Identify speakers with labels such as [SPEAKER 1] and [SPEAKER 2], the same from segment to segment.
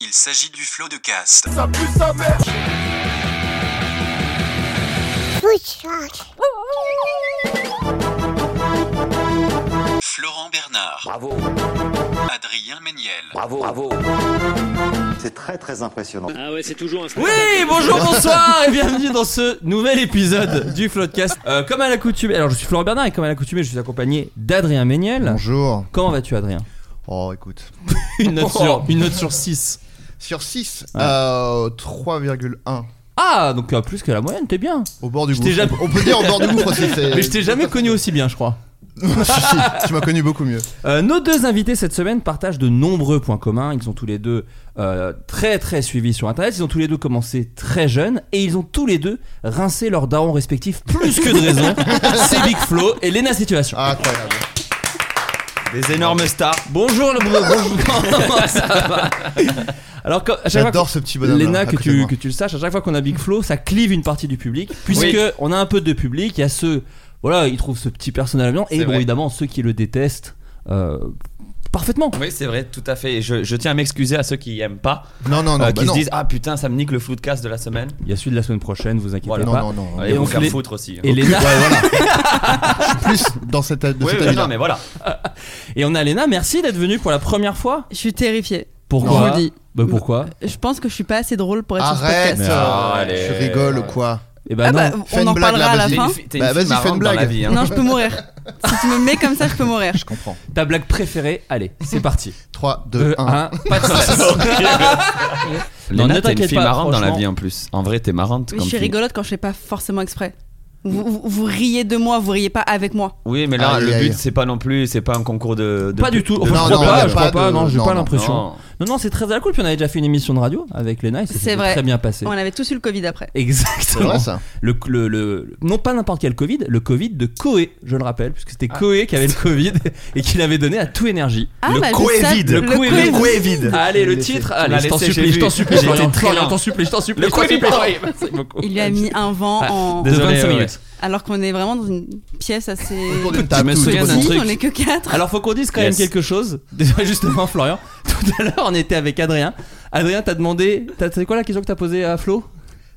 [SPEAKER 1] Il s'agit du flot de cast. Florent Bernard. Bravo. Adrien Méniel. Bravo.
[SPEAKER 2] C'est très très impressionnant.
[SPEAKER 3] Ah ouais, c'est toujours un
[SPEAKER 4] Oui, bonjour, bonsoir et bienvenue dans ce nouvel épisode du Floodcast. Euh, comme à l'accoutumée, alors je suis Florent Bernard et comme à l'accoutumée, je suis accompagné d'Adrien Méniel.
[SPEAKER 2] Bonjour.
[SPEAKER 4] Comment vas-tu, Adrien
[SPEAKER 2] Oh écoute.
[SPEAKER 4] Une note, sur, une note sur 6.
[SPEAKER 2] Sur 6, euh, 3,1.
[SPEAKER 4] Ah, donc euh, plus que la moyenne, t'es bien.
[SPEAKER 2] Au bord du
[SPEAKER 4] Je
[SPEAKER 2] gouffre.
[SPEAKER 4] t'ai jamais-
[SPEAKER 2] On peut dire au bord du gouffre aussi. c'est-
[SPEAKER 4] Mais je t'ai jamais connu aussi bien, je crois.
[SPEAKER 2] Si, tu m'as connu beaucoup mieux.
[SPEAKER 4] Euh, nos deux invités cette semaine partagent de nombreux points communs. Ils sont tous les deux euh, très très suivis sur Internet. Ils ont tous les deux commencé très jeunes et ils ont tous les deux rincé leurs darons respectifs plus que de raison. Ah, C'est Big Flo et Lena Situation.
[SPEAKER 2] Ah, incroyable.
[SPEAKER 4] Des énormes stars. Bonjour le bonjour. Comment ça va Alors que- à chaque fois
[SPEAKER 2] J'adore ce petit bonhomme.
[SPEAKER 4] Léna, que tu, que tu le saches, à chaque fois qu'on a Big Flo, ça clive une partie du public, puisque on a un peu de public, il y a ceux, voilà, ils trouvent ce petit personnage bien, et
[SPEAKER 5] C'est
[SPEAKER 4] bon,
[SPEAKER 5] vrai.
[SPEAKER 4] évidemment, ceux qui le détestent, euh, parfaitement.
[SPEAKER 5] Oui, c'est vrai, tout à fait. Et je, je tiens à m'excuser à ceux qui aiment pas,
[SPEAKER 2] Non, non, non.
[SPEAKER 5] euh,
[SPEAKER 2] bah
[SPEAKER 5] qui
[SPEAKER 2] non.
[SPEAKER 5] se disent Ah putain, ça me nique le flou de casse de la semaine.
[SPEAKER 4] Il y a celui de la semaine prochaine, vous inquiétez
[SPEAKER 5] Voilà.
[SPEAKER 2] non,
[SPEAKER 4] pas.
[SPEAKER 2] non, non, non.
[SPEAKER 4] Et
[SPEAKER 5] Et
[SPEAKER 4] on
[SPEAKER 5] on faire
[SPEAKER 4] les-
[SPEAKER 5] foutre aussi. hein.
[SPEAKER 4] Et
[SPEAKER 5] Oui,
[SPEAKER 4] Léna,
[SPEAKER 2] Ouais, voilà. je suis plus dans cette, de
[SPEAKER 5] oui,
[SPEAKER 2] cette
[SPEAKER 5] oui,
[SPEAKER 2] avis-là.
[SPEAKER 5] non, mais voilà.
[SPEAKER 4] et on a Léna, merci d'être venue pour la première fois.
[SPEAKER 6] Je suis terrifiée.
[SPEAKER 4] Pourquoi
[SPEAKER 6] Je vous le dis.
[SPEAKER 4] Bah pourquoi
[SPEAKER 6] Je pense que je suis pas assez drôle pour être sur
[SPEAKER 2] Arrête
[SPEAKER 6] ce podcast.
[SPEAKER 4] Mais
[SPEAKER 5] allez.
[SPEAKER 2] Tu
[SPEAKER 5] euh,
[SPEAKER 2] rigoles ou quoi
[SPEAKER 4] Et bah
[SPEAKER 6] Ah
[SPEAKER 4] non.
[SPEAKER 6] bah,
[SPEAKER 2] Fais
[SPEAKER 6] on
[SPEAKER 2] une
[SPEAKER 6] en
[SPEAKER 2] blague,
[SPEAKER 6] parlera
[SPEAKER 2] là,
[SPEAKER 6] à la
[SPEAKER 2] vas-y.
[SPEAKER 6] fin.
[SPEAKER 5] T'es une
[SPEAKER 2] Bah,
[SPEAKER 5] fille
[SPEAKER 2] vas-y, fais une
[SPEAKER 5] marrante dans
[SPEAKER 2] blague.
[SPEAKER 5] la vie, hein.
[SPEAKER 6] Non, je peux mourir. Si tu me mets comme ça, je peux mourir.
[SPEAKER 2] Je comprends.
[SPEAKER 4] Ta blague préférée, allez, c'est parti.
[SPEAKER 2] 3, 2, 1.
[SPEAKER 4] Euh, Un, pas de stress.
[SPEAKER 5] Léna,
[SPEAKER 4] Non, ne
[SPEAKER 5] t'es une
[SPEAKER 4] t'inquiète
[SPEAKER 5] fille
[SPEAKER 4] pas,
[SPEAKER 5] marrante dans la vie
[SPEAKER 4] franchement.
[SPEAKER 5] en plus. En vrai, t'es marrante.
[SPEAKER 6] Mais je
[SPEAKER 5] comme
[SPEAKER 6] suis
[SPEAKER 5] fille.
[SPEAKER 6] rigolote quand je fais pas forcément exprès. Vous, vous- vous riez de moi, vous riez pas avec moi.
[SPEAKER 5] Oui, mais là,
[SPEAKER 2] Aïe,
[SPEAKER 5] le
[SPEAKER 2] aïe.
[SPEAKER 5] but, c'est pas non plus, c'est pas un concours de. de-
[SPEAKER 4] Pas du tout.
[SPEAKER 5] de-
[SPEAKER 4] Enfin,
[SPEAKER 2] Non,
[SPEAKER 4] je crois
[SPEAKER 2] non,
[SPEAKER 4] pas,
[SPEAKER 2] y a
[SPEAKER 4] je crois
[SPEAKER 2] pas
[SPEAKER 4] pas,
[SPEAKER 2] de-
[SPEAKER 4] non, j'ai
[SPEAKER 2] non,
[SPEAKER 4] pas
[SPEAKER 2] non,
[SPEAKER 4] l'impression.
[SPEAKER 5] Non.
[SPEAKER 4] Non, non, c'est très à la cool. Puis on avait déjà fait une émission de radio avec Léna et ça
[SPEAKER 6] C'est
[SPEAKER 4] s'était
[SPEAKER 6] vrai.
[SPEAKER 4] très bien passé.
[SPEAKER 6] On avait tous eu le Covid après.
[SPEAKER 2] C'est
[SPEAKER 4] Exactement.
[SPEAKER 2] vrai ça
[SPEAKER 4] Le, le- le- non pas n'importe quel Covid, le Covid de Coé, je le rappelle, puisque c'était Coé qui avait le Covid et qui l'avait donné à tout énergie.
[SPEAKER 6] Ah,
[SPEAKER 4] le
[SPEAKER 6] bah, je savais-
[SPEAKER 4] Le Covid.
[SPEAKER 6] Covid.
[SPEAKER 4] Allez, le titre. Allez,
[SPEAKER 5] l'as
[SPEAKER 4] je t'en
[SPEAKER 5] laissé,
[SPEAKER 4] supplie,
[SPEAKER 5] j'ai
[SPEAKER 4] je t'en
[SPEAKER 5] vu.
[SPEAKER 4] supplie,
[SPEAKER 5] J'étais
[SPEAKER 4] Florian,
[SPEAKER 5] très
[SPEAKER 4] Florian,
[SPEAKER 5] lent.
[SPEAKER 4] t'en supplie, je t'en supplie.
[SPEAKER 5] Le
[SPEAKER 4] je t'en
[SPEAKER 5] Covid.
[SPEAKER 4] supplie. Oui, merci beaucoup.
[SPEAKER 6] Il lui a mis un vent
[SPEAKER 4] Ah,
[SPEAKER 6] en.
[SPEAKER 4] de
[SPEAKER 5] Désolé,
[SPEAKER 4] 25
[SPEAKER 5] ouais.
[SPEAKER 4] minutes.
[SPEAKER 6] Alors qu'on est vraiment dans une pièce assez.
[SPEAKER 2] Autour d'une
[SPEAKER 5] Je me
[SPEAKER 2] table, tout
[SPEAKER 5] souviens
[SPEAKER 2] autour
[SPEAKER 5] d'un
[SPEAKER 2] d'une-
[SPEAKER 6] Si,
[SPEAKER 5] truc.
[SPEAKER 6] on est que 4.
[SPEAKER 4] Alors faut qu'on dise quand même
[SPEAKER 5] Yes.
[SPEAKER 4] quelque chose. Désolé justement Florian. Tout à l'heure on était avec Adrien. Adrien t'as demandé. t'as- C'est quoi la question que t'as posée à Flo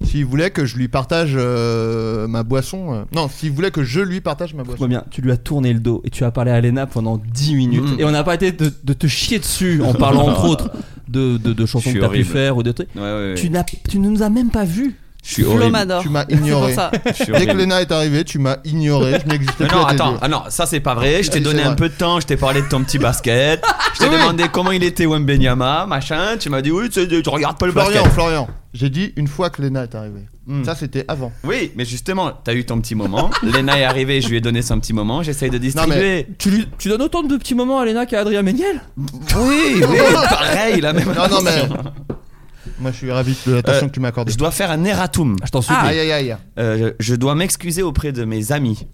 [SPEAKER 2] S'il voulait que je lui partage euh, ma boisson. euh, Non, s'il voulait que je lui partage ma boisson.
[SPEAKER 4] Moi bien, tu lui as tourné le dos et tu as parlé à Lena pendant 10 minutes.
[SPEAKER 5] Mm.
[SPEAKER 4] Et on n'a pas été de, de te chier dessus en parlant entre autres de, de, de
[SPEAKER 5] Je
[SPEAKER 4] chansons
[SPEAKER 5] suis
[SPEAKER 4] que t'as pu
[SPEAKER 5] horrible.
[SPEAKER 4] faire ou de trucs.
[SPEAKER 5] Ouais, ouais, ouais.
[SPEAKER 4] Tu, n'as- tu ne nous as même pas vus.
[SPEAKER 5] Je suis
[SPEAKER 6] Flo
[SPEAKER 5] horrible.
[SPEAKER 6] m'adore.
[SPEAKER 2] Tu m'as
[SPEAKER 6] C'est pour
[SPEAKER 2] ignoré.
[SPEAKER 6] ça.
[SPEAKER 5] Je suis
[SPEAKER 2] Dès que
[SPEAKER 5] horrible.
[SPEAKER 2] Lena est arrivée, tu m'as ignoré. Je n'existais
[SPEAKER 5] Non,
[SPEAKER 2] plus.
[SPEAKER 5] non,
[SPEAKER 2] à tes
[SPEAKER 5] attends,
[SPEAKER 2] yeux.
[SPEAKER 5] ah non, ça c'est pas vrai. Je t'ai
[SPEAKER 2] Si,
[SPEAKER 5] donné
[SPEAKER 2] c'est
[SPEAKER 5] un
[SPEAKER 2] vrai.
[SPEAKER 5] peu de temps, je t'ai parlé de ton petit basket. Je t'ai demandé comment il était Wembenyama, machin. Tu m'as dit, oui, tu, tu regardes pas le
[SPEAKER 2] Florian,
[SPEAKER 5] basket.
[SPEAKER 2] Florian, Hmm. j'ai dit une fois que Lena est arrivée. Ça, c'était avant.
[SPEAKER 5] Oui, mais justement, t'as eu ton petit moment. Lena est arrivée, je lui ai donné son petit moment. J'essaye de distribuer.
[SPEAKER 4] Tu, lui- tu donnes autant de petits moments à Lena qu'à Adrien Méniel
[SPEAKER 5] Oui, oui, pareil, la même.
[SPEAKER 2] Non, non, mais. Moi, je suis ravi de l'attention
[SPEAKER 5] Euh,
[SPEAKER 2] que tu m'as accordée.
[SPEAKER 5] Je dois faire un erratum.
[SPEAKER 4] Je t'en
[SPEAKER 5] Ah.
[SPEAKER 4] supplie.
[SPEAKER 2] Aïe, aïe, aïe.
[SPEAKER 5] Euh, je dois m'excuser auprès de mes amis.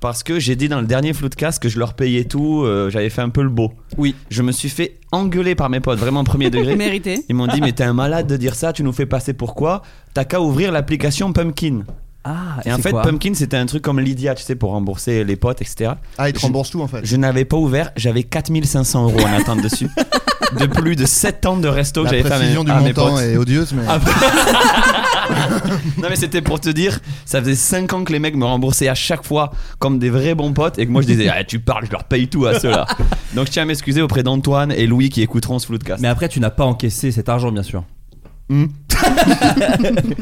[SPEAKER 5] Parce que j'ai dit dans le dernier flou de casse que je leur payais tout, euh, j'avais fait un peu le beau.
[SPEAKER 4] Oui.
[SPEAKER 5] Je me suis fait engueuler par mes potes, vraiment premier degré.
[SPEAKER 6] Mérité.
[SPEAKER 5] Ils m'ont dit, mais t'es un malade de dire ça, tu nous fais passer pour quoi T'as qu'à ouvrir l'application Pumpkin.
[SPEAKER 4] Ah,
[SPEAKER 5] Et en
[SPEAKER 4] c'est
[SPEAKER 5] fait,
[SPEAKER 4] quoi
[SPEAKER 5] Pumpkin, c'était un truc comme Lydia, tu sais, pour rembourser les potes, etc.
[SPEAKER 2] Ah, il te
[SPEAKER 5] Je-
[SPEAKER 2] rembourse tout en fait.
[SPEAKER 5] Je n'avais pas ouvert, j'avais 4500 euros en attente dessus. de plus de 7 ans de resto que
[SPEAKER 2] La
[SPEAKER 5] j'avais fait à mes,
[SPEAKER 2] précision du
[SPEAKER 5] à mes
[SPEAKER 2] montant
[SPEAKER 5] potes.
[SPEAKER 2] est odieuse, mais.
[SPEAKER 5] Ah. non mais c'était pour te dire, ça faisait 5 ans que les mecs me remboursaient à chaque fois comme des vrais bons potes et que moi je disais ah, tu parles, je leur paye tout à ceux-là. Donc je tiens à m'excuser auprès d'Antoine et Louis qui écouteront ce floodcast.
[SPEAKER 4] Mais après, tu n'as pas encaissé cet argent, bien sûr.
[SPEAKER 2] Hmm.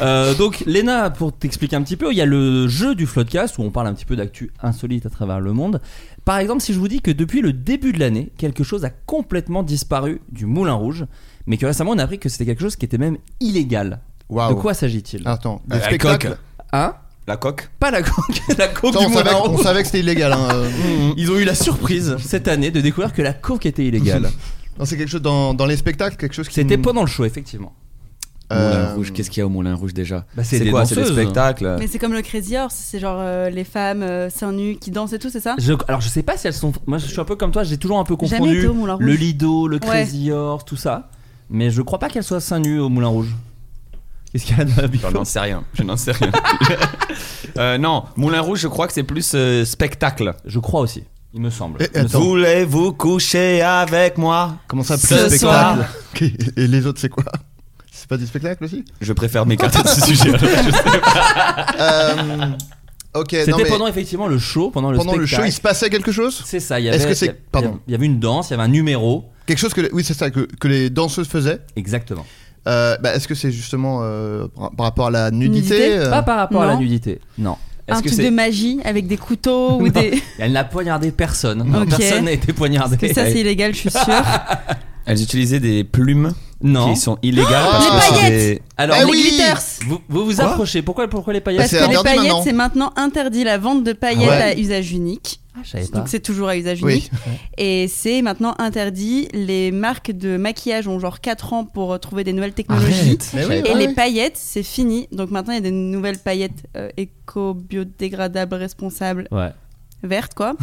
[SPEAKER 4] Euh, donc, Léna, pour t'expliquer un petit peu, il y a le jeu du Floodcast où on parle un petit peu d'actu insolite à travers le monde. Par exemple, si je vous dis que depuis le début de l'année, quelque chose a complètement disparu du Moulin Rouge, mais que récemment on a appris que c'était quelque chose qui était même illégal.
[SPEAKER 2] Waouh. Ah.
[SPEAKER 4] De quoi s'agit-il
[SPEAKER 2] Attends, des
[SPEAKER 5] Euh, la
[SPEAKER 2] spectacles.
[SPEAKER 5] coque.
[SPEAKER 4] Hein
[SPEAKER 5] La coque
[SPEAKER 4] Pas la coque, la coque
[SPEAKER 2] Attends,
[SPEAKER 4] du
[SPEAKER 2] on,
[SPEAKER 4] Moulin
[SPEAKER 2] savait, on
[SPEAKER 4] Rouge.
[SPEAKER 2] savait que c'était illégal. hein, euh.
[SPEAKER 4] Ils ont eu la surprise cette année de découvrir que la coque était illégale.
[SPEAKER 2] Non, c'est quelque chose dans, dans les spectacles, quelque chose qui.
[SPEAKER 4] C'était pendant le show, effectivement.
[SPEAKER 5] Moulin
[SPEAKER 2] Euh,
[SPEAKER 5] hein, Rouge, qu'est-ce qu'il y a au Moulin Rouge déjà
[SPEAKER 4] Bah, c'est des
[SPEAKER 5] quoi C'est des
[SPEAKER 4] danseuses.
[SPEAKER 5] spectacles
[SPEAKER 6] Mais c'est comme le Crazy Horse, c'est genre euh, les femmes euh, seins nus qui dansent et tout, c'est ça
[SPEAKER 4] Je- alors je sais pas si elles sont. Moi je suis un peu comme toi, j'ai toujours un peu
[SPEAKER 6] Jamais
[SPEAKER 4] confondu
[SPEAKER 6] été au Moulin Rouge.
[SPEAKER 4] le Lido, le Crazy Horse, tout ça. Mais je crois pas qu'elles soient seins nus au Moulin Rouge. Qu'est-ce qu'il y a dans la
[SPEAKER 5] Je
[SPEAKER 4] bifone
[SPEAKER 5] n'en sais rien, je n'en sais rien. Euh, non, Moulin Rouge, je crois que c'est plus euh, spectacle.
[SPEAKER 4] Je crois aussi, il me semble.
[SPEAKER 2] Et-
[SPEAKER 4] Il me
[SPEAKER 2] Eh, attends.
[SPEAKER 4] semble.
[SPEAKER 5] Voulez-vous coucher avec moi
[SPEAKER 2] Comment ça, plus
[SPEAKER 5] Ce
[SPEAKER 2] spectacle
[SPEAKER 5] soir.
[SPEAKER 2] Ok, Et les autres, c'est quoi C'est pas du spectacle aussi
[SPEAKER 5] Je préfère m'écarter de ce sujet. alors, je sais.
[SPEAKER 2] Euh, Ok, non,
[SPEAKER 4] C'était
[SPEAKER 2] mais
[SPEAKER 4] pendant effectivement le show, pendant le
[SPEAKER 2] pendant le show,
[SPEAKER 4] spectacle.
[SPEAKER 2] il se passait quelque chose
[SPEAKER 4] C'est ça, il y avait.
[SPEAKER 2] Est-ce que c'est-
[SPEAKER 4] il y a-
[SPEAKER 2] pardon.
[SPEAKER 4] Il y avait une danse, il y avait un numéro.
[SPEAKER 2] Quelque chose que. Oui, c'est ça, que, que les danseuses faisaient.
[SPEAKER 4] Exactement.
[SPEAKER 2] Euh, bah, Est-ce que c'est justement euh, par par rapport à la nudité,
[SPEAKER 6] Nudité Ah,
[SPEAKER 2] euh,
[SPEAKER 4] Pas par rapport à la
[SPEAKER 6] non.
[SPEAKER 4] nudité. Non.
[SPEAKER 6] Un
[SPEAKER 5] que
[SPEAKER 6] truc
[SPEAKER 5] c'est-
[SPEAKER 6] de magie avec des couteaux ou
[SPEAKER 4] Non.
[SPEAKER 6] des.
[SPEAKER 4] Elle n'a poignardé personne.
[SPEAKER 6] Ok.
[SPEAKER 4] Personne n'a été poignardé.
[SPEAKER 6] Que ça c'est illégal, je suis
[SPEAKER 4] Ah,
[SPEAKER 6] sûre.
[SPEAKER 2] Ah
[SPEAKER 5] Elles utilisaient des plumes
[SPEAKER 4] Non.
[SPEAKER 5] qui sont illégales.
[SPEAKER 2] Oh,
[SPEAKER 5] parce
[SPEAKER 2] les
[SPEAKER 5] que c'est
[SPEAKER 6] Ah paillettes
[SPEAKER 5] des-
[SPEAKER 4] Alors,
[SPEAKER 2] Eh
[SPEAKER 6] les
[SPEAKER 2] oui
[SPEAKER 6] glitters
[SPEAKER 4] vous, vous vous
[SPEAKER 5] Quoi
[SPEAKER 4] approchez. Pourquoi, pourquoi les
[SPEAKER 2] Bah,
[SPEAKER 4] paillettes
[SPEAKER 6] Parce
[SPEAKER 2] c'est
[SPEAKER 6] que les
[SPEAKER 2] interdit
[SPEAKER 6] paillettes,
[SPEAKER 2] maintenant.
[SPEAKER 6] c'est maintenant interdit la vente de paillettes
[SPEAKER 2] Ouais.
[SPEAKER 6] à usage unique.
[SPEAKER 4] Ah, je savais pas.
[SPEAKER 6] Donc c'est toujours à usage
[SPEAKER 2] Oui.
[SPEAKER 6] unique. Et c'est maintenant interdit. Les marques de maquillage ont genre 4 ans pour euh, trouver des nouvelles technologies.
[SPEAKER 4] Arrête.
[SPEAKER 2] Mais
[SPEAKER 4] Je
[SPEAKER 2] oui,
[SPEAKER 4] savais
[SPEAKER 6] Et
[SPEAKER 2] ouais,
[SPEAKER 6] les
[SPEAKER 2] ouais.
[SPEAKER 6] paillettes, c'est fini. Donc maintenant, il y a des nouvelles paillettes euh, éco-biodégradables, responsables,
[SPEAKER 4] Ouais.
[SPEAKER 6] vertes, quoi.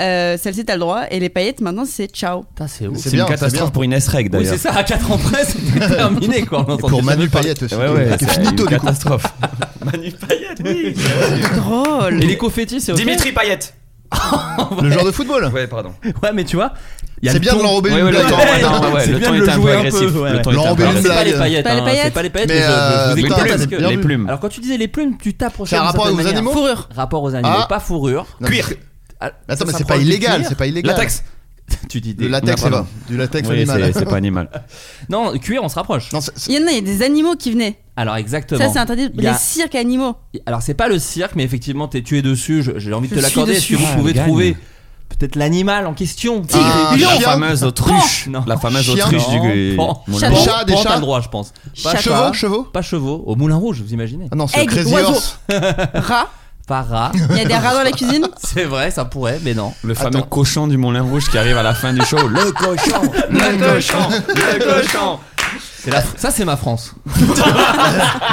[SPEAKER 6] Euh, Celle-ci, t'as le droit. Et les paillettes, maintenant, c'est ciao.
[SPEAKER 4] Putain, c'est ouf.
[SPEAKER 5] C'est
[SPEAKER 2] C'est
[SPEAKER 5] une
[SPEAKER 2] bien, c'est
[SPEAKER 5] catastrophe
[SPEAKER 2] bien.
[SPEAKER 5] pour une S-Reg
[SPEAKER 4] Oui,
[SPEAKER 5] d'ailleurs.
[SPEAKER 4] c'est ça, à 4 ans près, c'était terminé quoi. On
[SPEAKER 2] Et pour
[SPEAKER 4] entendait
[SPEAKER 2] Manu
[SPEAKER 4] jamais parler.
[SPEAKER 2] Payette aussi.
[SPEAKER 5] Ouais, ouais,
[SPEAKER 2] qui est
[SPEAKER 5] c'est
[SPEAKER 2] finito,
[SPEAKER 5] une
[SPEAKER 2] du coup.
[SPEAKER 5] catastrophe. Manu Payette, oui.
[SPEAKER 6] Drôle.
[SPEAKER 4] Et les confettis, c'est ok.
[SPEAKER 5] Dimitri Payette.
[SPEAKER 2] Le genre de football.
[SPEAKER 5] Ouais, pardon.
[SPEAKER 4] Ouais, mais tu vois, il y a
[SPEAKER 2] C'est
[SPEAKER 4] le
[SPEAKER 2] bien de
[SPEAKER 4] ton.
[SPEAKER 2] l'enrober
[SPEAKER 5] Ouais,
[SPEAKER 2] une
[SPEAKER 5] ouais, le
[SPEAKER 2] blague.
[SPEAKER 5] temps, ouais, non, ouais,
[SPEAKER 4] C'est
[SPEAKER 5] le
[SPEAKER 4] bien
[SPEAKER 5] temps
[SPEAKER 4] de le
[SPEAKER 5] était un peu
[SPEAKER 4] jouer un peu,
[SPEAKER 5] agressif.
[SPEAKER 4] ouais, ouais.
[SPEAKER 5] Le temps était un peu
[SPEAKER 2] L'enrober
[SPEAKER 4] C'est
[SPEAKER 2] une
[SPEAKER 5] agressif.
[SPEAKER 4] pas les
[SPEAKER 2] blague.
[SPEAKER 4] paillettes,
[SPEAKER 6] Pas les
[SPEAKER 4] hein,
[SPEAKER 6] paillettes.
[SPEAKER 4] c'est pas les paillettes, mais,
[SPEAKER 2] Mais,
[SPEAKER 4] je- je,
[SPEAKER 2] euh,
[SPEAKER 4] vous
[SPEAKER 2] les
[SPEAKER 4] écarte
[SPEAKER 2] plumes,
[SPEAKER 4] parce que.
[SPEAKER 2] bien
[SPEAKER 5] Les
[SPEAKER 2] vu.
[SPEAKER 5] plumes.
[SPEAKER 4] Alors quand tu disais les plumes, tu t'approchais.
[SPEAKER 2] C'est un
[SPEAKER 4] d'une
[SPEAKER 2] rapport
[SPEAKER 4] certaine
[SPEAKER 2] aux
[SPEAKER 4] manière.
[SPEAKER 2] animaux
[SPEAKER 6] Fourrure.
[SPEAKER 4] Rapport aux animaux,
[SPEAKER 2] Ah.
[SPEAKER 4] pas fourrure.
[SPEAKER 2] Non, mais-
[SPEAKER 4] Ah, ça
[SPEAKER 2] Attends, mais c'est
[SPEAKER 4] s'approche
[SPEAKER 2] pas
[SPEAKER 4] du
[SPEAKER 2] illégal,
[SPEAKER 4] cuir.
[SPEAKER 2] c'est pas illégal.
[SPEAKER 5] Latex.
[SPEAKER 4] Tu dis des.
[SPEAKER 2] Le
[SPEAKER 4] Non,
[SPEAKER 2] latex, c'est
[SPEAKER 4] pardon.
[SPEAKER 2] pas. Du latex
[SPEAKER 5] Oui,
[SPEAKER 2] animal.
[SPEAKER 5] c'est c'est pas animal.
[SPEAKER 4] Non, cuir, on se rapproche.
[SPEAKER 2] Non, c'est- c'est-
[SPEAKER 6] Il y en a, il y a des animaux qui venaient.
[SPEAKER 4] Alors exactement.
[SPEAKER 6] Ça, c'est interdit.
[SPEAKER 4] Il y a-
[SPEAKER 6] Les cirques animaux.
[SPEAKER 4] Alors c'est pas le cirque, mais effectivement t'es tué dessus. je- J'ai envie de
[SPEAKER 6] Je
[SPEAKER 4] te
[SPEAKER 6] suis
[SPEAKER 4] l'accorder. Est-ce que
[SPEAKER 6] dessus.
[SPEAKER 4] vous
[SPEAKER 5] Ah,
[SPEAKER 4] pouvez
[SPEAKER 5] gagne.
[SPEAKER 4] trouver peut-être l'animal en question
[SPEAKER 2] Ah,
[SPEAKER 5] La
[SPEAKER 2] chien.
[SPEAKER 5] fameuse autruche.
[SPEAKER 4] Non.
[SPEAKER 5] La fameuse
[SPEAKER 2] Chien.
[SPEAKER 5] autruche du.
[SPEAKER 4] Pan, pan,
[SPEAKER 5] Moulin
[SPEAKER 6] Chat.
[SPEAKER 4] pan,
[SPEAKER 2] Des chats, des
[SPEAKER 4] pan, t'as
[SPEAKER 2] chats.
[SPEAKER 4] le droit, je pense. Pas
[SPEAKER 6] Chat.
[SPEAKER 2] Chevaux,
[SPEAKER 4] chat,
[SPEAKER 2] chevaux
[SPEAKER 4] Pas chevaux, au Moulin Rouge, vous imaginez
[SPEAKER 2] Ah non, c'est le
[SPEAKER 6] Aigle,
[SPEAKER 2] Crazy
[SPEAKER 6] oiseau.
[SPEAKER 2] Horse.
[SPEAKER 6] Rats.
[SPEAKER 4] Pas rat.
[SPEAKER 6] Il y a des rats dans la cuisine.
[SPEAKER 4] C'est vrai, ça pourrait, mais non.
[SPEAKER 5] Le fameux
[SPEAKER 2] Attends.
[SPEAKER 5] cochon du Moulin Rouge qui arrive à la fin du show. Le cochon, le cochon, le cochon.
[SPEAKER 4] C'est la- Ça, c'est ma France.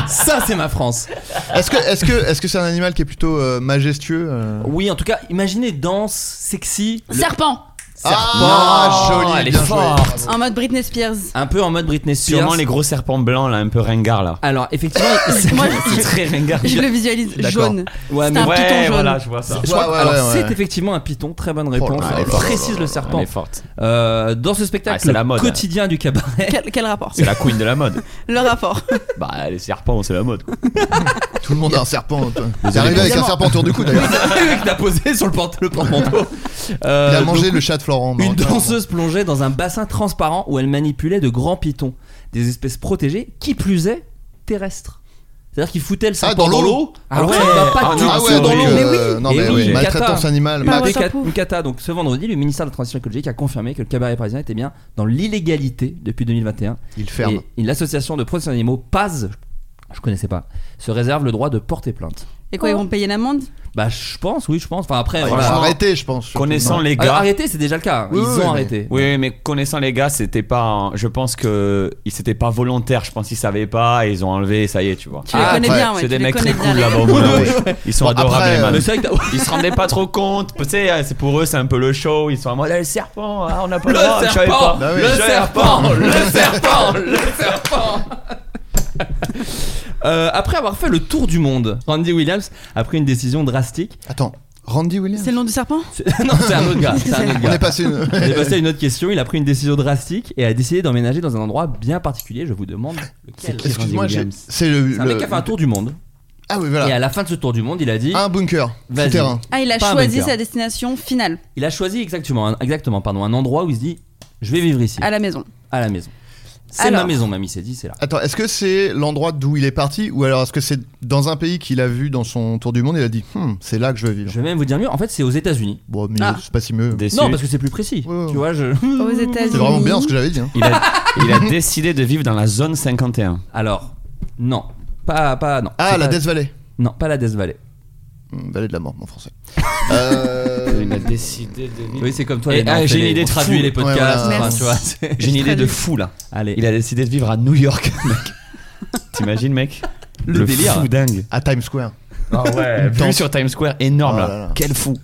[SPEAKER 4] ça, c'est ma France.
[SPEAKER 2] Est-ce que est-ce que est-ce que c'est un animal qui est plutôt euh, majestueux euh,
[SPEAKER 4] Oui, en tout cas, imaginez danse, sexy, le
[SPEAKER 6] Serpent.
[SPEAKER 2] Ah,
[SPEAKER 4] serpent.
[SPEAKER 5] Oh,
[SPEAKER 2] joli,
[SPEAKER 4] Elle est
[SPEAKER 2] bien joué.
[SPEAKER 4] forte.
[SPEAKER 2] Bravo.
[SPEAKER 6] En mode Britney Spears.
[SPEAKER 4] un peu en mode Britney Spears.
[SPEAKER 5] Sûrement les gros serpents blancs là, un peu ringards là.
[SPEAKER 4] Alors, effectivement, c'est-
[SPEAKER 6] Moi,
[SPEAKER 5] C'est très ringard.
[SPEAKER 6] je le visualise
[SPEAKER 2] D'accord.
[SPEAKER 6] jaune.
[SPEAKER 4] ouais,
[SPEAKER 6] C'est un piton
[SPEAKER 5] Ouais,
[SPEAKER 6] jaune.
[SPEAKER 5] Eh, voilà, je vois ça.
[SPEAKER 4] Je crois
[SPEAKER 2] Ouais,
[SPEAKER 4] que-
[SPEAKER 2] ouais,
[SPEAKER 4] alors,
[SPEAKER 2] ouais,
[SPEAKER 4] c'est
[SPEAKER 2] ouais.
[SPEAKER 4] effectivement un python, très bonne réponse.
[SPEAKER 2] là là
[SPEAKER 4] elle
[SPEAKER 2] là
[SPEAKER 4] précise le
[SPEAKER 5] Oh, Elle
[SPEAKER 4] serpent.
[SPEAKER 5] est forte.
[SPEAKER 4] Euh, dans ce spectacle
[SPEAKER 5] Ah, c'est la mode,
[SPEAKER 4] quotidien du cabaret,
[SPEAKER 6] Quel, quel rapport
[SPEAKER 5] C'est la queen de la mode.
[SPEAKER 6] Le rapport.
[SPEAKER 5] Bah, les serpents, c'est la mode. quoi.
[SPEAKER 2] Tout le monde a un serpent. toi. T'es arrivé avec un
[SPEAKER 4] évidemment.
[SPEAKER 2] serpent autour du cou d'ailleurs.
[SPEAKER 4] il a posé sur le porte le porte-manteau.
[SPEAKER 2] Il
[SPEAKER 4] Euh,
[SPEAKER 2] a
[SPEAKER 4] donc,
[SPEAKER 2] mangé le chat de Florent.
[SPEAKER 4] Une
[SPEAKER 2] Marocain.
[SPEAKER 4] danseuse plongeait dans un bassin transparent où elle manipulait de grands pitons, des espèces protégées, qui plus est terrestres. C'est-à-dire qu'il foutait le
[SPEAKER 2] Ah,
[SPEAKER 4] serpent
[SPEAKER 2] dans
[SPEAKER 4] dans
[SPEAKER 2] l'eau
[SPEAKER 4] l'eau. Alors
[SPEAKER 5] Ah
[SPEAKER 4] ça
[SPEAKER 5] ouais.
[SPEAKER 4] va pas
[SPEAKER 5] Ah
[SPEAKER 4] du
[SPEAKER 5] non,
[SPEAKER 2] Ah
[SPEAKER 4] tout
[SPEAKER 2] ouais,
[SPEAKER 4] dans
[SPEAKER 2] donc,
[SPEAKER 4] l'eau.
[SPEAKER 2] euh,
[SPEAKER 6] Mais oui.
[SPEAKER 2] non mais
[SPEAKER 4] Et oui,
[SPEAKER 2] oui,
[SPEAKER 4] une
[SPEAKER 2] maltraitance
[SPEAKER 4] cata.
[SPEAKER 2] animale.
[SPEAKER 6] Pas
[SPEAKER 2] mal-
[SPEAKER 4] Une
[SPEAKER 6] ouais,
[SPEAKER 4] cata-
[SPEAKER 6] ça prouve.
[SPEAKER 4] une cata. Donc ce vendredi, le ministère de la Transition écologique a confirmé que le cabaret parisien était bien dans l'illégalité depuis 2021.
[SPEAKER 2] Il ferme.
[SPEAKER 4] Et l'association de protection des animaux, Paz, je connaissais pas, se réserve le droit de porter plainte.
[SPEAKER 6] Et quoi, ils vont payer une amende
[SPEAKER 4] Bah je pense, oui je pense. Enfin après,
[SPEAKER 2] Il faut
[SPEAKER 4] voilà.
[SPEAKER 2] arrêter, je pense. surtout.
[SPEAKER 5] Connaissant
[SPEAKER 2] Non.
[SPEAKER 5] les
[SPEAKER 4] Alors,
[SPEAKER 5] gars.
[SPEAKER 4] arrêter, c'est déjà le cas. hein.
[SPEAKER 2] Oui,
[SPEAKER 4] Ils
[SPEAKER 2] oui,
[SPEAKER 4] ont
[SPEAKER 2] mais-
[SPEAKER 4] arrêté.
[SPEAKER 5] Oui, oui, mais connaissant les gars, c'était pas. un- Je pense que ils c'était pas volontaire. Je pense qu'ils savaient pas. et Ils ont enlevé. Ça y est, tu vois.
[SPEAKER 6] Tu les
[SPEAKER 2] Ah,
[SPEAKER 6] connais
[SPEAKER 2] ouais,
[SPEAKER 6] bien, ouais.
[SPEAKER 5] c'est
[SPEAKER 6] tu
[SPEAKER 5] des
[SPEAKER 6] les
[SPEAKER 5] mecs
[SPEAKER 6] connais
[SPEAKER 5] très
[SPEAKER 6] bien,
[SPEAKER 5] cool
[SPEAKER 6] les-
[SPEAKER 5] là-bas au Moulin Rouge. Ils sont
[SPEAKER 2] Bon,
[SPEAKER 5] adorables.
[SPEAKER 2] après,
[SPEAKER 5] les
[SPEAKER 2] euh,
[SPEAKER 4] Mais
[SPEAKER 5] mecs.
[SPEAKER 4] c'est vrai que t'as-
[SPEAKER 5] Ils se rendaient pas trop compte. Tu sais, c'est pour eux, c'est un peu le show. Ils sont en mode ah, le serpent. ah, on n'a pas le droit. je savais pas.
[SPEAKER 2] Bah oui.
[SPEAKER 4] le
[SPEAKER 5] Je savais
[SPEAKER 4] serpent, le serpent, le serpent. Euh, après avoir fait le tour du monde, Randy Williams a pris une décision drastique.
[SPEAKER 2] Attends. Randy Williams
[SPEAKER 6] C'est le nom du serpent
[SPEAKER 4] C'est- Non, c'est un autre gars. C'est un autre
[SPEAKER 2] On
[SPEAKER 4] gars.
[SPEAKER 2] est passé une.
[SPEAKER 4] On est passé à une autre question. Il a pris une décision drastique et a décidé d'emménager dans un endroit bien particulier. Je vous demande lequel.
[SPEAKER 5] qui
[SPEAKER 2] Excuse-moi,
[SPEAKER 5] Randy
[SPEAKER 2] j'ai-
[SPEAKER 5] Williams
[SPEAKER 2] c'est le.
[SPEAKER 4] C'est un mec
[SPEAKER 2] le-
[SPEAKER 4] qui a fait un tour du monde.
[SPEAKER 2] Ah oui,
[SPEAKER 4] Et à
[SPEAKER 2] voilà.
[SPEAKER 4] la fin de ce tour du monde, il a dit.
[SPEAKER 2] Un bunker
[SPEAKER 4] Vas-y.
[SPEAKER 2] souterrain.
[SPEAKER 6] Ah, il a
[SPEAKER 4] Pas un
[SPEAKER 6] choisi
[SPEAKER 4] bunker.
[SPEAKER 6] sa destination finale
[SPEAKER 4] Il a choisi exactement, un, exactement, pardon, un endroit où il se dit, je vais vivre ici,
[SPEAKER 6] à la maison.
[SPEAKER 4] à la maison. C'est
[SPEAKER 6] Alors.
[SPEAKER 4] ma maison, mamie s'est dit, c'est là.
[SPEAKER 2] Attends, est-ce que c'est l'endroit d'où il est parti ou alors est-ce que c'est dans un pays qu'il a vu dans son tour du monde et il a dit Hum, c'est là que je veux vivre
[SPEAKER 4] Je vais même vous dire mieux. En fait, c'est aux États-Unis.
[SPEAKER 2] Bon, mais
[SPEAKER 6] Ah.
[SPEAKER 2] c'est pas si mieux.
[SPEAKER 5] Déçu.
[SPEAKER 4] Non, parce que c'est plus précis.
[SPEAKER 2] Ouais, ouais.
[SPEAKER 4] Tu vois, je.
[SPEAKER 6] Aux États-Unis.
[SPEAKER 2] C'est vraiment bien ce que j'avais dit. hein.
[SPEAKER 5] il, a, il a décidé de vivre dans la zone 51.
[SPEAKER 4] Alors, non, pas, pas, non.
[SPEAKER 2] Ah,
[SPEAKER 4] C'est
[SPEAKER 2] la
[SPEAKER 4] pas-
[SPEAKER 2] Death Valley.
[SPEAKER 4] Non, pas la Death Valley.
[SPEAKER 2] Hum, Vallée de la mort en français. Euh,
[SPEAKER 5] Il a décidé de vivre.
[SPEAKER 4] Oui, c'est comme toi.
[SPEAKER 5] Et,
[SPEAKER 4] les mecs,
[SPEAKER 5] ah, j'ai
[SPEAKER 4] on fait
[SPEAKER 5] une
[SPEAKER 4] les-
[SPEAKER 5] idée de
[SPEAKER 4] on
[SPEAKER 5] fou.
[SPEAKER 4] traduit les podcasts.
[SPEAKER 2] Ouais,
[SPEAKER 4] enfin,
[SPEAKER 2] voilà.
[SPEAKER 4] tu vois, c'est-
[SPEAKER 5] J'ai une idée de fou là.
[SPEAKER 4] Allez,
[SPEAKER 5] Il a décidé de vivre à New York, mec. T'imagines, mec
[SPEAKER 4] Le délire.
[SPEAKER 5] fou dingue.
[SPEAKER 2] à Times Square.
[SPEAKER 5] Ah ouais. Vue sur Times Square, énorme
[SPEAKER 2] Oh
[SPEAKER 4] Ah
[SPEAKER 5] là.
[SPEAKER 2] là là.
[SPEAKER 5] Quel fou.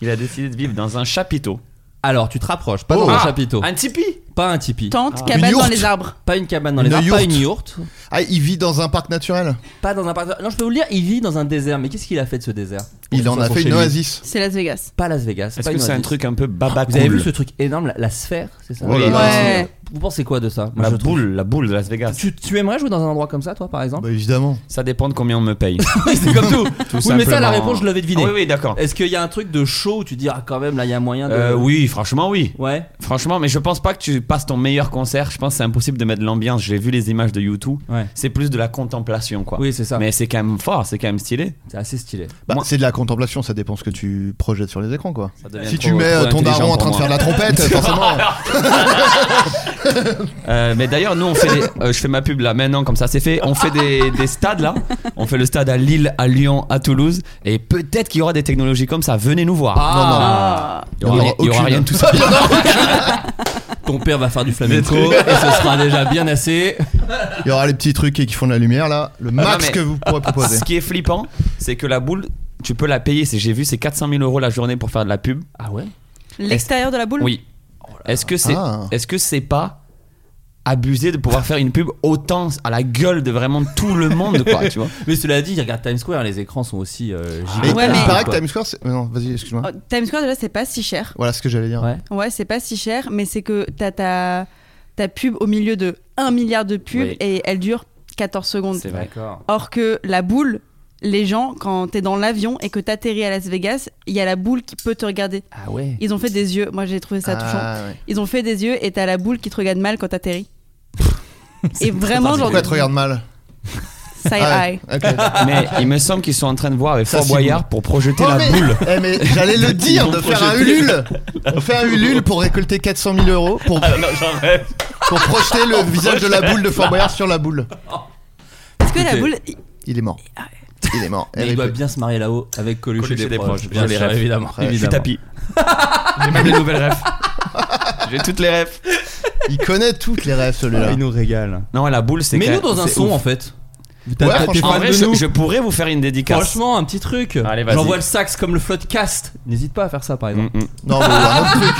[SPEAKER 5] Il a décidé de vivre dans un chapiteau.
[SPEAKER 4] Alors, tu te rapproches, pas
[SPEAKER 2] Oh.
[SPEAKER 4] dans un
[SPEAKER 2] Ah.
[SPEAKER 4] chapiteau,
[SPEAKER 5] Un tipi.
[SPEAKER 4] pas un tipi,
[SPEAKER 6] Tente,
[SPEAKER 2] Une
[SPEAKER 6] cabane dans
[SPEAKER 2] yourte.
[SPEAKER 6] les arbres.
[SPEAKER 4] pas une cabane dans les
[SPEAKER 2] Une
[SPEAKER 4] arbres, pas
[SPEAKER 2] yourte.
[SPEAKER 4] une yourte,
[SPEAKER 2] Ah, il vit dans un parc naturel.
[SPEAKER 4] pas dans un parc- Non, je peux vous le dire, il vit dans un désert. Mais qu'est-ce qu'il a fait de ce désert
[SPEAKER 2] Il en a
[SPEAKER 4] Pour
[SPEAKER 2] fait
[SPEAKER 4] chez
[SPEAKER 2] une
[SPEAKER 4] lui.
[SPEAKER 2] oasis.
[SPEAKER 6] C'est Las Vegas.
[SPEAKER 4] Pas Las Vegas.
[SPEAKER 5] Est-ce
[SPEAKER 4] pas
[SPEAKER 5] que
[SPEAKER 4] une
[SPEAKER 5] c'est un
[SPEAKER 4] oasis.
[SPEAKER 5] truc un peu baba
[SPEAKER 4] Vous avez
[SPEAKER 5] cool
[SPEAKER 4] vu ce truc énorme, la, la sphère, c'est ça
[SPEAKER 5] Oh là là.
[SPEAKER 6] Ouais.
[SPEAKER 4] Vous pensez quoi de ça Moi,
[SPEAKER 5] La
[SPEAKER 4] je trouve-
[SPEAKER 5] boule, la boule de Las Vegas.
[SPEAKER 4] Tu, tu aimerais jouer dans un endroit comme ça, toi, par exemple
[SPEAKER 2] Bah, évidemment.
[SPEAKER 5] Ça dépend de combien on me paye. Tout
[SPEAKER 4] Oui, c'est comme tout. oui, mais ça, la
[SPEAKER 5] simplement.
[SPEAKER 4] réponse, je l'avais deviné.
[SPEAKER 5] Ah Oui, oui, d'accord.
[SPEAKER 4] Est-ce qu'il y a un truc de show où tu dis, ah, quand même, là, il y a moyen de.
[SPEAKER 5] Euh, oui, franchement, oui.
[SPEAKER 4] Ouais.
[SPEAKER 5] Franchement, mais je pense pas que tu passes ton meilleur concert. Je pense que c'est impossible de mettre de l'ambiance. J'ai vu les images de YouTube.
[SPEAKER 4] Ouais.
[SPEAKER 5] C'est plus de la contemplation, quoi.
[SPEAKER 4] Oui, c'est ça.
[SPEAKER 5] Mais c'est quand même fort, c'est quand même stylé.
[SPEAKER 4] C'est assez stylé.
[SPEAKER 2] Bah,
[SPEAKER 5] Moi-
[SPEAKER 2] c'est de la contemplation, ça dépend ce que tu projettes sur les écrans quoi.
[SPEAKER 5] Ça devient
[SPEAKER 2] Si
[SPEAKER 5] trop-
[SPEAKER 2] tu mets
[SPEAKER 5] trop
[SPEAKER 2] euh, ton
[SPEAKER 5] intelligent
[SPEAKER 2] daron en
[SPEAKER 5] pour
[SPEAKER 2] train de
[SPEAKER 5] moi.
[SPEAKER 2] faire de la trompette, forcément.
[SPEAKER 5] Euh, mais d'ailleurs, nous, on fait des- euh, je fais ma pub là maintenant, comme ça, c'est fait. On fait des, des stades là. On fait le stade à Lille, à Lyon, à Toulouse. Et peut-être qu'il y aura des technologies comme ça. Venez nous voir.
[SPEAKER 4] Ah.
[SPEAKER 5] Non, non. Il y aura, il
[SPEAKER 2] Il y aura
[SPEAKER 5] y aura
[SPEAKER 2] aucune.
[SPEAKER 5] rien de tout ça.
[SPEAKER 4] Ton père va faire du flamenco et ce sera déjà bien assez.
[SPEAKER 2] Il y aura les petits trucs qui font de la lumière là, le max
[SPEAKER 5] mais-
[SPEAKER 2] que vous pourrez proposer.
[SPEAKER 5] Ce qui est flippant, c'est que la boule, tu peux la payer. C'est, j'ai vu, c'est 400 000 euros la journée pour faire de la pub.
[SPEAKER 4] Ah ouais
[SPEAKER 6] L'extérieur de la boule
[SPEAKER 5] Oui. Est-ce que c'est,
[SPEAKER 2] Ah.
[SPEAKER 5] est-ce que c'est pas abusé de pouvoir faire une pub autant à la gueule de vraiment tout le monde, quoi, tu vois
[SPEAKER 4] Mais cela dit, regarde Times Square, les écrans sont aussi euh,
[SPEAKER 2] Ah, Mais
[SPEAKER 4] gigantesques.
[SPEAKER 6] Ouais, mais-
[SPEAKER 2] il paraît que
[SPEAKER 4] quoi.
[SPEAKER 2] Times Square, c'est... non, vas-y, excuse-moi.
[SPEAKER 6] Oh, Times Square, déjà, c'est pas si cher.
[SPEAKER 2] Voilà ce que j'allais dire.
[SPEAKER 4] Ouais.
[SPEAKER 6] Ouais, c'est pas si cher, mais c'est que t'as ta, ta pub au milieu de 1 milliard de pubs
[SPEAKER 5] Oui.
[SPEAKER 6] et elle dure 14 secondes.
[SPEAKER 5] C'est vrai.
[SPEAKER 4] D'accord.
[SPEAKER 6] Or que la boule, les gens, quand t'es dans l'avion et que t'atterris à Las Vegas, il y a la boule qui peut te regarder.
[SPEAKER 4] Ah ouais
[SPEAKER 6] Ils ont fait des yeux, moi j'ai trouvé ça touchant.
[SPEAKER 2] Ah, ouais.
[SPEAKER 6] Ils ont fait des yeux et t'as la boule qui te regarde mal quand t'atterris. et vraiment, genre,
[SPEAKER 2] Pourquoi tu regardes mal
[SPEAKER 6] side
[SPEAKER 2] Ah,
[SPEAKER 6] eye.
[SPEAKER 2] ok.
[SPEAKER 5] Mais il me semble qu'ils sont en train de voir avec
[SPEAKER 2] Ça,
[SPEAKER 5] Fort
[SPEAKER 2] c'est
[SPEAKER 5] Boyard pour projeter
[SPEAKER 2] Oh,
[SPEAKER 5] la
[SPEAKER 2] mais-
[SPEAKER 5] boule.
[SPEAKER 2] Eh, mais j'allais le dire, de faire un Ulule. On fait un Ulule pour récolter 400 000 euros pour, pour projeter le visage de la boule de Fort Boyard sur la boule.
[SPEAKER 6] Parce que la
[SPEAKER 4] Écoutez.
[SPEAKER 6] boule,
[SPEAKER 2] Il est mort. Il est mort.
[SPEAKER 4] Mais il
[SPEAKER 2] RIP.
[SPEAKER 4] doit bien se marier là-haut avec Coluche,
[SPEAKER 5] Coluche
[SPEAKER 4] et des, proches.
[SPEAKER 5] Je les
[SPEAKER 4] sûr,
[SPEAKER 5] rêve.
[SPEAKER 4] évidemment.
[SPEAKER 2] Ouais.
[SPEAKER 5] Je suis
[SPEAKER 4] évidemment.
[SPEAKER 5] tapis. J'ai même les nouvelles refs. J'ai toutes les refs.
[SPEAKER 2] Il connaît toutes les rêves celui-là.
[SPEAKER 4] nous régale.
[SPEAKER 5] Non, la boule, c'est.
[SPEAKER 4] Mets-nous
[SPEAKER 5] quand-
[SPEAKER 4] dans un
[SPEAKER 5] c'est
[SPEAKER 4] son
[SPEAKER 5] ouf.
[SPEAKER 4] en fait.
[SPEAKER 2] Ouais,
[SPEAKER 4] t'es
[SPEAKER 2] franchement,
[SPEAKER 4] fan
[SPEAKER 5] En vrai,
[SPEAKER 4] de
[SPEAKER 5] je,
[SPEAKER 4] nous.
[SPEAKER 5] je pourrais vous faire une dédicace.
[SPEAKER 4] Franchement, un petit truc.
[SPEAKER 5] Allez, vas-y.
[SPEAKER 4] J'envoie le sax comme le floodcast. N'hésite pas à faire ça par exemple.
[SPEAKER 5] Mm, mm.
[SPEAKER 2] Non, mais il y a un autre truc.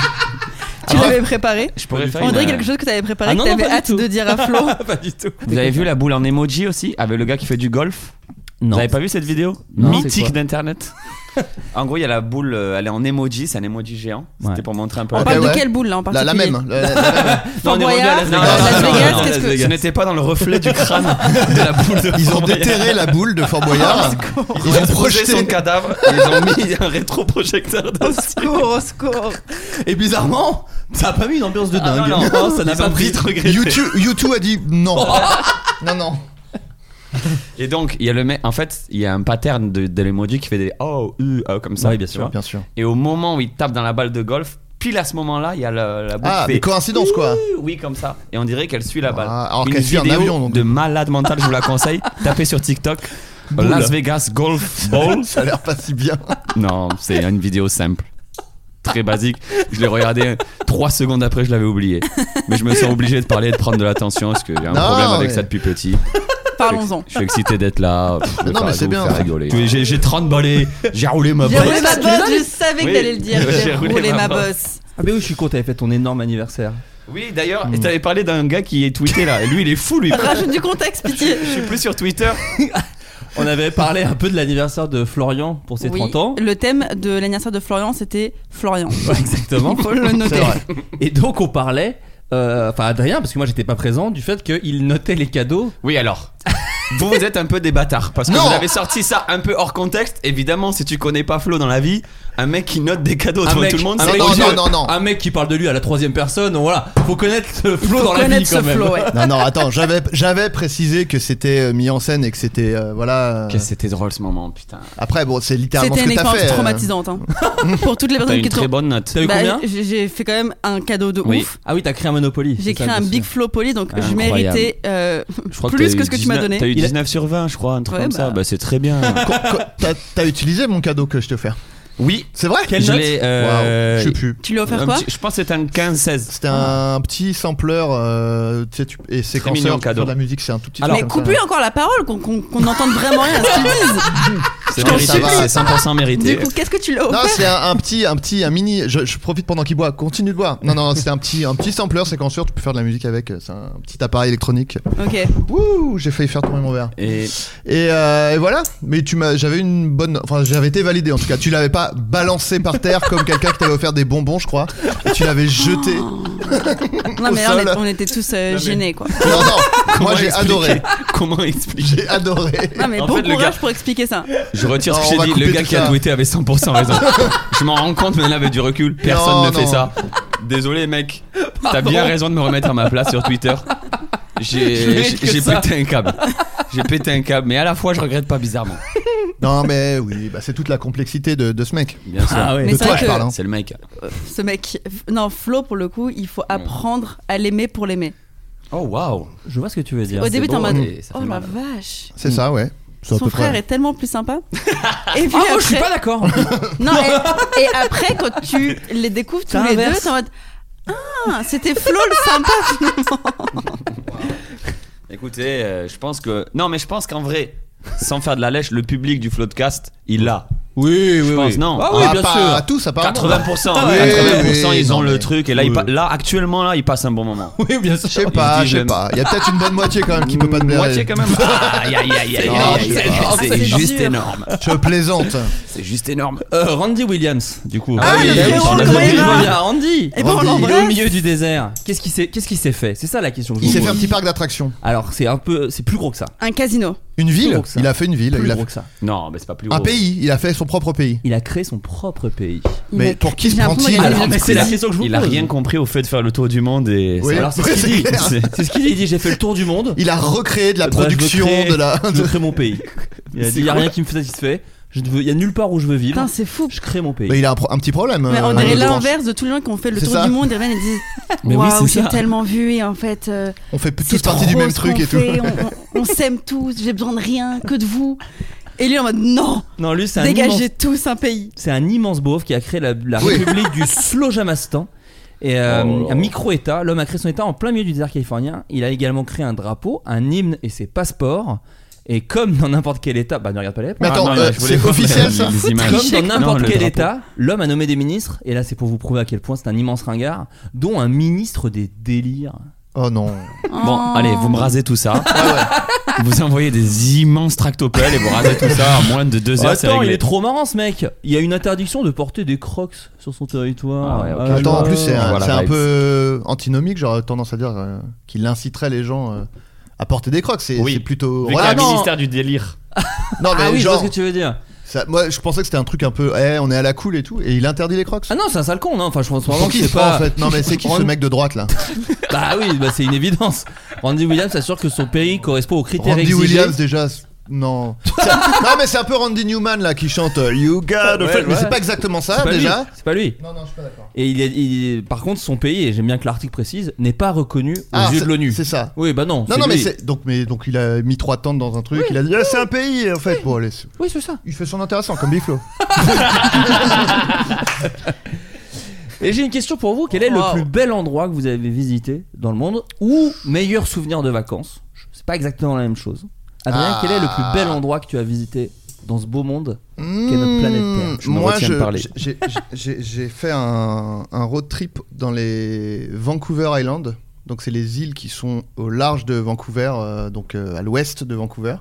[SPEAKER 6] tu l'avais préparée.
[SPEAKER 5] Je pourrais faire
[SPEAKER 6] On
[SPEAKER 5] une-
[SPEAKER 6] dirait quelque chose que t'avais préparé,
[SPEAKER 4] Ah
[SPEAKER 6] que
[SPEAKER 4] non, non,
[SPEAKER 6] t'avais
[SPEAKER 4] pas du
[SPEAKER 6] hâte
[SPEAKER 4] tout.
[SPEAKER 6] de dire à Flo.
[SPEAKER 4] pas du tout.
[SPEAKER 5] Mm. Vous avez vu la boule en emoji aussi avec le gars qui fait du golf
[SPEAKER 4] Non.
[SPEAKER 5] Vous avez pas vu cette vidéo
[SPEAKER 4] Non. C'est quoi
[SPEAKER 5] Mythique d'internet. en gros, il y a la boule, euh, elle est en emoji, c'est un emoji géant.
[SPEAKER 4] Ouais.
[SPEAKER 5] C'était pour montrer un peu
[SPEAKER 6] On
[SPEAKER 2] Ok,
[SPEAKER 6] parle
[SPEAKER 2] ouais.
[SPEAKER 6] de quelle boule là en
[SPEAKER 2] La,
[SPEAKER 6] particulier
[SPEAKER 2] la même. hein. la- la- la même.
[SPEAKER 4] Non, on est rendu à
[SPEAKER 6] Fort Boyard,
[SPEAKER 4] Las Vegas.
[SPEAKER 6] Las
[SPEAKER 4] Non, non,
[SPEAKER 6] Vegas,
[SPEAKER 4] non, non,
[SPEAKER 6] qu'est-ce
[SPEAKER 4] Las
[SPEAKER 6] que-
[SPEAKER 5] Ce n'était pas dans le reflet du crâne de la boule de
[SPEAKER 2] Ils ont
[SPEAKER 5] Fort Boyard.
[SPEAKER 2] déterré la boule de Fort Boyard.
[SPEAKER 5] Ils ont projeté son cadavre, et ils ont mis un rétroprojecteur dessus.
[SPEAKER 6] Au secours.
[SPEAKER 4] Et bizarrement, ça a pas mis une ambiance de
[SPEAKER 5] Ah,
[SPEAKER 4] dingue.
[SPEAKER 5] non, non.
[SPEAKER 4] ça n'a
[SPEAKER 5] Ils
[SPEAKER 4] pas
[SPEAKER 5] ont
[SPEAKER 4] pris.
[SPEAKER 5] vite regretté.
[SPEAKER 2] YouTube, YouTube a dit non. non, non.
[SPEAKER 5] Et donc, il y a le mec, en fait, il y a un pattern de, de l'emoji qui fait des oh, u, ah, comme ça.
[SPEAKER 4] Oui, bien
[SPEAKER 5] tu
[SPEAKER 4] sûr.
[SPEAKER 5] vois.
[SPEAKER 2] Bien sûr.
[SPEAKER 5] Et au moment où il tape dans la balle de golf, pile à ce moment-là, il y a la, la boule
[SPEAKER 2] Ah,
[SPEAKER 5] qui
[SPEAKER 2] mais
[SPEAKER 5] fait
[SPEAKER 2] coïncidence quoi.
[SPEAKER 5] oui, comme ça. Et on dirait qu'elle suit la balle.
[SPEAKER 2] Ah, alors
[SPEAKER 5] Une
[SPEAKER 2] qu'elle suit un
[SPEAKER 5] vidéo
[SPEAKER 2] avion, donc.
[SPEAKER 5] de malade mental, je vous la conseille. Tapez sur TikTok. Las Vegas Golf Ball.
[SPEAKER 2] Ça a l'air pas si bien.
[SPEAKER 5] Non, c'est une vidéo simple. Très basique. Je l'ai regardée trois secondes après, je l'avais oublié. Mais je me sens obligé de parler et de prendre de l'attention parce que j'ai un
[SPEAKER 2] Non,
[SPEAKER 5] problème avec
[SPEAKER 2] mais-
[SPEAKER 5] ça depuis petit.
[SPEAKER 6] Parlons-en.
[SPEAKER 5] Je suis excité d'être là. Pff,
[SPEAKER 2] Non,
[SPEAKER 5] de faire-
[SPEAKER 2] mais c'est
[SPEAKER 5] de vous
[SPEAKER 2] bien.
[SPEAKER 5] faire rigoler. Oui, J'ai j'ai 30 balais, j'ai roulé ma
[SPEAKER 6] J'ai
[SPEAKER 5] bosse.
[SPEAKER 6] roulé ma bosse, je savais que
[SPEAKER 5] Oui.
[SPEAKER 6] t'allais le dire.
[SPEAKER 5] J'ai
[SPEAKER 6] J'ai
[SPEAKER 5] roulé
[SPEAKER 6] roulé ma
[SPEAKER 5] ma
[SPEAKER 6] bosse.
[SPEAKER 4] Ah, mais oui, je suis con, t'avais fait ton énorme anniversaire.
[SPEAKER 5] Oui, d'ailleurs, tu
[SPEAKER 2] Hmm.
[SPEAKER 5] t'avais parlé d'un gars qui est tweeté là. Lui, il est fou, lui.
[SPEAKER 6] Rajoute du contexte, pitié.
[SPEAKER 5] Je suis plus sur Twitter.
[SPEAKER 4] on avait parlé un peu de l'anniversaire de Florian pour ses
[SPEAKER 6] Oui.
[SPEAKER 4] 30 ans.
[SPEAKER 6] Le thème de l'anniversaire de Florian, c'était Florian.
[SPEAKER 4] Ouais, exactement.
[SPEAKER 6] Il faut le noter.
[SPEAKER 4] C'est vrai. Et donc on parlait, euh, enfin Adrien, parce que moi j'étais pas présent, du fait qu'il notait les cadeaux.
[SPEAKER 5] Oui, alors. Vous, vous êtes un peu des bâtards parce que
[SPEAKER 2] Non.
[SPEAKER 5] vous avez sorti ça un peu hors contexte. Évidemment, si tu connais pas Flo dans la vie, un mec qui note des cadeaux devant tout le monde,
[SPEAKER 4] un
[SPEAKER 5] c'est
[SPEAKER 4] mec-
[SPEAKER 2] non,
[SPEAKER 5] odieux.
[SPEAKER 2] non, non, non.
[SPEAKER 4] Un mec qui parle de lui à la troisième personne, donc voilà, faut connaître le flow dans la vie
[SPEAKER 6] Connaître
[SPEAKER 4] quand
[SPEAKER 6] ce
[SPEAKER 4] même.
[SPEAKER 6] flow, ouais.
[SPEAKER 2] Non, non, attends, j'avais, j'avais précisé que c'était euh, mis en scène et que c'était. euh, voilà. euh,
[SPEAKER 5] Qu'est-ce que c'était drôle ce moment, putain.
[SPEAKER 2] Après, bon, c'est littéralement
[SPEAKER 6] C'était
[SPEAKER 2] ce
[SPEAKER 6] une
[SPEAKER 2] que t'as
[SPEAKER 6] expérience
[SPEAKER 2] fait. euh.
[SPEAKER 6] traumatisante. hein. Pour toutes les
[SPEAKER 5] T'as
[SPEAKER 6] personnes
[SPEAKER 5] une
[SPEAKER 6] qui
[SPEAKER 5] très
[SPEAKER 6] t'ont.
[SPEAKER 5] bonne note.
[SPEAKER 4] T'as eu
[SPEAKER 6] Bah,
[SPEAKER 4] combien
[SPEAKER 6] j'ai j'ai fait quand même un cadeau de
[SPEAKER 5] Oui.
[SPEAKER 6] ouf.
[SPEAKER 4] Ah oui, t'as créé un Monopoly. c'est
[SPEAKER 6] J'ai
[SPEAKER 4] ça,
[SPEAKER 6] créé un
[SPEAKER 4] bien
[SPEAKER 6] Big
[SPEAKER 4] sûr.
[SPEAKER 6] Flow poli, donc je
[SPEAKER 5] Incroyable.
[SPEAKER 6] méritais euh,
[SPEAKER 5] Je crois
[SPEAKER 6] plus
[SPEAKER 5] t'as
[SPEAKER 6] que
[SPEAKER 5] eu
[SPEAKER 6] ce que tu m'as
[SPEAKER 5] 19
[SPEAKER 6] donné.
[SPEAKER 5] T'as eu
[SPEAKER 4] Il a-
[SPEAKER 5] 19 sur 20, je crois, un truc
[SPEAKER 6] Ouais,
[SPEAKER 5] comme ça.
[SPEAKER 6] bah.
[SPEAKER 5] Bah, c'est très bien.
[SPEAKER 2] Quoi- quoi- t'as, t'as utilisé mon cadeau que je te fais.
[SPEAKER 5] oui.
[SPEAKER 2] C'est vrai
[SPEAKER 4] Quelle
[SPEAKER 5] je
[SPEAKER 4] note
[SPEAKER 5] l'ai,
[SPEAKER 2] Waouh,
[SPEAKER 5] euh,
[SPEAKER 2] Je sais plus.
[SPEAKER 6] Tu lui as offert
[SPEAKER 5] un
[SPEAKER 6] quoi
[SPEAKER 5] petit- Je pense que c'était un 15-16.
[SPEAKER 2] C'était un petit sampler euh, tu sais, tu- et
[SPEAKER 5] mignon,
[SPEAKER 2] séquenceur pour
[SPEAKER 5] cadeau.
[SPEAKER 2] faire de la musique, c'est un tout petit
[SPEAKER 4] Alors,
[SPEAKER 2] truc
[SPEAKER 6] Mais
[SPEAKER 2] comme
[SPEAKER 6] coupe
[SPEAKER 2] ça.
[SPEAKER 6] lui encore la parole, qu'on qu'on- qu'on n'entende vraiment rien à ce qu'il dit.
[SPEAKER 5] C'est
[SPEAKER 2] t'en
[SPEAKER 5] mérité,
[SPEAKER 2] supplie.
[SPEAKER 5] c'est 100% mérité.
[SPEAKER 6] Du coup, qu'est-ce que tu lui as
[SPEAKER 2] Non,
[SPEAKER 6] offert
[SPEAKER 2] c'est un, un petit, un petit, un mini. Je, je profite pendant qu'il boit. Continue de boire. Non, non, c'est un petit, un petit sampler séquenceur. Tu peux faire de la musique avec. euh, C'est un petit appareil électronique.
[SPEAKER 6] Ok.
[SPEAKER 2] Wouh, j'ai failli faire tomber mon verre.
[SPEAKER 5] Et
[SPEAKER 2] Et, euh, et voilà. Mais tu m'as, j'avais une bonne, enfin, j'avais été validé en tout cas. Tu l'avais pas balancé par terre comme quelqu'un qui t'avait offert des bonbons, je crois. Et tu l'avais jeté.
[SPEAKER 6] Non,
[SPEAKER 2] Au
[SPEAKER 6] mais là, on
[SPEAKER 2] sol.
[SPEAKER 6] est- on était tous euh, gênés, quoi.
[SPEAKER 2] Non, non.
[SPEAKER 5] comment
[SPEAKER 2] Moi, j'ai
[SPEAKER 5] expliquer-
[SPEAKER 2] adoré.
[SPEAKER 5] Comment expliquer
[SPEAKER 2] J'ai adoré.
[SPEAKER 6] Non, mais
[SPEAKER 5] En
[SPEAKER 6] bon
[SPEAKER 5] fait, le
[SPEAKER 6] courage
[SPEAKER 5] gars-
[SPEAKER 6] pour expliquer ça.
[SPEAKER 5] Je retire ce
[SPEAKER 2] Non,
[SPEAKER 5] que
[SPEAKER 2] on va
[SPEAKER 5] j'ai dit.
[SPEAKER 2] couper
[SPEAKER 5] Le gars
[SPEAKER 2] tout
[SPEAKER 5] qui a
[SPEAKER 2] ça.
[SPEAKER 5] tweeté avait 100% raison. je m'en rends compte, mais là, avec du recul, personne
[SPEAKER 2] Non,
[SPEAKER 5] ne fait
[SPEAKER 2] non.
[SPEAKER 5] ça. Désolé, mec. T'as bien raison de me remettre à ma place sur Twitter.
[SPEAKER 4] Je
[SPEAKER 5] J'ai
[SPEAKER 4] mérite que
[SPEAKER 5] j'ai
[SPEAKER 4] ça.
[SPEAKER 5] pété un câble. J'ai pété un câble, mais à la fois, je regrette pas bizarrement.
[SPEAKER 2] Non, mais oui, bah, c'est toute la complexité de, de ce mec.
[SPEAKER 5] Bien sûr.
[SPEAKER 4] Ah ouais.
[SPEAKER 6] Mais
[SPEAKER 2] de
[SPEAKER 6] c'est
[SPEAKER 2] toi,
[SPEAKER 6] vrai
[SPEAKER 2] je
[SPEAKER 6] que-
[SPEAKER 2] parle. hein.
[SPEAKER 5] C'est le mec.
[SPEAKER 6] Ce mec. Non, Flo, pour le coup, il faut apprendre à l'aimer pour l'aimer.
[SPEAKER 5] Oh waouh.
[SPEAKER 4] Je vois ce que tu veux dire.
[SPEAKER 6] Au début, t'es en mode.
[SPEAKER 5] mais ça fait
[SPEAKER 6] Oh la
[SPEAKER 5] mal.
[SPEAKER 6] vache.
[SPEAKER 2] C'est ça, ouais. C'est à
[SPEAKER 6] Son
[SPEAKER 2] peu
[SPEAKER 6] frère
[SPEAKER 2] près.
[SPEAKER 6] est tellement plus sympa. Et puis
[SPEAKER 4] Ah, moi je suis
[SPEAKER 6] après-
[SPEAKER 4] pas d'accord.
[SPEAKER 6] Non, et, et après, quand tu les découvres tous les deux,
[SPEAKER 4] T'inverses.
[SPEAKER 6] t'es en mode. Ah, c'était Flo le sympa finalement.
[SPEAKER 5] Écoutez, euh, je pense que. Non, mais je pense qu'en vrai, sans faire de la lèche, le public du Floodcast, il l'a.
[SPEAKER 4] Oui,
[SPEAKER 5] oui, oui. non.
[SPEAKER 4] Ah oui,
[SPEAKER 2] Ah,
[SPEAKER 4] bien
[SPEAKER 2] pas À
[SPEAKER 4] sûr.
[SPEAKER 2] tous, apparemment.
[SPEAKER 5] 80%,
[SPEAKER 4] Ah ouais.
[SPEAKER 5] 80%
[SPEAKER 2] Oui,
[SPEAKER 5] ils
[SPEAKER 2] oui,
[SPEAKER 5] ont
[SPEAKER 2] non,
[SPEAKER 5] le
[SPEAKER 2] mais-
[SPEAKER 5] truc et là, ils
[SPEAKER 2] Oui.
[SPEAKER 5] pa- hein. là actuellement là ils passent un bon moment.
[SPEAKER 4] Oui, bien sûr.
[SPEAKER 2] Je sais
[SPEAKER 5] Ils
[SPEAKER 2] pas,
[SPEAKER 5] se disent,
[SPEAKER 2] je sais
[SPEAKER 5] j'aime.
[SPEAKER 2] pas. Il y a peut-être une bonne moitié quand même qui peut pas te blairer.
[SPEAKER 5] Moitié quand même. Aïe aïe aïe aïe, aïe, aïe, aïe,
[SPEAKER 4] énorme,
[SPEAKER 5] C'est
[SPEAKER 4] c'est
[SPEAKER 5] juste
[SPEAKER 4] dur.
[SPEAKER 5] énorme.
[SPEAKER 2] Je plaisante.
[SPEAKER 5] C'est juste énorme.
[SPEAKER 4] Euh, Randy Williams, du coup.
[SPEAKER 5] Ah oui,
[SPEAKER 4] il y a
[SPEAKER 5] le
[SPEAKER 4] eu-
[SPEAKER 5] frérot,
[SPEAKER 4] je
[SPEAKER 5] comment
[SPEAKER 4] reviens
[SPEAKER 5] il va
[SPEAKER 4] à Randy.
[SPEAKER 6] Et ben on
[SPEAKER 2] Randy.
[SPEAKER 4] Il est au
[SPEAKER 6] l'embrasse.
[SPEAKER 4] milieu du désert. Qu'est-ce qui s'est, qu'est-ce qui s'est fait C'est ça la question. que je
[SPEAKER 2] Il
[SPEAKER 4] vous
[SPEAKER 2] s'est fait
[SPEAKER 4] pose.
[SPEAKER 2] un petit parc d'attractions.
[SPEAKER 4] Alors c'est un peu, c'est plus gros que ça.
[SPEAKER 6] Un casino.
[SPEAKER 2] Une ville
[SPEAKER 4] gros que ça.
[SPEAKER 2] Il a fait une ville.
[SPEAKER 4] Plus
[SPEAKER 2] Il a
[SPEAKER 4] gros
[SPEAKER 2] fait...
[SPEAKER 4] que ça.
[SPEAKER 5] Non, mais c'est pas plus
[SPEAKER 2] Un
[SPEAKER 5] gros.
[SPEAKER 2] pays. Il a fait son propre pays.
[SPEAKER 4] Il a créé son propre pays.
[SPEAKER 2] Ah,
[SPEAKER 6] Il
[SPEAKER 2] Mais
[SPEAKER 6] a-
[SPEAKER 2] pour qui
[SPEAKER 6] j'ai
[SPEAKER 2] se
[SPEAKER 6] l'impression
[SPEAKER 2] prend-il
[SPEAKER 6] qu'il a
[SPEAKER 2] Alors,
[SPEAKER 6] une
[SPEAKER 4] mais c'est
[SPEAKER 6] excuse.
[SPEAKER 4] la question que je vous
[SPEAKER 5] Il a
[SPEAKER 4] pose.
[SPEAKER 5] rien compris au fait de faire le tour du monde et
[SPEAKER 2] Oui.
[SPEAKER 4] Alors c'est ce qu'il dit.
[SPEAKER 2] C'est clair.
[SPEAKER 4] C'est ce qu'il dit. il dit, J'ai fait le tour du monde.
[SPEAKER 2] Il a recréé de la
[SPEAKER 4] Bah, je veux
[SPEAKER 2] production,
[SPEAKER 4] créer-
[SPEAKER 2] de la.
[SPEAKER 4] Je veux créer mon pays. Il a dit,
[SPEAKER 5] dit
[SPEAKER 4] Il y a rien qui me fait satisfait. Je ne veux- Il y a nulle part où je veux vivre.
[SPEAKER 6] Putain, c'est fou.
[SPEAKER 4] Je crée mon pays.
[SPEAKER 2] Mais il a un, pro- un petit problème.
[SPEAKER 6] Mais on
[SPEAKER 2] euh,
[SPEAKER 6] dirait
[SPEAKER 2] je pense.
[SPEAKER 6] l'inverse de tous les gens qui ont fait le
[SPEAKER 2] C'est
[SPEAKER 6] tour
[SPEAKER 2] ça.
[SPEAKER 6] du monde. Ils reviennent et disent
[SPEAKER 4] Mais oui,
[SPEAKER 6] Waouh,
[SPEAKER 4] c'est
[SPEAKER 6] j'ai
[SPEAKER 4] ça.
[SPEAKER 6] tellement vu et en fait. euh,
[SPEAKER 2] On fait
[SPEAKER 6] c'est
[SPEAKER 2] tous partie
[SPEAKER 6] trop
[SPEAKER 2] du même
[SPEAKER 6] ce qu'on
[SPEAKER 2] truc et tout.
[SPEAKER 6] fait, On, on- on s'aime tous, j'ai besoin de rien que de vous. Et lui en mode non,
[SPEAKER 4] Non, lui c'est un
[SPEAKER 6] dégagez
[SPEAKER 4] immense-
[SPEAKER 6] tous un pays.
[SPEAKER 4] c'est un immense beauf qui a créé la, la
[SPEAKER 2] Oui.
[SPEAKER 4] République du Slojamastan. Et euh,
[SPEAKER 5] Oh là là.
[SPEAKER 4] un micro-État, l'homme a créé son État en plein milieu du désert californien. Il a également créé un drapeau, un hymne et ses passeports. Et comme dans n'importe quel État, bah ne regarde pas les
[SPEAKER 2] Mais
[SPEAKER 4] Ah,
[SPEAKER 2] attends,
[SPEAKER 4] non,
[SPEAKER 5] non,
[SPEAKER 2] euh,
[SPEAKER 5] je voulais
[SPEAKER 2] c'est
[SPEAKER 5] voir, mais
[SPEAKER 2] officiel
[SPEAKER 5] les
[SPEAKER 2] ça
[SPEAKER 5] images.
[SPEAKER 4] Comme dans n'importe
[SPEAKER 5] Non, le
[SPEAKER 4] quel
[SPEAKER 5] drapeau.
[SPEAKER 4] État, l'homme a nommé des ministres, et là c'est pour vous prouver à quel point c'est un immense ringard, dont un ministre des délires.
[SPEAKER 2] Oh non.
[SPEAKER 5] Bon, allez, vous me rasez tout ça. Vous envoyez des immenses tractopelles et vous rasez tout ça en moins de deux heures. c'est
[SPEAKER 4] Attends, il
[SPEAKER 5] réglé.
[SPEAKER 4] est trop marrant ce mec Il y a une interdiction de porter des crocs sur son territoire. Euh,
[SPEAKER 5] Ah ouais, ok.
[SPEAKER 4] Alors-
[SPEAKER 2] Attends, en plus, c'est
[SPEAKER 5] Je vois
[SPEAKER 2] un,
[SPEAKER 5] la
[SPEAKER 2] c'est un
[SPEAKER 5] vibe.
[SPEAKER 2] peu antinomique. J'aurais tendance à dire euh, qu'il inciterait les gens euh, à porter des crocs. C'est
[SPEAKER 5] Oui.
[SPEAKER 2] c'est plutôt.
[SPEAKER 5] Vu
[SPEAKER 2] Voilà,
[SPEAKER 5] qu'il y a un
[SPEAKER 2] non.
[SPEAKER 5] ministère du délire.
[SPEAKER 2] Non, mais
[SPEAKER 4] Ah oui, je vois
[SPEAKER 2] genre,
[SPEAKER 4] ce que tu veux dire.
[SPEAKER 2] ça- moi je pensais que c'était un truc un peu. Eh, on est à la cool et tout. Et il interdit les crocs.
[SPEAKER 4] Ah non, c'est un sale con, non Enfin, je pense vraiment
[SPEAKER 2] Pour
[SPEAKER 4] que
[SPEAKER 2] qui il
[SPEAKER 4] c'est
[SPEAKER 2] se prend,
[SPEAKER 4] pas.
[SPEAKER 2] en fait Non, mais c'est qui ce
[SPEAKER 4] Randy-
[SPEAKER 2] mec de droite là
[SPEAKER 4] Bah oui, bah c'est une évidence. Randy Williams assure que son pays correspond aux critères
[SPEAKER 2] Randy
[SPEAKER 4] exigés.
[SPEAKER 2] Williams déjà c'est- non C'est- non mais c'est un peu Randy Newman là qui chante euh, You got a
[SPEAKER 4] Ouais,
[SPEAKER 2] friend. mais
[SPEAKER 4] ouais.
[SPEAKER 2] c'est pas exactement ça
[SPEAKER 4] c'est pas
[SPEAKER 2] déjà
[SPEAKER 4] lui. C'est pas lui.
[SPEAKER 2] non non je suis pas d'accord
[SPEAKER 4] Et il, est- il est- par contre, son pays, et j'aime bien que l'article précise, n'est pas reconnu aux
[SPEAKER 2] Ah,
[SPEAKER 4] yeux
[SPEAKER 2] c'est-
[SPEAKER 4] de l'ONU.
[SPEAKER 2] c'est ça
[SPEAKER 4] Oui, bah non.
[SPEAKER 2] non non
[SPEAKER 4] lui.
[SPEAKER 2] mais c'est donc mais donc il a mis trois tentes dans un truc il a dit Ah, c'est un pays en fait bon allez c'est-
[SPEAKER 4] Oui, c'est ça.
[SPEAKER 2] il fait son intéressant comme Big Flo
[SPEAKER 4] Et j'ai une question pour vous. Quel est
[SPEAKER 6] Wow.
[SPEAKER 4] le plus bel endroit que vous avez visité dans le monde ou meilleur souvenir de vacances Je- C'est pas exactement la même chose. Adrien,
[SPEAKER 2] Ah.
[SPEAKER 4] quel est le plus bel endroit que tu as visité dans ce beau monde
[SPEAKER 5] Euh,
[SPEAKER 4] qu'est notre planète Terre
[SPEAKER 5] Je me
[SPEAKER 2] Hmm, moi
[SPEAKER 5] retiens de parler.
[SPEAKER 2] j'ai- j'ai- j'ai j'ai fait un, un road trip dans les Vancouver Island donc c'est les îles qui sont au large de Vancouver euh, donc euh, à l'ouest de Vancouver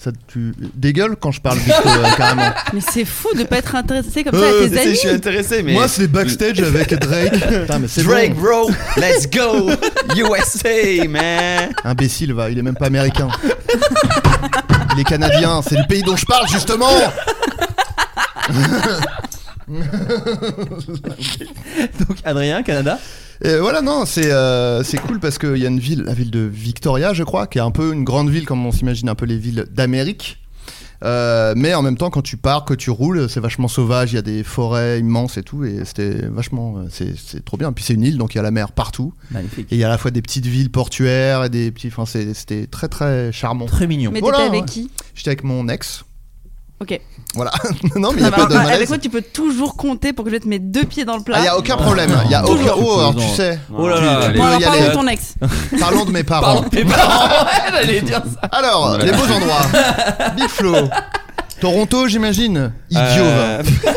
[SPEAKER 2] Ça, tu dégueules quand je parle disco, euh, carrément.
[SPEAKER 6] Mais c'est fou de pas être intéressé comme ça à
[SPEAKER 4] Oh,
[SPEAKER 2] Euh,
[SPEAKER 6] tes
[SPEAKER 5] Je suis
[SPEAKER 6] amis.
[SPEAKER 5] intéressé, mais.
[SPEAKER 2] Moi, c'est backstage avec Drake. Putain, mais c'est
[SPEAKER 5] Drake,
[SPEAKER 2] bon.
[SPEAKER 5] bro, let's go! USA, man!
[SPEAKER 2] Imbécile, va, il est même pas américain. il est canadien, c'est le pays dont je parle justement.
[SPEAKER 4] Donc Adrien, Canada.
[SPEAKER 2] Et voilà, non, c'est euh, c'est cool parce qu'il y a une ville, la ville de Victoria, je crois, qui est un peu une grande ville comme on s'imagine un peu les villes d'Amérique. Euh, mais en même temps, quand tu pars, que tu roules, c'est vachement sauvage. Il y a des forêts immenses et tout, et c'était vachement, euh, c'est c'est trop bien. Puis c'est une île, donc il y a la mer partout,
[SPEAKER 4] Magnifique.
[SPEAKER 2] et il y a à la fois des petites villes portuaires et des petits. Enfin, c'est- c'était très très charmant.
[SPEAKER 4] Très mignon.
[SPEAKER 6] Mais t'étais
[SPEAKER 2] Voilà,
[SPEAKER 6] avec
[SPEAKER 2] ouais.
[SPEAKER 6] qui
[SPEAKER 2] J'étais avec mon ex.
[SPEAKER 6] Ok.
[SPEAKER 2] Voilà. non, mais il
[SPEAKER 6] Non,
[SPEAKER 2] y a pas
[SPEAKER 6] mais
[SPEAKER 2] de
[SPEAKER 6] alors, Avec
[SPEAKER 2] malaise.
[SPEAKER 6] moi, tu peux toujours compter pour que je te mette deux pieds dans le
[SPEAKER 2] Ah,
[SPEAKER 6] plat.
[SPEAKER 2] il y a aucun problème. Il y a
[SPEAKER 4] Non,
[SPEAKER 2] aucun.
[SPEAKER 4] toujours.
[SPEAKER 2] Oh, alors
[SPEAKER 4] Non.
[SPEAKER 2] tu sais.
[SPEAKER 4] Oh là là,
[SPEAKER 2] Tu-
[SPEAKER 4] allez.
[SPEAKER 2] tu
[SPEAKER 6] Bon,
[SPEAKER 2] peux
[SPEAKER 6] alors
[SPEAKER 2] y
[SPEAKER 6] parlons
[SPEAKER 2] aller.
[SPEAKER 6] de ton ex.
[SPEAKER 2] Parlons de mes parents.
[SPEAKER 4] Pardon, tes parents. Ouais, j'allais dire ça.
[SPEAKER 2] Alors, les beaux endroits. Big Flow. Toronto, j'imagine. Idiot.
[SPEAKER 5] Euh,
[SPEAKER 2] va.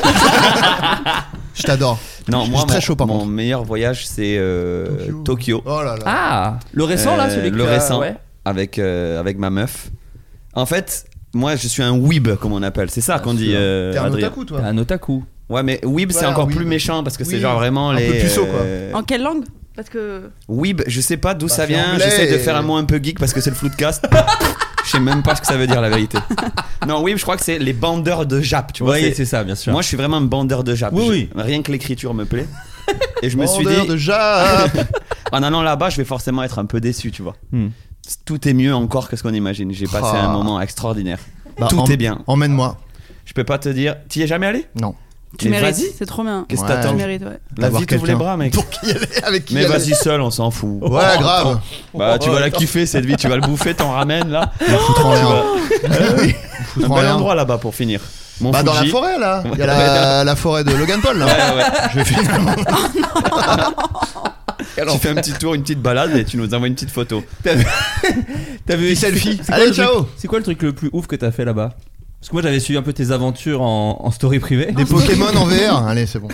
[SPEAKER 2] Je t'adore.
[SPEAKER 5] Non,
[SPEAKER 2] Je
[SPEAKER 5] moi,
[SPEAKER 2] suis très
[SPEAKER 5] mon,
[SPEAKER 2] chaud, par
[SPEAKER 5] mon
[SPEAKER 2] contre.
[SPEAKER 5] meilleur voyage, c'est euh,
[SPEAKER 2] Tokyo.
[SPEAKER 5] Tokyo.
[SPEAKER 2] Oh là là.
[SPEAKER 4] Ah, le récent là,
[SPEAKER 5] Euh,
[SPEAKER 4] celui que
[SPEAKER 5] le
[SPEAKER 4] t'as-
[SPEAKER 5] récent
[SPEAKER 4] ouais.
[SPEAKER 5] avec euh, avec ma meuf. En fait, moi, je suis un weeb, comme on appelle. C'est ça qu'on dit.
[SPEAKER 4] sûr.
[SPEAKER 5] euh,
[SPEAKER 2] T'es un
[SPEAKER 5] Adrien.
[SPEAKER 2] otaku, toi.
[SPEAKER 4] Un otaku.
[SPEAKER 5] Ouais, mais weeb, c'est
[SPEAKER 2] Voilà,
[SPEAKER 5] encore
[SPEAKER 2] weeb.
[SPEAKER 5] plus méchant parce que c'est
[SPEAKER 2] Oui,
[SPEAKER 5] genre vraiment
[SPEAKER 2] un
[SPEAKER 5] les.
[SPEAKER 2] peu puceau, quoi.
[SPEAKER 5] euh,
[SPEAKER 6] En quelle langue Parce que.
[SPEAKER 5] Weeb, je sais pas d'où
[SPEAKER 2] Bah,
[SPEAKER 5] ça
[SPEAKER 2] c'est
[SPEAKER 5] vient.
[SPEAKER 2] anglais
[SPEAKER 5] J'essaie de
[SPEAKER 2] et-
[SPEAKER 5] faire un mot un peu geek parce que c'est le flou de cast. Je sais même pas ce que ça veut dire la vérité. Non, weeb, je crois que c'est les bandeurs de Jap, tu vois.
[SPEAKER 4] Oui,
[SPEAKER 5] c'est-
[SPEAKER 4] c'est ça, bien sûr.
[SPEAKER 5] Moi, je suis vraiment un bandeur de Jap.
[SPEAKER 4] Oui,
[SPEAKER 5] Je-
[SPEAKER 4] oui.
[SPEAKER 5] Rien que l'écriture me plaît. Et je me suis
[SPEAKER 2] Vendeur
[SPEAKER 5] dit,
[SPEAKER 2] de Jap.
[SPEAKER 5] en allant là-bas, je vais forcément être un peu déçu, tu vois.
[SPEAKER 4] Hmm.
[SPEAKER 5] Tout est mieux encore que ce qu'on imagine. J'ai passé
[SPEAKER 2] Ah.
[SPEAKER 5] un moment extraordinaire.
[SPEAKER 2] Bah,
[SPEAKER 5] Tout
[SPEAKER 2] em-
[SPEAKER 5] est bien.
[SPEAKER 2] Emmène-moi.
[SPEAKER 5] Je peux pas te dire. T'y es jamais allé
[SPEAKER 2] Non.
[SPEAKER 6] Tu
[SPEAKER 5] Mais
[SPEAKER 6] mérites,
[SPEAKER 5] vas-y.
[SPEAKER 6] c'est trop bien.
[SPEAKER 5] Qu'est-ce que
[SPEAKER 2] Ouais.
[SPEAKER 6] Tu
[SPEAKER 5] t'attends
[SPEAKER 6] mérites, ouais.
[SPEAKER 5] La
[SPEAKER 2] D'avoir
[SPEAKER 5] vie t'ouvre les
[SPEAKER 2] quelqu'un.
[SPEAKER 5] bras, mec.
[SPEAKER 2] Pour qui elle est Avec qui
[SPEAKER 5] Mais
[SPEAKER 2] elle est.
[SPEAKER 5] vas-y Oh, seul, on s'en fout.
[SPEAKER 2] Ouais, grave.
[SPEAKER 5] Bah, tu vas la kiffer cette vie, tu vas le bouffer, t'en ramènes là.
[SPEAKER 2] Je vais foutre en l'air.
[SPEAKER 5] Un
[SPEAKER 2] Foutre en
[SPEAKER 5] bel
[SPEAKER 2] l'air.
[SPEAKER 5] endroit là-bas pour finir. Mon
[SPEAKER 2] Bah, dans la
[SPEAKER 5] Fuji.
[SPEAKER 2] forêt, là. Il y a la, la forêt de Logan Paul, là.
[SPEAKER 5] Ouais, ouais.
[SPEAKER 2] Je vais finalement.
[SPEAKER 5] Tu fais un petit tour, une petite balade et tu nous envoies une petite photo.
[SPEAKER 4] T'as vu
[SPEAKER 2] selfie.
[SPEAKER 4] C'est quoi
[SPEAKER 2] Allez,
[SPEAKER 4] le truc-
[SPEAKER 2] ciao.
[SPEAKER 4] C'est quoi le truc le plus ouf que t'as fait là-bas Parce que moi j'avais suivi un peu tes aventures en, en story privée.
[SPEAKER 2] Des Pokémon en VR. Allez, c'est bon.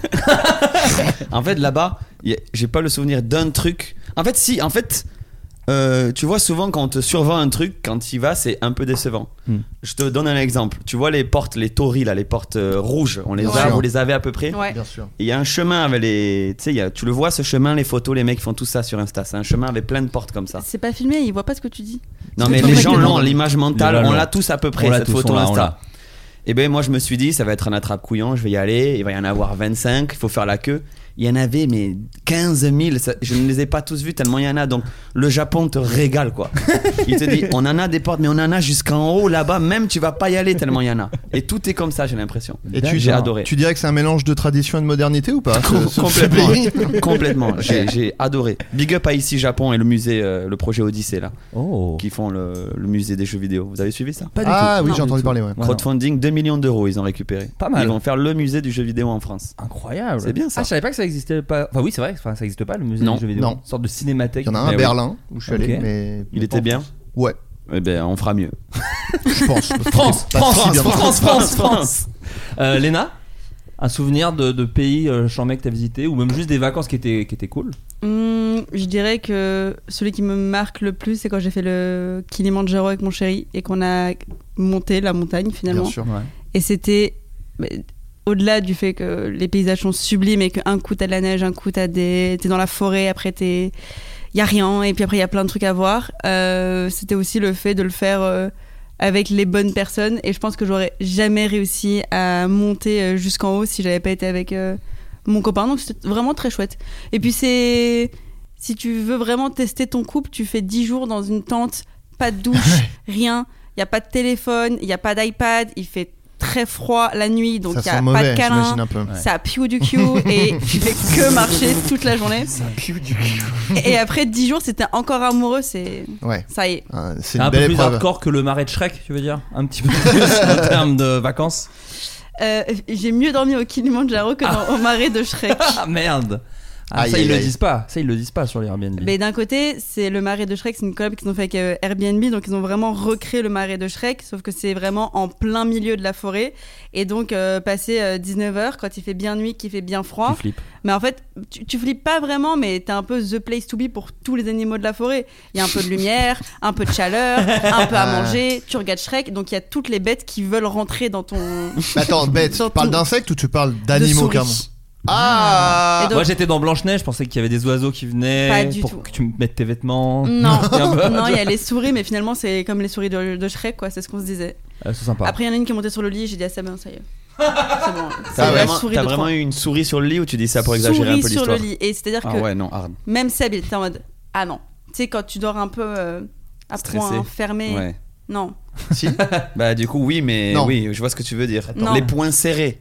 [SPEAKER 5] En fait, là-bas, y a- j'ai pas le souvenir d'un truc. En fait, si, en fait, euh, tu vois, souvent quand on te survend un truc, quand tu y vas, c'est un peu décevant.
[SPEAKER 4] Hmm.
[SPEAKER 5] Je te donne un exemple. Tu vois les portes, les torii, là, les portes euh, rouges, on les
[SPEAKER 2] Bien
[SPEAKER 5] a,
[SPEAKER 2] sûr.
[SPEAKER 5] vous les avez à peu près.
[SPEAKER 6] Ouais.
[SPEAKER 2] Bien sûr.
[SPEAKER 5] Et Il y a un chemin avec les. Tu sais, il y a- tu le vois ce chemin, les photos, les mecs font tout ça sur Insta. C'est un chemin avec plein de portes comme ça.
[SPEAKER 6] C'est pas filmé, il voit pas ce que tu dis.
[SPEAKER 5] Non,
[SPEAKER 6] C'est
[SPEAKER 5] mais
[SPEAKER 6] pas
[SPEAKER 5] les
[SPEAKER 6] vrai
[SPEAKER 5] gens
[SPEAKER 6] que-
[SPEAKER 5] l'ont, l'image mentale,
[SPEAKER 4] Ils l'ont.
[SPEAKER 5] on l'a tous à peu près,
[SPEAKER 4] On l'a
[SPEAKER 5] cette
[SPEAKER 4] tous, on
[SPEAKER 5] photo
[SPEAKER 4] l'a, on l'a.
[SPEAKER 5] Insta. Et ben moi je me suis dit, ça va être un attrape-couillon, je vais y aller, il va y en avoir 25, il faut faire la queue. Il y en avait, mais 15 000, ça- je ne les ai pas tous vus tellement il y en a. Donc le Japon te régale quoi. Il te dit, on en a des portes, mais on en a jusqu'en haut là-bas, même tu vas pas y aller tellement il y en a. Et tout est comme ça, j'ai l'impression.
[SPEAKER 2] Et tu,
[SPEAKER 5] j'ai adoré.
[SPEAKER 2] Tu dirais que c'est un mélange de tradition et de modernité ou pas
[SPEAKER 5] Com-
[SPEAKER 2] ce- ce pays
[SPEAKER 5] complètement, complètement. J'ai, j'ai adoré. Big up à ici Japon et le musée, euh, le projet Odyssée là,
[SPEAKER 4] Oh.
[SPEAKER 5] qui font le, le musée des jeux vidéo. Vous avez suivi ça
[SPEAKER 4] Pas du
[SPEAKER 2] Ah
[SPEAKER 4] tout.
[SPEAKER 2] oui,
[SPEAKER 4] Non,
[SPEAKER 2] j'ai
[SPEAKER 4] du
[SPEAKER 2] entendu
[SPEAKER 4] tout.
[SPEAKER 2] parler, ouais.
[SPEAKER 4] Ouais,
[SPEAKER 5] Crowdfunding, 2 millions d'euros ils ont récupéré.
[SPEAKER 4] Pas mal.
[SPEAKER 5] Ils vont faire le musée du jeu vidéo en France.
[SPEAKER 4] non. Incroyable.
[SPEAKER 5] C'est bien, ça.
[SPEAKER 4] Ah, je savais pas que ça existait pas. Enfin, oui, c'est vrai, enfin, ça existe pas le musée
[SPEAKER 5] Non,
[SPEAKER 4] des jeux vidéo.
[SPEAKER 2] non.
[SPEAKER 4] Une sorte de cinémathèque.
[SPEAKER 2] Il y en a un à
[SPEAKER 4] Eh oui.
[SPEAKER 2] Berlin où je suis allé,
[SPEAKER 4] Ok.
[SPEAKER 2] mais.
[SPEAKER 5] Il était bien
[SPEAKER 2] Ouais,
[SPEAKER 5] Eh ben, on fera mieux.
[SPEAKER 2] je pense.
[SPEAKER 4] France,
[SPEAKER 2] Pas
[SPEAKER 4] France,
[SPEAKER 2] si bien.
[SPEAKER 4] France, France, France. Euh, Léna, un souvenir de, de pays euh, chambé que t'as visité ou même juste des vacances qui étaient, qui étaient cool.
[SPEAKER 6] Hum, je dirais que celui qui me marque le plus, c'est quand j'ai fait le Kilimanjaro avec mon chéri et qu'on a monté la montagne
[SPEAKER 2] Bien
[SPEAKER 6] finalement.
[SPEAKER 2] sûr.
[SPEAKER 6] Et c'était bah, au-delà du fait que les paysages sont sublimes et qu'un coup t'as de la neige, un coup t'as des, t'es dans la forêt, après t'es, y a rien et puis après il y a plein de trucs à voir. Euh, c'était aussi le fait de le faire euh, avec les bonnes personnes et je pense que j'aurais jamais réussi à monter euh, jusqu'en haut si j'avais pas été avec euh, mon copain. Donc c'était vraiment très chouette. Et puis c'est, si tu veux vraiment tester ton couple, tu fais 10 jours dans une tente, pas de douche, rien. Il n'y a pas de téléphone, il n'y a pas d'iPad, il fait très froid la nuit, donc
[SPEAKER 2] ça
[SPEAKER 6] il n'y a
[SPEAKER 2] sent
[SPEAKER 6] pas
[SPEAKER 2] mauvais,
[SPEAKER 6] de câlin.
[SPEAKER 2] j'imagine hein. un peu.
[SPEAKER 4] Ouais.
[SPEAKER 6] Ça piou du cul et tu fais que marcher toute la journée. Ça piou du cul. Et après 10 jours, c'était encore amoureux, c'est
[SPEAKER 2] Ouais.
[SPEAKER 6] ça y est.
[SPEAKER 2] Ah, C'est
[SPEAKER 4] C'est
[SPEAKER 2] une
[SPEAKER 4] un peu
[SPEAKER 2] belle
[SPEAKER 4] plus
[SPEAKER 2] épreuve.
[SPEAKER 4] hardcore que le marais de Shrek, tu veux dire Un petit peu plus en termes de vacances.
[SPEAKER 6] Euh, j'ai mieux dormi au Kilimanjaro que dans au marais de Shrek.
[SPEAKER 4] Ah merde Ah,
[SPEAKER 2] Aïe,
[SPEAKER 4] ça, ils
[SPEAKER 2] aïe,
[SPEAKER 4] le
[SPEAKER 2] aïe.
[SPEAKER 4] disent pas. Ça, ils le disent pas sur les Airbnb.
[SPEAKER 6] Mais d'un côté, c'est le marais de Shrek, c'est une collab qu'ils ont fait avec euh, Airbnb, donc ils ont vraiment recréé le marais de Shrek, sauf que c'est vraiment en plein milieu de la forêt. Et donc, euh, passer 19h, quand il fait bien nuit, qu'il fait bien
[SPEAKER 4] Tu
[SPEAKER 6] froid,
[SPEAKER 4] flippes.
[SPEAKER 6] mais en fait, tu, tu flippes pas vraiment, mais t'es un peu the place to be pour tous les animaux de la forêt. Il y a un peu de lumière, un peu de chaleur, un peu à manger, tu regardes Shrek, donc il y a toutes les bêtes qui veulent rentrer dans ton...
[SPEAKER 2] Mais Attends, bête, tu
[SPEAKER 6] Surtout
[SPEAKER 2] parles d'insectes ou tu parles
[SPEAKER 6] de
[SPEAKER 2] d'animaux
[SPEAKER 6] souris.
[SPEAKER 2] carrément Ah
[SPEAKER 6] Et donc-
[SPEAKER 4] Moi, j'étais dans Blanche Neige. Je pensais qu'il y avait des oiseaux qui venaient
[SPEAKER 6] Pas du
[SPEAKER 4] pour
[SPEAKER 6] tout. Mm.
[SPEAKER 4] que tu me mettes tes vêtements.
[SPEAKER 6] Non,
[SPEAKER 4] Et un peu-
[SPEAKER 6] non, il y a les souris, mais finalement c'est comme les souris de, de Shrek, quoi. C'est ce qu'on se disait.
[SPEAKER 4] Ah, c'est sympa.
[SPEAKER 6] Après, il y en a une qui est montée sur le lit, j'ai dit à Sabin, ça y est. C'est bon. C'est
[SPEAKER 5] T'as
[SPEAKER 6] la
[SPEAKER 5] vraiment,
[SPEAKER 6] souris
[SPEAKER 5] t'as
[SPEAKER 6] de
[SPEAKER 5] vraiment
[SPEAKER 6] Troie.
[SPEAKER 5] eu une souris sur le lit ou tu dis ça pour exagérer un
[SPEAKER 6] souris
[SPEAKER 5] peu
[SPEAKER 6] sur
[SPEAKER 5] l'histoire
[SPEAKER 6] le lit. Et c'est-à-dire
[SPEAKER 5] Ah
[SPEAKER 6] que
[SPEAKER 5] ouais, non, hard.
[SPEAKER 6] même Seb, il était en mode Ah non. Tu sais, quand tu dors un peu euh, à
[SPEAKER 5] Stressé.
[SPEAKER 6] point fermé.
[SPEAKER 5] Ouais.
[SPEAKER 6] Non.
[SPEAKER 2] Si
[SPEAKER 5] Bah du coup oui mais
[SPEAKER 2] Non.
[SPEAKER 5] oui je vois ce que tu veux dire.
[SPEAKER 6] Non.
[SPEAKER 5] Les points serrés.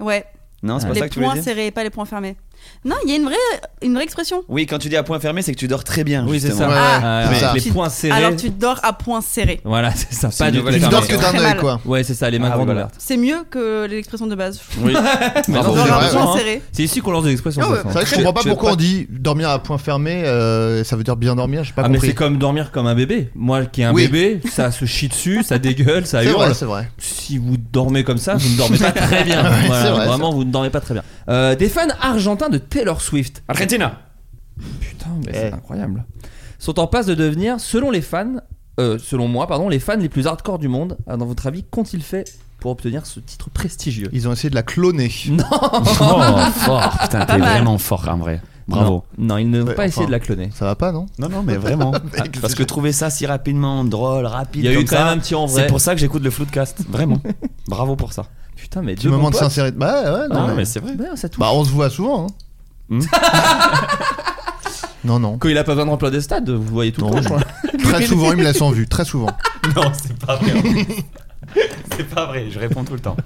[SPEAKER 6] Ouais.
[SPEAKER 5] Non c'est pas
[SPEAKER 6] les
[SPEAKER 5] ça que tu voulais
[SPEAKER 6] points
[SPEAKER 5] dire.
[SPEAKER 6] serrés, pas les points fermés. Non, il y a une vraie, une vraie expression.
[SPEAKER 5] Oui quand tu dis à points fermés c'est que tu dors très bien.
[SPEAKER 4] Oui, c'est
[SPEAKER 5] justement.
[SPEAKER 4] ça.
[SPEAKER 2] Ouais,
[SPEAKER 4] Ah,
[SPEAKER 2] c'est
[SPEAKER 4] avec
[SPEAKER 2] ça.
[SPEAKER 4] les
[SPEAKER 6] Tu-
[SPEAKER 4] points serrés.
[SPEAKER 6] Alors tu dors à point serré.
[SPEAKER 4] Voilà, c'est ça.
[SPEAKER 5] C'est
[SPEAKER 4] Pas
[SPEAKER 5] une
[SPEAKER 4] du
[SPEAKER 5] nouvelle
[SPEAKER 4] tout
[SPEAKER 2] Ah.
[SPEAKER 4] euh,
[SPEAKER 2] Tu dors que
[SPEAKER 5] fermé.
[SPEAKER 2] d'un
[SPEAKER 6] Très
[SPEAKER 2] œil
[SPEAKER 6] mal.
[SPEAKER 2] quoi.
[SPEAKER 4] Ouais, c'est ça, les mains
[SPEAKER 5] Ah, oui,
[SPEAKER 4] grandes
[SPEAKER 5] voilà.
[SPEAKER 4] ouvertes.
[SPEAKER 6] C'est mieux que l'expression de base. je trouve.
[SPEAKER 5] Oui.
[SPEAKER 4] Bravo.
[SPEAKER 2] c'est
[SPEAKER 6] Dors à
[SPEAKER 2] vrai,
[SPEAKER 6] point
[SPEAKER 4] hein.
[SPEAKER 6] serré.
[SPEAKER 4] C'est ici qu'on lance des expressions.
[SPEAKER 2] Ah
[SPEAKER 4] de
[SPEAKER 2] ouais,
[SPEAKER 4] toute
[SPEAKER 2] c'est
[SPEAKER 4] façon.
[SPEAKER 2] vrai que je comprends pas
[SPEAKER 5] je-
[SPEAKER 2] pourquoi
[SPEAKER 5] je-
[SPEAKER 2] on dit dormir à point fermé, euh, ça veut dire bien dormir, j'ai pas
[SPEAKER 4] Ah mais
[SPEAKER 2] compris.
[SPEAKER 4] c'est comme dormir comme un bébé. Moi qui ai un
[SPEAKER 2] Oui.
[SPEAKER 4] bébé, ça se chie dessus, ça dégueule, ça
[SPEAKER 2] C'est
[SPEAKER 4] hurle.
[SPEAKER 2] vrai, c'est vrai.
[SPEAKER 4] si vous dormez comme ça, vous ne dormez pas très bien. Voilà,
[SPEAKER 2] c'est vrai,
[SPEAKER 4] vraiment, vous ne dormez pas très bien. Euh, des fans argentins de Taylor Swift.
[SPEAKER 5] Argentina.
[SPEAKER 4] Putain, mais
[SPEAKER 2] Eh.
[SPEAKER 4] c'est incroyable. Sont en passe de devenir, selon les fans, euh, selon moi, pardon, les fans les plus hardcore du monde. Alors, Dans votre avis, qu'ont-ils fait pour obtenir ce titre prestigieux
[SPEAKER 2] Ils ont essayé de la cloner.
[SPEAKER 5] Oh fort putain t'es
[SPEAKER 6] mal.
[SPEAKER 5] vraiment fort en vrai. Bravo.
[SPEAKER 4] Non, non, ils ne vont
[SPEAKER 2] Ouais,
[SPEAKER 4] pas essayer
[SPEAKER 2] enfin.
[SPEAKER 4] de la cloner.
[SPEAKER 2] Ça va pas, non
[SPEAKER 5] Non non mais vraiment. Ah, Parce que trouver ça si rapidement drôle rapide.
[SPEAKER 4] Il y a eu
[SPEAKER 5] comme
[SPEAKER 4] quand
[SPEAKER 5] ça,
[SPEAKER 4] même un petit en vrai.
[SPEAKER 5] C'est pour ça que j'écoute le Floodcast vraiment. Bravo pour ça.
[SPEAKER 4] Putain, mais
[SPEAKER 2] Du
[SPEAKER 4] deux
[SPEAKER 2] moment
[SPEAKER 4] bons
[SPEAKER 2] de
[SPEAKER 4] potes.
[SPEAKER 2] sincérité. Bah ouais, non.
[SPEAKER 5] Ah,
[SPEAKER 2] mais-
[SPEAKER 5] mais c'est vrai.
[SPEAKER 4] Ouais, ça touche.
[SPEAKER 2] Bah on se voit souvent. hein.
[SPEAKER 5] Hmm.
[SPEAKER 2] non, non.
[SPEAKER 4] Quand il a pas besoin de remplir des stades, vous voyez tout le
[SPEAKER 2] Non,
[SPEAKER 4] temps. je crois.
[SPEAKER 2] Très souvent, ils me laissent en vue, très souvent.
[SPEAKER 5] Non c'est pas vrai. c'est pas vrai je réponds tout le temps.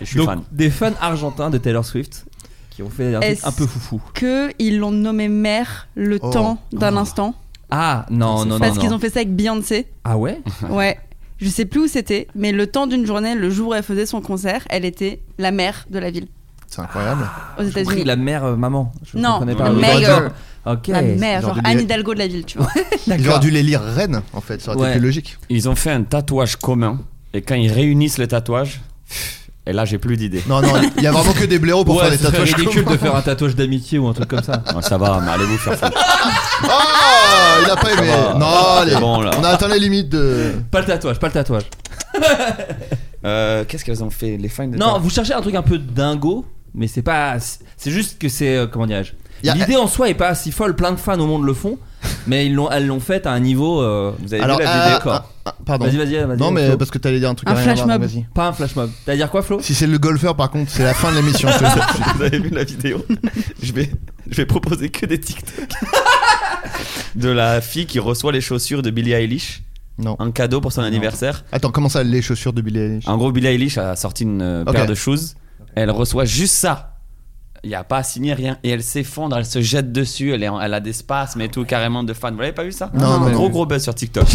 [SPEAKER 5] Je suis
[SPEAKER 4] Donc,
[SPEAKER 5] fan.
[SPEAKER 4] des fans argentins de Taylor Swift qui ont fait un truc
[SPEAKER 6] Est-ce-
[SPEAKER 4] un peu foufou.
[SPEAKER 6] Que ils l'ont nommé mère le
[SPEAKER 2] Oh.
[SPEAKER 6] temps d'un instant.
[SPEAKER 4] Ah non, non, non.
[SPEAKER 6] parce
[SPEAKER 4] non.
[SPEAKER 6] qu'ils ont fait ça avec Beyoncé.
[SPEAKER 4] Ah ouais
[SPEAKER 6] Ouais. Je sais plus où c'était, mais le temps d'une journée, le jour où elle faisait son concert, elle était la mère de la ville
[SPEAKER 2] C'est incroyable.
[SPEAKER 6] aux
[SPEAKER 4] Pris
[SPEAKER 6] États-Unis.
[SPEAKER 4] la mère euh, maman. Je
[SPEAKER 6] Non,
[SPEAKER 4] comprenais pas.
[SPEAKER 6] le
[SPEAKER 2] mayor.
[SPEAKER 4] Ok.
[SPEAKER 6] La mère,
[SPEAKER 2] Genre
[SPEAKER 6] genre
[SPEAKER 2] de
[SPEAKER 6] Anne
[SPEAKER 2] Lille.
[SPEAKER 6] Hidalgo de la ville, tu vois.
[SPEAKER 2] Ils auraient dû les lire Rennes, en fait, ça aurait
[SPEAKER 4] Ouais.
[SPEAKER 2] été plus logique.
[SPEAKER 5] Ils ont fait un tatouage commun et quand ils réunissent le tatouage, et là j'ai plus d'idées.
[SPEAKER 2] Non, non, il y a vraiment que des blaireaux pour
[SPEAKER 4] Ouais,
[SPEAKER 2] faire des
[SPEAKER 4] ce serait
[SPEAKER 2] tatouages.
[SPEAKER 4] ridicule de
[SPEAKER 2] communs.
[SPEAKER 4] faire un tatouage d'amitié ou un truc comme ça.
[SPEAKER 5] Ah, ça va, mais allez vous faire foutre.
[SPEAKER 2] Oh, il a pas aimé.
[SPEAKER 5] va, Ah,
[SPEAKER 2] Non,
[SPEAKER 5] c'est
[SPEAKER 2] allez.
[SPEAKER 5] bon, là.
[SPEAKER 2] On a atteint les limites de.
[SPEAKER 4] Pas le tatouage, pas le tatouage.
[SPEAKER 5] Euh, Qu'est-ce qu'elles ont fait les fans de
[SPEAKER 4] Non,
[SPEAKER 5] ta-
[SPEAKER 4] vous cherchez un truc un peu dingo, mais c'est pas. C'est juste que c'est. euh, Comment dirais-je
[SPEAKER 2] Y a-
[SPEAKER 4] L'idée en soi est pas si folle, plein de fans au monde le font, mais ils l'ont, elles l'ont faite à un niveau. euh,
[SPEAKER 5] vous avez
[SPEAKER 2] Alors,
[SPEAKER 5] vu la
[SPEAKER 2] euh,
[SPEAKER 5] vidéo
[SPEAKER 4] D'accord.
[SPEAKER 2] ah, ah, pardon.
[SPEAKER 4] Vas-y, vas-y, vas-y.
[SPEAKER 2] Non, mais
[SPEAKER 4] Flo.
[SPEAKER 2] parce que t'allais dire un truc
[SPEAKER 6] Un
[SPEAKER 2] à rien à
[SPEAKER 6] flash
[SPEAKER 2] voir,
[SPEAKER 6] mob.
[SPEAKER 2] vas-y.
[SPEAKER 4] Pas un flash mob. T'as à dire quoi, Flo
[SPEAKER 2] Si c'est le golfeur, par contre, c'est la fin de l'émission. je te le dis tout de suite.
[SPEAKER 5] Vous avez vu la vidéo Je vais je vais proposer que des TikTok de la fille qui reçoit les chaussures de Billie Eilish
[SPEAKER 2] Non.
[SPEAKER 5] en cadeau pour son anniversaire.
[SPEAKER 2] Attends, comment ça, les chaussures de Billie Eilish
[SPEAKER 5] En gros, Billie Eilish a sorti une euh,
[SPEAKER 2] Ok.
[SPEAKER 5] paire de shoes. Elle reçoit juste ça. Il n'y a pas à signer rien. Et elle s'effondre, elle se jette dessus. Elle, est en- elle a des spasmes et tout, carrément de fans. Vous l'avez pas vu ça
[SPEAKER 2] Non, non,
[SPEAKER 5] Gros,
[SPEAKER 2] non.
[SPEAKER 5] gros buzz sur TikTok.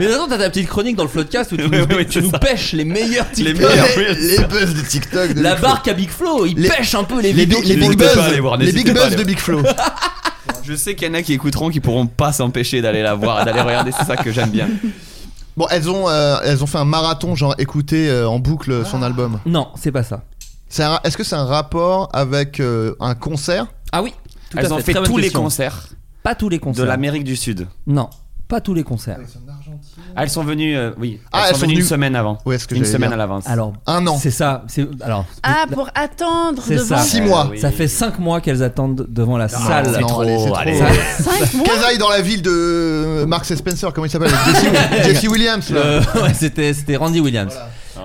[SPEAKER 4] Mais attends, t'as ta petite chronique dans le podcast où tu,
[SPEAKER 5] Ouais,
[SPEAKER 4] nous,
[SPEAKER 5] ouais,
[SPEAKER 4] tu
[SPEAKER 5] c'est
[SPEAKER 4] nous
[SPEAKER 5] ça.
[SPEAKER 4] pêches les meilleurs
[SPEAKER 5] Les
[SPEAKER 4] TikTok.
[SPEAKER 5] meilleurs.
[SPEAKER 2] les, les buzz de TikTok. de
[SPEAKER 4] La
[SPEAKER 2] Big Flo.
[SPEAKER 4] barque à Big Flo, il
[SPEAKER 2] Les-
[SPEAKER 4] pêche un peu les,
[SPEAKER 2] Les,
[SPEAKER 4] vidéos
[SPEAKER 2] big-
[SPEAKER 4] qui
[SPEAKER 2] les
[SPEAKER 4] nous-
[SPEAKER 2] big
[SPEAKER 5] n'hésitez
[SPEAKER 2] buzz,
[SPEAKER 5] pas à aller voir,
[SPEAKER 2] les
[SPEAKER 5] n'hésitez
[SPEAKER 2] big
[SPEAKER 5] pas à
[SPEAKER 2] buzz
[SPEAKER 5] aller
[SPEAKER 2] de Big Flo.
[SPEAKER 5] Je sais qu'il y en a qui écouteront qui pourront pas s'empêcher d'aller la voir, d'aller regarder, c'est ça que j'aime bien.
[SPEAKER 2] Bon, elles ont, euh, elles ont fait un marathon, genre écouter euh, en boucle son
[SPEAKER 4] Ah.
[SPEAKER 2] album.
[SPEAKER 4] Non, c'est pas ça.
[SPEAKER 2] C'est un- Est-ce que c'est un rapport avec euh, un concert
[SPEAKER 4] Ah oui, tout à
[SPEAKER 5] Elles ont fait
[SPEAKER 4] Très bonne
[SPEAKER 5] tous les
[SPEAKER 4] question.
[SPEAKER 5] concerts
[SPEAKER 4] Pas tous les
[SPEAKER 5] de
[SPEAKER 4] concerts.
[SPEAKER 5] l'Amérique du Sud.
[SPEAKER 4] Non, pas tous les concerts.
[SPEAKER 5] Ah, Elles sont venues, euh, oui,
[SPEAKER 2] Ah,
[SPEAKER 5] elles, sont venues une semaine avant.
[SPEAKER 2] Ouais, ce que
[SPEAKER 5] Une
[SPEAKER 2] j'allais
[SPEAKER 5] semaine
[SPEAKER 2] dire.
[SPEAKER 5] à l'avance.
[SPEAKER 4] Alors,
[SPEAKER 2] Un an.
[SPEAKER 4] c'est ça. C'est alors.
[SPEAKER 6] Ah, pour attendre
[SPEAKER 4] C'est
[SPEAKER 6] devant
[SPEAKER 4] ça.
[SPEAKER 2] Six mois.
[SPEAKER 5] oui.
[SPEAKER 4] Ça fait 5 mois qu'elles attendent devant la salle.
[SPEAKER 2] Ah, c'est trop, allez, c'est trop.
[SPEAKER 4] Ça-
[SPEAKER 6] cinq mois.
[SPEAKER 2] Qu'elles aillent dans la ville de euh, Marks et Spencer, comment il s'appelle Jesse, Jesse Williams. là.
[SPEAKER 4] Euh, ouais, c'était c'était Randy Williams.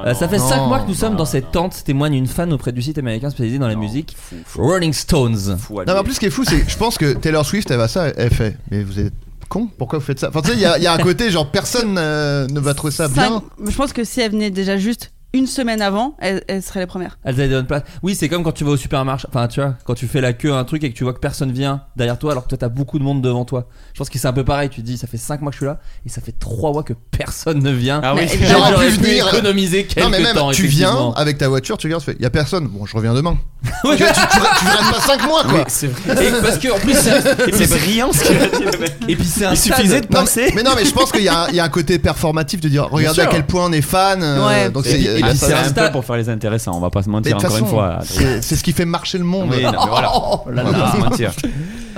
[SPEAKER 4] Euh, ça fait
[SPEAKER 2] non.
[SPEAKER 4] 5 mois que nous sommes dans cette tente, témoigne une fan auprès du site américain spécialisé dans la musique Rolling Stones.
[SPEAKER 2] Non, mais en plus, ce qui est fou, c'est que je pense que Taylor Swift, elle va ça, elle fait. Mais vous êtes con Pourquoi vous faites ça Enfin, tu sais, il y, a- il y a un côté, genre, personne euh, ne va trouver ça
[SPEAKER 6] Cinq-
[SPEAKER 2] bien.
[SPEAKER 6] Je pense que si elle venait déjà juste une semaine avant, elles, elles seraient les premières.
[SPEAKER 4] Elles avaient des bonnes places. Oui, c'est comme quand tu vas au supermarché. Enfin, tu vois, quand tu fais la queue à un truc et que tu vois que personne vient derrière toi alors que toi t'as beaucoup de monde devant toi. Je pense que c'est un peu pareil. Tu te dis, ça fait 5 mois que je suis là et ça fait 3 mois que personne ne vient.
[SPEAKER 5] Ah oui.
[SPEAKER 4] Peut-être
[SPEAKER 2] J'aurais
[SPEAKER 4] j'aurais
[SPEAKER 2] pu
[SPEAKER 4] pu
[SPEAKER 2] venir.
[SPEAKER 4] économiser quelques
[SPEAKER 2] Non mais même
[SPEAKER 4] temps.
[SPEAKER 2] tu viens
[SPEAKER 4] effectivement.
[SPEAKER 2] avec ta voiture, tu regardes, tu fais, y a personne. Bon, je reviens demain.
[SPEAKER 4] Oui.
[SPEAKER 2] tu, tu, tu, tu restes pas 5 mois quoi.
[SPEAKER 5] C'est vrai.
[SPEAKER 4] Et parce que en plus, c'est un- et puis
[SPEAKER 5] C'est
[SPEAKER 4] c'est-
[SPEAKER 5] brillant ce qu'il a dit, le mec.
[SPEAKER 4] et puis c'est un
[SPEAKER 5] Il suffisait
[SPEAKER 4] stade.
[SPEAKER 5] de
[SPEAKER 2] Non,
[SPEAKER 5] penser.
[SPEAKER 2] mais, mais non, mais je pense qu'il y, a un- il y a un côté performatif de dire regardez à
[SPEAKER 5] sûr.
[SPEAKER 2] quel point on est fan. euh,
[SPEAKER 6] Ouais.
[SPEAKER 2] donc
[SPEAKER 5] Et
[SPEAKER 2] c'est-
[SPEAKER 5] puis-
[SPEAKER 2] il
[SPEAKER 5] et
[SPEAKER 2] y a
[SPEAKER 5] puis
[SPEAKER 2] ça.
[SPEAKER 5] c'est
[SPEAKER 2] Mais
[SPEAKER 5] un
[SPEAKER 4] Insta-
[SPEAKER 5] peu pour faire les intéressants, on va pas se
[SPEAKER 2] de
[SPEAKER 5] mentir
[SPEAKER 2] toute
[SPEAKER 5] encore une
[SPEAKER 2] façon,
[SPEAKER 5] fois.
[SPEAKER 2] c'est c'est ce qui fait marcher le monde.
[SPEAKER 5] Oui, non, mais voilà.
[SPEAKER 2] Oh là
[SPEAKER 5] On va
[SPEAKER 2] là.
[SPEAKER 5] pas se mentir.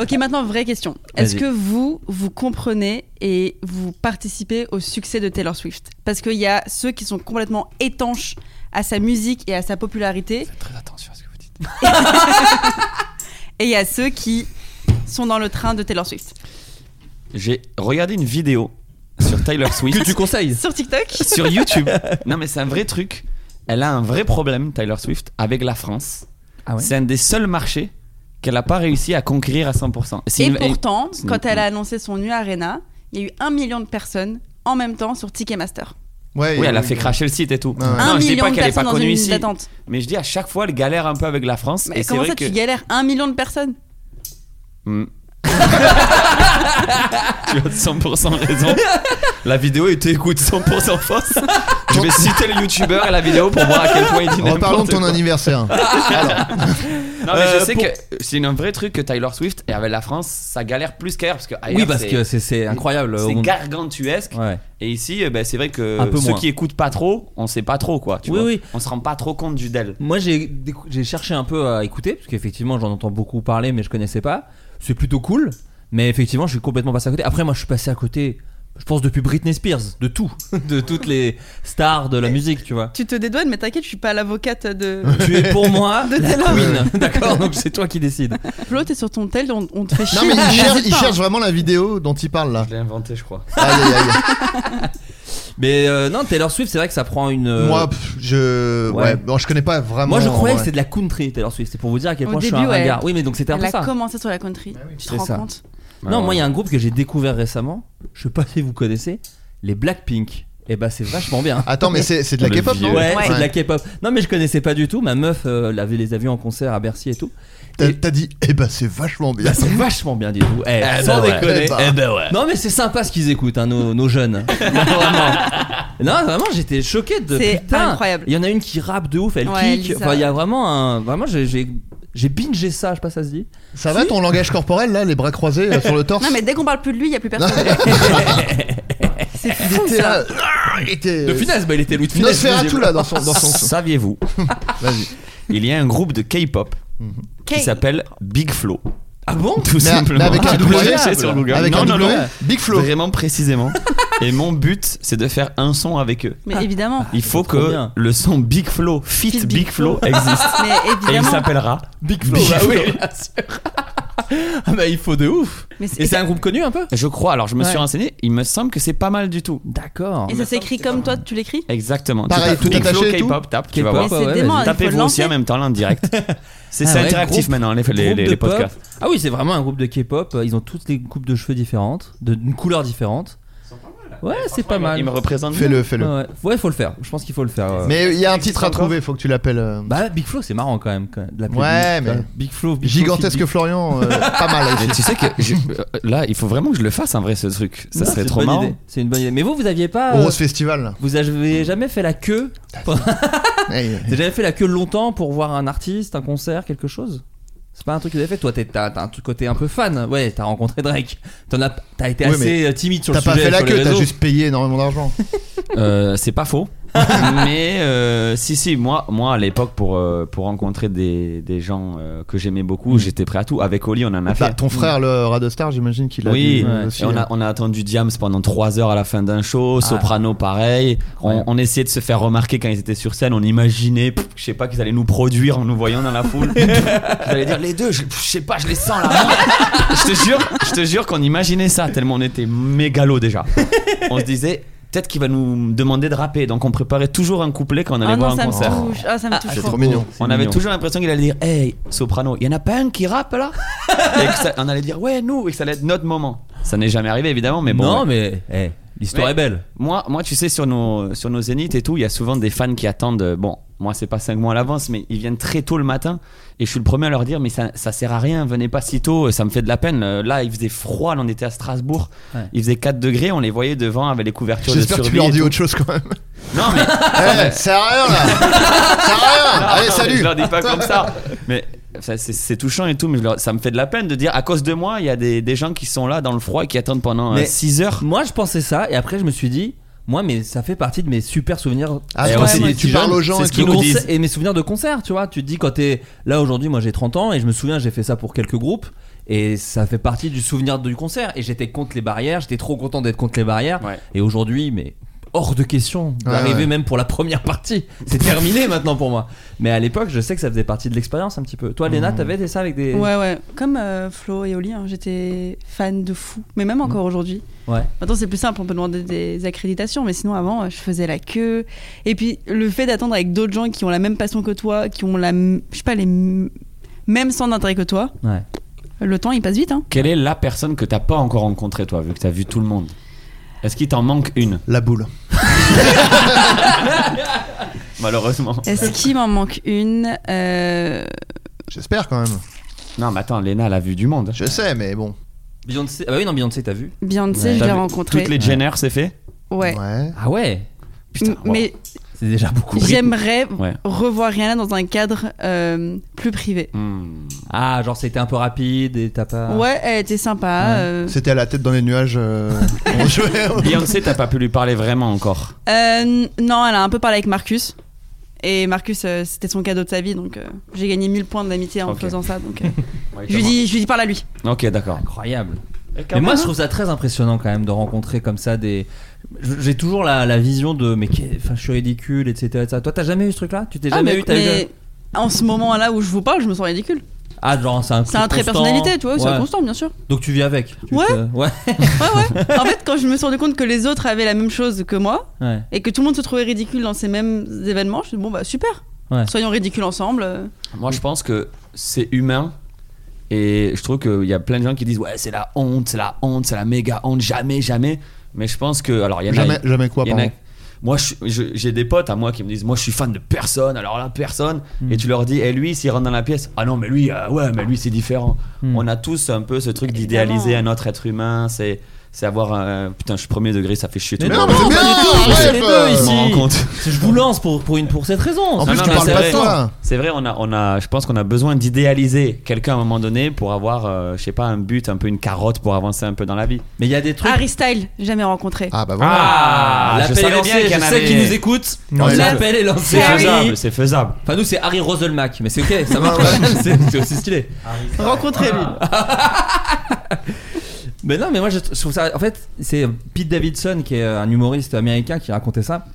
[SPEAKER 6] Ok, maintenant, vraie question. Est-ce
[SPEAKER 4] Vas-y.
[SPEAKER 6] que vous, vous comprenez et vous participez au succès de Taylor Swift Parce qu'il y a ceux qui sont complètement étanches à sa musique et à sa popularité,
[SPEAKER 5] Très attention à ce que vous dites.
[SPEAKER 6] et il y a ceux qui sont dans le train de Taylor Swift.
[SPEAKER 5] J'ai regardé une vidéo sur Taylor Swift.
[SPEAKER 4] que tu conseilles.
[SPEAKER 6] Sur TikTok
[SPEAKER 5] sur YouTube. Non, mais c'est un vrai truc. Elle a un vrai problème, Taylor Swift, avec la France.
[SPEAKER 4] Ah ouais
[SPEAKER 5] c'est un des seuls marchés qu'elle n'a pas réussi à conquérir à 100%. C'est
[SPEAKER 6] Et
[SPEAKER 5] une-
[SPEAKER 6] pourtant,
[SPEAKER 5] c'est une-
[SPEAKER 6] quand elle a annoncé son nu Arena, il y a eu un million de personnes en même temps sur Ticketmaster.
[SPEAKER 2] Ouais,
[SPEAKER 5] Oui, elle a
[SPEAKER 2] et-
[SPEAKER 5] fait cracher le site et tout.
[SPEAKER 2] Ah ouais.
[SPEAKER 5] Non,
[SPEAKER 6] un
[SPEAKER 5] je dis
[SPEAKER 6] million
[SPEAKER 5] pas
[SPEAKER 6] de
[SPEAKER 5] qu'elle est
[SPEAKER 6] personnes
[SPEAKER 5] pas
[SPEAKER 6] dans une
[SPEAKER 5] connue
[SPEAKER 6] liste
[SPEAKER 5] ici.
[SPEAKER 6] d'attente.
[SPEAKER 5] Mais je dis à chaque fois, elle galère un peu avec la France.
[SPEAKER 6] Mais
[SPEAKER 5] et c'est
[SPEAKER 6] comment
[SPEAKER 5] vrai
[SPEAKER 6] ça,
[SPEAKER 5] que.
[SPEAKER 6] tu galères un million de personnes
[SPEAKER 5] Hmm. tu as 100% raison. La vidéo était, écoute, 100% fausse. Je vais citer le youtubeur et la vidéo pour voir à quel point il dit n'importe
[SPEAKER 2] Reparlons de ton
[SPEAKER 5] quoi.
[SPEAKER 2] anniversaire.
[SPEAKER 5] Non, mais
[SPEAKER 4] Euh,
[SPEAKER 5] je sais
[SPEAKER 4] pour-
[SPEAKER 5] que c'est un vrai truc que Taylor Swift et avec la France, ça galère plus qu'ailleurs parce que ailleurs,
[SPEAKER 4] Oui, parce
[SPEAKER 5] c'est-
[SPEAKER 4] que c'est- c'est incroyable.
[SPEAKER 5] c'est
[SPEAKER 4] On-
[SPEAKER 5] gargantuesque.
[SPEAKER 4] Ouais.
[SPEAKER 5] Et ici, euh, ben, c'est vrai que
[SPEAKER 4] Un peu
[SPEAKER 5] ceux
[SPEAKER 4] moins.
[SPEAKER 5] qui écoutent pas trop, on sait pas trop quoi. Tu
[SPEAKER 4] Oui,
[SPEAKER 5] vois.
[SPEAKER 4] oui.
[SPEAKER 5] On se rend pas trop compte du Dell.
[SPEAKER 4] Moi, j'ai décou- j'ai cherché un peu à écouter, parce qu'effectivement, j'en entends beaucoup parler, mais je connaissais pas. C'est plutôt cool, mais effectivement, je suis complètement passé à côté. Après, moi, je suis passé à côté, je pense, depuis Britney Spears, de tout, de toutes les stars de la musique, tu vois.
[SPEAKER 6] Tu te dédouanes, mais t'inquiète, je suis pas l'avocate de.
[SPEAKER 4] Tu es pour moi
[SPEAKER 6] De
[SPEAKER 4] la
[SPEAKER 6] Taylor.
[SPEAKER 4] queen, d'accord Donc c'est toi qui décides.
[SPEAKER 6] Flo, t'es sur ton tel, on, on te fait chier.
[SPEAKER 2] Non, mais il cherche,
[SPEAKER 6] N'hésite
[SPEAKER 2] il
[SPEAKER 6] pas.
[SPEAKER 2] cherche vraiment la vidéo dont il parle là.
[SPEAKER 5] Je l'ai inventé, je crois.
[SPEAKER 2] Aïe, aïe, aïe.
[SPEAKER 4] Mais euh, non, Taylor Swift, c'est vrai que ça prend une. euh,
[SPEAKER 2] Moi, pff, je. Ouais.
[SPEAKER 4] ouais.
[SPEAKER 2] bon, je connais pas vraiment.
[SPEAKER 4] moi, je croyais que
[SPEAKER 2] ouais.
[SPEAKER 4] c'était de la country, Taylor Swift. C'est pour vous dire à quel
[SPEAKER 6] Au
[SPEAKER 4] point je suis
[SPEAKER 6] début,
[SPEAKER 4] un
[SPEAKER 6] ouais.
[SPEAKER 4] ringard. Oui, mais donc c'était un
[SPEAKER 6] Elle
[SPEAKER 4] peu
[SPEAKER 6] a
[SPEAKER 4] ça.
[SPEAKER 6] commencé sur la country. tu te
[SPEAKER 4] C'est
[SPEAKER 6] rends
[SPEAKER 4] ça.
[SPEAKER 6] compte
[SPEAKER 4] Non, moi, il y a un groupe que j'ai découvert récemment. Je sais pas si vous connaissez, les Blackpink. Et bah, c'est vachement bien.
[SPEAKER 2] Attends, mais c'est c'est de la
[SPEAKER 5] Le
[SPEAKER 2] K-pop,
[SPEAKER 5] vieux.
[SPEAKER 2] non
[SPEAKER 4] Ouais, c'est de la
[SPEAKER 2] Ouais.
[SPEAKER 4] K-pop. Non, mais je connaissais pas du tout. Ma meuf euh, l'avait les avions en concert à Bercy et tout.
[SPEAKER 2] T'as-
[SPEAKER 4] Et-
[SPEAKER 2] T'as dit, eh ben c'est vachement bien.
[SPEAKER 4] Bah, c'est vachement bien du tout. Eh, sans déconner.
[SPEAKER 2] Eh
[SPEAKER 4] Non, mais c'est sympa ce qu'ils écoutent, hein, nos, nos jeunes. vraiment. Non, vraiment, j'étais choqué de.
[SPEAKER 6] C'est
[SPEAKER 4] putain,
[SPEAKER 6] incroyable.
[SPEAKER 4] Il y en a une qui rappe de ouf, elle
[SPEAKER 6] Ouais,
[SPEAKER 4] kick.
[SPEAKER 6] Lisa.
[SPEAKER 4] Enfin, il y a vraiment un. Vraiment, j'ai- j'ai j'ai bingé ça, je sais pas si ça se dit.
[SPEAKER 2] Ça va ton langage corporel là, les bras croisés euh, sur le torse
[SPEAKER 6] Non, mais dès qu'on parle plus de lui, il y a plus personne. C'est
[SPEAKER 2] Il
[SPEAKER 6] fou
[SPEAKER 2] était là.
[SPEAKER 6] ça.
[SPEAKER 2] Il était.
[SPEAKER 4] De Eh, finesse, bah, il était Louis de finesse.
[SPEAKER 2] Nosferatu là dans son. Dans son...
[SPEAKER 5] Saviez-vous
[SPEAKER 2] Vas-y. Mhm.
[SPEAKER 5] Il y a un groupe de K-pop qui
[SPEAKER 6] Kay.
[SPEAKER 5] s'appelle Big Flow.
[SPEAKER 4] Ah bon
[SPEAKER 5] Tout
[SPEAKER 2] Mais,
[SPEAKER 5] simplement.
[SPEAKER 2] mais avec un W
[SPEAKER 5] Cherchez sur Google.
[SPEAKER 2] Avec
[SPEAKER 5] non,
[SPEAKER 2] un
[SPEAKER 5] non,
[SPEAKER 2] W
[SPEAKER 5] non.
[SPEAKER 2] Big Flow.
[SPEAKER 5] Vraiment précisément. Et mon but, c'est de faire un son avec eux.
[SPEAKER 6] Mais évidemment.
[SPEAKER 2] Ah,
[SPEAKER 5] Il faut
[SPEAKER 4] trop
[SPEAKER 5] que
[SPEAKER 4] bien.
[SPEAKER 5] le son Big Flow, fit
[SPEAKER 6] Fit
[SPEAKER 5] Big,
[SPEAKER 6] Big
[SPEAKER 5] Flow,
[SPEAKER 6] Flow.
[SPEAKER 5] existe.
[SPEAKER 6] Mais
[SPEAKER 5] Et il
[SPEAKER 6] évidemment.
[SPEAKER 5] s'appellera
[SPEAKER 4] Big Flow,
[SPEAKER 5] Big
[SPEAKER 4] bah oui,
[SPEAKER 5] Flow.
[SPEAKER 4] bien sûr. ah, bah, il faut de ouf.
[SPEAKER 6] Mais c'est-
[SPEAKER 4] Et c'est un groupe connu un peu
[SPEAKER 5] Je crois, alors je me suis
[SPEAKER 4] Ouais.
[SPEAKER 5] renseigné, il me semble que c'est pas mal du tout.
[SPEAKER 4] D'accord.
[SPEAKER 6] Et ça s'écrit comme toi, tu l'écris
[SPEAKER 5] Exactement.
[SPEAKER 2] Pareil,
[SPEAKER 5] Tu tapes
[SPEAKER 2] tout
[SPEAKER 5] Big
[SPEAKER 2] attaché
[SPEAKER 5] Flow,
[SPEAKER 2] et tout
[SPEAKER 5] K-pop, tape, tu vas
[SPEAKER 4] K-pop.
[SPEAKER 6] Mais
[SPEAKER 5] voir.
[SPEAKER 4] Ah, ouais,
[SPEAKER 6] c'est
[SPEAKER 4] ouais,
[SPEAKER 6] dément, il faut le
[SPEAKER 5] Tapez-vous aussi
[SPEAKER 6] lancer.
[SPEAKER 5] hein, en même temps là en direct. C'est
[SPEAKER 4] Ah
[SPEAKER 5] c'est
[SPEAKER 4] ouais,
[SPEAKER 5] interactif
[SPEAKER 4] groupe-
[SPEAKER 5] maintenant, les, les,
[SPEAKER 4] groupe
[SPEAKER 5] les,
[SPEAKER 4] de
[SPEAKER 5] les
[SPEAKER 4] pop.
[SPEAKER 5] podcasts.
[SPEAKER 4] Ah oui, c'est vraiment un groupe de K-pop. Ils ont toutes les coupes de cheveux différentes, de- d'une couleur différente. Ouais, c'est pas mal.
[SPEAKER 5] Il me représente.
[SPEAKER 2] Fais-le, fais-le.
[SPEAKER 4] Ouais, ouais. Ouais, faut le faire. Je pense qu'il faut le faire. euh.
[SPEAKER 2] Mais il y a un titre à
[SPEAKER 5] encore
[SPEAKER 2] trouver, faut que tu l'appelles. euh,
[SPEAKER 4] Bah, Big Flow, c'est marrant quand même. quand même, de l'appeler
[SPEAKER 2] Ouais,
[SPEAKER 4] Big-
[SPEAKER 2] mais-
[SPEAKER 4] Big Flow. Big Flow,
[SPEAKER 2] Gigantesque
[SPEAKER 4] Big-
[SPEAKER 2] Florian, euh, pas mal.
[SPEAKER 5] Mais tu sais que je- euh, là, il faut vraiment que je le fasse en vrai ce truc. Ça
[SPEAKER 4] Non, c'est
[SPEAKER 5] serait
[SPEAKER 4] une
[SPEAKER 5] trop
[SPEAKER 4] bonne
[SPEAKER 5] marrant.
[SPEAKER 4] idée. C'est une bonne idée. Mais vous, vous aviez
[SPEAKER 5] Ah.
[SPEAKER 4] pas. euh,
[SPEAKER 2] Rose Festival. là.
[SPEAKER 4] vous avez jamais fait la queue
[SPEAKER 2] Hey,
[SPEAKER 4] Vous avez jamais fait la queue longtemps pour voir un artiste, un concert, quelque chose c'est pas un truc que vous avez fait, toi t'es- t'as t'as un truc côté un peu fan, ouais t'as rencontré Drake, T'en as- t'as été
[SPEAKER 2] Oui,
[SPEAKER 4] assez euh, timide sur le
[SPEAKER 2] T'as pas
[SPEAKER 4] sujet.
[SPEAKER 2] fait la
[SPEAKER 4] sur les
[SPEAKER 2] queue, t'as
[SPEAKER 4] réseaux.
[SPEAKER 2] juste payé énormément d'argent.
[SPEAKER 5] Euh, c'est pas faux. mais euh, si, si, moi, moi à l'époque, pour, euh, pour rencontrer des, des gens euh, que j'aimais beaucoup, j'étais prêt à tout. Avec Oli, on en a
[SPEAKER 2] Bah,
[SPEAKER 5] fait.
[SPEAKER 2] ton frère, le Radostar, j'imagine qu'il a
[SPEAKER 5] Oui,
[SPEAKER 2] dû, euh,
[SPEAKER 4] ouais.
[SPEAKER 2] aussi,
[SPEAKER 5] Et on,
[SPEAKER 2] euh,
[SPEAKER 5] a, on a attendu Diams pendant 3 heures à la fin d'un show,
[SPEAKER 6] Ah.
[SPEAKER 5] Soprano pareil. On, on essayait de se faire remarquer quand ils étaient sur scène, on imaginait, pff, je sais pas, qu'ils allaient nous produire en nous voyant dans la foule. J'allais dire les deux, je, pff, je sais pas, je les sens là. je te jure, je te jure qu'on imaginait ça tellement on était mégalo déjà. On se disait peut-être qu'il va nous demander de rapper, donc on préparait toujours un couplet quand on allait
[SPEAKER 6] Ah
[SPEAKER 5] voir
[SPEAKER 6] non,
[SPEAKER 5] un
[SPEAKER 6] ça
[SPEAKER 5] concert.
[SPEAKER 6] me touche. Ah, ça me touche.
[SPEAKER 2] c'est
[SPEAKER 6] trop.
[SPEAKER 2] trop mignon.
[SPEAKER 5] On avait toujours l'impression qu'il allait dire Hey, soprano, il y en a pas un qui rappe là Et que ça- on allait dire Ouais, nous, et que ça allait être notre moment. Ça n'est jamais arrivé évidemment, mais bon.
[SPEAKER 4] non,
[SPEAKER 5] ouais.
[SPEAKER 4] mais eh, L'histoire
[SPEAKER 5] Ouais.
[SPEAKER 4] est belle.
[SPEAKER 5] Moi, moi, tu sais, sur nos, sur nos zéniths et tout, il y a souvent des fans qui attendent. euh, Bon, moi, c'est pas 5 mois à l'avance, mais ils viennent très tôt le matin. Et je suis le premier à leur dire, mais ça, ça sert à rien, venez pas si tôt, ça me fait de la peine. Euh, Là, il faisait froid, là, on était à Strasbourg,
[SPEAKER 4] Ouais.
[SPEAKER 5] il faisait 4 degrés, on les voyait devant avec les couvertures de
[SPEAKER 2] J'espère que tu
[SPEAKER 5] survie.
[SPEAKER 2] leur
[SPEAKER 5] et
[SPEAKER 2] dis
[SPEAKER 5] tout.
[SPEAKER 2] autre chose quand même.
[SPEAKER 5] Non, mais
[SPEAKER 2] Eh, c'est rien là
[SPEAKER 5] Non,
[SPEAKER 2] C'est rien Allez,
[SPEAKER 5] non, mais
[SPEAKER 2] Ah salut
[SPEAKER 5] Je leur dis pas comme ça. Mais ça, c'est- c'est touchant et tout, mais je leur- ça me fait de la peine de dire à cause de moi, il y a des, des gens qui sont là dans le froid et qui attendent pendant euh,
[SPEAKER 4] Mais-
[SPEAKER 5] 6 heures.
[SPEAKER 4] Moi, je pensais ça, et après, je me suis dit, moi, mais ça fait partie de mes super souvenirs.
[SPEAKER 2] Ah,
[SPEAKER 5] Et
[SPEAKER 2] c'est
[SPEAKER 5] Eh, on
[SPEAKER 2] pas
[SPEAKER 5] s'est
[SPEAKER 2] si
[SPEAKER 5] dit,
[SPEAKER 2] tu
[SPEAKER 5] tu
[SPEAKER 2] parles
[SPEAKER 5] jeunes,
[SPEAKER 2] aux gens
[SPEAKER 5] c'est
[SPEAKER 2] et
[SPEAKER 5] ce
[SPEAKER 2] tout.
[SPEAKER 5] qu'ils
[SPEAKER 4] de
[SPEAKER 5] nous
[SPEAKER 4] concerts-
[SPEAKER 5] disent.
[SPEAKER 4] et mes souvenirs de concerts, tu vois. Tu te dis quand t'es là aujourd'hui, moi j'ai 30 ans et je me souviens, j'ai fait ça pour quelques groupes et ça fait partie du souvenir du concert. Et j'étais contre les barrières, j'étais trop content d'être contre les barrières.
[SPEAKER 5] Ouais.
[SPEAKER 4] Et aujourd'hui, mais hors de question d'arriver
[SPEAKER 2] Ouais, ouais.
[SPEAKER 4] même pour la première partie. C'est terminé maintenant pour moi. Mais à l'époque, je sais que ça faisait partie de l'expérience un petit peu. Toi,
[SPEAKER 2] Mmh.
[SPEAKER 4] Léna, t'avais été ça avec des.
[SPEAKER 6] Ouais, ouais. Comme euh, Flo et Oli, hein, j'étais fan de fou. Mais
[SPEAKER 5] Mm.
[SPEAKER 6] même encore aujourd'hui.
[SPEAKER 4] Ouais.
[SPEAKER 6] Maintenant, c'est plus simple, on peut demander des accréditations. Mais sinon, avant, euh, je faisais la queue. Et puis, le fait d'attendre avec d'autres gens qui ont la même passion que toi, qui ont la, m- je sais pas, les m- mêmes centres d'intérêt que toi,
[SPEAKER 4] Ouais.
[SPEAKER 6] le temps, il passe vite. Hein.
[SPEAKER 5] Quelle est la personne que t'as pas encore rencontrée, toi, vu que t'as vu tout le monde Est-ce qu'il t'en manque une
[SPEAKER 2] La boule.
[SPEAKER 5] Malheureusement.
[SPEAKER 6] Est-ce qu'il m'en manque une Euh,
[SPEAKER 2] J'espère quand même.
[SPEAKER 5] Non, mais attends, Léna, elle a vu du monde.
[SPEAKER 2] Je sais, mais bon.
[SPEAKER 4] Beyoncé. Ah bah oui, non, Beyoncé, t'as vu.
[SPEAKER 6] Beyoncé,
[SPEAKER 5] T'as
[SPEAKER 6] je l'ai
[SPEAKER 5] vu
[SPEAKER 6] rencontrée.
[SPEAKER 5] Toutes les Jenner, c'est fait
[SPEAKER 6] Ouais.
[SPEAKER 4] Ah ouais.
[SPEAKER 5] Putain,
[SPEAKER 6] M-
[SPEAKER 5] wow.
[SPEAKER 6] Mais
[SPEAKER 4] C'est déjà beaucoup.
[SPEAKER 6] j'aimerais
[SPEAKER 5] Ouais.
[SPEAKER 6] revoir Rihanna dans un cadre euh, plus privé.
[SPEAKER 5] Hmm.
[SPEAKER 4] Ah, genre c'était un peu rapide et t'as
[SPEAKER 5] Ah.
[SPEAKER 4] pas.
[SPEAKER 6] Ouais, elle était sympa. euh,
[SPEAKER 2] C'était à la tête dans les nuages. euh, on jouait.
[SPEAKER 5] Beyoncé, t'as pas pu lui parler vraiment encore.
[SPEAKER 6] Euh, non, elle a un peu parlé avec Marcus. Et Marcus, euh, c'était son cadeau de sa vie, donc euh, j'ai gagné 1000 points d'amitié en
[SPEAKER 5] Ok.
[SPEAKER 6] faisant ça. Donc, euh, je, lui dis, je lui dis, parle à lui.
[SPEAKER 5] Ok, d'accord.
[SPEAKER 4] Incroyable. Mais moi, je trouve ça très impressionnant quand même de rencontrer comme ça des. je- J'ai toujours la, la vision de mais qu'est- enfin, je suis ridicule, etc. etc. Toi, t'as jamais eu ce truc-là Tu t'es
[SPEAKER 6] Ah,
[SPEAKER 4] jamais
[SPEAKER 6] mais-
[SPEAKER 4] eu t'as eu
[SPEAKER 6] mais en ce moment-là où je vous parle, je me sens ridicule.
[SPEAKER 4] le- Ah, genre, c'est un
[SPEAKER 6] C'est un trait
[SPEAKER 4] truc
[SPEAKER 6] de
[SPEAKER 4] constant.
[SPEAKER 6] personnalité, tu vois, c'est
[SPEAKER 4] Ouais.
[SPEAKER 6] un constant, bien sûr.
[SPEAKER 4] Donc tu vis avec. Tu
[SPEAKER 6] Ouais.
[SPEAKER 4] te- ouais.
[SPEAKER 6] Ouais, ouais. en fait, quand je me suis rendu compte que les autres avaient la même chose que moi
[SPEAKER 4] Ouais.
[SPEAKER 6] et que tout le monde se trouvait ridicule dans ces mêmes événements, je me suis dit, bon, bah super.
[SPEAKER 4] Ouais.
[SPEAKER 6] Soyons ridicules ensemble. euh.
[SPEAKER 5] Moi, je pense que c'est humain. Et je trouve qu'il y a plein de gens qui disent Ouais, c'est la honte, c'est la honte, c'est la méga honte, jamais, jamais. Mais je pense que. Alors, il y en
[SPEAKER 2] Jamais,
[SPEAKER 5] a.
[SPEAKER 2] jamais quoi,
[SPEAKER 5] il y en a-
[SPEAKER 4] hein?
[SPEAKER 2] pardon.
[SPEAKER 5] moi, je suis- je- j'ai des potes à moi qui me disent Moi, je suis fan de personne, alors là, personne.
[SPEAKER 4] Hmm.
[SPEAKER 5] Et tu leur dis Et lui, s'il rentre dans la pièce Ah non, mais lui, euh, ouais, mais lui, c'est différent.
[SPEAKER 4] Hmm.
[SPEAKER 5] On a tous un peu ce truc
[SPEAKER 6] Évidemment.
[SPEAKER 5] d'idéaliser un autre être humain. C'est c'est avoir. un- Putain, je suis premier degré, ça fait chier tout
[SPEAKER 4] Mais
[SPEAKER 5] le
[SPEAKER 4] non,
[SPEAKER 5] monde.
[SPEAKER 4] mais c'est
[SPEAKER 2] bien,
[SPEAKER 4] pas du tout,
[SPEAKER 2] arrête,
[SPEAKER 4] c'est les deux
[SPEAKER 2] euh,
[SPEAKER 5] Je m'en rends
[SPEAKER 4] ici.
[SPEAKER 5] compte.
[SPEAKER 4] Je vous lance pour, pour, une, pour cette raison.
[SPEAKER 2] En
[SPEAKER 4] c'est
[SPEAKER 2] plus,
[SPEAKER 5] non,
[SPEAKER 2] tu
[SPEAKER 5] mais
[SPEAKER 2] parles
[SPEAKER 5] c'est
[SPEAKER 2] pas
[SPEAKER 5] vrai.
[SPEAKER 2] de toi.
[SPEAKER 5] C'est vrai, on a, on a, je pense qu'on a besoin d'idéaliser quelqu'un à un moment donné pour avoir, euh, je sais pas, un but, un peu une carotte pour avancer un peu dans la vie.
[SPEAKER 4] Mais il y a des trucs.
[SPEAKER 6] Harry Style, jamais rencontré.
[SPEAKER 2] Ah bah voilà.
[SPEAKER 5] Ah, je
[SPEAKER 4] l'appel est
[SPEAKER 5] savais
[SPEAKER 4] lancé.
[SPEAKER 5] bien qu'il y en
[SPEAKER 4] je sais
[SPEAKER 5] avait.
[SPEAKER 4] qu'ils nous Ah écoutent.
[SPEAKER 2] Ouais.
[SPEAKER 4] L'appel est lancé.
[SPEAKER 5] C'est faisable,
[SPEAKER 4] Harry.
[SPEAKER 5] c'est faisable.
[SPEAKER 4] Enfin, nous, c'est Harry Roselmack, mais c'est ok, ça marche. c'est c'est aussi stylé.
[SPEAKER 6] Rencontrez-lui.
[SPEAKER 4] Mais non, mais moi je je trouve ça. En fait, c'est Pete Davidson qui est un humoriste américain qui racontait ça.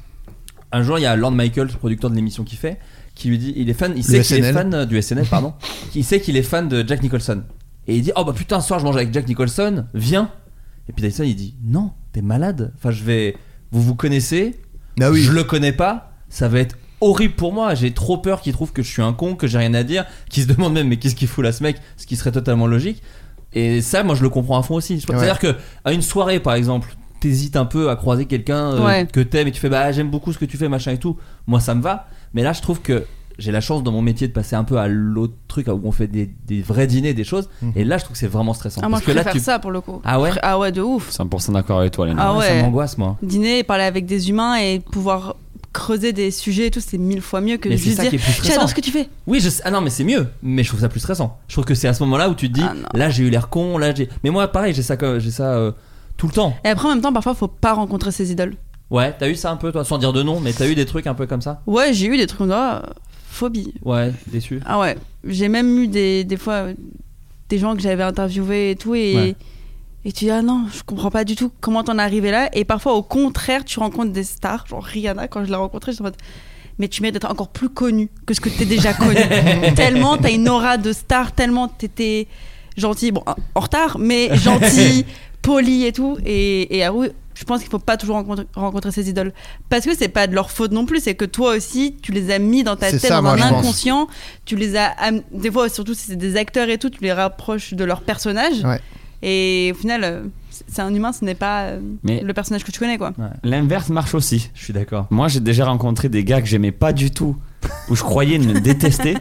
[SPEAKER 4] Un jour, il y a Lord Michael, le producteur de l'émission qu'il fait, qui lui dit, il est fan, il sait
[SPEAKER 2] Le
[SPEAKER 4] qu'il est
[SPEAKER 2] SNL.
[SPEAKER 4] fan euh, du SNL, pardon. il sait qu'il est fan de Jack Nicholson. Et il dit, oh bah putain, ce soir je mange avec Jack Nicholson, viens. Et Pete Davidson, il dit, non, t'es malade. Enfin, je vais, vous vous connaissez,
[SPEAKER 2] Ah oui.
[SPEAKER 4] je le connais pas, ça va être horrible pour moi. J'ai trop peur qu'il trouve que je suis un con, que j'ai rien à dire, qu'il se demande même mais qu'est-ce qu'il fout là ce mec, ce qui serait totalement logique. Et ça, moi, je le comprends à fond aussi. Je-
[SPEAKER 2] Ouais.
[SPEAKER 4] C'est-à-dire que à une soirée, par exemple, t'hésites un peu à croiser quelqu'un euh,
[SPEAKER 6] Ouais.
[SPEAKER 4] que t'aimes et tu fais bah j'aime beaucoup ce que tu fais machin et tout. Moi, ça me va. Mais là, je trouve que j'ai la chance dans mon métier de passer un peu à l'autre truc où on fait des, des vrais dîners, des choses.
[SPEAKER 2] Mmh.
[SPEAKER 4] Et là, je trouve que c'est vraiment stressant.
[SPEAKER 6] Ah, moi,
[SPEAKER 4] parce
[SPEAKER 6] je
[SPEAKER 4] que là,
[SPEAKER 6] préfère
[SPEAKER 4] tu
[SPEAKER 6] ça pour le coup.
[SPEAKER 4] ah ouais.
[SPEAKER 6] Ah ouais, de ouf.
[SPEAKER 5] 100% d'accord avec toi, Léna.
[SPEAKER 6] Ah
[SPEAKER 4] Ça
[SPEAKER 6] ouais.
[SPEAKER 4] m'angoisse moi.
[SPEAKER 6] dîner et parler avec des humains et pouvoir creuser des sujets et tout, c'est mille fois mieux que
[SPEAKER 4] Mais c'est
[SPEAKER 6] juste
[SPEAKER 4] ça qui
[SPEAKER 6] dire
[SPEAKER 4] est plus stressant.
[SPEAKER 6] j'adore ce que tu fais.
[SPEAKER 4] Oui, je sais- Ah non, mais c'est mieux. Mais je trouve ça plus stressant. Je trouve que c'est à ce moment-là où tu te dis,
[SPEAKER 6] Ah non.
[SPEAKER 4] là j'ai eu l'air con, là j'ai. Mais moi, pareil, j'ai ça, comme- j'ai ça euh, tout le temps.
[SPEAKER 6] Et après, en même temps, parfois, faut pas rencontrer ses idoles.
[SPEAKER 4] Ouais, t'as eu ça un peu, toi, sans dire de nom, mais t'as eu des trucs un peu comme ça.
[SPEAKER 6] Ouais, j'ai eu des trucs comme ça, euh, phobie.
[SPEAKER 4] Ouais, déçu.
[SPEAKER 6] Ah ouais, j'ai même eu des, des fois euh, des gens que j'avais interviewés et tout, et,
[SPEAKER 4] Ouais.
[SPEAKER 6] et tu dis ah non, je comprends pas du tout comment t'en es arrivé là. Et parfois, au contraire, tu rencontres des stars, genre Rihanna, quand je l'ai rencontrée, j'étais en mode. Mais tu mérites d'être encore plus connu que ce que t'es déjà connu. tellement t'as une aura de star, tellement t'étais gentil, bon, en retard, mais gentil, poli et tout. Et, et ah oui, je pense qu'il faut pas toujours rencontrer, rencontrer ses idoles. Parce que c'est pas de leur faute non plus, c'est que toi aussi, tu les as mis dans ta
[SPEAKER 2] C'est
[SPEAKER 6] tête,
[SPEAKER 2] ça,
[SPEAKER 6] dans
[SPEAKER 2] moi,
[SPEAKER 6] un
[SPEAKER 2] je pense.
[SPEAKER 6] inconscient. Tu les as. am- Des fois, surtout si c'est des acteurs et tout, tu les rapproches de leur personnage.
[SPEAKER 2] Ouais.
[SPEAKER 6] Et au final, euh, C'est un humain, ce n'est pas euh,
[SPEAKER 5] Mais-
[SPEAKER 6] le personnage que tu connais, quoi.
[SPEAKER 4] Ah.
[SPEAKER 5] L'inverse marche aussi.
[SPEAKER 4] Je suis d'accord.
[SPEAKER 5] Moi, j'ai déjà rencontré des gars que j'aimais pas du tout, où je croyais me détester.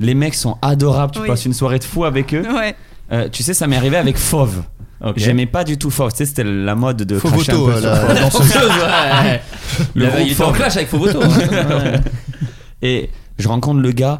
[SPEAKER 5] Les mecs sont adorables, tu
[SPEAKER 6] Oui.
[SPEAKER 5] passes une soirée de fou avec eux.
[SPEAKER 6] Ouais.
[SPEAKER 5] Euh, tu sais, ça m'est arrivé avec Fauve.
[SPEAKER 4] Ok.
[SPEAKER 5] J'aimais pas du tout Fauve. Tu sais, c'était la mode de
[SPEAKER 2] Faux
[SPEAKER 5] cracher un
[SPEAKER 2] voto,
[SPEAKER 5] peu sur
[SPEAKER 2] euh, la-
[SPEAKER 5] Fauve.
[SPEAKER 2] la danseuse.
[SPEAKER 4] ouais.
[SPEAKER 5] Le
[SPEAKER 4] Le
[SPEAKER 5] groupe
[SPEAKER 4] il était en
[SPEAKER 5] fort.
[SPEAKER 4] clash avec Foboto. hein.
[SPEAKER 5] Et je rencontre le gars,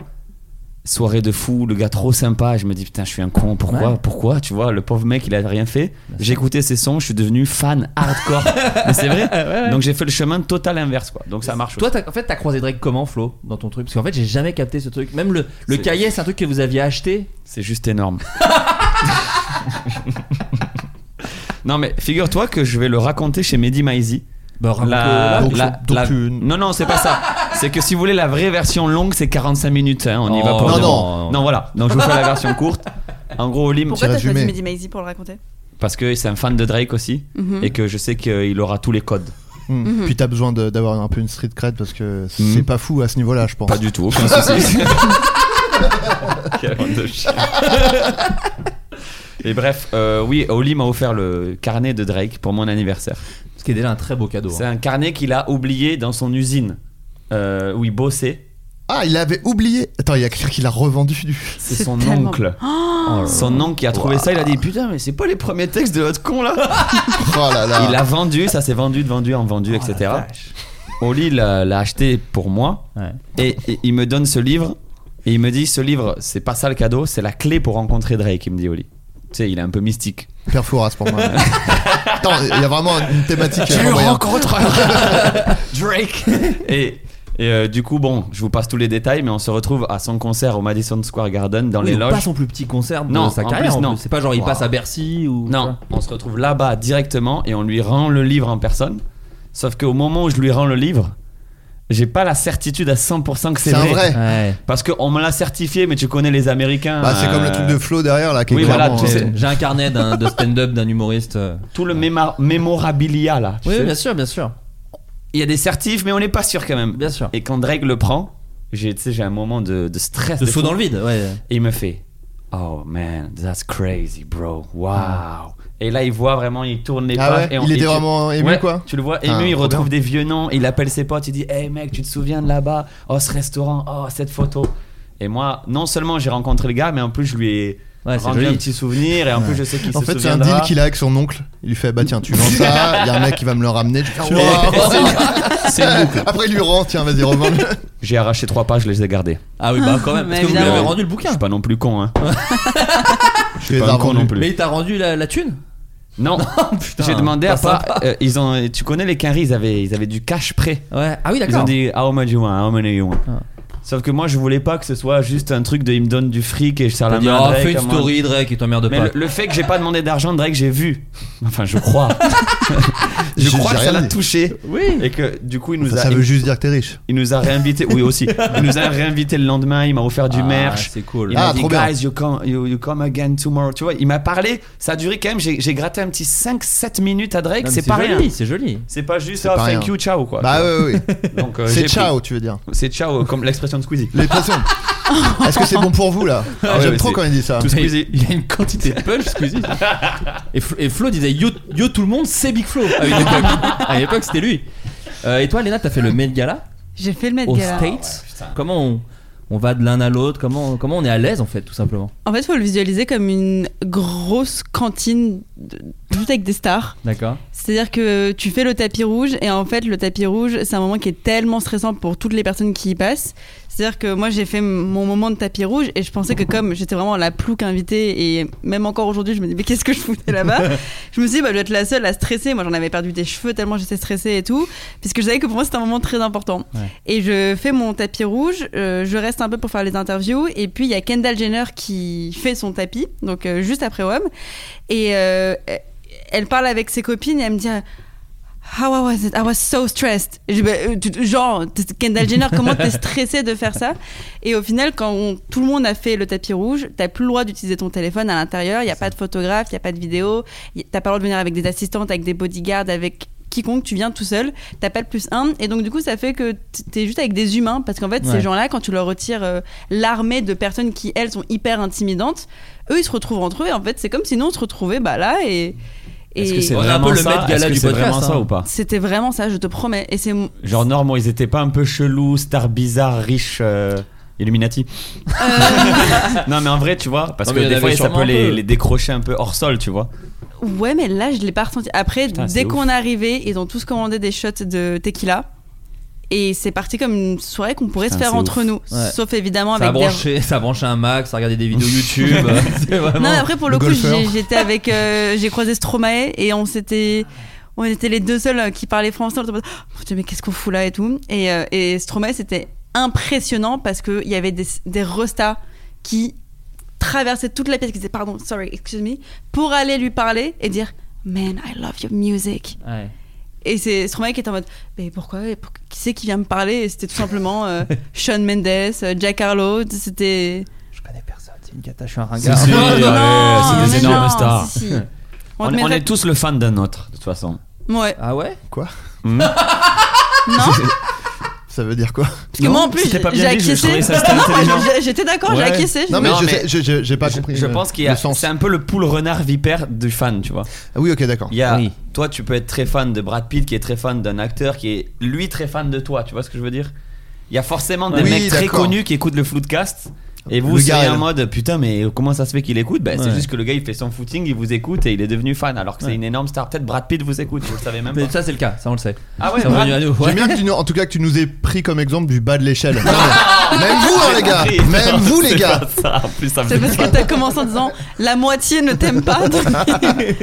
[SPEAKER 5] soirée de fou, le gars trop sympa. Je me dis, putain, je suis un con, pourquoi
[SPEAKER 4] Ouais.
[SPEAKER 5] Pourquoi Tu vois, le pauvre mec, il a rien fait. J'ai écouté ses sons, je suis devenu fan hardcore. Mais c'est vrai. Donc j'ai fait le chemin total inverse, quoi. Donc ça marche
[SPEAKER 4] Toi, t'as- en fait, t'as croisé Drake comment, Flo, dans ton truc Parce qu'en fait, j'ai jamais capté ce truc. Même le, le
[SPEAKER 5] C'est-
[SPEAKER 4] cahier, c'est un truc que vous aviez acheté.
[SPEAKER 5] C'est juste énorme. non mais figure-toi que je vais le raconter chez Mehdi Maizi.
[SPEAKER 4] Bah, raconte-
[SPEAKER 5] La-
[SPEAKER 2] Donc,
[SPEAKER 5] la-
[SPEAKER 2] donc
[SPEAKER 5] la- Mm.
[SPEAKER 2] une-
[SPEAKER 5] Non non c'est pas ça. C'est que si vous voulez la vraie version longue c'est 45 minutes. hein. On y
[SPEAKER 4] Oh,
[SPEAKER 5] va pour
[SPEAKER 2] non,
[SPEAKER 5] de
[SPEAKER 2] non.
[SPEAKER 5] bon. non voilà. Donc je vous fais la version courte. En gros Olim
[SPEAKER 2] Petit
[SPEAKER 6] Pourquoi t'as
[SPEAKER 2] résumé.
[SPEAKER 6] choisi Mehdi Maizi pour le raconter
[SPEAKER 5] parce que c'est un fan de Drake aussi
[SPEAKER 6] Mhm.
[SPEAKER 5] et que je sais qu'il aura tous les codes.
[SPEAKER 2] Hmm. Puis t'as besoin de- d'avoir un peu une street cred parce que c'est
[SPEAKER 5] Hmm.
[SPEAKER 2] pas fou à ce niveau-là, je pense.
[SPEAKER 5] Pas du tout. Aucun souci. Quelle bande de chiens. Et bref, euh, oui, Oli m'a offert le carnet de Drake pour mon anniversaire.
[SPEAKER 4] Ce qui est déjà un très beau cadeau.
[SPEAKER 5] C'est
[SPEAKER 4] hein.
[SPEAKER 5] un carnet qu'il a oublié dans son usine euh, où il bossait.
[SPEAKER 2] Ah, il avait oublié. Attends, il y a quelqu'un qui l'a revendu.
[SPEAKER 5] C'est
[SPEAKER 6] C'est
[SPEAKER 5] son
[SPEAKER 6] tellement-
[SPEAKER 5] oncle.
[SPEAKER 4] Oh.
[SPEAKER 5] Son oncle qui a trouvé ça, il a dit Putain, mais c'est pas les premiers textes de votre con là
[SPEAKER 2] Oh là là.
[SPEAKER 5] Il a vendu, ça s'est vendu, de vendu en vendu,
[SPEAKER 4] Oh,
[SPEAKER 5] etc.
[SPEAKER 4] la vache.
[SPEAKER 5] Oli l'a l'a acheté pour moi
[SPEAKER 4] Ouais.
[SPEAKER 5] et, et il me donne ce livre et il me dit ce livre c'est pas ça le cadeau c'est la clé pour rencontrer Drake il me dit Oli tu sais il est un peu mystique
[SPEAKER 2] Perforas pour moi. Attends, il y a vraiment une thématique. euh, moyen.
[SPEAKER 5] Drake et, et, euh, du coup bon je vous passe tous les détails mais on se retrouve à son concert au Madison Square Garden dans
[SPEAKER 4] Oui,
[SPEAKER 5] les
[SPEAKER 4] donc Pas
[SPEAKER 5] loges
[SPEAKER 4] son plus petit concert de
[SPEAKER 5] Non,
[SPEAKER 4] sa
[SPEAKER 5] en
[SPEAKER 4] carrière.
[SPEAKER 5] plus,
[SPEAKER 4] en
[SPEAKER 5] non.
[SPEAKER 4] plus. C'est pas genre il
[SPEAKER 5] Wow.
[SPEAKER 4] passe à Bercy ou.
[SPEAKER 5] non on se retrouve là-bas directement et on lui rend le livre en personne sauf qu'au moment où je lui rends le livre j'ai pas la certitude à 100% que c'est
[SPEAKER 2] C'est un
[SPEAKER 5] vrai.
[SPEAKER 2] vrai.
[SPEAKER 4] Ouais.
[SPEAKER 5] parce qu'on me l'a certifié mais tu connais les Américains
[SPEAKER 2] Bah, c'est
[SPEAKER 5] euh,
[SPEAKER 2] comme le truc de Flo derrière là. Qui est
[SPEAKER 5] oui, voilà,
[SPEAKER 2] clairement,
[SPEAKER 5] tu sais.
[SPEAKER 2] euh,
[SPEAKER 4] J'ai un carnet d'un- de stand-up d'un humoriste. euh.
[SPEAKER 5] tout le méma- mémorabilia là. tu
[SPEAKER 4] Oui,
[SPEAKER 5] sais.
[SPEAKER 4] bien sûr, bien sûr.
[SPEAKER 5] Il y a des certifs, mais on n'est pas sûr quand même.
[SPEAKER 4] Bien sûr.
[SPEAKER 5] Et quand Drake le prend, j'ai tu sais, j'ai un moment de, de stress.
[SPEAKER 4] De
[SPEAKER 5] de
[SPEAKER 4] saut
[SPEAKER 5] fou.
[SPEAKER 4] dans le vide, ouais.
[SPEAKER 5] Et il me fait Oh man, that's crazy, bro. Wow. Et là, il voit vraiment, il tourne les
[SPEAKER 2] Ah
[SPEAKER 5] pages.
[SPEAKER 2] ouais,
[SPEAKER 5] et on-
[SPEAKER 2] il
[SPEAKER 5] et
[SPEAKER 2] était
[SPEAKER 5] tu-
[SPEAKER 2] vraiment ému
[SPEAKER 5] Ouais,
[SPEAKER 2] quoi.
[SPEAKER 5] Tu le vois ému,
[SPEAKER 2] Ah,
[SPEAKER 5] il
[SPEAKER 2] trop
[SPEAKER 5] retrouve
[SPEAKER 2] bien.
[SPEAKER 5] des vieux noms, il appelle ses potes, il dit Hey mec, tu te souviens de là-bas Oh, ce restaurant, oh, cette photo. Et moi, non seulement j'ai rencontré le gars, mais en plus, je lui ai
[SPEAKER 4] Ouais, c'est
[SPEAKER 5] rendu
[SPEAKER 4] joli.
[SPEAKER 5] un petit souvenir. Et en plus, je sais qu'il
[SPEAKER 2] En
[SPEAKER 5] se
[SPEAKER 2] fait, c'est un deal
[SPEAKER 5] souviendra.
[SPEAKER 2] qu'il a avec son oncle. Il lui fait bah tiens, tu vends ça. Il y a un mec qui va me le ramener. Je fais,
[SPEAKER 5] Et- c'est- c'est une boucle.
[SPEAKER 2] Après, il lui rend tiens, vas-y, revends
[SPEAKER 5] J'ai arraché trois pages, je les ai gardées.
[SPEAKER 4] Ah oui, bah quand même. Parce
[SPEAKER 6] Mais
[SPEAKER 4] que vous lui avez
[SPEAKER 6] évidemment.
[SPEAKER 4] rendu le
[SPEAKER 5] Je
[SPEAKER 4] bouquin.
[SPEAKER 5] suis pas non plus con, hein.
[SPEAKER 2] Je les ai
[SPEAKER 5] pas un con
[SPEAKER 2] revendus.
[SPEAKER 5] non plus.
[SPEAKER 4] Mais il t'a rendu la, la thune
[SPEAKER 5] Non,
[SPEAKER 4] Oh, Putain,
[SPEAKER 5] j'ai demandé à
[SPEAKER 4] pas
[SPEAKER 5] pas.
[SPEAKER 4] sympa.
[SPEAKER 5] euh, ils ont, tu connais les quinries, ils avaient, ils avaient du cash prêt.
[SPEAKER 4] Ouais. Ah oui,
[SPEAKER 5] Ils ont
[SPEAKER 4] d'accord.
[SPEAKER 5] dit How much you want, how many you want.
[SPEAKER 4] Ah.
[SPEAKER 5] Sauf que moi, je voulais pas que ce soit juste un truc de il me donne du fric et je sers
[SPEAKER 4] T'as
[SPEAKER 5] la
[SPEAKER 4] dit,
[SPEAKER 5] main. à
[SPEAKER 4] oh,
[SPEAKER 5] Drake,
[SPEAKER 4] fais une
[SPEAKER 5] à moi.
[SPEAKER 4] story, Drake, il t'emmerde
[SPEAKER 5] Mais
[SPEAKER 4] pas.
[SPEAKER 5] le, le fait que j'ai pas demandé d'argent, Drake, j'ai vu. Enfin, je crois. je
[SPEAKER 2] J'ai-
[SPEAKER 5] crois
[SPEAKER 2] j'ai
[SPEAKER 5] que ça
[SPEAKER 2] rien
[SPEAKER 5] l'a
[SPEAKER 2] dit.
[SPEAKER 5] touché.
[SPEAKER 4] Oui.
[SPEAKER 5] Et que du coup, il nous
[SPEAKER 2] Ça,
[SPEAKER 5] a.
[SPEAKER 2] ça
[SPEAKER 5] il-
[SPEAKER 2] veut juste dire que t'es riche.
[SPEAKER 5] Il nous a réinvité, oui aussi. Il nous a réinvité le lendemain. Il m'a offert du
[SPEAKER 4] Ah,
[SPEAKER 5] merch.
[SPEAKER 4] c'est cool.
[SPEAKER 5] Il m'a
[SPEAKER 2] Ah,
[SPEAKER 5] dit,
[SPEAKER 2] trop bien.
[SPEAKER 5] guys, you come, you, you come again tomorrow. Tu vois, il m'a parlé. Ça a duré quand même. J'ai j'ai gratté un petit 5-7 minutes à Drake.
[SPEAKER 4] Non, mais
[SPEAKER 5] C'est pas
[SPEAKER 4] joli,
[SPEAKER 5] rien.
[SPEAKER 4] C'est joli.
[SPEAKER 5] C'est pas juste
[SPEAKER 2] C'est
[SPEAKER 5] ah,
[SPEAKER 2] pas
[SPEAKER 5] thank
[SPEAKER 2] rien.
[SPEAKER 5] you, ciao quoi.
[SPEAKER 2] Bah ouais, ouais, ouais.
[SPEAKER 5] Donc, euh, j'ai
[SPEAKER 2] C'est
[SPEAKER 5] pris-
[SPEAKER 2] ciao, tu veux dire.
[SPEAKER 5] C'est ciao, euh, comme l'expression de Squeezie.
[SPEAKER 2] Les pressions. Est-ce que c'est bon pour vous là
[SPEAKER 5] Ah ouais,
[SPEAKER 2] J'aime
[SPEAKER 5] mais
[SPEAKER 2] trop
[SPEAKER 5] c'est-
[SPEAKER 2] quand il dit ça.
[SPEAKER 5] Tout Squeezie.
[SPEAKER 4] Il y a une quantité de punch, Squeezie. et, Flo, et Flo disait yo, yo tout le monde, c'est Big Flo. À une époque, À une époque, c'était lui. Euh, et toi, Léna, t'as fait le Met Gala
[SPEAKER 6] J'ai fait le Met
[SPEAKER 4] aux
[SPEAKER 6] Gala.
[SPEAKER 4] States. comment on, on va de l'un à l'autre comment, comment on est à l'aise, en fait, tout simplement
[SPEAKER 6] En fait, faut le visualiser comme une grosse cantine, de- tout avec des stars.
[SPEAKER 4] D'accord
[SPEAKER 6] C'est-à-dire que tu fais le tapis rouge et en fait le tapis rouge c'est un moment qui est tellement stressant pour toutes les personnes qui y passent. C'est-à-dire que moi j'ai fait mon moment de tapis rouge et je pensais que comme j'étais vraiment la plouque invitée et même encore aujourd'hui je me dis mais qu'est-ce que je foutais là-bas Je me suis dit bah, je vais être la seule à stresser. Moi j'en avais perdu des cheveux tellement j'étais stressée et tout puisque je savais que pour moi c'était un moment très important.
[SPEAKER 4] Ouais.
[SPEAKER 6] Et je fais mon tapis rouge, euh, je reste un peu pour faire les interviews et puis il y a Kendall Jenner qui fait son tapis donc euh, juste après WOM et euh, elle parle avec ses copines et elle me dit How I was it? I was so stressed. Et je dis, Bah, euh, tu- genre, t'es- Kendall Jenner, comment t'es stressée de faire ça Et au final, quand on- tout le monde a fait le tapis rouge, t'as plus le droit d'utiliser ton téléphone à l'intérieur. Il y a pas de photographe, il y a pas de vidéo. y- T'as pas le droit de venir avec des assistantes, avec des bodyguards, avec quiconque. Tu viens tout seul. T'as pas de plus un. Et donc du coup, ça fait que t- t'es juste avec des humains parce qu'en fait,
[SPEAKER 4] Ouais.
[SPEAKER 6] ces gens-là, quand tu leur retires euh, l'armée de personnes qui elles sont hyper intimidantes, eux ils se retrouvent entre eux. Et en fait, c'est comme si nous on se retrouvait bah là et
[SPEAKER 5] Est-ce que
[SPEAKER 6] Et
[SPEAKER 5] c'est
[SPEAKER 4] On a un
[SPEAKER 5] vraiment
[SPEAKER 4] peu le
[SPEAKER 5] ça
[SPEAKER 4] maître gala
[SPEAKER 5] Est-ce que
[SPEAKER 4] du
[SPEAKER 5] c'est
[SPEAKER 4] podcast,
[SPEAKER 5] vraiment
[SPEAKER 4] hein.
[SPEAKER 5] ça ou pas
[SPEAKER 6] c'était vraiment ça, je te promets. Et c'est
[SPEAKER 5] Genre normaux, ils étaient pas un peu chelous, stars bizarres, riches, euh, Illuminati.
[SPEAKER 6] Euh.
[SPEAKER 5] non mais en vrai, tu vois, parce
[SPEAKER 3] Non,
[SPEAKER 5] que
[SPEAKER 3] mais il y en
[SPEAKER 5] des fois
[SPEAKER 3] avait
[SPEAKER 5] ça
[SPEAKER 3] sûrement
[SPEAKER 5] peut les,
[SPEAKER 3] un peu.
[SPEAKER 5] les décrocher un peu hors sol, tu vois.
[SPEAKER 6] Ouais, mais là, je l'ai pas ressenti. Après,
[SPEAKER 5] Putain, c'est
[SPEAKER 6] dès
[SPEAKER 5] ouf.
[SPEAKER 6] qu'on est arrivé, ils ont tous commandé des shots de tequila. Et c'est parti comme une soirée qu'on pourrait
[SPEAKER 5] Putain,
[SPEAKER 6] se faire
[SPEAKER 5] c'est
[SPEAKER 6] entre
[SPEAKER 5] ouf.
[SPEAKER 6] nous.
[SPEAKER 4] Ouais.
[SPEAKER 6] Sauf évidemment
[SPEAKER 3] Ça a,
[SPEAKER 6] avec des.
[SPEAKER 3] branché, ça a branché un Mac, ça a regardé des vidéos YouTube. c'est vraiment.
[SPEAKER 6] Ah Non, mais après, pour le,
[SPEAKER 2] Le
[SPEAKER 6] coup,
[SPEAKER 2] golfeur.
[SPEAKER 6] j'ai- j'étais avec. euh, j'ai croisé Stromae et on s'était. On était les deux seuls euh, qui parlaient français. On était en mode, Oh, mon Dieu, mais qu'est-ce qu'on fout là et tout. Et, euh, et Stromae, c'était impressionnant parce qu'il y avait des, des restas qui traversaient toute la pièce, qui disaient pardon, sorry, excuse me, pour aller lui parler et dire Man, I love your music.
[SPEAKER 3] Ouais.
[SPEAKER 6] Et c'est Stromae qui était en mode Mais pourquoi Et pour- Qui c'est qui vient me parler Et c'était tout simplement euh, Sean Mendes, euh, Jack Harlow. C'était.
[SPEAKER 4] Je connais personne, c'est une cata, je suis un
[SPEAKER 5] ringard.
[SPEAKER 4] ringard.
[SPEAKER 5] Si, ouais, c'est des
[SPEAKER 6] mais
[SPEAKER 5] énormes
[SPEAKER 6] non,
[SPEAKER 5] stars.
[SPEAKER 6] si, si.
[SPEAKER 5] On,
[SPEAKER 6] On, te
[SPEAKER 5] est- on
[SPEAKER 6] mettrait-
[SPEAKER 5] est tous le fan d'un autre, de toute façon.
[SPEAKER 6] Ouais.
[SPEAKER 4] Ah ouais
[SPEAKER 6] Non, parce
[SPEAKER 2] Ça veut dire quoi
[SPEAKER 6] que moi en plus,
[SPEAKER 5] c'était
[SPEAKER 6] j'ai
[SPEAKER 5] pas bien
[SPEAKER 6] j'ai
[SPEAKER 5] dit, je trouvais
[SPEAKER 6] acquiescé.
[SPEAKER 5] ça c'était
[SPEAKER 6] Non, moi,
[SPEAKER 5] intelligent.
[SPEAKER 6] j'ai- j'étais d'accord,
[SPEAKER 5] Ouais.
[SPEAKER 6] j'ai acquiescé.
[SPEAKER 2] Non mais,
[SPEAKER 5] Non,
[SPEAKER 2] je
[SPEAKER 5] mais-
[SPEAKER 2] sais- je- je- j'ai pas
[SPEAKER 5] Je-
[SPEAKER 2] compris.
[SPEAKER 5] Je
[SPEAKER 2] le-
[SPEAKER 5] pense qu'il y a.
[SPEAKER 2] Euh, le sens.
[SPEAKER 5] C'est un peu le poule renard vipère du fan, tu vois.
[SPEAKER 2] Ah oui, ok, d'accord.
[SPEAKER 5] Il y a,
[SPEAKER 4] Oui.
[SPEAKER 5] Toi, tu peux être très fan de Brad Pitt, qui est très fan d'un acteur, qui est lui très fan de toi. Tu vois ce que je veux dire Il y a forcément des
[SPEAKER 2] Oui,
[SPEAKER 5] mecs très
[SPEAKER 2] d'accord.
[SPEAKER 5] connus qui écoutent le Floodcast. Et vous,
[SPEAKER 2] Le
[SPEAKER 5] c'est
[SPEAKER 2] gars,
[SPEAKER 5] en
[SPEAKER 2] elle.
[SPEAKER 5] mode putain, mais comment ça se fait qu'il écoute Ben, C'est
[SPEAKER 4] Ouais.
[SPEAKER 5] juste que le gars il fait son footing, il vous écoute et il est devenu fan. Alors que c'est
[SPEAKER 4] Ouais.
[SPEAKER 5] une énorme star. Peut-être Brad Pitt vous écoute, vous le savez même
[SPEAKER 4] Mais
[SPEAKER 5] pas.
[SPEAKER 4] Ça, c'est le cas, ça on le sait.
[SPEAKER 5] Ah ouais,
[SPEAKER 4] Ça revenu à
[SPEAKER 5] Brad
[SPEAKER 4] nous. ouais.
[SPEAKER 2] J'aime bien que tu nous- en tout cas que tu nous aies pris comme exemple du bas de l'échelle. Non, mais- Même vous, hein, les gars. Même vous, les
[SPEAKER 5] C'est
[SPEAKER 2] gars.
[SPEAKER 5] pas ça. En plus, ça me
[SPEAKER 6] C'est parce
[SPEAKER 5] fait
[SPEAKER 6] que t'as commencé en disant La moitié ne t'aime pas. donc-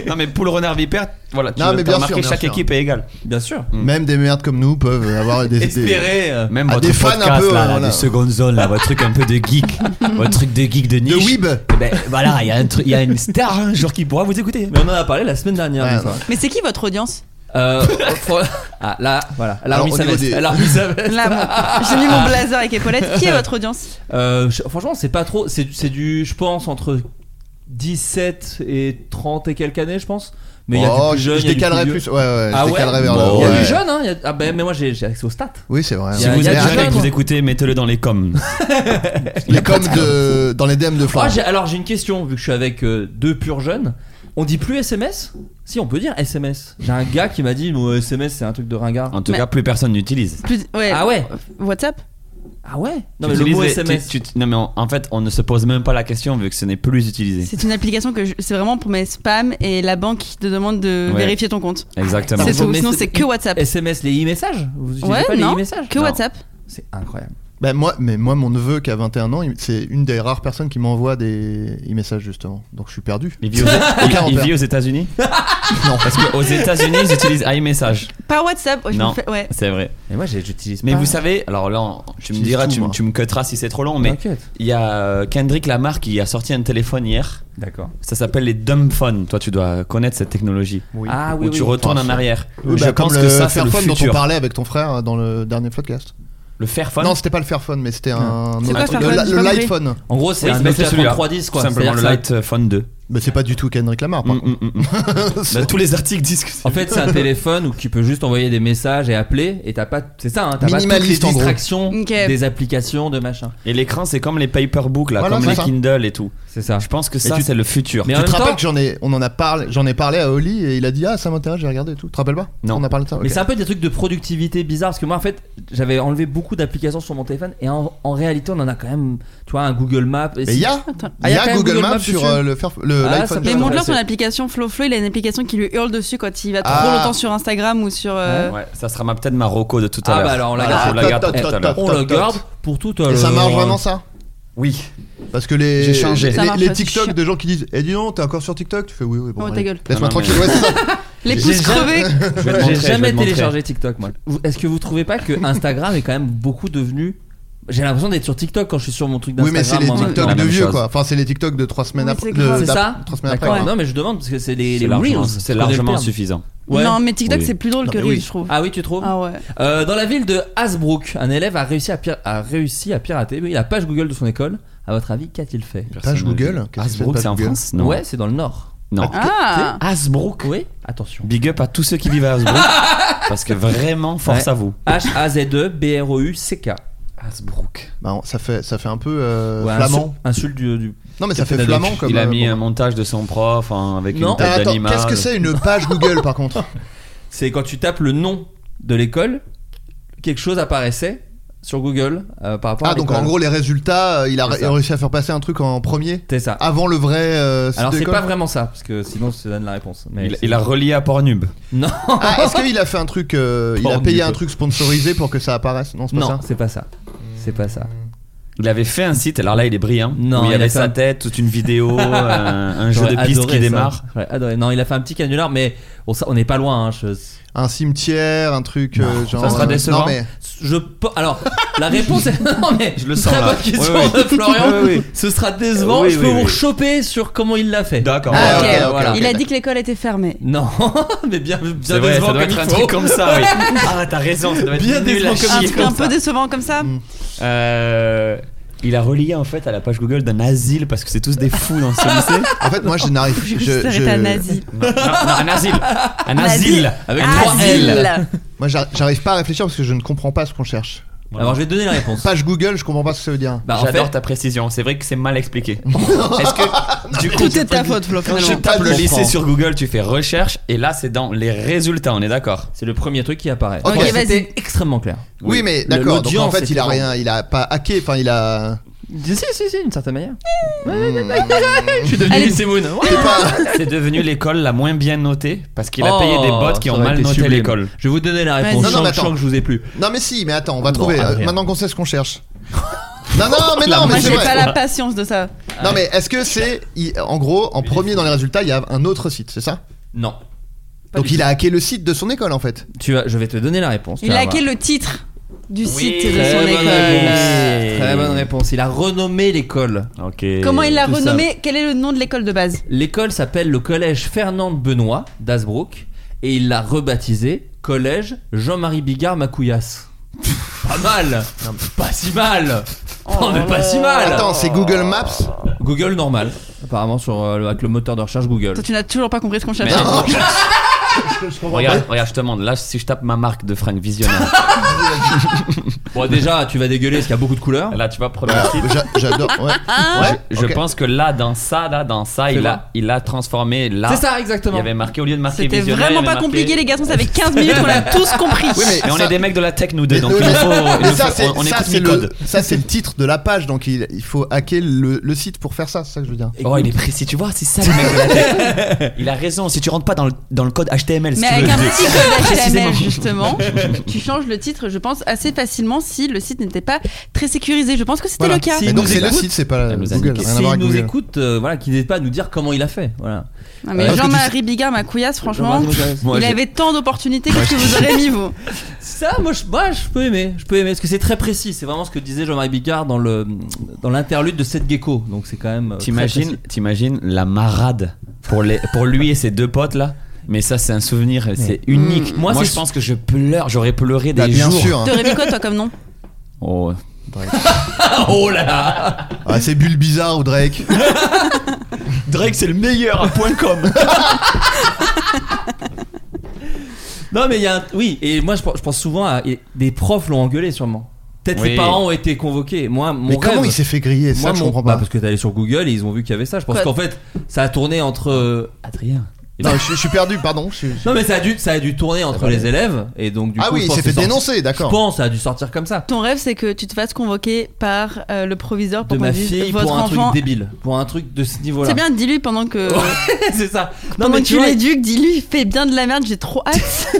[SPEAKER 5] Non mais poule renard vipère, voilà, tu
[SPEAKER 2] Non, mais
[SPEAKER 5] as
[SPEAKER 2] bien
[SPEAKER 5] remarqué
[SPEAKER 2] sûr, bien
[SPEAKER 5] chaque
[SPEAKER 2] sûr.
[SPEAKER 5] équipe est égale.
[SPEAKER 4] Bien sûr.
[SPEAKER 2] Même des merdes comme nous peuvent avoir des. des-
[SPEAKER 4] Espérer. euh,
[SPEAKER 5] Même
[SPEAKER 2] Ah,
[SPEAKER 5] votre
[SPEAKER 2] des fans un
[SPEAKER 5] podcast là,
[SPEAKER 2] peu, ouais,
[SPEAKER 5] là,
[SPEAKER 2] voilà.
[SPEAKER 5] de seconde zone là, votre truc un peu de geek, votre truc de geek de niche.
[SPEAKER 2] De weeb.
[SPEAKER 5] Eh Ben voilà, il y a un truc, il y a une star un jour qui pourra vous écouter.
[SPEAKER 4] Mais on en a parlé la semaine dernière.
[SPEAKER 2] Ouais,
[SPEAKER 4] de ça.
[SPEAKER 2] ouais.
[SPEAKER 6] Mais c'est qui votre audience
[SPEAKER 4] Euh, faut- ah, là, voilà. Elle a
[SPEAKER 2] Alors,
[SPEAKER 4] remis
[SPEAKER 2] au
[SPEAKER 4] sa
[SPEAKER 2] niveau
[SPEAKER 4] veste.
[SPEAKER 2] des-
[SPEAKER 4] Elle a remis sa veste.
[SPEAKER 6] Là, moi, j'ai mis
[SPEAKER 5] Ah.
[SPEAKER 6] mon blazer avec épaulette. Qui est votre audience
[SPEAKER 4] Euh, je- franchement, c'est pas trop. C'est c'est du, je pense, entre 17 et 30 et quelques années, je pense. Mais il y a du
[SPEAKER 2] Oh,
[SPEAKER 4] plus
[SPEAKER 2] je
[SPEAKER 4] jeune.
[SPEAKER 2] je
[SPEAKER 4] il y a du
[SPEAKER 2] décalerais
[SPEAKER 4] plus
[SPEAKER 2] plus.
[SPEAKER 4] vieux.
[SPEAKER 2] Ouais, ouais,
[SPEAKER 4] Ah
[SPEAKER 2] je
[SPEAKER 4] ouais
[SPEAKER 2] décalerais vers
[SPEAKER 5] Bon,
[SPEAKER 2] le.
[SPEAKER 4] Il y a
[SPEAKER 2] ouais.
[SPEAKER 4] du jeune, hein. il y a- ah ben, mais moi j'ai j'ai accès au stat.
[SPEAKER 2] Oui, c'est vrai.
[SPEAKER 4] Il
[SPEAKER 5] Si
[SPEAKER 4] y a-
[SPEAKER 5] vous
[SPEAKER 4] il y
[SPEAKER 5] êtes
[SPEAKER 4] a du
[SPEAKER 5] jeune et que
[SPEAKER 4] jeune,
[SPEAKER 5] vous
[SPEAKER 4] hein.
[SPEAKER 5] écoutez, mettez-le dans les coms.
[SPEAKER 2] Les coms de dans les DM de Florent.
[SPEAKER 4] Ah, j'ai- alors j'ai une question, vu que je suis avec euh, deux purs jeunes. On dit plus SMS Si, on peut dire SMS. J'ai un gars qui m'a dit, mon SMS c'est un truc de ringard.
[SPEAKER 5] En tout
[SPEAKER 6] Mais-
[SPEAKER 5] cas, plus personne n'utilise.
[SPEAKER 6] Plus- ouais.
[SPEAKER 4] Ah ouais
[SPEAKER 6] WhatsApp
[SPEAKER 4] Ah ouais
[SPEAKER 5] Tu
[SPEAKER 4] Non, mais le
[SPEAKER 5] utilises
[SPEAKER 4] mot
[SPEAKER 5] les-
[SPEAKER 4] SMS.
[SPEAKER 5] tu- tu- non mais on- en fait, on ne se pose même pas la question vu que ce n'est plus utilisé.
[SPEAKER 6] C'est une application que je- c'est vraiment pour mes spams et la banque qui te demande de
[SPEAKER 5] Ouais.
[SPEAKER 6] vérifier ton compte.
[SPEAKER 5] Exactement.
[SPEAKER 6] C'est
[SPEAKER 4] vous
[SPEAKER 6] tout. Sinon,
[SPEAKER 4] mettez-
[SPEAKER 6] c'est que WhatsApp.
[SPEAKER 4] SMS, les e-messages Vous utilisez
[SPEAKER 6] Ouais,
[SPEAKER 4] pas
[SPEAKER 6] non.
[SPEAKER 4] les e-messages
[SPEAKER 6] Que
[SPEAKER 4] Non.
[SPEAKER 6] WhatsApp.
[SPEAKER 4] C'est incroyable.
[SPEAKER 2] Bah, moi, mais moi, mon neveu qui a 21 ans, il- c'est une des rares personnes qui m'envoie des messages justement. Donc je suis perdu.
[SPEAKER 5] Il vit aux, il- il
[SPEAKER 2] Quarante-deux.
[SPEAKER 5] vit aux États-Unis
[SPEAKER 2] Non.
[SPEAKER 5] Parce qu'aux États-Unis, ils utilisent iMessage.
[SPEAKER 6] Pas WhatsApp. ouais, je
[SPEAKER 5] Non.
[SPEAKER 6] me fais- ouais.
[SPEAKER 5] C'est vrai.
[SPEAKER 4] Mais moi j'ai- j'utilise pas.
[SPEAKER 5] Mais
[SPEAKER 6] Ah.
[SPEAKER 5] vous savez, alors là, on- tu me
[SPEAKER 2] J'utilise
[SPEAKER 5] diras,
[SPEAKER 2] tout,
[SPEAKER 5] tu, me-
[SPEAKER 2] moi.
[SPEAKER 5] tu me cutteras si c'est trop long, mais
[SPEAKER 4] T'inquiète.
[SPEAKER 5] il y a euh, Kendrick Lamar qui a sorti un téléphone hier.
[SPEAKER 4] D'accord.
[SPEAKER 5] Ça s'appelle les dumb phones. Toi, tu dois connaître cette technologie.
[SPEAKER 2] Oui.
[SPEAKER 4] Ah
[SPEAKER 5] Où
[SPEAKER 4] oui,
[SPEAKER 5] tu
[SPEAKER 4] oui.
[SPEAKER 5] retournes
[SPEAKER 2] Enfin,
[SPEAKER 5] en arrière.
[SPEAKER 2] Oui,
[SPEAKER 5] Je
[SPEAKER 2] bah,
[SPEAKER 5] pense
[SPEAKER 2] comme
[SPEAKER 5] que
[SPEAKER 2] le
[SPEAKER 5] ça, c'est le
[SPEAKER 2] Fairphone dont on
[SPEAKER 5] futur.
[SPEAKER 2] parlait avec ton frère hein, dans le dernier podcast.
[SPEAKER 5] Le Fairphone Ah.
[SPEAKER 2] Non, c'était pas le Fairphone, mais c'était un.
[SPEAKER 6] C'est
[SPEAKER 2] autre
[SPEAKER 6] quoi
[SPEAKER 2] truc.
[SPEAKER 6] Fairphone
[SPEAKER 2] Le-
[SPEAKER 6] J'ai
[SPEAKER 2] Le
[SPEAKER 6] pas compris.
[SPEAKER 2] l'iPhone.
[SPEAKER 4] En gros, c'est
[SPEAKER 5] Oui,
[SPEAKER 4] un E
[SPEAKER 5] bah,
[SPEAKER 4] Nokia
[SPEAKER 5] celui-là.
[SPEAKER 4] 3310 quoi.
[SPEAKER 5] Tout Simplement le
[SPEAKER 4] C'est-à-dire que
[SPEAKER 5] Light Phone 2.
[SPEAKER 2] Mais c'est pas du tout Kendrick Lamar, par
[SPEAKER 5] Mm,
[SPEAKER 2] contre.
[SPEAKER 5] mm, mm, mm. Bah, tous les articles disent que c'est-
[SPEAKER 4] En fait, c'est un téléphone où tu peux juste envoyer des messages et appeler, et t'as pas, c'est ça, hein, t'as pas toutes les
[SPEAKER 2] Minimaliste, en gros.
[SPEAKER 4] distractions
[SPEAKER 6] Ok.
[SPEAKER 4] des applications, de machin.
[SPEAKER 5] Et l'écran, c'est comme les paperbooks, là,
[SPEAKER 2] Voilà,
[SPEAKER 5] comme
[SPEAKER 2] c'est
[SPEAKER 5] les
[SPEAKER 2] ça.
[SPEAKER 5] Kindle et tout.
[SPEAKER 4] C'est ça.
[SPEAKER 5] Je pense que ça,
[SPEAKER 4] tu-
[SPEAKER 5] c'est le futur.
[SPEAKER 4] Mais en
[SPEAKER 2] Tu te
[SPEAKER 4] même
[SPEAKER 2] rappelles
[SPEAKER 4] temps-
[SPEAKER 2] que j'en ai, on en a parlé, j'en ai parlé à Oli et il a dit ah ça m'intéresse, j'ai regardé et tout. Tu te rappelles pas
[SPEAKER 5] Non.
[SPEAKER 2] On a parlé de ça.
[SPEAKER 4] Mais
[SPEAKER 2] ok.
[SPEAKER 4] c'est un peu des trucs de productivité bizarre parce que moi en fait j'avais enlevé beaucoup d'applications sur mon téléphone et en, en réalité on en a quand même tu vois un Google Map et
[SPEAKER 2] Mais
[SPEAKER 4] si-
[SPEAKER 2] il y a,
[SPEAKER 4] Ah,
[SPEAKER 2] il y
[SPEAKER 4] quand
[SPEAKER 2] a
[SPEAKER 4] même
[SPEAKER 2] Google, Maps
[SPEAKER 4] dessus.
[SPEAKER 2] sur euh, le, Fairf- le
[SPEAKER 4] Ah, ça
[SPEAKER 2] l'iPhone.
[SPEAKER 4] peut
[SPEAKER 6] Mais
[SPEAKER 4] être
[SPEAKER 2] justement.
[SPEAKER 6] montre-leur
[SPEAKER 4] c'est-
[SPEAKER 6] son application FlowFlow. Il a une application qui lui hurle dessus quand il va trop
[SPEAKER 2] Ah.
[SPEAKER 6] longtemps sur Instagram ou sur. euh,
[SPEAKER 5] Ouais, ça sera ma- peut-être ma Rocco de tout à
[SPEAKER 4] Ah,
[SPEAKER 5] l'heure.
[SPEAKER 4] bah alors, on la
[SPEAKER 5] Ah,
[SPEAKER 4] garde.
[SPEAKER 5] je la garde
[SPEAKER 2] Tot,
[SPEAKER 5] pour
[SPEAKER 2] tot,
[SPEAKER 5] tout à
[SPEAKER 2] tot,
[SPEAKER 5] l'heure.
[SPEAKER 4] on
[SPEAKER 2] Top,
[SPEAKER 4] le
[SPEAKER 2] top.
[SPEAKER 4] garde pour tout euh, à
[SPEAKER 2] Et ça
[SPEAKER 4] l'heure.
[SPEAKER 2] marche vraiment ça
[SPEAKER 5] Oui.
[SPEAKER 2] Parce que les
[SPEAKER 5] J'ai changé.
[SPEAKER 2] les-
[SPEAKER 6] Ça marche,
[SPEAKER 2] les,
[SPEAKER 6] ça.
[SPEAKER 2] TikTok de gens qui disent eh dis donc t'es encore sur TikTok tu fais oui oui bon
[SPEAKER 6] Oh, ta
[SPEAKER 2] allez.
[SPEAKER 6] gueule.
[SPEAKER 2] laisse-moi
[SPEAKER 5] Non, non,
[SPEAKER 2] tranquille ouais, c'est ça.
[SPEAKER 6] Les
[SPEAKER 5] J'ai-
[SPEAKER 6] pouces
[SPEAKER 4] j'ai-
[SPEAKER 6] crevés.
[SPEAKER 5] Je vais te montrer,
[SPEAKER 4] J'ai
[SPEAKER 5] je vais
[SPEAKER 4] jamais
[SPEAKER 5] te montrer.
[SPEAKER 4] téléchargé TikTok moi. Vous- Est-ce que vous trouvez pas que Instagram est quand même beaucoup devenu j'ai l'impression d'être sur TikTok quand je suis sur mon truc
[SPEAKER 2] oui mais
[SPEAKER 4] d'Instagram.
[SPEAKER 2] c'est les
[SPEAKER 4] moi, maintenant.
[SPEAKER 2] TikTok
[SPEAKER 5] la
[SPEAKER 2] de
[SPEAKER 5] même
[SPEAKER 2] vieux euh,
[SPEAKER 5] chose.
[SPEAKER 2] quoi enfin c'est les TikTok de trois semaines
[SPEAKER 6] Oui,
[SPEAKER 2] après
[SPEAKER 6] c'est
[SPEAKER 2] de-
[SPEAKER 6] grave.
[SPEAKER 4] C'est
[SPEAKER 2] d'ap-
[SPEAKER 4] ça
[SPEAKER 2] trois semaines après
[SPEAKER 4] D'accord.
[SPEAKER 2] ouais.
[SPEAKER 4] Non mais je demande parce que c'est les,
[SPEAKER 5] C'est
[SPEAKER 4] les
[SPEAKER 5] largement-
[SPEAKER 4] reels.
[SPEAKER 5] C'est
[SPEAKER 4] qu'on est le
[SPEAKER 5] largement
[SPEAKER 4] terme.
[SPEAKER 5] suffisant.
[SPEAKER 4] Ouais.
[SPEAKER 6] Non, mais TikTok
[SPEAKER 5] Oui.
[SPEAKER 6] c'est plus drôle
[SPEAKER 2] Non,
[SPEAKER 6] que
[SPEAKER 2] mais
[SPEAKER 6] lui,
[SPEAKER 2] oui.
[SPEAKER 6] je trouve.
[SPEAKER 4] Ah oui tu trouves.
[SPEAKER 6] Ah ouais.
[SPEAKER 4] Euh, dans la ville de Hasbrook, un élève a réussi à, pir- a réussi à pirater oui, la page Google de son école. À votre avis, qu'a-t-il fait
[SPEAKER 2] Page Google Qu'est-ce que c'est,
[SPEAKER 5] Hasbrook,
[SPEAKER 2] page
[SPEAKER 5] c'est en
[SPEAKER 2] Google
[SPEAKER 5] France Non.
[SPEAKER 4] Ouais, c'est dans le Nord.
[SPEAKER 5] Non.
[SPEAKER 6] Ah.
[SPEAKER 5] Hasbrook
[SPEAKER 4] Oui, attention.
[SPEAKER 5] Big up à tous ceux qui vivent à Hasbrook. parce que vraiment, force
[SPEAKER 4] Ouais.
[SPEAKER 5] à vous.
[SPEAKER 4] E H-A-Z-E-B-R-O-U-C-K.
[SPEAKER 5] Hasbrook.
[SPEAKER 2] Bah, ça fait ça fait un peu euh,
[SPEAKER 4] Ouais,
[SPEAKER 2] flamand
[SPEAKER 4] insu- Insulte du, du
[SPEAKER 2] Non, mais ça fait
[SPEAKER 5] Captain Haddock.
[SPEAKER 2] flamand comme.
[SPEAKER 5] Il a
[SPEAKER 2] euh,
[SPEAKER 5] mis
[SPEAKER 2] bon.
[SPEAKER 5] un montage de son prof hein, avec
[SPEAKER 4] Non.
[SPEAKER 5] une tête
[SPEAKER 2] Ah, attends,
[SPEAKER 5] d'animal.
[SPEAKER 2] qu'est-ce que c'est une page Google par contre
[SPEAKER 4] C'est quand tu tapes le nom de l'école, quelque chose apparaissait sur Google euh, par rapport à
[SPEAKER 2] Ah, donc
[SPEAKER 4] l'école.
[SPEAKER 2] en gros, les résultats, euh, il a
[SPEAKER 4] C'est ça.
[SPEAKER 2] réussi à faire passer un truc en premier
[SPEAKER 4] c'est ça.
[SPEAKER 2] avant le vrai euh, site
[SPEAKER 4] Alors c'est
[SPEAKER 2] d'école
[SPEAKER 4] pas vraiment ça parce que sinon ça donne la réponse. Mais
[SPEAKER 5] Il, il a relié à Pornhub.
[SPEAKER 4] non
[SPEAKER 2] Ah, est-ce qu'il a fait un truc euh, Il a
[SPEAKER 5] Porn,
[SPEAKER 2] payé
[SPEAKER 5] du
[SPEAKER 2] un
[SPEAKER 5] coup.
[SPEAKER 2] truc sponsorisé pour que ça apparaisse Non, c'est pas
[SPEAKER 4] non
[SPEAKER 2] ça
[SPEAKER 4] c'est pas ça c'est pas ça.
[SPEAKER 5] Il avait fait un site, alors là il est brillant.
[SPEAKER 4] Non,
[SPEAKER 5] où il,
[SPEAKER 4] il a
[SPEAKER 5] avait
[SPEAKER 4] fait
[SPEAKER 5] sa
[SPEAKER 4] un-
[SPEAKER 5] tête, toute une vidéo, un, un jeu
[SPEAKER 4] J'aurais
[SPEAKER 5] de piste
[SPEAKER 4] adoré
[SPEAKER 5] qui
[SPEAKER 4] ça.
[SPEAKER 5] démarre.
[SPEAKER 4] J'aurais adoré. Non il a fait un petit canular mais on, on n'est pas loin. hein, je...
[SPEAKER 2] Un cimetière, un truc euh, genre.
[SPEAKER 5] ça sera
[SPEAKER 2] euh,
[SPEAKER 5] décevant.
[SPEAKER 2] Non, mais
[SPEAKER 4] Je pe- alors la réponse est non mais
[SPEAKER 5] Je le sens,
[SPEAKER 4] très
[SPEAKER 5] là.
[SPEAKER 4] bonne question
[SPEAKER 5] Oui, oui.
[SPEAKER 4] de Florian.
[SPEAKER 5] Oui, oui.
[SPEAKER 4] Ce sera décevant.
[SPEAKER 5] Oui,
[SPEAKER 4] je
[SPEAKER 5] oui,
[SPEAKER 4] peux
[SPEAKER 5] oui.
[SPEAKER 4] vous choper sur comment il l'a fait.
[SPEAKER 5] D'accord.
[SPEAKER 2] Ah,
[SPEAKER 6] ok,
[SPEAKER 2] ok,
[SPEAKER 4] ok,
[SPEAKER 6] Il a
[SPEAKER 2] ok,
[SPEAKER 6] dit que l'école était fermée.
[SPEAKER 4] Non mais bien bien
[SPEAKER 5] C'est vrai,
[SPEAKER 4] décevant
[SPEAKER 5] ça doit
[SPEAKER 4] comme
[SPEAKER 5] être
[SPEAKER 4] il
[SPEAKER 5] un
[SPEAKER 4] faut.
[SPEAKER 5] truc comme ça, oui. Ah, t'as raison, ça doit être
[SPEAKER 4] Bien
[SPEAKER 5] nul
[SPEAKER 4] décevant
[SPEAKER 5] à
[SPEAKER 4] comme
[SPEAKER 6] Un
[SPEAKER 5] chier
[SPEAKER 6] truc un peu décevant comme ça.
[SPEAKER 5] Euh, il a relié en fait à la page Google d'un asile parce que c'est tous des fous dans ce lycée.
[SPEAKER 2] en fait, moi je n'arrive
[SPEAKER 6] Je, je,
[SPEAKER 2] je, je-
[SPEAKER 6] un nazi. Ah,
[SPEAKER 5] Non, non, non, un asile. Un
[SPEAKER 6] asile.
[SPEAKER 5] asile.
[SPEAKER 4] Euh,
[SPEAKER 5] Avec trois L.
[SPEAKER 6] Asile.
[SPEAKER 2] Moi j'ar- j'arrive pas à réfléchir parce que je ne comprends pas ce qu'on cherche.
[SPEAKER 4] Alors je vais te donner la réponse.
[SPEAKER 2] Page Google, je comprends pas ce que ça veut dire.
[SPEAKER 4] Bah, en
[SPEAKER 5] J'adore
[SPEAKER 4] fait-
[SPEAKER 5] ta précision, c'est vrai que c'est mal expliqué. Est-ce que du coup,
[SPEAKER 6] Tout est ta faute, Flo.
[SPEAKER 5] quand
[SPEAKER 6] finalement.
[SPEAKER 5] je tape le
[SPEAKER 4] comprends.
[SPEAKER 5] lycée sur Google, tu fais recherche et là c'est dans les résultats, on est d'accord
[SPEAKER 4] C'est le premier truc qui apparaît.
[SPEAKER 2] Ok,
[SPEAKER 4] Voilà,
[SPEAKER 6] vas-y.
[SPEAKER 4] C'était extrêmement clair.
[SPEAKER 2] Oui, mais
[SPEAKER 4] Le-
[SPEAKER 2] d'accord. Donc en
[SPEAKER 4] l'audience
[SPEAKER 2] fait, il a
[SPEAKER 4] était
[SPEAKER 2] rien, il a pas hacké. Enfin, il a.
[SPEAKER 4] Si, si, si, d'une certaine manière.
[SPEAKER 2] Hmm.
[SPEAKER 4] Je suis devenu
[SPEAKER 6] Allez.
[SPEAKER 4] Lycée Moon. Ouais.
[SPEAKER 2] C'est pas.
[SPEAKER 5] C'est devenu l'école la moins bien notée parce qu'il a
[SPEAKER 4] Oh,
[SPEAKER 5] payé des bots qui
[SPEAKER 4] ça
[SPEAKER 5] ont
[SPEAKER 4] aurait
[SPEAKER 5] mal
[SPEAKER 4] été
[SPEAKER 5] noté
[SPEAKER 4] sublime.
[SPEAKER 5] l'école.
[SPEAKER 4] Je vais vous donner la
[SPEAKER 6] Vas-y.
[SPEAKER 4] réponse.
[SPEAKER 6] Non,
[SPEAKER 2] non,
[SPEAKER 4] Je
[SPEAKER 2] mais
[SPEAKER 4] sens- je sens
[SPEAKER 2] attends.
[SPEAKER 4] que je vous ai plus.
[SPEAKER 2] Non, mais si, mais attends, on
[SPEAKER 4] Bon,
[SPEAKER 2] va
[SPEAKER 5] ah,
[SPEAKER 2] trouver.
[SPEAKER 4] Adrien.
[SPEAKER 2] Euh, Maintenant qu'on sait ce qu'on cherche. non, non, mais non,
[SPEAKER 6] Moi,
[SPEAKER 2] mais c'est
[SPEAKER 6] j'ai pas
[SPEAKER 2] vrai.
[SPEAKER 6] la patience de ça.
[SPEAKER 2] Non, mais est-ce que c'est. il- En gros, en premier dans les résultats, il y a un autre site, c'est ça
[SPEAKER 4] Non. Pas
[SPEAKER 2] Donc
[SPEAKER 4] du
[SPEAKER 2] il a hacké le site de son école en fait.
[SPEAKER 4] tout. Tu vas, je vais te donner la réponse. tu
[SPEAKER 6] Il
[SPEAKER 4] vas
[SPEAKER 6] a
[SPEAKER 4] voir.
[SPEAKER 6] hacké le titre du site de
[SPEAKER 4] Très
[SPEAKER 6] son
[SPEAKER 4] bonne
[SPEAKER 6] école.
[SPEAKER 4] réponse. Très bonne réponse. Il a renommé l'école.
[SPEAKER 5] Ok.
[SPEAKER 6] Comment il l'a
[SPEAKER 4] Tout ça.
[SPEAKER 6] renommé Quel est le nom de l'école de base
[SPEAKER 4] L'école s'appelle le collège Fernande Benoît d'Asbrook et il l'a rebaptisé collège Jean-Marie Bigard Macouillasse. pas mal. pas si mal.
[SPEAKER 6] Oh
[SPEAKER 4] non mais pas si mal.
[SPEAKER 2] Attends, c'est Google Maps
[SPEAKER 4] Google normal. Apparemment sur euh, le- avec le moteur de recherche Google.
[SPEAKER 6] Toi, tu n'as toujours pas compris ce qu'on
[SPEAKER 5] Mais-
[SPEAKER 6] cherchait.
[SPEAKER 5] Regarde, regarde, je te demande. Là, si je tape ma marque de fringues visionnaire,
[SPEAKER 4] Bon déjà tu vas dégueuler parce qu'il y a beaucoup de couleurs.
[SPEAKER 5] là, tu vois, premier site.
[SPEAKER 2] J'a- J'adore. Ouais.
[SPEAKER 5] Je, je
[SPEAKER 2] ok.
[SPEAKER 5] pense que là, dans ça, là, dans ça, il
[SPEAKER 4] bon.
[SPEAKER 5] a, il a transformé là.
[SPEAKER 4] C'est ça
[SPEAKER 5] Il
[SPEAKER 4] exactement.
[SPEAKER 5] y avait marqué au lieu de marquer
[SPEAKER 6] C'était
[SPEAKER 5] visionnaire. il y
[SPEAKER 6] vraiment
[SPEAKER 5] avait
[SPEAKER 6] pas
[SPEAKER 5] marqué-
[SPEAKER 6] compliqué, les garçons. Ça fait 15 minutes qu'on l'a tous compris.
[SPEAKER 2] Oui, mais
[SPEAKER 5] Et on
[SPEAKER 2] Ah, ça-
[SPEAKER 5] est des mecs de la tech, nous deux,
[SPEAKER 2] mais-
[SPEAKER 5] donc
[SPEAKER 2] oui,
[SPEAKER 5] il
[SPEAKER 2] mais-
[SPEAKER 5] faut. il
[SPEAKER 2] mais
[SPEAKER 5] faut-
[SPEAKER 2] ça, c'est-
[SPEAKER 5] on, on
[SPEAKER 2] ça,
[SPEAKER 5] écoute
[SPEAKER 2] c'est
[SPEAKER 5] Micode.
[SPEAKER 2] le, ça, c'est le titre de la page, donc il, il faut hacker le, le site pour faire ça, c'est ça que je veux dire.
[SPEAKER 5] Oh, il est précis, tu vois, c'est ça le mec de la tech. Il a raison, si tu rentres pas dans le, dans le code HTML, si
[SPEAKER 6] Mais
[SPEAKER 5] tu
[SPEAKER 6] avec
[SPEAKER 5] veux.
[SPEAKER 6] un petit code
[SPEAKER 5] Précisément.
[SPEAKER 6] HTML justement, tu changes le titre, je pense, assez facilement si le site n'était pas très sécurisé. Je pense que c'était
[SPEAKER 2] Voilà.
[SPEAKER 6] le cas.
[SPEAKER 4] Si
[SPEAKER 2] Mais
[SPEAKER 4] il
[SPEAKER 2] donc
[SPEAKER 4] nous
[SPEAKER 2] c'est le
[SPEAKER 4] écoute-
[SPEAKER 2] site, c'est pas
[SPEAKER 5] Elle nous a
[SPEAKER 2] Google,
[SPEAKER 5] niqué.
[SPEAKER 2] rien à
[SPEAKER 4] S'il
[SPEAKER 2] voir avec
[SPEAKER 4] nous
[SPEAKER 2] Google.
[SPEAKER 4] écoute, euh, voilà, qu'il n'hésite pas à nous dire comment il a fait. Voilà.
[SPEAKER 6] Non,
[SPEAKER 4] Ouais,
[SPEAKER 6] Ah, mais
[SPEAKER 4] parce que
[SPEAKER 6] Jean-Marie Bigard, ma couillasse, franchement,
[SPEAKER 4] Jean-Marie Bigard, moi,
[SPEAKER 6] il
[SPEAKER 4] j'ai-
[SPEAKER 6] avait tant d'opportunités. Qu'est-ce que vous aurez mis, vous
[SPEAKER 4] Ça, moi, je, moi, je peux aimer. Je peux aimer parce que c'est très précis. C'est vraiment ce que disait Jean-Marie Bigard dans le dans l'interlude de Seth Gecko. Donc c'est quand même. euh,
[SPEAKER 5] T'imagines,
[SPEAKER 4] très précis.
[SPEAKER 5] t'imagines la marade pour, les, pour lui et ses deux potes là mais ça c'est un souvenir, c'est unique.
[SPEAKER 2] Mmh.
[SPEAKER 4] Mm.
[SPEAKER 5] Moi,
[SPEAKER 4] Moi, c'est
[SPEAKER 5] je
[SPEAKER 4] su-
[SPEAKER 5] pense que je pleure, j'aurais pleuré des
[SPEAKER 2] Bah, bien
[SPEAKER 5] jours.
[SPEAKER 2] sûr.
[SPEAKER 4] Ah.
[SPEAKER 2] hein.
[SPEAKER 6] T'aurais mis quoi, toi, comme nom
[SPEAKER 5] Oh.
[SPEAKER 4] Oh là là.
[SPEAKER 2] Ah, c'est Bulle Bizarre ou Drake.
[SPEAKER 5] Drake c'est le meilleur à point com.
[SPEAKER 4] Non mais il y a un- oui et moi je, pense- je pense souvent à et des profs l'ont engueulé sûrement. Peut-être
[SPEAKER 5] Oui.
[SPEAKER 4] les parents ont été convoqués. Moi mon
[SPEAKER 2] Mais comment
[SPEAKER 4] rêve-
[SPEAKER 2] il s'est fait griller
[SPEAKER 4] moi,
[SPEAKER 2] Ça, je
[SPEAKER 4] mon-
[SPEAKER 2] comprends
[SPEAKER 4] bah,
[SPEAKER 2] pas.
[SPEAKER 4] parce que t'es allé sur Google et ils ont vu qu'il y avait ça. Je pense
[SPEAKER 6] Quoi
[SPEAKER 4] qu'en fait ça a tourné entre euh,
[SPEAKER 5] Adrien.
[SPEAKER 2] Non, je, je suis perdu, pardon. je- je-
[SPEAKER 4] non mais ça a dû ça a dû tourner entre les élèves et donc du
[SPEAKER 2] Ah
[SPEAKER 4] coup
[SPEAKER 2] oui,
[SPEAKER 4] je
[SPEAKER 2] il
[SPEAKER 4] pense
[SPEAKER 2] s'est
[SPEAKER 4] que
[SPEAKER 2] fait
[SPEAKER 4] c'est sorti-
[SPEAKER 2] dénoncer,
[SPEAKER 4] Je
[SPEAKER 2] d'accord.
[SPEAKER 4] pense ça a dû sortir comme ça.
[SPEAKER 6] Ton rêve, c'est que tu te fasses convoquer par euh, le proviseur
[SPEAKER 4] De
[SPEAKER 6] pour qu'on
[SPEAKER 4] ma
[SPEAKER 6] dise
[SPEAKER 4] fille
[SPEAKER 6] votre
[SPEAKER 4] pour un
[SPEAKER 6] enfant.
[SPEAKER 4] truc Oh. débile, pour un truc de ce niveau-là.
[SPEAKER 6] C'est bien, dis-lui pendant que.
[SPEAKER 4] c'est ça.
[SPEAKER 6] Non, mais tu
[SPEAKER 4] vois,
[SPEAKER 6] l'éduques, dis-lui, fais bien de la merde, j'ai trop hâte.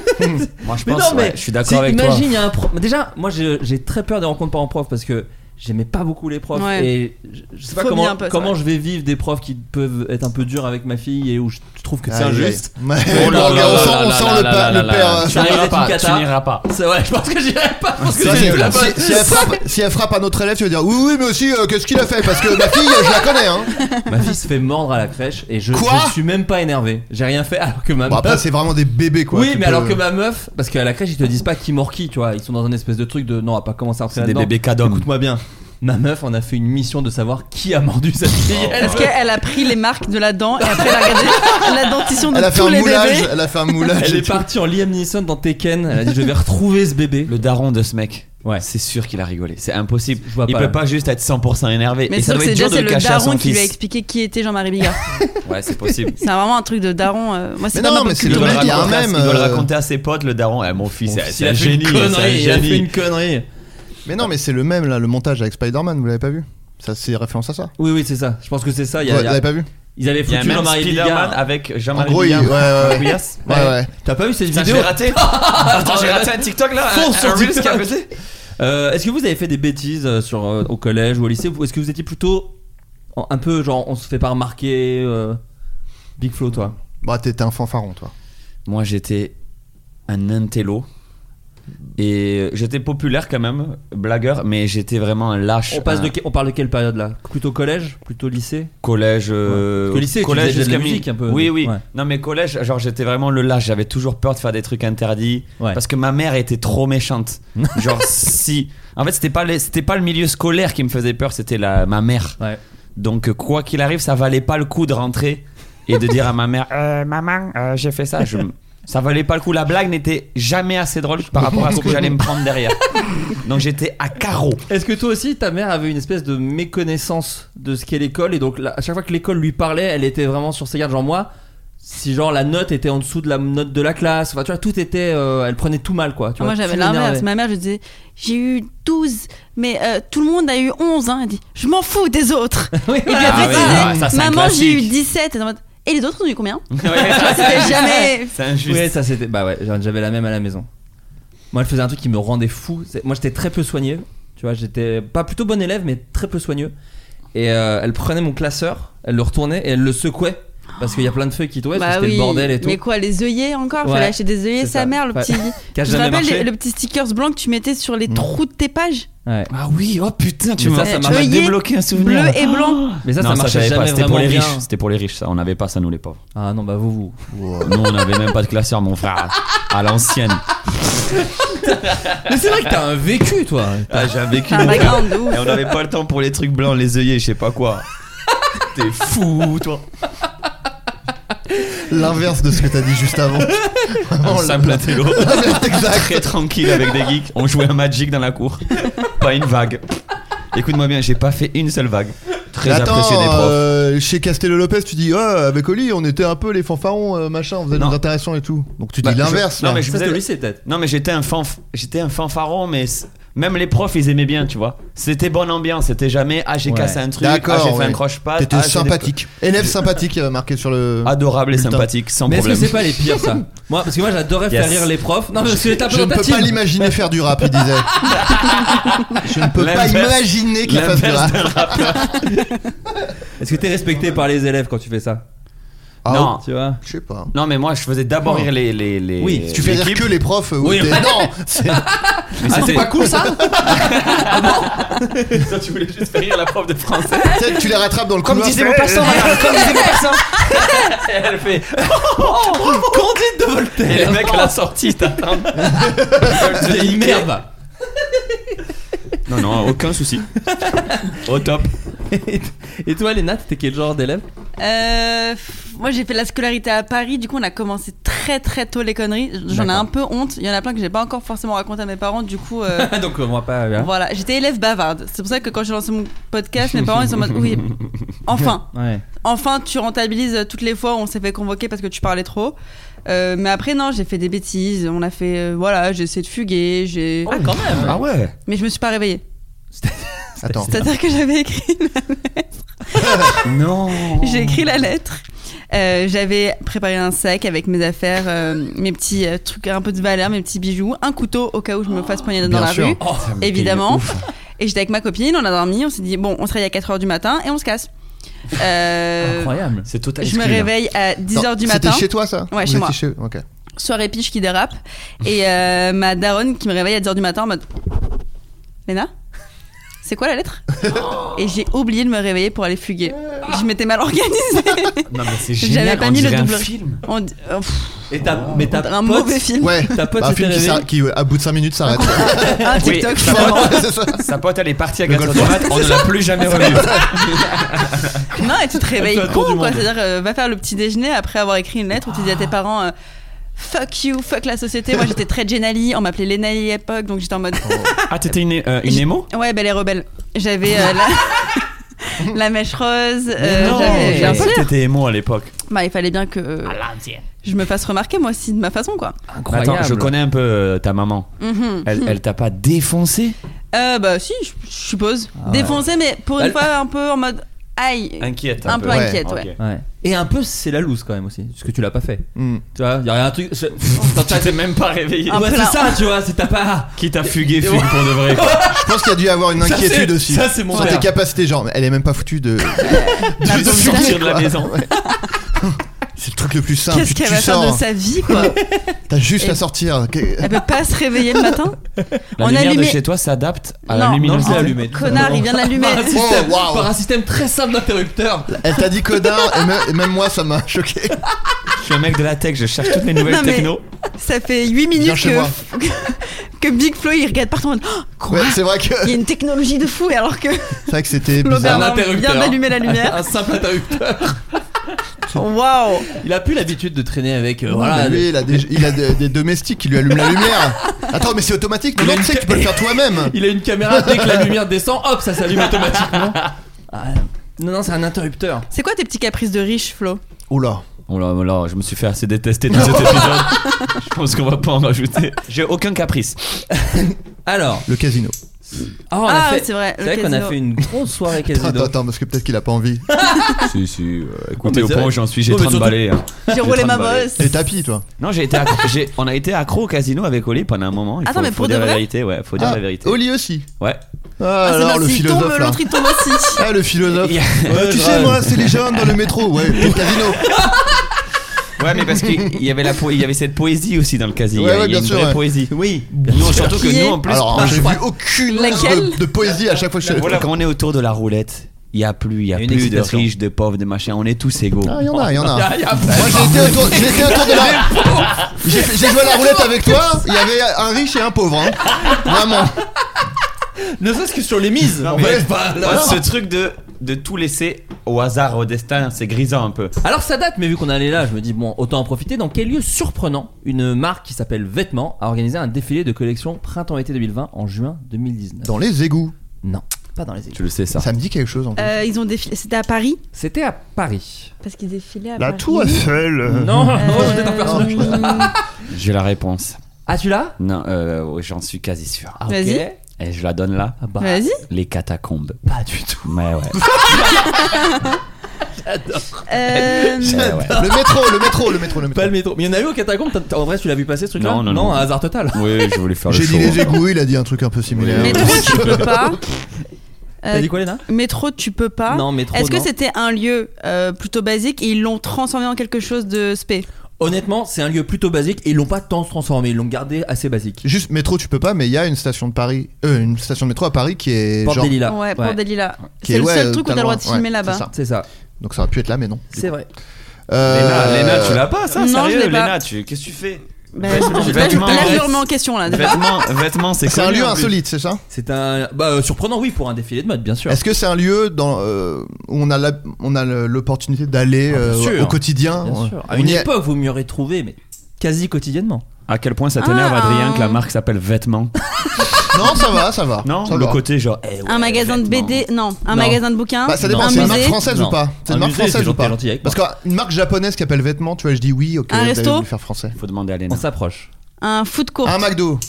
[SPEAKER 5] Moi je
[SPEAKER 4] Mais
[SPEAKER 5] pense
[SPEAKER 4] non, mais
[SPEAKER 5] ouais, je suis d'accord
[SPEAKER 4] c'est-
[SPEAKER 5] avec toi.
[SPEAKER 4] Imagine, il y a un prof. Déjà, moi j'ai j'ai très peur des rencontres parents-prof parce que j'aimais pas beaucoup les profs
[SPEAKER 6] Ouais.
[SPEAKER 4] et je, je sais pas
[SPEAKER 6] Phobie
[SPEAKER 4] comment,
[SPEAKER 6] un peu, c'est
[SPEAKER 4] comment
[SPEAKER 6] vrai.
[SPEAKER 4] je vais vivre des profs qui peuvent être un peu durs avec ma fille et où je trouve que c'est
[SPEAKER 2] Aïe, aïe.
[SPEAKER 4] injuste.
[SPEAKER 2] Ah, Ouais,
[SPEAKER 5] Oh là
[SPEAKER 2] bon,
[SPEAKER 5] là
[SPEAKER 2] regarde, on
[SPEAKER 5] là
[SPEAKER 2] sent-
[SPEAKER 5] là
[SPEAKER 2] on
[SPEAKER 5] là
[SPEAKER 2] sent
[SPEAKER 5] là
[SPEAKER 2] le
[SPEAKER 5] là
[SPEAKER 2] pa-
[SPEAKER 5] là
[SPEAKER 2] le
[SPEAKER 5] là
[SPEAKER 2] père.
[SPEAKER 5] là.
[SPEAKER 2] euh,
[SPEAKER 5] Tu n'iras
[SPEAKER 4] arrive
[SPEAKER 5] pas,
[SPEAKER 4] d'être une
[SPEAKER 5] tu
[SPEAKER 4] cata.
[SPEAKER 5] n'iras pas.
[SPEAKER 4] C'est vrai, je pense que j'irai pas parce que
[SPEAKER 2] Si,
[SPEAKER 4] c'est la bonne.
[SPEAKER 2] si- si elle frappe, si elle frappe à notre élève, tu vas dire oui, oui, mais aussi, euh, qu'est-ce qu'il a fait Parce que ma fille, je la connais. Hein.
[SPEAKER 4] Ma fille se fait mordre à la crèche et je,
[SPEAKER 2] Quoi
[SPEAKER 4] je suis même pas énervé. J'ai rien fait alors que ma
[SPEAKER 2] Bon, après,
[SPEAKER 4] meuf-
[SPEAKER 2] c'est vraiment des bébés, quoi.
[SPEAKER 4] Ah, bah. oui,
[SPEAKER 2] tu
[SPEAKER 4] mais
[SPEAKER 2] peux-
[SPEAKER 4] alors que ma meuf, parce qu'à la crèche ils te disent pas qui mord qui, tu vois, ils sont dans un espèce de truc de non, on va pas commencer à
[SPEAKER 5] C'est
[SPEAKER 4] rentrer
[SPEAKER 5] des
[SPEAKER 4] là-dedans.
[SPEAKER 5] bébés cadomes.
[SPEAKER 4] Écoute-moi bien, ma meuf, on a fait une mission de savoir qui a mordu sa fille.
[SPEAKER 5] Oh.
[SPEAKER 4] Elle-
[SPEAKER 6] Parce qu'elle a pris les marques de la dent et après elle a regardé la dentition de
[SPEAKER 2] Elle a fait
[SPEAKER 6] tous
[SPEAKER 2] un
[SPEAKER 6] les
[SPEAKER 2] moulage.
[SPEAKER 6] bébés.
[SPEAKER 2] Elle a fait un moulage.
[SPEAKER 4] Elle
[SPEAKER 2] et
[SPEAKER 4] est
[SPEAKER 2] tout.
[SPEAKER 4] partie en Liam Neeson dans Tekken. Elle a dit je vais retrouver ce bébé.
[SPEAKER 5] Le daron de ce mec.
[SPEAKER 4] Ouais.
[SPEAKER 5] C'est sûr qu'il a rigolé. C'est impossible.
[SPEAKER 4] Je vois
[SPEAKER 5] il
[SPEAKER 4] pas,
[SPEAKER 5] peut
[SPEAKER 4] là.
[SPEAKER 5] pas juste être 100% énervé.
[SPEAKER 6] Mais
[SPEAKER 5] et ça
[SPEAKER 6] sauf
[SPEAKER 5] doit
[SPEAKER 6] que
[SPEAKER 5] être
[SPEAKER 6] c'est déjà
[SPEAKER 5] dur de
[SPEAKER 6] c'est
[SPEAKER 5] le
[SPEAKER 6] le
[SPEAKER 5] cacher à son
[SPEAKER 6] daron qui lui a
[SPEAKER 5] fils.
[SPEAKER 6] expliqué qui était Jean-Marie Bigard.
[SPEAKER 5] Ouais, c'est possible.
[SPEAKER 6] c'est vraiment un truc de daron. euh, Moi, c'est pas
[SPEAKER 2] Mais non,
[SPEAKER 6] ma
[SPEAKER 2] mais
[SPEAKER 6] pop
[SPEAKER 2] c'est
[SPEAKER 5] Il
[SPEAKER 2] le
[SPEAKER 5] doit,
[SPEAKER 6] culture.
[SPEAKER 5] le
[SPEAKER 2] mec, il y a un
[SPEAKER 5] raconter, à-
[SPEAKER 2] même,
[SPEAKER 5] il doit le
[SPEAKER 2] euh,
[SPEAKER 5] raconter à ses potes, le daron. Eh, mon fils,
[SPEAKER 4] Mon
[SPEAKER 5] c'est
[SPEAKER 4] fils,
[SPEAKER 5] c'est
[SPEAKER 4] il a
[SPEAKER 5] un
[SPEAKER 4] fait une
[SPEAKER 5] génie.
[SPEAKER 4] connerie,
[SPEAKER 5] c'est un
[SPEAKER 4] il a fait
[SPEAKER 5] génie.
[SPEAKER 4] une connerie.
[SPEAKER 2] Mais non, mais c'est le même là, le montage avec Spider-Man, vous l'avez pas vu Ça, c'est référence à ça.
[SPEAKER 4] Oui, oui, c'est ça. Je pense que c'est ça. il y a-
[SPEAKER 2] vous
[SPEAKER 4] il y a-
[SPEAKER 2] l'avez pas vu
[SPEAKER 4] Ils avaient
[SPEAKER 5] Il y a
[SPEAKER 4] foutu
[SPEAKER 5] même
[SPEAKER 4] Jean-Marie
[SPEAKER 5] Spider-Man
[SPEAKER 4] Bigard.
[SPEAKER 5] avec euh,
[SPEAKER 2] En
[SPEAKER 5] Jean-Marie
[SPEAKER 2] gros, il... ouais,
[SPEAKER 5] Bigard.
[SPEAKER 2] ouais, ouais.
[SPEAKER 5] Couillasse.
[SPEAKER 2] Ouais, ouais.
[SPEAKER 4] T'as pas vu cette
[SPEAKER 5] Putain, je
[SPEAKER 4] vidéo
[SPEAKER 5] l'ai raté.
[SPEAKER 4] Ah,
[SPEAKER 5] Attends, j'ai raté un TikTok là. un-
[SPEAKER 4] Fonce sur
[SPEAKER 5] un Reels
[SPEAKER 4] TikTok.
[SPEAKER 5] qui a buzzé.
[SPEAKER 4] Euh, Est-ce que vous avez fait des bêtises euh, sur, euh, au collège ou au lycée Ou Est-ce que vous étiez plutôt en- un peu genre on se fait pas remarquer euh, Big Flo, toi
[SPEAKER 2] Bah, t'étais un fanfaron, toi.
[SPEAKER 5] Moi, j'étais un intello. Et j'étais populaire quand même, blagueur, mais j'étais vraiment un lâche.
[SPEAKER 4] on, passe de,
[SPEAKER 5] un
[SPEAKER 4] que- on parle de quelle période là Plutôt collège Plutôt lycée
[SPEAKER 5] collège. euh,
[SPEAKER 4] Parce que lycée, tu faisais de la
[SPEAKER 5] jusqu'à mi-
[SPEAKER 4] musique un peu.
[SPEAKER 5] Oui, oui.
[SPEAKER 4] Ouais.
[SPEAKER 5] Non, mais collège, genre j'étais vraiment le lâche. J'avais toujours peur de faire des trucs interdits.
[SPEAKER 4] Ouais.
[SPEAKER 5] Parce que ma mère était trop méchante. genre si. En fait, c'était pas, les- c'était pas le milieu scolaire qui me faisait peur, c'était la, ma mère.
[SPEAKER 4] Ouais.
[SPEAKER 5] Donc, euh, quoi qu'il arrive, ça valait pas le coup de rentrer et de dire à ma mère Euh, Maman, euh, j'ai fait ça. Je... Ça valait pas le coup. La blague n'était jamais assez drôle par rapport à ce que j'allais me prendre derrière. Donc, j'étais à carreau.
[SPEAKER 4] Est-ce que toi aussi ta mère avait une espèce de méconnaissance de ce qu'est l'école et donc là, à chaque fois que l'école lui parlait, elle était vraiment sur ses gardes genre moi si genre la note était en dessous de la note de la classe, enfin tu vois tout était euh, elle prenait tout mal quoi, tu
[SPEAKER 6] Ah, Moi,
[SPEAKER 4] vois,
[SPEAKER 6] j'avais
[SPEAKER 4] tout
[SPEAKER 6] l'inverse.
[SPEAKER 4] l'énervait.
[SPEAKER 6] Ma mère, je disais, j'ai eu 12, mais euh, tout le monde a eu 11. Hein. Elle dit, je m'en fous des autres.
[SPEAKER 4] Oui,
[SPEAKER 6] Et puis
[SPEAKER 4] voilà.
[SPEAKER 6] après, tu
[SPEAKER 5] Ah
[SPEAKER 6] disais,
[SPEAKER 5] oui, ah, ça, c'est un
[SPEAKER 6] maman, j'ai eu
[SPEAKER 5] classique.
[SPEAKER 6] 17. Et, en mode, et les autres ont eu combien
[SPEAKER 5] C'était
[SPEAKER 6] C'était jamais.
[SPEAKER 5] C'est injuste.
[SPEAKER 4] Ouais, ça c'était. Bah ouais, j'avais la même à la maison. Moi, elle faisait un truc qui me rendait fou. C'est- Moi, j'étais très peu soigneux. Tu vois, j'étais pas plutôt bon élève, mais très peu soigneux. Et euh, elle prenait mon classeur, elle le retournait et elle le secouait. Parce qu'il y a plein de feuilles qui tombaient, parce que c'était le bordel et tout.
[SPEAKER 6] Bah Mais quoi, les œillets encore
[SPEAKER 4] Ouais.
[SPEAKER 6] Fallait acheter des œillets,
[SPEAKER 4] C'est
[SPEAKER 6] sa
[SPEAKER 4] ça.
[SPEAKER 6] mère, le
[SPEAKER 4] Ouais.
[SPEAKER 6] petit.
[SPEAKER 4] Qui a
[SPEAKER 6] Tu te
[SPEAKER 4] jamais
[SPEAKER 6] rappelles
[SPEAKER 4] marché. Hmm.
[SPEAKER 6] les- le petit stickers blanc que tu mettais sur les trous de tes pages
[SPEAKER 4] Ouais.
[SPEAKER 5] Ah oui, oh putain, tu
[SPEAKER 4] Mais
[SPEAKER 5] m'as
[SPEAKER 4] ça, ça
[SPEAKER 5] tu
[SPEAKER 4] m'a
[SPEAKER 5] m'as
[SPEAKER 6] œillet
[SPEAKER 5] débloqué un souvenir.
[SPEAKER 6] Bleu et blanc.
[SPEAKER 4] Mais ça,
[SPEAKER 5] non,
[SPEAKER 4] ça marchait
[SPEAKER 5] j'avais
[SPEAKER 4] jamais
[SPEAKER 5] pas, c'était
[SPEAKER 4] vraiment
[SPEAKER 5] pour les
[SPEAKER 4] bien.
[SPEAKER 5] riches, c'était pour les riches ça, on n'avait pas ça nous les pauvres.
[SPEAKER 4] Ah non, bah vous, vous.
[SPEAKER 5] Nous on n'avait même pas de classeur mon frère, à l'ancienne.
[SPEAKER 4] Mais c'est vrai que t'as un vécu, toi.
[SPEAKER 5] Ah, j'ai un vécu
[SPEAKER 6] T'as un
[SPEAKER 5] de ouf.
[SPEAKER 6] background Bah, de ouf.
[SPEAKER 5] Et on n'avait pas le temps pour les trucs blancs, les œillets, je sais pas quoi. T'es fou toi.
[SPEAKER 2] L'inverse de ce que t'as dit juste avant.
[SPEAKER 5] On
[SPEAKER 2] Vraiment,
[SPEAKER 5] s'est
[SPEAKER 2] le-
[SPEAKER 5] platé l'eau. Très tranquille avec des geeks, on jouait un Magic dans la cour. Pas une vague. Écoute-moi bien, j'ai pas fait une seule vague. Très
[SPEAKER 2] Mais attends,
[SPEAKER 5] apprécié des profs.
[SPEAKER 2] euh, chez Castello Lopez, tu dis, Ah, avec Oli, on était un peu les fanfarons, euh, machin, on faisait
[SPEAKER 5] Non.
[SPEAKER 2] des intéressions et tout. Donc tu dis
[SPEAKER 5] Bah, je-
[SPEAKER 2] l'inverse.
[SPEAKER 5] non,
[SPEAKER 2] là.
[SPEAKER 5] mais je
[SPEAKER 4] Ça,
[SPEAKER 5] vous
[SPEAKER 4] c'était
[SPEAKER 5] ai-
[SPEAKER 4] au lycée, peut-être.
[SPEAKER 5] Non mais j'étais un fanf... j'étais un fanfaron mais c- même les profs ils aimaient bien tu vois. C'était bonne ambiance, c'était jamais ah j'ai
[SPEAKER 4] Ouais.
[SPEAKER 5] cassé un truc, ah,
[SPEAKER 2] D'accord,
[SPEAKER 5] j'ai fait
[SPEAKER 2] ouais.
[SPEAKER 5] un croche passe,
[SPEAKER 4] ah,
[SPEAKER 2] T'étais sympathique. Élève sympathique, euh, marqué sur le.
[SPEAKER 5] adorable et
[SPEAKER 2] Putain.
[SPEAKER 5] sympathique sans
[SPEAKER 4] Mais est-ce que
[SPEAKER 5] problème.
[SPEAKER 4] c'est pas les pires, ça Moi, parce que moi, j'adorais faire
[SPEAKER 5] Yes.
[SPEAKER 4] rire les profs. Non, mais parce que j'étais un peu
[SPEAKER 2] je ne peux
[SPEAKER 4] tentative.
[SPEAKER 2] pas l'imaginer faire du rap, il disait. je ne peux pas
[SPEAKER 5] L'inverse-
[SPEAKER 2] imaginer qu'il fasse du
[SPEAKER 5] l'inverse
[SPEAKER 2] rap.
[SPEAKER 4] Est-ce que t'es respecté par les élèves quand tu fais ça
[SPEAKER 2] Ah,
[SPEAKER 5] Non.
[SPEAKER 4] Tu vois
[SPEAKER 2] Je sais pas.
[SPEAKER 5] Non mais moi je faisais d'abord rire les les les
[SPEAKER 4] Oui,
[SPEAKER 5] les
[SPEAKER 2] Tu fais rire
[SPEAKER 5] équipes. Ah,
[SPEAKER 2] que les profs. euh, où
[SPEAKER 4] Oui.
[SPEAKER 2] t'es- Non, c'est
[SPEAKER 5] Mais c'était-
[SPEAKER 4] cool, ça
[SPEAKER 5] Toi, tu voulais juste faire rire la prof de français.
[SPEAKER 2] Tu sais, tu les rattrapes dans le couloir.
[SPEAKER 5] regarde, comme disait mon passant. Et elle fait oh,
[SPEAKER 4] Candide de Voltaire
[SPEAKER 5] et les mecs à la sortie ils t'attendent.
[SPEAKER 4] Je dis, merde
[SPEAKER 5] Non non, aucun souci. Au top.
[SPEAKER 4] Et toi, Léna, t'étais quel genre d'élève
[SPEAKER 6] Euh, pff, moi j'ai fait la scolarité à Paris, du coup on a commencé très très tôt les conneries. J'en ai
[SPEAKER 4] D'accord.
[SPEAKER 6] un peu honte, il y en a plein que j'ai pas encore forcément raconté à mes parents, du coup euh,
[SPEAKER 5] Ah,
[SPEAKER 4] Donc, on va pas. hein.
[SPEAKER 6] voilà, j'étais élève bavarde. C'est pour ça que quand j'ai lancé mon podcast, mes parents ils sont en mode oui, enfin,
[SPEAKER 4] Ouais.
[SPEAKER 6] enfin tu rentabilises toutes les fois où on s'est fait convoquer parce que tu parlais trop. Euh, mais après non, j'ai fait des bêtises, on a fait euh, voilà, j'ai essayé de fuguer, j'ai
[SPEAKER 4] Ah, quand même
[SPEAKER 5] Ah ouais.
[SPEAKER 6] mais je me suis pas réveillée.
[SPEAKER 2] Attends.
[SPEAKER 6] C'est-à-dire que j'avais écrit
[SPEAKER 5] Non.
[SPEAKER 6] J'ai écrit la lettre. Euh, j'avais préparé un sac avec mes affaires, euh, mes petits euh, trucs un peu de valeur, mes petits bijoux, un couteau au cas où je me fasse poignarder dans
[SPEAKER 2] Bien
[SPEAKER 6] la
[SPEAKER 2] sûr.
[SPEAKER 6] rue,
[SPEAKER 4] Oh,
[SPEAKER 6] évidemment. Et j'étais avec ma copine, on a dormi, on s'est dit bon, on se réveille à 4h du matin et on se casse. Euh,
[SPEAKER 4] Incroyable.
[SPEAKER 5] C'est total.
[SPEAKER 6] je me
[SPEAKER 5] exclu, là.
[SPEAKER 6] réveille à 10h
[SPEAKER 2] Non,
[SPEAKER 6] du matin,
[SPEAKER 2] C'était chez toi ça
[SPEAKER 6] Ouais,
[SPEAKER 2] Vous
[SPEAKER 6] chez moi.
[SPEAKER 2] étiez ok.
[SPEAKER 6] soirée piche qui dérape, et euh, ma daronne qui me réveille à 10h du matin en mode Léna c'est quoi la lettre Et j'ai oublié de me réveiller pour aller fuguer. Je m'étais mal organisée.
[SPEAKER 5] Non mais c'est
[SPEAKER 6] J'avais
[SPEAKER 5] génial.
[SPEAKER 6] pas
[SPEAKER 5] on
[SPEAKER 6] mis le
[SPEAKER 5] dirait
[SPEAKER 6] double-
[SPEAKER 5] un film.
[SPEAKER 6] On dit- oh, pff,
[SPEAKER 4] Et ta, mais ta
[SPEAKER 6] un
[SPEAKER 4] pote,
[SPEAKER 6] mauvais film.
[SPEAKER 2] Ouais.
[SPEAKER 4] Ta pote
[SPEAKER 2] Bah, un
[SPEAKER 4] s'était
[SPEAKER 2] film qui,
[SPEAKER 4] réveillée.
[SPEAKER 2] s'arrête- qui, euh, à bout de 5 minutes s'arrête.
[SPEAKER 6] Un
[SPEAKER 5] Oui,
[SPEAKER 6] TikTok.
[SPEAKER 5] ça
[SPEAKER 6] finalement.
[SPEAKER 2] Ouais, c'est ça.
[SPEAKER 5] Sa pote elle est partie à
[SPEAKER 2] Le
[SPEAKER 5] 4 heures du
[SPEAKER 2] golf.
[SPEAKER 5] mat, on ne l'a plus jamais revue.
[SPEAKER 6] non, et tu te réveilles
[SPEAKER 4] fait un tour
[SPEAKER 6] con,
[SPEAKER 4] du
[SPEAKER 6] quoi.
[SPEAKER 4] monde.
[SPEAKER 6] C'est-à-dire, euh, va faire le petit déjeuner après avoir écrit une lettre où tu dis à tes parents. euh, fuck you, fuck la société. Moi, j'étais très Jenali, on m'appelait Lenali à l'époque, donc j'étais en mode.
[SPEAKER 5] Ah, t'étais une, euh, une émo
[SPEAKER 6] Ouais, belle et rebelle. J'avais euh, la... la mèche rose. euh,
[SPEAKER 5] Non,
[SPEAKER 6] j'avais-
[SPEAKER 5] j'ai
[SPEAKER 6] bien
[SPEAKER 5] pas que
[SPEAKER 6] sûr.
[SPEAKER 5] t'étais émo à l'époque.
[SPEAKER 6] Bah, il fallait bien que je me fasse remarquer moi aussi de ma façon, quoi.
[SPEAKER 5] Attends, je connais un peu euh, ta maman.
[SPEAKER 6] Mhm.
[SPEAKER 5] Elle, elle t'a pas défoncé
[SPEAKER 6] Euh, bah, si, je je suppose. Défoncé, mais pour une
[SPEAKER 4] Elle- Ah,
[SPEAKER 6] fois, un peu en mode. Aïe.
[SPEAKER 5] Inquiète.
[SPEAKER 6] Un peu
[SPEAKER 2] Ouais.
[SPEAKER 6] inquiète, ouais.
[SPEAKER 5] Ok.
[SPEAKER 4] Ouais. Et un peu, c'est la loose quand même aussi, parce que tu l'as pas fait.
[SPEAKER 2] Hmm.
[SPEAKER 4] Tu vois, il y a un truc. c'est-
[SPEAKER 5] Tu t'es même pas réveillé.
[SPEAKER 6] Un
[SPEAKER 4] Ouais,
[SPEAKER 6] peu
[SPEAKER 4] c'est
[SPEAKER 6] là.
[SPEAKER 4] ça, tu vois, c'est t'as pas.
[SPEAKER 5] Qui t'a fugué, fugue pour de vrai. quoi.
[SPEAKER 2] Je pense qu'il y a dû avoir une
[SPEAKER 4] Ça,
[SPEAKER 2] inquiétude
[SPEAKER 4] c'est-
[SPEAKER 2] aussi.
[SPEAKER 4] ça, c'est mon
[SPEAKER 2] Sur tes
[SPEAKER 4] père.
[SPEAKER 2] capacités, genre, elle est même pas foutue de. de
[SPEAKER 5] de sortir de la
[SPEAKER 2] quoi.
[SPEAKER 5] maison.
[SPEAKER 2] Ouais. C'est le truc le plus simple.
[SPEAKER 6] Qu'est-ce
[SPEAKER 2] tu, hein.
[SPEAKER 6] qu'elle va
[SPEAKER 2] tu
[SPEAKER 6] faire de
[SPEAKER 2] sors,
[SPEAKER 6] sa vie, quoi
[SPEAKER 2] t'as juste
[SPEAKER 6] Et-
[SPEAKER 2] à sortir. Que-
[SPEAKER 6] Elle peut pas se réveiller le matin
[SPEAKER 5] La
[SPEAKER 6] On
[SPEAKER 5] lumière de
[SPEAKER 6] allumait-
[SPEAKER 5] chez toi s'adapte à la
[SPEAKER 6] Non,
[SPEAKER 5] luminosité
[SPEAKER 4] non, je l'ai
[SPEAKER 5] allumée.
[SPEAKER 6] Connard, il vient de l'allumer.
[SPEAKER 4] Par un système,
[SPEAKER 2] Oh, waouh.
[SPEAKER 4] par un système très simple d'interrupteur.
[SPEAKER 2] Elle t'a dit connard, et me- et même moi, ça m'a choqué.
[SPEAKER 5] Je suis un mec de la tech, je cherche toutes les
[SPEAKER 6] Non,
[SPEAKER 5] nouvelles
[SPEAKER 6] mais-
[SPEAKER 5] techno.
[SPEAKER 6] Ça fait 8
[SPEAKER 2] Viens
[SPEAKER 6] minutes
[SPEAKER 2] chez moi.
[SPEAKER 6] que, que Big Flo il regarde partout en mode Oh, quoi
[SPEAKER 2] Ouais, c'est vrai que
[SPEAKER 6] Il y a une technologie de fou, et alors que
[SPEAKER 2] c'est vrai que c'était
[SPEAKER 6] Flo
[SPEAKER 2] bizarre.
[SPEAKER 4] Un
[SPEAKER 6] Bernard
[SPEAKER 4] interrupteur.
[SPEAKER 6] vient d'allumer la lumière.
[SPEAKER 4] Un simple interrupteur.
[SPEAKER 6] Waouh
[SPEAKER 4] Il a plus l'habitude de traîner avec. euh,
[SPEAKER 2] Mais
[SPEAKER 4] voilà.
[SPEAKER 2] lui, il a, des, il a des- des domestiques qui lui allument la lumière. Attends, mais c'est automatique. Non,
[SPEAKER 4] Il a
[SPEAKER 2] non, tu
[SPEAKER 4] une
[SPEAKER 2] sais que tu peux le faire toi-même.
[SPEAKER 4] Il a une caméra, dès que la lumière descend, hop, ça s'allume automatiquement. Ah, non, non, c'est un interrupteur.
[SPEAKER 6] C'est quoi tes petits caprices de riche, Flo
[SPEAKER 2] Oula.
[SPEAKER 5] Oh là, oh là, je me suis fait assez détester dans cet épisode. je pense qu'on va pas en rajouter. J'ai aucun caprice.
[SPEAKER 4] Alors,
[SPEAKER 2] Le casino.
[SPEAKER 4] ah, on a
[SPEAKER 6] Ah,
[SPEAKER 4] fait-
[SPEAKER 6] c'est vrai, le
[SPEAKER 4] C'est vrai qu'on a
[SPEAKER 6] casino.
[SPEAKER 4] fait une grosse soirée
[SPEAKER 2] Attends,
[SPEAKER 4] casino.
[SPEAKER 2] attends, attends, parce que peut-être qu'il a pas envie.
[SPEAKER 5] si, si, euh, écoutez,
[SPEAKER 4] Oh, mais
[SPEAKER 5] au
[SPEAKER 4] c'est
[SPEAKER 5] point où
[SPEAKER 4] vrai.
[SPEAKER 5] j'en suis, j'ai
[SPEAKER 4] Oh, mais
[SPEAKER 5] 30
[SPEAKER 4] surtout-
[SPEAKER 5] balais. hein.
[SPEAKER 6] J'ai roulé ma
[SPEAKER 5] tremballé.
[SPEAKER 6] bosse.
[SPEAKER 2] Les tapis, toi.
[SPEAKER 5] Non, j'ai été accro- j'ai- on a été accro au casino avec Oli pendant un moment. Il
[SPEAKER 6] Attends,
[SPEAKER 5] faut,
[SPEAKER 6] mais
[SPEAKER 5] faut
[SPEAKER 6] pour de
[SPEAKER 5] dire la
[SPEAKER 6] vrai
[SPEAKER 5] vérité, ouais, faut dire la vérité.
[SPEAKER 2] Ah, Oli aussi.
[SPEAKER 5] Ouais.
[SPEAKER 6] Ah,
[SPEAKER 2] Ah,
[SPEAKER 6] c'est
[SPEAKER 2] alors
[SPEAKER 6] mince,
[SPEAKER 2] le
[SPEAKER 6] il tombe,
[SPEAKER 2] philosophe. là.
[SPEAKER 6] l'autre il tombe aussi.
[SPEAKER 2] Ah, le philosophe.
[SPEAKER 5] Il y a-
[SPEAKER 2] Ouais, tu sais, moi, c'est les jeunes dans le métro. Ouais, le casino.
[SPEAKER 5] Ouais, mais parce qu'il y avait la po- il y avait cette poésie aussi dans le casino.
[SPEAKER 2] Ouais,
[SPEAKER 5] Il y a-
[SPEAKER 2] ouais,
[SPEAKER 5] il y a
[SPEAKER 2] bien
[SPEAKER 5] une
[SPEAKER 2] sûr,
[SPEAKER 5] vraie
[SPEAKER 2] ouais.
[SPEAKER 5] poésie. Oui. Non, surtout
[SPEAKER 6] Qui
[SPEAKER 5] que
[SPEAKER 6] est-
[SPEAKER 5] nous en plus.
[SPEAKER 2] Alors,
[SPEAKER 5] par-
[SPEAKER 2] j'ai vu aucune once
[SPEAKER 6] Laquelle
[SPEAKER 2] de, de poésie à chaque fois que je
[SPEAKER 5] Voilà. Quand on est autour de la roulette, il y a plus, il y a
[SPEAKER 4] Une
[SPEAKER 5] plus de
[SPEAKER 4] excitation.
[SPEAKER 5] riches, de pauvres, de machins. On est tous égaux.
[SPEAKER 2] Ah, il y en a, il y en a.
[SPEAKER 4] Ah, il y a-
[SPEAKER 2] Moi, j'ai été autour, j'ai été autour de la. J'ai fait- j'ai joué à la roulette avec toi. Il y avait un riche et un pauvre. hein. Vraiment.
[SPEAKER 4] Ne serait-ce que sur les mises.
[SPEAKER 5] Non,
[SPEAKER 4] en
[SPEAKER 5] mais-
[SPEAKER 4] fait, bah, là-
[SPEAKER 5] Ouais, ce truc de, de tout laisser au hasard, au destin, c'est grisant un peu.
[SPEAKER 4] Alors ça date, mais vu qu'on allait là, je me dis bon, autant en profiter. Dans quel lieu surprenant une marque qui s'appelle Vêtements a organisé un défilé de collection printemps-été 2020 en juin 2019
[SPEAKER 2] Dans les égouts.
[SPEAKER 4] Non, pas dans les églises.
[SPEAKER 5] Tu le sais, ça.
[SPEAKER 2] Ça me dit quelque chose en fait.
[SPEAKER 6] Euh, ils ont défilé. C'était à Paris
[SPEAKER 4] C'était à Paris.
[SPEAKER 6] Parce qu'ils défilaient à Paris.
[SPEAKER 2] Eiffel.
[SPEAKER 5] Ah,
[SPEAKER 4] Non,
[SPEAKER 6] Euh,
[SPEAKER 4] non, c'était un personnage.
[SPEAKER 5] J'ai la réponse.
[SPEAKER 4] Ah tu l'as
[SPEAKER 5] Non, euh, ouais, j'en suis quasi sûr.
[SPEAKER 4] Ah, ok.
[SPEAKER 6] Vas-y.
[SPEAKER 5] Et je la donne là.
[SPEAKER 4] Ah bah,
[SPEAKER 6] Vas-y.
[SPEAKER 5] Les catacombes.
[SPEAKER 4] pas du tout.
[SPEAKER 5] Mais ouais.
[SPEAKER 6] Euh,
[SPEAKER 5] Mais ouais.
[SPEAKER 2] Le métro, le métro, le métro, le
[SPEAKER 4] Pas le
[SPEAKER 2] métro.
[SPEAKER 4] métro. Mais il y en a eu au catacombe. t'as- t'as- En vrai, tu l'as vu passer ce truc-là
[SPEAKER 5] Non, non, non.
[SPEAKER 4] un hasard total.
[SPEAKER 5] Oui, je voulais faire le
[SPEAKER 2] J'ai
[SPEAKER 5] show.
[SPEAKER 2] dit les égouts, il a dit un truc un peu similaire.
[SPEAKER 5] Mais
[SPEAKER 6] métro, tu peux pas.
[SPEAKER 4] T'as
[SPEAKER 6] Euh,
[SPEAKER 4] dit quoi, Léna
[SPEAKER 6] métro, tu peux pas.
[SPEAKER 4] Non, métro.
[SPEAKER 6] Ah. Est-ce que
[SPEAKER 4] non.
[SPEAKER 6] c'était un lieu euh, plutôt basique et ils l'ont transformé en quelque chose de spé
[SPEAKER 4] Honnêtement, c'est un lieu plutôt basique et ils l'ont pas tant transformé. Ils l'ont gardé assez basique.
[SPEAKER 2] Juste métro, tu peux pas, mais il y a une station de Paris, euh, une station de métro à Paris qui est
[SPEAKER 4] Porte
[SPEAKER 2] genre.
[SPEAKER 4] des Lilas.
[SPEAKER 6] Ouais, pour des lilas. C'est
[SPEAKER 2] qui est-
[SPEAKER 6] le
[SPEAKER 2] ouais,
[SPEAKER 6] seul truc où t'as le droit de
[SPEAKER 2] ouais,
[SPEAKER 6] filmer
[SPEAKER 2] c'est
[SPEAKER 6] là-bas.
[SPEAKER 2] ça.
[SPEAKER 4] C'est ça.
[SPEAKER 2] Donc ça aurait pu être là, mais non.
[SPEAKER 4] C'est vrai.
[SPEAKER 5] Léna,
[SPEAKER 2] Euh,
[SPEAKER 5] Léna, tu l'as pas ça
[SPEAKER 6] Non,
[SPEAKER 5] Sérieux,
[SPEAKER 6] je l'ai pas.
[SPEAKER 5] Léna, tu- qu'est-ce que tu fais
[SPEAKER 6] Bah, Là,
[SPEAKER 5] Vêtements,
[SPEAKER 6] je
[SPEAKER 5] vêtements,
[SPEAKER 6] là, je
[SPEAKER 5] vêtements.
[SPEAKER 6] le remets en question là.
[SPEAKER 5] Vêtements, vêtements c'est
[SPEAKER 2] C'est un
[SPEAKER 5] connu,
[SPEAKER 2] lieu
[SPEAKER 5] en plus.
[SPEAKER 2] insolite, c'est ça
[SPEAKER 4] C'est un. Bah, euh, surprenant, oui, pour un défilé de mode, bien sûr.
[SPEAKER 2] Est-ce que c'est un lieu dans, euh, où on a la- on a le- l'opportunité d'aller
[SPEAKER 4] Ah, bien
[SPEAKER 2] euh,
[SPEAKER 4] sûr.
[SPEAKER 2] au quotidien
[SPEAKER 4] Bien
[SPEAKER 2] on-
[SPEAKER 4] sûr.
[SPEAKER 2] on
[SPEAKER 4] À une
[SPEAKER 2] y est-
[SPEAKER 4] époque, vous m'y aurez trouvé, mais quasi quotidiennement.
[SPEAKER 5] À quel point ça t'énerve,
[SPEAKER 6] Ah,
[SPEAKER 5] Adrien, que la
[SPEAKER 6] un-
[SPEAKER 5] marque s'appelle vêtements
[SPEAKER 2] Non, ça va, ça va.
[SPEAKER 5] Non,
[SPEAKER 2] ça
[SPEAKER 5] le
[SPEAKER 2] va.
[SPEAKER 5] côté genre. eh ouais,
[SPEAKER 6] Un magasin de
[SPEAKER 5] vêtements.
[SPEAKER 6] BD, non, un
[SPEAKER 4] Non.
[SPEAKER 6] magasin de bouquins.
[SPEAKER 2] Bah, ça dépend,
[SPEAKER 6] un
[SPEAKER 2] c'est une marque
[SPEAKER 6] musée.
[SPEAKER 2] française
[SPEAKER 4] Non.
[SPEAKER 2] ou pas C'est
[SPEAKER 4] Un
[SPEAKER 2] une marque
[SPEAKER 4] musée,
[SPEAKER 2] française
[SPEAKER 4] t'es
[SPEAKER 2] ou pas
[SPEAKER 4] gentil avec
[SPEAKER 2] Parce qu'une marque japonaise qui appelle vêtements, tu vois, je dis oui, ok,
[SPEAKER 6] Un
[SPEAKER 2] vous
[SPEAKER 6] resto
[SPEAKER 2] allez le faire français.
[SPEAKER 5] Faut demander à Léna.
[SPEAKER 4] On s'approche.
[SPEAKER 6] un food court.
[SPEAKER 2] Un McDo.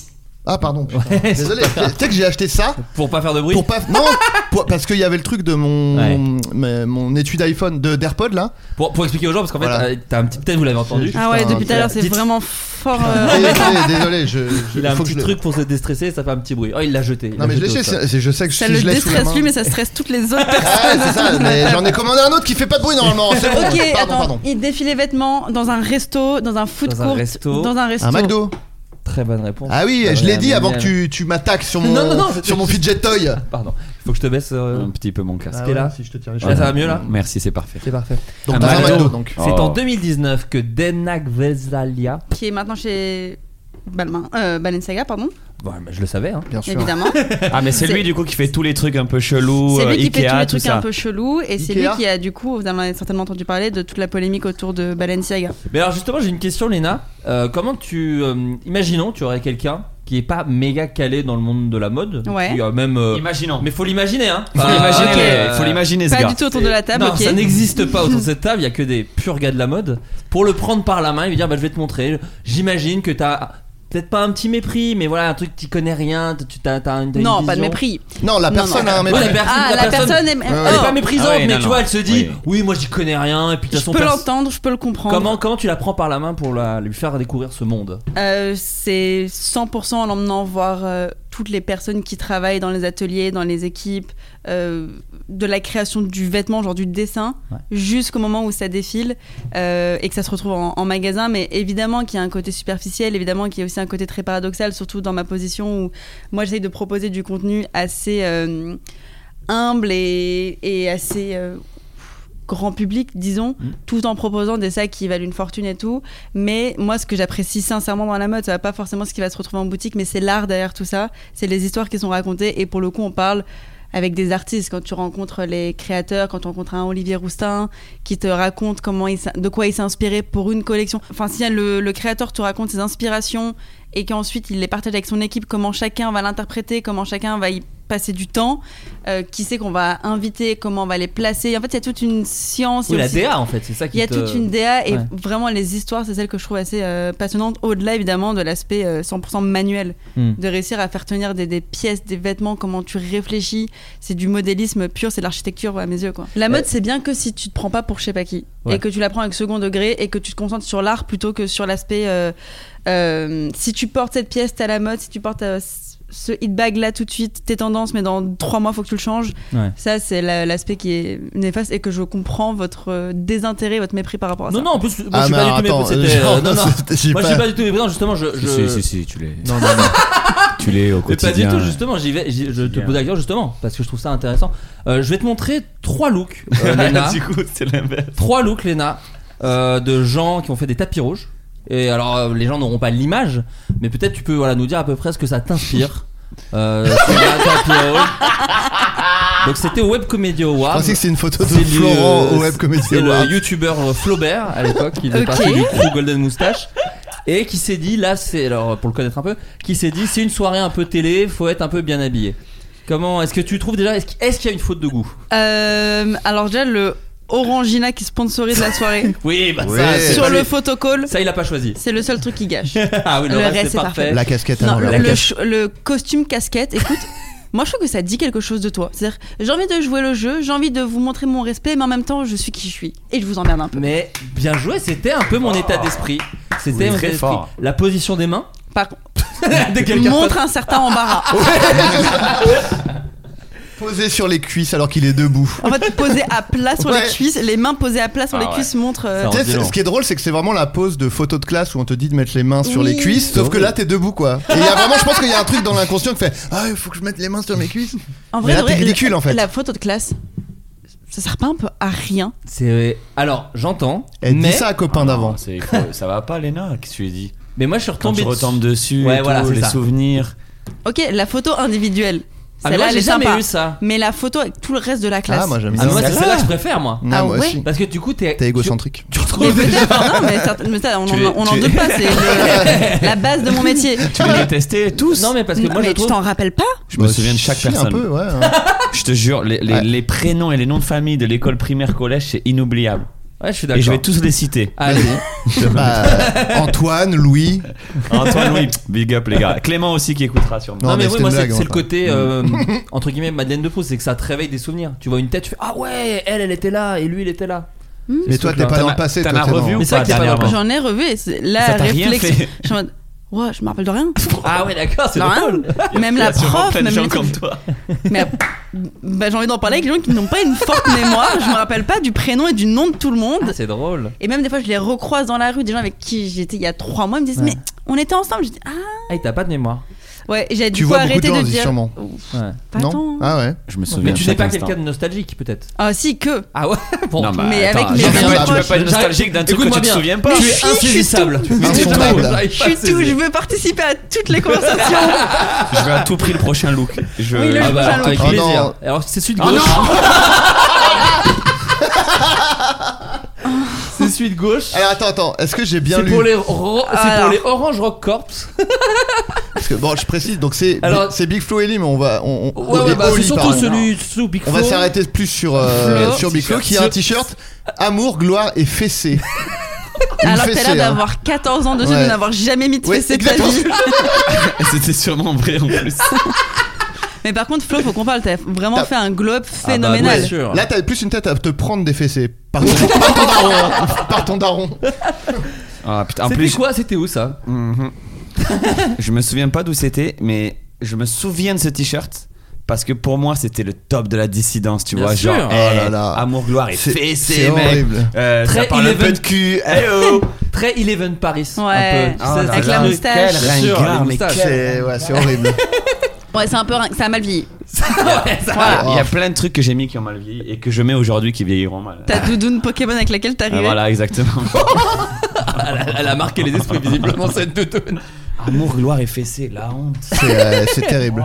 [SPEAKER 2] Ah, pardon. putain.
[SPEAKER 4] Oh. Ouais, c'est
[SPEAKER 2] Désolé, tu sais que j'ai acheté ça
[SPEAKER 4] Pour pas faire de bruit.
[SPEAKER 2] pour pas. Non, pour- parce qu'il y avait le truc de mon,
[SPEAKER 4] Ouais.
[SPEAKER 2] mon, mon étui d'iPhone, de d'AirPod là.
[SPEAKER 4] Pour, pour expliquer aux gens, parce qu'en
[SPEAKER 2] Voilà.
[SPEAKER 4] fait, euh, t'as un petit. Peut-être vous l'avez entendu.
[SPEAKER 2] J'ai-
[SPEAKER 6] Ah ouais,
[SPEAKER 2] Putain,
[SPEAKER 6] depuis tout à l'heure, c'est
[SPEAKER 4] petite-
[SPEAKER 6] vraiment fort. euh,
[SPEAKER 2] Désolé, désolé, je, je-
[SPEAKER 4] Il a un
[SPEAKER 2] faut que
[SPEAKER 4] petit
[SPEAKER 2] je le-
[SPEAKER 4] truc pour se déstresser, ça fait un petit bruit. Oh, il l'a jeté. il
[SPEAKER 2] Non
[SPEAKER 4] l'a
[SPEAKER 2] mais je l'ai
[SPEAKER 4] jeté au
[SPEAKER 2] chez-
[SPEAKER 4] sol.
[SPEAKER 2] c'est- je sais que
[SPEAKER 6] Ça
[SPEAKER 2] si
[SPEAKER 6] le
[SPEAKER 2] je l'ai sous la
[SPEAKER 6] déstresse
[SPEAKER 2] main.
[SPEAKER 6] lui, mais ça stresse toutes les autres
[SPEAKER 2] Ah,
[SPEAKER 6] personnes.
[SPEAKER 2] c'est ça, mais j'en ai commandé un autre qui fait pas de bruit normalement. C'est bon.
[SPEAKER 6] Ok,
[SPEAKER 2] pardon,
[SPEAKER 6] attends,
[SPEAKER 2] pardon.
[SPEAKER 6] il défile les vêtements dans un resto, dans un food
[SPEAKER 4] Dans un
[SPEAKER 6] court,
[SPEAKER 4] resto.
[SPEAKER 6] dans un resto.
[SPEAKER 2] Un McDo
[SPEAKER 4] Très bonne réponse.
[SPEAKER 2] Ah oui,
[SPEAKER 4] Ah
[SPEAKER 2] je
[SPEAKER 4] ouais,
[SPEAKER 2] l'ai dit
[SPEAKER 4] mais
[SPEAKER 2] avant que
[SPEAKER 4] bien.
[SPEAKER 2] tu, tu m'attaques sur mon,
[SPEAKER 4] Non, non, non,
[SPEAKER 2] sur mon fidget toy.
[SPEAKER 4] Pardon. Faut que je te baisse. euh,
[SPEAKER 5] Un petit peu mon casque.
[SPEAKER 4] Ah ouais, là.
[SPEAKER 2] je te tiens les
[SPEAKER 4] Là, ça va mieux là
[SPEAKER 5] Merci, c'est parfait.
[SPEAKER 4] C'est parfait.
[SPEAKER 2] Donc
[SPEAKER 5] Un
[SPEAKER 2] dans un
[SPEAKER 5] McDo.
[SPEAKER 2] McDo donc.
[SPEAKER 4] C'est en
[SPEAKER 5] Oh.
[SPEAKER 4] 2019 que Denak Vesalia
[SPEAKER 6] qui est maintenant chez Balmain, euh, Balenciaga, pardon.
[SPEAKER 4] Bon, mais je le savais. Hein.
[SPEAKER 2] bien sûr.
[SPEAKER 6] évidemment.
[SPEAKER 5] Ah, mais c'est
[SPEAKER 6] C'est-
[SPEAKER 5] lui du coup qui fait tous les trucs un peu chelous,
[SPEAKER 6] C'est
[SPEAKER 5] euh,
[SPEAKER 6] lui qui fait tous
[SPEAKER 5] Ikea,
[SPEAKER 6] les
[SPEAKER 5] tout
[SPEAKER 6] trucs un
[SPEAKER 5] ça.
[SPEAKER 6] peu chelous et c'est lui
[SPEAKER 2] Ikea.
[SPEAKER 6] qui a du coup, vous en avez certainement entendu parler de toute la polémique autour de Balenciaga.
[SPEAKER 4] Mais alors justement, j'ai une question, Léna. Euh, comment tu, euh, imaginons, tu aurais quelqu'un qui est pas méga calé dans le monde de la mode,
[SPEAKER 6] Ouais.
[SPEAKER 4] qui, euh, même, euh,
[SPEAKER 5] Imaginons.
[SPEAKER 4] mais faut l'imaginer, hein.
[SPEAKER 5] Faut l'imaginer,
[SPEAKER 6] ok.
[SPEAKER 5] euh, faut l'imaginer ce
[SPEAKER 6] Pas
[SPEAKER 5] gars.
[SPEAKER 6] du tout autour de la table,
[SPEAKER 4] non,
[SPEAKER 6] ok.
[SPEAKER 4] ça n'existe pas autour de cette table. Il y a que des purs gars de la mode pour le prendre par la main et lui dire, bah, je vais te montrer. J'imagine que t'as peut-être pas un petit mépris, mais voilà, un truc t'y connais rien. Tu t'as, t'as une, t'as une
[SPEAKER 6] Non, pas de
[SPEAKER 4] vision.
[SPEAKER 6] mépris.
[SPEAKER 2] Non, la
[SPEAKER 6] Non,
[SPEAKER 2] personne
[SPEAKER 6] non.
[SPEAKER 2] a un
[SPEAKER 4] Ouais,
[SPEAKER 2] mépris.
[SPEAKER 4] la personne,
[SPEAKER 6] Ah, la personne est-
[SPEAKER 4] elle
[SPEAKER 6] oh.
[SPEAKER 4] est pas méprisante,
[SPEAKER 5] Ah ouais,
[SPEAKER 4] mais
[SPEAKER 5] non,
[SPEAKER 4] tu
[SPEAKER 5] non.
[SPEAKER 4] vois, elle se dit,
[SPEAKER 5] Oui, oui.
[SPEAKER 4] oui, moi j'y connais rien, et puis de
[SPEAKER 6] Je
[SPEAKER 4] toute façon,
[SPEAKER 6] peux
[SPEAKER 4] personne-
[SPEAKER 6] l'entendre, je peux le comprendre.
[SPEAKER 4] Comment, comment tu la prends par la main pour la, lui faire découvrir ce monde
[SPEAKER 6] Euh, c'est 100% en l'emmenant voir euh, toutes les personnes qui travaillent dans les ateliers, dans les équipes, euh, de la création du vêtement, genre du dessin,
[SPEAKER 4] Ouais.
[SPEAKER 6] jusqu'au moment où ça défile euh, et que ça se retrouve en, en magasin. Mais évidemment qu'il y a un côté superficiel, évidemment qu'il y a aussi un côté très paradoxal, surtout dans ma position où moi j'essaye de proposer du contenu assez euh, humble et, et assez... euh, grand public, disons, tout en proposant des sacs qui valent une fortune et tout. Mais moi, ce que j'apprécie sincèrement dans la mode, ça va pas forcément ce qui va se retrouver en boutique, mais c'est l'art derrière tout ça. C'est les histoires qui sont racontées. Et pour le coup, on parle avec des artistes. Quand tu rencontres les créateurs, quand tu rencontres un Olivier Roustin qui te raconte comment il s'in- de quoi il s'est inspiré pour une collection. Enfin, si le, le créateur te raconte ses inspirations et qu'ensuite il les partage avec son équipe, comment chacun va l'interpréter, comment chacun va y passer du temps, euh, qui c'est qu'on va inviter, comment on va les placer. En fait, il y a toute une science.
[SPEAKER 4] Oui, la
[SPEAKER 6] aussi-
[SPEAKER 4] DA en fait, c'est ça qui
[SPEAKER 6] il y a
[SPEAKER 4] te-
[SPEAKER 6] toute une DA et
[SPEAKER 4] Ouais.
[SPEAKER 6] vraiment les histoires, c'est celle que je trouve assez euh, passionnante, au-delà évidemment de l'aspect euh, 100% manuel,
[SPEAKER 4] Hmm.
[SPEAKER 6] de réussir à faire tenir des, des pièces, des vêtements, comment tu réfléchis, c'est du modélisme pur, c'est de l'architecture à mes yeux. Quoi. La mode, c'est bien que si tu te prends pas pour je sais pas qui,
[SPEAKER 4] Ouais.
[SPEAKER 6] et que tu la prends avec second degré, et que tu te concentres sur l'art plutôt que sur l'aspect, euh, euh, si tu portes cette pièce, t'as la mode, si tu portes... euh, ce hit bag là tout de suite, tes tendances, mais dans trois mois faut que tu le changes.
[SPEAKER 4] Ouais.
[SPEAKER 6] Ça, c'est la- l'aspect qui est néfaste et que je comprends votre euh, désintérêt, votre mépris par rapport à ça.
[SPEAKER 4] Non, non, en plus, moi
[SPEAKER 2] Ah,
[SPEAKER 4] je suis
[SPEAKER 2] mais
[SPEAKER 4] pas du tout
[SPEAKER 2] attends,
[SPEAKER 4] méprisant. c'était-
[SPEAKER 2] genre,
[SPEAKER 4] euh, non, non.
[SPEAKER 2] c'était- j'ai
[SPEAKER 4] Moi je suis
[SPEAKER 2] pas-
[SPEAKER 4] pas du tout méprisant, justement, je. je...
[SPEAKER 7] Si, si, si, tu l'es.
[SPEAKER 4] Non, non, non.
[SPEAKER 7] Tu l'es au
[SPEAKER 4] Mais pas du
[SPEAKER 7] quotidien.
[SPEAKER 4] tout, justement, j'y vais, j'y- je te
[SPEAKER 7] Quotidien.
[SPEAKER 4] pose la question justement, parce que je trouve ça intéressant. Euh, je vais te montrer trois looks, euh, Léna.
[SPEAKER 5] du coup, c'est l'inverse.
[SPEAKER 4] trois looks, Léna, euh, de gens qui ont fait des tapis rouges. Et alors, euh, les gens n'auront pas l'image, mais peut-être tu peux voilà, nous dire à peu près ce que ça t'inspire. Euh, sur un tapis rouge. Donc, c'était au Web Comedia
[SPEAKER 2] Je
[SPEAKER 4] Award.
[SPEAKER 2] pensais que c'est une photo de
[SPEAKER 4] C'est le-
[SPEAKER 2] Florent au web Comedy
[SPEAKER 4] C'est le
[SPEAKER 2] Award.
[SPEAKER 4] youtubeur euh, Flaubert à l'époque, il faisait
[SPEAKER 6] Ok.
[SPEAKER 4] partie du crew Golden Moustache. Et qui s'est dit, là, c'est. Alors, pour le connaître un peu, qui s'est dit, c'est une soirée un peu télé, faut être un peu bien habillé. Comment. Est-ce que tu trouves déjà. Est-ce qu'- est-ce qu'il y a une faute de goût
[SPEAKER 6] Euh, alors déjà le Orangina qui sponsorise la soirée
[SPEAKER 4] Oui, bah
[SPEAKER 2] Oui.
[SPEAKER 4] ça. c'est
[SPEAKER 6] sur
[SPEAKER 4] pas
[SPEAKER 6] le
[SPEAKER 4] lui.
[SPEAKER 6] photocall,
[SPEAKER 4] Ça, il a pas choisi.
[SPEAKER 6] c'est le seul truc qui gâche.
[SPEAKER 4] ah oui, le,
[SPEAKER 6] Le
[SPEAKER 4] reste,
[SPEAKER 6] reste,
[SPEAKER 4] c'est
[SPEAKER 6] c'est
[SPEAKER 4] parfait.
[SPEAKER 2] La casquette à
[SPEAKER 6] Non, le,
[SPEAKER 2] l'envers.
[SPEAKER 6] le ch- le costume casquette, écoute, moi je trouve que ça dit quelque chose de toi. C'est-à-dire, j'ai envie de jouer le jeu, j'ai envie de vous montrer mon respect, mais en même temps, je suis qui je suis et je vous emmerde un peu.
[SPEAKER 4] Mais bien joué, c'était un peu mon état d'esprit. C'était
[SPEAKER 5] Oui,
[SPEAKER 4] mon
[SPEAKER 5] très
[SPEAKER 4] état d'esprit.
[SPEAKER 5] fort.
[SPEAKER 4] La position des mains.
[SPEAKER 6] Par contre,
[SPEAKER 4] de quelqu'un.
[SPEAKER 6] montre un certain embarras.
[SPEAKER 2] Posé sur les cuisses alors qu'il est debout.
[SPEAKER 6] En fait, poser à plat sur
[SPEAKER 2] Ouais.
[SPEAKER 6] les cuisses, les mains posées à plat sur les cuisses montre. euh,
[SPEAKER 4] Ah Ça
[SPEAKER 2] Tu sais,
[SPEAKER 4] dis
[SPEAKER 2] c'est-
[SPEAKER 4] donc.
[SPEAKER 2] ce qui est drôle, c'est que c'est vraiment la pose de photo de classe où on te dit de mettre les mains sur
[SPEAKER 6] Oui.
[SPEAKER 2] les cuisses,
[SPEAKER 4] C'est
[SPEAKER 2] sauf que
[SPEAKER 4] horrible.
[SPEAKER 2] là t'es debout quoi. Et il y a vraiment, je pense qu'il y a un truc dans l'inconscient qui fait Ah, il faut que je mette les mains sur mes cuisses.
[SPEAKER 6] en
[SPEAKER 2] Mais là,
[SPEAKER 6] de
[SPEAKER 2] t'es ridicule,
[SPEAKER 6] la-
[SPEAKER 2] en fait.
[SPEAKER 6] La photo de classe, ça sert pas un peu à rien.
[SPEAKER 4] C'est. Alors, j'entends.
[SPEAKER 2] Elle
[SPEAKER 4] mais,
[SPEAKER 2] dit ça à copain d'avant.
[SPEAKER 7] C'est- faut- ça va pas, Léna Qu'est-ce que tu lui dis
[SPEAKER 4] mais moi, je suis
[SPEAKER 7] Quand
[SPEAKER 4] retombé.
[SPEAKER 7] tu retombes dessus,
[SPEAKER 4] Ouais,
[SPEAKER 7] et
[SPEAKER 4] voilà,
[SPEAKER 7] tout,
[SPEAKER 4] c'est
[SPEAKER 7] les
[SPEAKER 4] ça.
[SPEAKER 7] souvenirs.
[SPEAKER 6] Ok, la photo individuelle.
[SPEAKER 4] Ah,
[SPEAKER 6] Celle-là,
[SPEAKER 4] mais moi,
[SPEAKER 6] elle
[SPEAKER 4] j'ai
[SPEAKER 6] est
[SPEAKER 4] jamais
[SPEAKER 6] sympa.
[SPEAKER 4] eu ça.
[SPEAKER 6] Mais la photo avec tout le reste de la classe.
[SPEAKER 2] Ah, moi j'aime
[SPEAKER 4] Ah,
[SPEAKER 2] bien.
[SPEAKER 4] mais moi, c'est
[SPEAKER 7] Ah.
[SPEAKER 4] celle-là que je préfère, moi.
[SPEAKER 2] Ouais,
[SPEAKER 6] Ah
[SPEAKER 2] moi
[SPEAKER 6] ouais.
[SPEAKER 2] aussi.
[SPEAKER 4] Parce que du coup, t'es.
[SPEAKER 2] Mm. T'es égocentrique.
[SPEAKER 4] Tu retrouves
[SPEAKER 6] mais
[SPEAKER 4] déjà.
[SPEAKER 6] peut-être, non, mais, certain- mais ça, on
[SPEAKER 7] Tu
[SPEAKER 6] en-
[SPEAKER 7] les-
[SPEAKER 6] on n'en
[SPEAKER 7] tu-
[SPEAKER 6] doute pas, c'est le- la base de mon métier.
[SPEAKER 7] Tu veux les tester tous
[SPEAKER 4] Non, mais parce que moi,
[SPEAKER 6] Mm. mais
[SPEAKER 4] je
[SPEAKER 6] tu
[SPEAKER 4] trouve.
[SPEAKER 6] t'en rappelles pas
[SPEAKER 7] Je me souviens de chaque
[SPEAKER 2] Si, Un
[SPEAKER 7] personne.
[SPEAKER 2] peu, ouais. hein.
[SPEAKER 7] Je te jure, les, les-
[SPEAKER 2] Ouais.
[SPEAKER 7] les prénoms et les noms de famille de l'école primaire collège, c'est inoubliable.
[SPEAKER 4] Ouais, je suis
[SPEAKER 7] Et je vais
[SPEAKER 4] d'accord.
[SPEAKER 7] tous les citer.
[SPEAKER 4] Allez.
[SPEAKER 2] Bah, Antoine, Louis.
[SPEAKER 7] Antoine Louis, big up les gars. Clément aussi qui écoutera sûrement.
[SPEAKER 4] Non,
[SPEAKER 2] Non,
[SPEAKER 4] mais,
[SPEAKER 2] mais
[SPEAKER 4] oui,
[SPEAKER 2] c'était
[SPEAKER 4] moi
[SPEAKER 2] une
[SPEAKER 4] c'est
[SPEAKER 2] blague,
[SPEAKER 4] c'est le
[SPEAKER 2] enfin. Mm.
[SPEAKER 4] côté euh, entre guillemets Madeleine de Proust, c'est que ça te réveille des souvenirs. Tu vois une tête, tu fais ah ouais, elle elle était là et lui il était là.
[SPEAKER 2] Mais toi, t'es pas dans le passé.
[SPEAKER 7] T'en
[SPEAKER 2] toi,
[SPEAKER 7] as
[SPEAKER 2] t'es dans-
[SPEAKER 7] revu ou
[SPEAKER 4] Mais c'est
[SPEAKER 7] pas
[SPEAKER 4] vrai que t'es pas dans le
[SPEAKER 7] dernièrement
[SPEAKER 6] J'en ai revu et
[SPEAKER 7] Ça
[SPEAKER 6] c'est- la
[SPEAKER 7] t'a rien
[SPEAKER 6] réflexion.
[SPEAKER 7] fait.
[SPEAKER 6] Je suis en mode, ouais, je me rappelle de rien.
[SPEAKER 4] Ah ouais d'accord, c'est
[SPEAKER 6] Non, hein.
[SPEAKER 4] drôle.
[SPEAKER 6] Même la prof, même les-
[SPEAKER 7] toi.
[SPEAKER 6] mais, bah, J'ai envie d'en parler avec des gens qui n'ont pas une forte mémoire. Je me rappelle pas du prénom et du nom de tout le
[SPEAKER 4] Ah,
[SPEAKER 6] monde.
[SPEAKER 4] c'est drôle.
[SPEAKER 6] Et même des fois, je les recroise dans la rue, des gens avec qui j'étais il y a trois mois, ils me disent
[SPEAKER 4] Ouais.
[SPEAKER 6] Mais on était ensemble. Je dis Ah,
[SPEAKER 4] Ah, et t'as pas de mémoire.
[SPEAKER 6] Ouais, j'ai
[SPEAKER 2] Tu
[SPEAKER 6] du coup
[SPEAKER 2] vois beaucoup de
[SPEAKER 6] arrêté
[SPEAKER 2] gens,
[SPEAKER 6] de
[SPEAKER 2] dis
[SPEAKER 6] dire.
[SPEAKER 2] sûrement.
[SPEAKER 6] Ouf,
[SPEAKER 4] Ouais.
[SPEAKER 6] pas tant.
[SPEAKER 2] Non Ah ouais.
[SPEAKER 5] Je me souviens
[SPEAKER 4] Mais tu n'es
[SPEAKER 5] chaque
[SPEAKER 4] pas
[SPEAKER 5] instant.
[SPEAKER 4] quelqu'un de nostalgique peut-être
[SPEAKER 6] Ah si que.
[SPEAKER 4] Ah ouais bon,
[SPEAKER 5] Non, bah,
[SPEAKER 6] Mais
[SPEAKER 5] attends,
[SPEAKER 6] avec mes
[SPEAKER 5] tu
[SPEAKER 6] amis
[SPEAKER 5] peux pas- tu peux
[SPEAKER 6] proches.
[SPEAKER 5] pas être nostalgique d'un truc que
[SPEAKER 4] Écoute-moi
[SPEAKER 5] tu te
[SPEAKER 4] bien.
[SPEAKER 5] souviens pas.
[SPEAKER 4] Tu
[SPEAKER 6] Mais
[SPEAKER 4] es
[SPEAKER 6] si,
[SPEAKER 4] insaisissable.
[SPEAKER 2] je suis tout. Je suis tout.
[SPEAKER 4] J'arrive
[SPEAKER 6] Je
[SPEAKER 4] pas à
[SPEAKER 6] suis tout,
[SPEAKER 4] saisir.
[SPEAKER 6] je veux participer à toutes les conversations.
[SPEAKER 5] Je veux à tout prix le prochain look. Je...
[SPEAKER 6] Oui, le
[SPEAKER 4] Ah bah,
[SPEAKER 6] prochain
[SPEAKER 4] avec
[SPEAKER 2] look.
[SPEAKER 4] plaisir.
[SPEAKER 2] Oh
[SPEAKER 4] Alors c'est celui de gauche. c'est celui de gauche.
[SPEAKER 2] Alors attends, attends, est-ce que j'ai Ah, bien
[SPEAKER 4] C'est
[SPEAKER 2] lu
[SPEAKER 4] pour, les ro- c'est pour
[SPEAKER 6] Alors.
[SPEAKER 4] les Orange Rock Corps.
[SPEAKER 2] Parce que, Bon, je précise, donc c'est
[SPEAKER 4] Alors-
[SPEAKER 2] c'est Big Flo et Lim, on va. On, on-
[SPEAKER 4] Ouais,
[SPEAKER 2] et
[SPEAKER 4] ouais, bah, c'est
[SPEAKER 2] Oli,
[SPEAKER 4] surtout
[SPEAKER 2] pardon.
[SPEAKER 4] celui sous Big
[SPEAKER 2] On
[SPEAKER 4] Flo.
[SPEAKER 2] va s'arrêter plus sur, euh,
[SPEAKER 6] Flo.
[SPEAKER 2] sur Big Flo qui a un t-shirt Amour, gloire et fessé. Une
[SPEAKER 6] Alors t'as
[SPEAKER 2] fessée,
[SPEAKER 6] l'air
[SPEAKER 2] hein.
[SPEAKER 6] d'avoir 14 ans de jeu
[SPEAKER 2] Ouais.
[SPEAKER 6] de n'avoir jamais mis de
[SPEAKER 2] Ouais,
[SPEAKER 6] fessée de ta
[SPEAKER 2] exactement.
[SPEAKER 6] vie.
[SPEAKER 5] C'était sûrement vrai en plus.
[SPEAKER 6] Mais par contre Flo, faut qu'on parle. T'as vraiment
[SPEAKER 2] T'as-
[SPEAKER 6] fait un globe
[SPEAKER 4] Ah bah, bien
[SPEAKER 6] phénoménal.
[SPEAKER 4] sûr.
[SPEAKER 2] Là, t'as plus une tête à te prendre des fessées par ton, par ton daron. hein. Par ton daron.
[SPEAKER 5] Ah putain, en
[SPEAKER 4] C'était
[SPEAKER 5] plus,
[SPEAKER 4] quoi C'était où ça
[SPEAKER 5] Mhm. je me souviens pas d'où c'était, mais je me souviens de ce t-shirt. Parce que pour moi, c'était le top de la dissidence, tu
[SPEAKER 4] Bien
[SPEAKER 5] vois.
[SPEAKER 4] sûr.
[SPEAKER 5] Genre,
[SPEAKER 2] Oh
[SPEAKER 5] hey,
[SPEAKER 2] là là.
[SPEAKER 5] amour, gloire et
[SPEAKER 2] C'est-
[SPEAKER 5] fessé,
[SPEAKER 2] c'est
[SPEAKER 5] mec.
[SPEAKER 2] horrible.
[SPEAKER 5] Euh, ça
[SPEAKER 4] Très
[SPEAKER 5] parle un peu
[SPEAKER 4] Eleven.
[SPEAKER 5] de cul. Eh oh.
[SPEAKER 4] Très Eleven Paris.
[SPEAKER 6] Ouais.
[SPEAKER 4] Un peu.
[SPEAKER 5] Ah
[SPEAKER 4] Ça,
[SPEAKER 5] là
[SPEAKER 6] Avec
[SPEAKER 4] c'est
[SPEAKER 6] la
[SPEAKER 4] le-
[SPEAKER 6] moustache.
[SPEAKER 5] Quel
[SPEAKER 4] Bien sûr,
[SPEAKER 5] ringard,
[SPEAKER 4] les
[SPEAKER 5] mais
[SPEAKER 4] moustaches.
[SPEAKER 5] quel-
[SPEAKER 2] C'est ouais, c'est horrible.
[SPEAKER 6] Ouais, c'est un peu, ça a mal vieilli.
[SPEAKER 4] Ouais, ça-
[SPEAKER 6] Voilà.
[SPEAKER 5] Ah, Il y a plein de trucs que j'ai mis qui ont mal vieilli et que je mets aujourd'hui qui vieilliront mal.
[SPEAKER 2] Ah.
[SPEAKER 6] Ta doudoune Pokémon avec laquelle t'es
[SPEAKER 5] Ah,
[SPEAKER 6] arrivé.
[SPEAKER 5] voilà, exactement.
[SPEAKER 4] elle, a, elle a marqué les esprits visiblement cette doudoune.
[SPEAKER 5] Amour, gloire et fessé, la honte.
[SPEAKER 2] C'est euh, c'est terrible.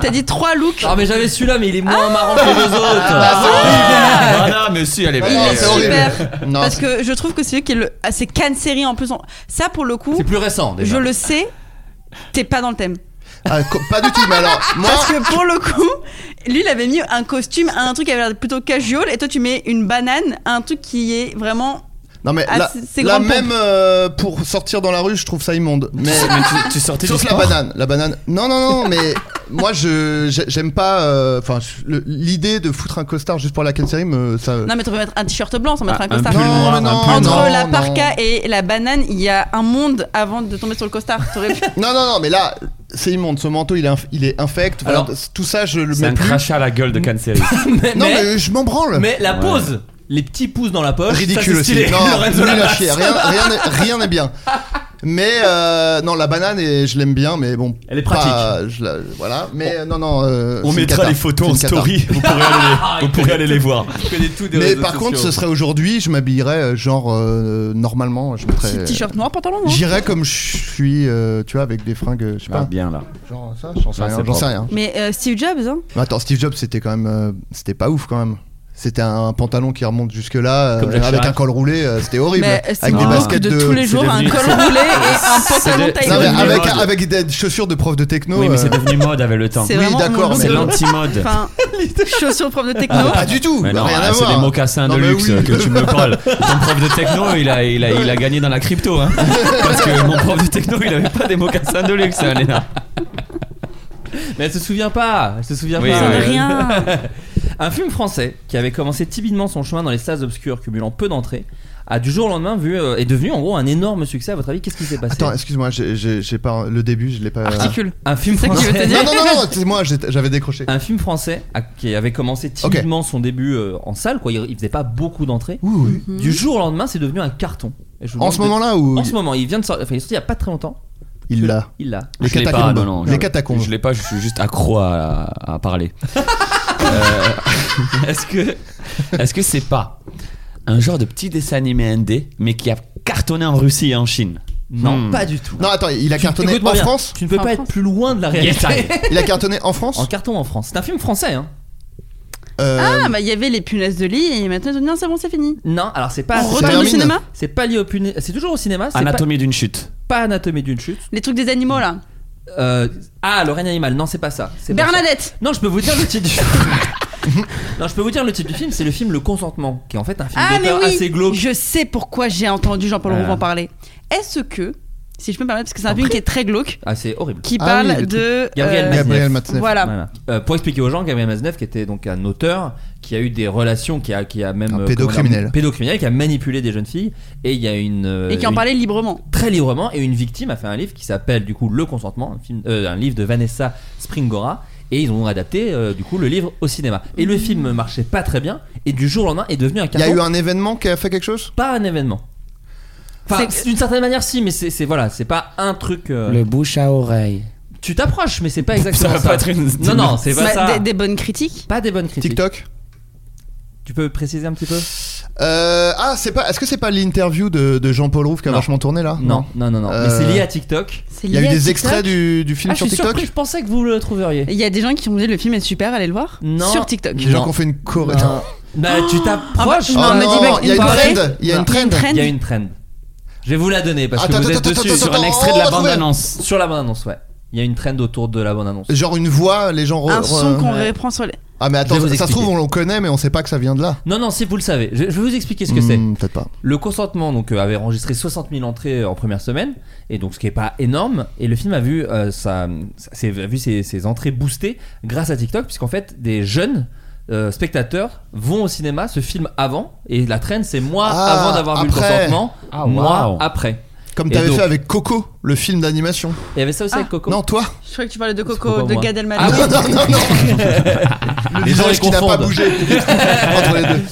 [SPEAKER 6] T'as dit trois looks.
[SPEAKER 4] Ah mais j'avais celui-là mais il est moins marrant que les autres.
[SPEAKER 5] Ah, non, mais si, elle est
[SPEAKER 2] Ah
[SPEAKER 5] belle.
[SPEAKER 2] non,
[SPEAKER 6] est
[SPEAKER 2] c'est horrible.
[SPEAKER 6] super.
[SPEAKER 2] Non,
[SPEAKER 6] Parce que je trouve que c'est lui qui est le. Ah, c'est Cannes série en plus. on- Ça pour le coup,
[SPEAKER 4] C'est plus récent déjà.
[SPEAKER 6] je le sais, t'es pas dans le thème.
[SPEAKER 2] ah, co- pas du tout, mais alors, moi,
[SPEAKER 6] Parce que pour le coup, lui il avait mis un costume, un truc qui avait l'air plutôt casual, et toi tu mets une banane, un truc qui est vraiment.
[SPEAKER 2] non mais
[SPEAKER 6] Ah,
[SPEAKER 2] là,
[SPEAKER 6] c'est- c'est
[SPEAKER 2] là
[SPEAKER 6] grande pompe.
[SPEAKER 2] même euh, pour sortir dans la rue, je trouve ça immonde. Mais,
[SPEAKER 5] tu, tu sortais
[SPEAKER 2] Sauf
[SPEAKER 5] du
[SPEAKER 2] la
[SPEAKER 5] sport
[SPEAKER 2] banane, la banane. Non, non, non, mais moi je j'ai- j'aime pas. euh, Enfin, le- l'idée de foutre un costard juste pour la Ken série me ça.
[SPEAKER 6] Non mais tu peux mettre un t-shirt blanc sans mettre
[SPEAKER 5] Ah,
[SPEAKER 6] un
[SPEAKER 5] un
[SPEAKER 6] costard.
[SPEAKER 5] pull
[SPEAKER 2] Non,
[SPEAKER 5] noir,
[SPEAKER 2] mais non,
[SPEAKER 5] un pull
[SPEAKER 6] Entre
[SPEAKER 5] noir.
[SPEAKER 2] Ah, non,
[SPEAKER 6] la
[SPEAKER 2] non.
[SPEAKER 6] parka et la banane, il y a un monde avant de tomber sur le costard. T'aurais pu-
[SPEAKER 2] Non, non, non, mais là, c'est immonde. Ce manteau, il est, inf- il est infect. Voilà,
[SPEAKER 4] Alors,
[SPEAKER 2] tout ça, je le
[SPEAKER 5] C'est
[SPEAKER 2] mets
[SPEAKER 5] un
[SPEAKER 2] plus.
[SPEAKER 5] crachat à la gueule de Canceris.
[SPEAKER 4] mais,
[SPEAKER 2] Non, mais,
[SPEAKER 4] mais,
[SPEAKER 2] je m'en branle.
[SPEAKER 4] mais la pose, les petits pouces dans la poche,
[SPEAKER 2] Ridicule
[SPEAKER 4] ça, c'est
[SPEAKER 2] aussi.
[SPEAKER 4] stylé.
[SPEAKER 2] Non,
[SPEAKER 4] Lorenzo
[SPEAKER 2] nul à
[SPEAKER 4] Lamas.
[SPEAKER 2] chier. Rien, rien, n'est- rien n'est bien. Mais euh, non, la banane, et je l'aime bien, mais bon.
[SPEAKER 4] Elle est
[SPEAKER 2] pas-
[SPEAKER 4] pratique.
[SPEAKER 2] je la- voilà, mais euh, non, non. euh,
[SPEAKER 5] On
[SPEAKER 2] c'est une
[SPEAKER 5] mettra
[SPEAKER 2] cata.
[SPEAKER 5] les
[SPEAKER 2] C'est
[SPEAKER 5] photos en
[SPEAKER 2] une cata.
[SPEAKER 5] story, vous pourrez aller les, vous pourrez aller les voir.
[SPEAKER 4] Je connais tout des
[SPEAKER 2] Mais
[SPEAKER 4] réseaux
[SPEAKER 2] par contre,
[SPEAKER 4] sociaux.
[SPEAKER 2] ce serait aujourd'hui, je m'habillerais euh, genre euh, normalement. Je mettrais.
[SPEAKER 6] T-shirt noir, pantalon noir.
[SPEAKER 2] J'irais comme je suis, euh, tu vois, avec des fringues, je sais pas.
[SPEAKER 5] bien là.
[SPEAKER 2] Genre ça, j'en sais
[SPEAKER 5] Ah,
[SPEAKER 2] rien.
[SPEAKER 5] Bah, c'est
[SPEAKER 2] J'en sais
[SPEAKER 5] propre.
[SPEAKER 2] rien.
[SPEAKER 6] Mais euh, Steve Jobs, hein
[SPEAKER 2] Mais attends, Steve Jobs, c'était quand même. euh, c'était pas ouf quand même. C'était un pantalon qui remonte jusque-là, euh,
[SPEAKER 4] Comme Jacques
[SPEAKER 2] avec
[SPEAKER 4] Chirac.
[SPEAKER 2] un col roulé, euh, c'était horrible.
[SPEAKER 6] Mais c'est
[SPEAKER 2] avec des
[SPEAKER 6] marrant
[SPEAKER 2] baskets
[SPEAKER 6] que
[SPEAKER 2] de.
[SPEAKER 6] de, tous les
[SPEAKER 5] c'est
[SPEAKER 6] jours,
[SPEAKER 5] devenu-
[SPEAKER 6] un col roulé et un pantalon
[SPEAKER 5] de-
[SPEAKER 6] taille
[SPEAKER 2] Non, mais ah,
[SPEAKER 6] haute.
[SPEAKER 5] devenu
[SPEAKER 2] avec,
[SPEAKER 5] mode.
[SPEAKER 2] avec des chaussures de prof de techno.
[SPEAKER 5] Oui, mais c'est
[SPEAKER 2] euh,
[SPEAKER 5] devenu mode avec le temps.
[SPEAKER 6] C'est
[SPEAKER 2] Oui,
[SPEAKER 6] vraiment
[SPEAKER 2] d'accord,
[SPEAKER 6] mon
[SPEAKER 2] mais-
[SPEAKER 5] C'est
[SPEAKER 6] mode.
[SPEAKER 5] l'anti-mode.
[SPEAKER 6] Enfin, chaussures propres de techno.
[SPEAKER 2] mais ah, pas du tout,
[SPEAKER 5] Mais non,
[SPEAKER 2] rien à
[SPEAKER 5] hein, c'est
[SPEAKER 2] voir.
[SPEAKER 5] des mocassins
[SPEAKER 2] Non,
[SPEAKER 5] de
[SPEAKER 2] mais
[SPEAKER 5] luxe
[SPEAKER 2] oui.
[SPEAKER 5] que tu me parles. Ton prof de techno, il a, il a, il a gagné dans la crypto. Hein. Parce que mon prof de techno, il avait pas des mocassins de luxe, hein, Léna.
[SPEAKER 4] Mais elle se souvient pas, elle se souvient
[SPEAKER 5] Oui,
[SPEAKER 4] pas.
[SPEAKER 5] oui.
[SPEAKER 6] Ça
[SPEAKER 5] euh,
[SPEAKER 6] ne rien.
[SPEAKER 4] Un film français qui avait commencé timidement son chemin dans les salles obscures, cumulant peu d'entrées, a du jour au lendemain vu euh, est devenu en gros un énorme succès. À votre avis, qu'est-ce qui s'est passé Euh,
[SPEAKER 2] Attends, excuse-moi, j'ai- j'ai j'ai pas. Le début, je l'ai pas.
[SPEAKER 6] Articule.
[SPEAKER 4] Un film
[SPEAKER 6] C'est ça que tu veux
[SPEAKER 4] français.
[SPEAKER 6] te
[SPEAKER 2] Non,
[SPEAKER 6] dire
[SPEAKER 2] non, non, non, c'est moi, j'étais- j'avais décroché.
[SPEAKER 4] Un film français à- qui avait commencé timidement son début euh, en salle, quoi. Il, il faisait pas beaucoup d'entrées.
[SPEAKER 2] Ouh, oui.
[SPEAKER 4] Du jour au lendemain, c'est devenu un carton. Et je vous
[SPEAKER 2] En
[SPEAKER 4] demande
[SPEAKER 2] ce
[SPEAKER 4] de-
[SPEAKER 2] moment-là ou
[SPEAKER 4] En ce moment, il vient de sortir. Enfin, il est sorti il y a pas très longtemps.
[SPEAKER 2] il l'a
[SPEAKER 4] Il l'a.
[SPEAKER 2] Les
[SPEAKER 5] Je l'ai pas,
[SPEAKER 2] catacombes.
[SPEAKER 5] non, non,
[SPEAKER 2] Les
[SPEAKER 5] je-
[SPEAKER 2] catacombes.
[SPEAKER 5] Je l'ai pas, je suis juste accro à, à parler. Euh, est-ce que est-ce que c'est pas un genre de petit dessin animé indé mais qui a cartonné en Russie et en Chine
[SPEAKER 4] Non,
[SPEAKER 5] Hmm.
[SPEAKER 4] pas du tout.
[SPEAKER 2] Non, attends, il a cartonné
[SPEAKER 4] Écoute-moi
[SPEAKER 2] en
[SPEAKER 4] bien,
[SPEAKER 2] France
[SPEAKER 4] Tu ne peux
[SPEAKER 6] En
[SPEAKER 4] pas être
[SPEAKER 6] France.
[SPEAKER 4] plus loin de la
[SPEAKER 5] Yes,
[SPEAKER 4] réalité.
[SPEAKER 5] allez.
[SPEAKER 2] Il a cartonné en France
[SPEAKER 4] en carton en France. C'est un film français, hein.
[SPEAKER 2] Euh,
[SPEAKER 6] Ah, bah il y avait les punaises de lit et maintenant ils ont dit non, c'est bon, c'est fini.
[SPEAKER 4] Non, alors c'est pas.
[SPEAKER 6] On
[SPEAKER 4] c'est
[SPEAKER 2] retourne
[SPEAKER 6] retourne
[SPEAKER 4] pas-
[SPEAKER 6] au
[SPEAKER 2] termine.
[SPEAKER 6] cinéma
[SPEAKER 4] C'est pas lié au puné- C'est toujours au cinéma. C'est pas,
[SPEAKER 5] Anatomie d'une chute.
[SPEAKER 4] pas anatomie d'une chute.
[SPEAKER 6] Les trucs des animaux là.
[SPEAKER 4] Euh, ah, le règne animal. Non, c'est pas ça. C'est pas
[SPEAKER 6] Bernadette
[SPEAKER 4] ça. Non, je peux vous dire le titre du film. non, je peux vous dire le titre du film. C'est le film Le Consentement, qui est en fait un film
[SPEAKER 6] Ah, mais
[SPEAKER 4] d'auteur assez
[SPEAKER 6] oui
[SPEAKER 4] glauque.
[SPEAKER 6] Je sais pourquoi j'ai entendu Jean-Paul
[SPEAKER 4] Voilà.
[SPEAKER 6] Rouve en parler. Est-ce que, si je peux me permettre, parce que c'est un
[SPEAKER 4] En
[SPEAKER 6] film
[SPEAKER 4] vrai.
[SPEAKER 6] qui est très glauque,
[SPEAKER 4] Ah, c'est horrible.
[SPEAKER 6] qui
[SPEAKER 2] Ah
[SPEAKER 6] parle
[SPEAKER 2] oui, le
[SPEAKER 6] de. euh,
[SPEAKER 4] Gabriel Maznev.
[SPEAKER 2] Gabriel Matzneff.
[SPEAKER 6] Voilà.
[SPEAKER 4] Voilà. Euh, pour expliquer aux gens, Gabriel Maznev, qui était donc un auteur, qui a eu des relations, qui a, qui a même.
[SPEAKER 2] Un
[SPEAKER 4] euh,
[SPEAKER 2] pédocriminel.
[SPEAKER 4] comment dire, pédocriminel, qui a manipulé des jeunes filles. Et il y a une. euh,
[SPEAKER 6] Et qui en
[SPEAKER 4] une-
[SPEAKER 6] parlait librement.
[SPEAKER 4] très librement et une victime a fait un livre qui s'appelle du coup Le Consentement, un, film- euh, un livre de Vanessa Springora et ils ont adapté euh, du coup le livre au cinéma. Et le film marchait pas très bien et du jour au lendemain est devenu un
[SPEAKER 2] Il y
[SPEAKER 4] carton.
[SPEAKER 2] a eu un événement qui a fait quelque chose
[SPEAKER 4] Pas un événement. Enfin,
[SPEAKER 6] C'est-
[SPEAKER 4] d'une certaine manière si, mais c'est c'est- voilà, c'est pas un truc. euh,
[SPEAKER 7] bouche à oreille.
[SPEAKER 4] Tu t'approches, mais c'est pas exactement ça.
[SPEAKER 8] va pas être une-
[SPEAKER 4] Non, non, c'est pas
[SPEAKER 6] Bah,
[SPEAKER 4] ça.
[SPEAKER 6] Des, des bonnes critiques
[SPEAKER 4] Pas des bonnes critiques.
[SPEAKER 2] TikTok
[SPEAKER 4] Tu peux préciser un petit peu
[SPEAKER 2] Euh, Ah, c'est pas. Est-ce que c'est pas l'interview de, de Jean-Paul Rouve qui a
[SPEAKER 4] Non.
[SPEAKER 2] vachement tourné là
[SPEAKER 4] Non, non, non, non. Mais
[SPEAKER 2] Euh,
[SPEAKER 4] c'est lié à TikTok.
[SPEAKER 6] C'est
[SPEAKER 2] Il y a eu
[SPEAKER 6] lié à
[SPEAKER 2] des
[SPEAKER 6] TikTok.
[SPEAKER 2] extraits du, du film
[SPEAKER 4] Ah, je
[SPEAKER 2] sur
[SPEAKER 4] suis
[SPEAKER 2] TikTok
[SPEAKER 4] surpris, je pensais que vous le trouveriez.
[SPEAKER 6] Il y a des gens qui ont dit le film est super, allez le voir.
[SPEAKER 4] Non.
[SPEAKER 6] Sur TikTok. Ah
[SPEAKER 2] Les gens
[SPEAKER 4] Non.
[SPEAKER 2] qui ont fait une choré.
[SPEAKER 4] Non. Bah, tu t'approches.
[SPEAKER 2] Oh
[SPEAKER 6] Non, mais dis-moi
[SPEAKER 2] non, il y a une
[SPEAKER 6] une parée.
[SPEAKER 2] trend, il y a une
[SPEAKER 4] Non.
[SPEAKER 2] trend.
[SPEAKER 6] Trend.
[SPEAKER 4] Il y a une trend. Je vais vous la donner parce
[SPEAKER 2] Attends,
[SPEAKER 4] que vous
[SPEAKER 2] attends,
[SPEAKER 4] êtes
[SPEAKER 2] attends,
[SPEAKER 4] dessus.
[SPEAKER 2] attends,
[SPEAKER 4] sur
[SPEAKER 2] attends,
[SPEAKER 4] un extrait
[SPEAKER 2] on
[SPEAKER 4] de
[SPEAKER 2] va
[SPEAKER 4] la
[SPEAKER 2] trouver.
[SPEAKER 4] bande-annonce. Sur la bande-annonce, ouais. Il y a une trend autour de la bande-annonce.
[SPEAKER 2] Genre une voix, les gens. re-
[SPEAKER 6] Un
[SPEAKER 2] re-
[SPEAKER 6] son qu'on
[SPEAKER 4] ouais.
[SPEAKER 6] reprend sur les.
[SPEAKER 2] Ah mais attends,
[SPEAKER 4] Je vais
[SPEAKER 2] ça,
[SPEAKER 4] vous
[SPEAKER 2] ça se trouve on
[SPEAKER 4] expliquer.
[SPEAKER 2] le connaît mais on sait pas que ça vient de là.
[SPEAKER 4] Non, non, si vous le savez, je, je vais vous expliquer ce que c'est.
[SPEAKER 2] Hmm, Peut-être pas.
[SPEAKER 4] Le consentement donc euh, avait enregistré 60 000 entrées euh, en première semaine, et donc ce qui est pas énorme. Et le film a vu euh, sa- ses- a vu ses, ses entrées boostées grâce à TikTok, puisqu'en fait des jeunes euh, spectateurs vont au cinéma, se filment avant, et la traîne c'est moi
[SPEAKER 2] Ah,
[SPEAKER 4] avant d'avoir vu le
[SPEAKER 2] après.
[SPEAKER 4] consentement,
[SPEAKER 5] Ah,
[SPEAKER 4] moi
[SPEAKER 5] waouh.
[SPEAKER 4] après.
[SPEAKER 2] Comme
[SPEAKER 4] Et
[SPEAKER 2] t'avais
[SPEAKER 4] donc-
[SPEAKER 2] fait avec Coco, le film d'animation.
[SPEAKER 4] Il y avait ça aussi
[SPEAKER 6] Ah,
[SPEAKER 4] avec Coco.
[SPEAKER 2] Non, toi
[SPEAKER 6] Je crois que tu parlais de
[SPEAKER 4] C'est
[SPEAKER 6] Coco,
[SPEAKER 4] pas
[SPEAKER 6] de
[SPEAKER 4] moi.
[SPEAKER 6] Gad Elmaleh.
[SPEAKER 4] Ah oui.
[SPEAKER 2] Non, non, non, non Le
[SPEAKER 4] les gens les
[SPEAKER 2] visage qui n'a pas
[SPEAKER 4] confondent.
[SPEAKER 2] bougé entre les deux.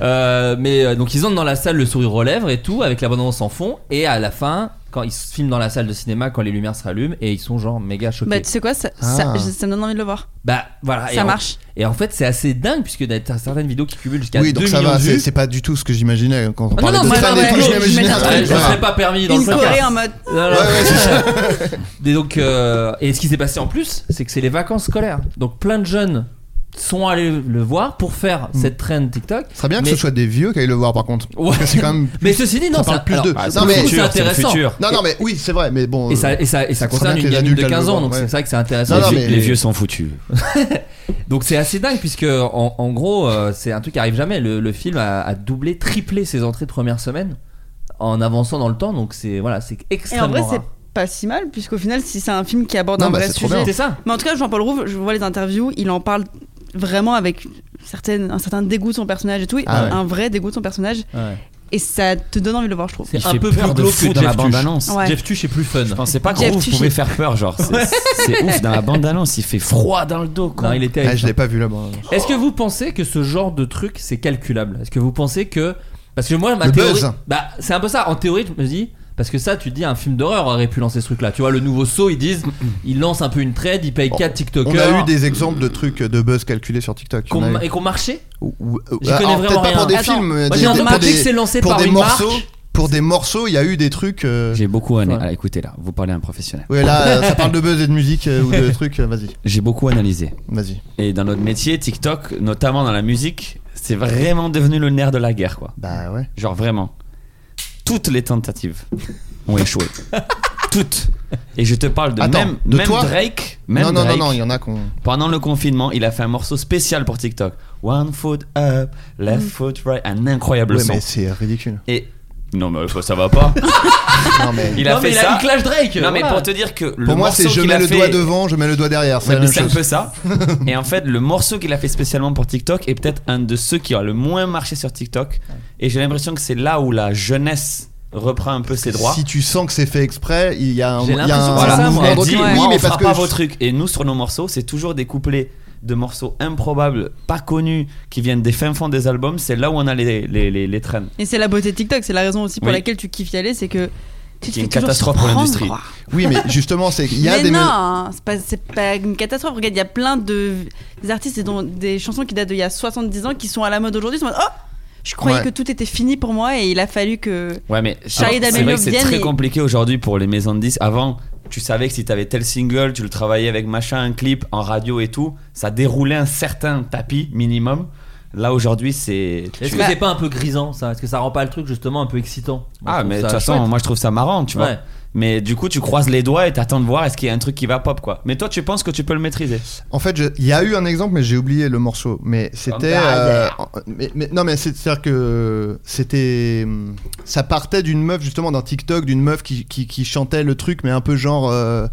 [SPEAKER 4] Euh, mais euh, donc ils entrent dans la salle le sourire aux lèvres et tout avec l'abondance en fond et à la fin quand ils se filment dans la salle de cinéma quand les lumières se rallument et ils sont genre méga choqués.
[SPEAKER 6] Bah, tu sais quoi, ça, ça-
[SPEAKER 2] Ah.
[SPEAKER 6] je- ça me donne envie de le voir.
[SPEAKER 4] Bah, voilà. et
[SPEAKER 6] ça
[SPEAKER 4] en-
[SPEAKER 6] marche.
[SPEAKER 4] Et en fait c'est assez dingue puisque t'as certaines vidéos qui cumulent jusqu'à
[SPEAKER 2] Oui,
[SPEAKER 4] 2
[SPEAKER 2] donc ça
[SPEAKER 4] millions
[SPEAKER 2] va,
[SPEAKER 4] de
[SPEAKER 2] c'est
[SPEAKER 4] vues.
[SPEAKER 2] c'est pas du tout ce que j'imaginais quand on
[SPEAKER 4] Ah, non,
[SPEAKER 2] parlait
[SPEAKER 4] non,
[SPEAKER 2] de
[SPEAKER 4] mais
[SPEAKER 2] train
[SPEAKER 4] non,
[SPEAKER 2] et tout,
[SPEAKER 4] mais-
[SPEAKER 2] j'imaginais un
[SPEAKER 6] mais-
[SPEAKER 4] Ouais,
[SPEAKER 2] truc.
[SPEAKER 4] je
[SPEAKER 2] voilà.
[SPEAKER 4] serais pas permis dans
[SPEAKER 6] Une
[SPEAKER 4] le podcast.
[SPEAKER 6] Corée en mode.
[SPEAKER 4] Non, non.
[SPEAKER 2] Ouais, ouais, c'est ça.
[SPEAKER 4] Et donc euh, et ce qui s'est passé en plus c'est que c'est les vacances scolaires donc plein de jeunes sont allés le voir pour faire cette trend TikTok.
[SPEAKER 2] Mm. Ce serait bien que
[SPEAKER 4] Mais-
[SPEAKER 2] ce soit des vieux qui aillent le voir par contre.
[SPEAKER 4] Ouais.
[SPEAKER 2] Parce que c'est quand même.
[SPEAKER 4] Mais ceci dit non
[SPEAKER 2] Ça parle
[SPEAKER 4] ça-
[SPEAKER 2] plus
[SPEAKER 4] alors,
[SPEAKER 2] d'eux.
[SPEAKER 4] pour
[SPEAKER 2] Non,
[SPEAKER 4] le coup,
[SPEAKER 2] mais-
[SPEAKER 4] c'est
[SPEAKER 2] c'est le
[SPEAKER 4] intéressant.
[SPEAKER 5] futur.
[SPEAKER 2] Non, non, mais oui, c'est vrai, mais bon.
[SPEAKER 4] Et
[SPEAKER 2] euh,
[SPEAKER 4] ça, et ça, et ça
[SPEAKER 2] Ça serait
[SPEAKER 4] concerne
[SPEAKER 2] bien que
[SPEAKER 4] une
[SPEAKER 2] les
[SPEAKER 4] gamine
[SPEAKER 2] adultes
[SPEAKER 4] de
[SPEAKER 2] aillent le
[SPEAKER 4] 15 ans,
[SPEAKER 2] voir,
[SPEAKER 4] donc
[SPEAKER 2] ouais.
[SPEAKER 4] c'est vrai que c'est intéressant.
[SPEAKER 2] Non, non,
[SPEAKER 5] les,
[SPEAKER 2] mais-
[SPEAKER 5] vieux, les vieux sont foutus.
[SPEAKER 4] Donc c'est assez dingue, puisque en, en gros, euh, c'est un truc qui arrive jamais. Le, le film a, a doublé, triplé ses entrées de première semaine en avançant dans le temps, donc c'est voilà, c'est
[SPEAKER 6] Et en
[SPEAKER 4] extrêmement
[SPEAKER 6] vrai, c'est
[SPEAKER 4] rare.
[SPEAKER 6] pas si mal, puisqu'au final, si c'est un film qui aborde
[SPEAKER 2] Non,
[SPEAKER 6] un
[SPEAKER 2] bah,
[SPEAKER 6] vrai
[SPEAKER 2] c'est trop
[SPEAKER 6] sujet.
[SPEAKER 4] C'est ça.
[SPEAKER 6] Mais en tout cas, Jean-Paul Rouve, je vois les interviews, il en parle vraiment avec une certaine, un certain dégoût de son personnage et tout,
[SPEAKER 2] Ah ouais.
[SPEAKER 6] un vrai dégoût de son personnage,
[SPEAKER 4] Ouais.
[SPEAKER 6] et ça te donne envie de le voir, je trouve. Ah,
[SPEAKER 4] C'est
[SPEAKER 5] Il
[SPEAKER 4] un
[SPEAKER 5] fait
[SPEAKER 4] peu
[SPEAKER 5] peur
[SPEAKER 4] plus
[SPEAKER 5] de
[SPEAKER 4] glauque
[SPEAKER 5] fou
[SPEAKER 4] que
[SPEAKER 5] dans la
[SPEAKER 4] Jeff Tuch.
[SPEAKER 5] bande-annonce.
[SPEAKER 6] Ouais.
[SPEAKER 4] Jeff Tuch est plus fun.
[SPEAKER 5] Je pensais pas
[SPEAKER 6] Jeff
[SPEAKER 5] que vous
[SPEAKER 6] Tuchy.
[SPEAKER 5] pouvait faire peur, genre. c'est- C'est ouf, dans la bande-annonce, il fait froid dans le dos. quoi.
[SPEAKER 4] Non, il était.
[SPEAKER 2] ah,
[SPEAKER 4] avec
[SPEAKER 2] je l'ai pas vu là-bas.
[SPEAKER 4] ça. Est-ce que vous pensez que ce genre de truc c'est calculable Est-ce que vous pensez que parce que moi ma
[SPEAKER 2] Le
[SPEAKER 4] théorie,
[SPEAKER 2] buzz.
[SPEAKER 4] bah c'est un peu ça. En théorie, je me dis. Parce que ça, tu te dis, un film d'horreur aurait pu lancer ce truc-là. Tu vois, le nouveau saut, ils disent, ils lancent un peu une trade, ils payent 4 TikTokers.
[SPEAKER 2] On a eu des exemples de trucs de buzz calculés sur TikTok.
[SPEAKER 4] qu'on-
[SPEAKER 2] On a eu-
[SPEAKER 4] et qu'on marchait
[SPEAKER 2] Ou- ou- euh,
[SPEAKER 4] J'y connais
[SPEAKER 2] alors,
[SPEAKER 4] vraiment
[SPEAKER 2] peut-être pas pour
[SPEAKER 4] rien.
[SPEAKER 2] des
[SPEAKER 6] Attends,
[SPEAKER 2] films,
[SPEAKER 4] moi,
[SPEAKER 2] mais des-
[SPEAKER 4] j'ai
[SPEAKER 2] des-
[SPEAKER 4] entendu
[SPEAKER 2] pour
[SPEAKER 4] que
[SPEAKER 2] des,
[SPEAKER 4] c'est lancé
[SPEAKER 2] pour
[SPEAKER 4] par
[SPEAKER 2] des
[SPEAKER 4] une marque.
[SPEAKER 2] morceaux. Pour des morceaux, il y a eu des trucs. euh,
[SPEAKER 5] J'ai beaucoup analysé.
[SPEAKER 4] Ouais.
[SPEAKER 5] écoutez là, vous parlez à un professionnel.
[SPEAKER 2] Ouais, là, euh, ça parle de buzz et de musique euh, ou de trucs. euh, Vas-y,
[SPEAKER 5] J'ai beaucoup analysé.
[SPEAKER 2] vas-y.
[SPEAKER 5] Et dans notre métier, TikTok, notamment dans la musique, c'est vraiment devenu le nerf de la guerre, quoi.
[SPEAKER 2] Bah ouais.
[SPEAKER 5] Genre vraiment. Toutes les tentatives ont échoué. Toutes. Et je te parle de
[SPEAKER 2] Attends,
[SPEAKER 5] même,
[SPEAKER 2] de
[SPEAKER 5] même
[SPEAKER 2] toi
[SPEAKER 5] Drake. Même
[SPEAKER 2] non, non, non,
[SPEAKER 5] Drake.
[SPEAKER 2] non, il y en a qu'on.
[SPEAKER 5] Pendant le confinement, il a fait un morceau spécial pour TikTok. One foot up, left foot right. Un incroyable
[SPEAKER 2] Ouais,
[SPEAKER 5] son.
[SPEAKER 2] mais c'est ridicule.
[SPEAKER 5] Et. Non, mais ça, ça va pas.
[SPEAKER 2] Non, mais-
[SPEAKER 5] Il a
[SPEAKER 4] non,
[SPEAKER 5] fait
[SPEAKER 4] mais il
[SPEAKER 5] ça.
[SPEAKER 4] a eu Clash Drake.
[SPEAKER 5] non, mais
[SPEAKER 4] voilà.
[SPEAKER 5] pour te dire que le
[SPEAKER 2] Pour moi, c'est
[SPEAKER 5] morceau
[SPEAKER 2] je
[SPEAKER 5] qu'il
[SPEAKER 2] mets
[SPEAKER 5] a
[SPEAKER 2] le
[SPEAKER 5] fait-
[SPEAKER 2] doigt devant, je mets le doigt derrière. C'est
[SPEAKER 5] Ouais,
[SPEAKER 2] la
[SPEAKER 5] mais
[SPEAKER 2] même
[SPEAKER 5] c'est un
[SPEAKER 2] chose.
[SPEAKER 5] peu ça. Et en fait, le morceau qu'il a fait spécialement pour TikTok est peut-être un de ceux qui a le moins marché sur TikTok. Et j'ai l'impression que c'est là où la jeunesse reprend un peu ses droits.
[SPEAKER 2] Si tu sens que c'est fait exprès, il y a un,
[SPEAKER 4] J'ai
[SPEAKER 2] il y a
[SPEAKER 4] l'impression
[SPEAKER 2] un-
[SPEAKER 4] que c'est
[SPEAKER 2] un
[SPEAKER 4] ça,
[SPEAKER 2] mouvement
[SPEAKER 4] moi.
[SPEAKER 5] Elle
[SPEAKER 2] de
[SPEAKER 5] dit,
[SPEAKER 2] recul.
[SPEAKER 5] moi,
[SPEAKER 2] Oui,
[SPEAKER 5] on
[SPEAKER 2] mais
[SPEAKER 5] fera
[SPEAKER 2] parce que
[SPEAKER 5] pas
[SPEAKER 2] je-
[SPEAKER 5] vos trucs. Et nous, sur nos morceaux, c'est toujours des couplets de morceaux improbables, pas connus, qui viennent des fins fonds des albums. C'est là où on a les, les, les, les traînes.
[SPEAKER 6] Et c'est la beauté de TikTok, c'est la raison aussi pour
[SPEAKER 5] Oui.
[SPEAKER 6] laquelle tu kiffes y aller, c'est que. Tu te
[SPEAKER 5] C'est une
[SPEAKER 6] fais toujours
[SPEAKER 5] catastrophe pour
[SPEAKER 6] surprendre.
[SPEAKER 5] l'industrie.
[SPEAKER 2] oui, mais justement, c'est il y a
[SPEAKER 6] mais
[SPEAKER 2] des
[SPEAKER 6] non,
[SPEAKER 2] me-
[SPEAKER 6] hein, c'est pas, c'est pas une catastrophe. Regarde, il y a plein de des artistes et dont des chansons qui datent d'il y a 70 ans qui sont à la mode aujourd'hui. Ils sont en mode, oh, je croyais
[SPEAKER 2] Ouais.
[SPEAKER 6] que tout était fini pour moi et il a fallu que.
[SPEAKER 5] Ouais, mais
[SPEAKER 6] Charlie
[SPEAKER 5] c'est
[SPEAKER 6] D'Amelio
[SPEAKER 5] vrai que c'est
[SPEAKER 6] vienne
[SPEAKER 5] très
[SPEAKER 6] et-
[SPEAKER 5] compliqué aujourd'hui pour les maisons de disques. Avant, tu savais que si t'avais tel single, tu le travaillais avec machin, un clip, en radio et tout, ça déroulait un certain tapis minimum. Là aujourd'hui, c'est.
[SPEAKER 4] Est-ce
[SPEAKER 5] tu-
[SPEAKER 4] que c'est pas un peu grisant ça Est-ce que ça rend pas le truc justement un peu excitant Moi, je
[SPEAKER 5] Ah,
[SPEAKER 4] trouve
[SPEAKER 5] mais de
[SPEAKER 4] ça
[SPEAKER 5] toute façon,
[SPEAKER 4] chouette.
[SPEAKER 5] moi je trouve ça marrant, tu vois.
[SPEAKER 4] Ouais.
[SPEAKER 5] Mais du coup, tu croises les doigts et t'attends de voir est-ce qu'il y a un truc qui va pop, quoi. Mais toi, tu penses que tu peux le maîtriser.
[SPEAKER 2] En fait, je- il y a eu un exemple, mais j'ai oublié le morceau. Mais c'était. euh, en- mais- mais- non, mais c'est- c'est-à-dire que euh, c'était. hum, Ça partait d'une meuf, justement, d'un TikTok, d'une meuf qui, qui- qui chantait le truc, mais un peu genre. euh,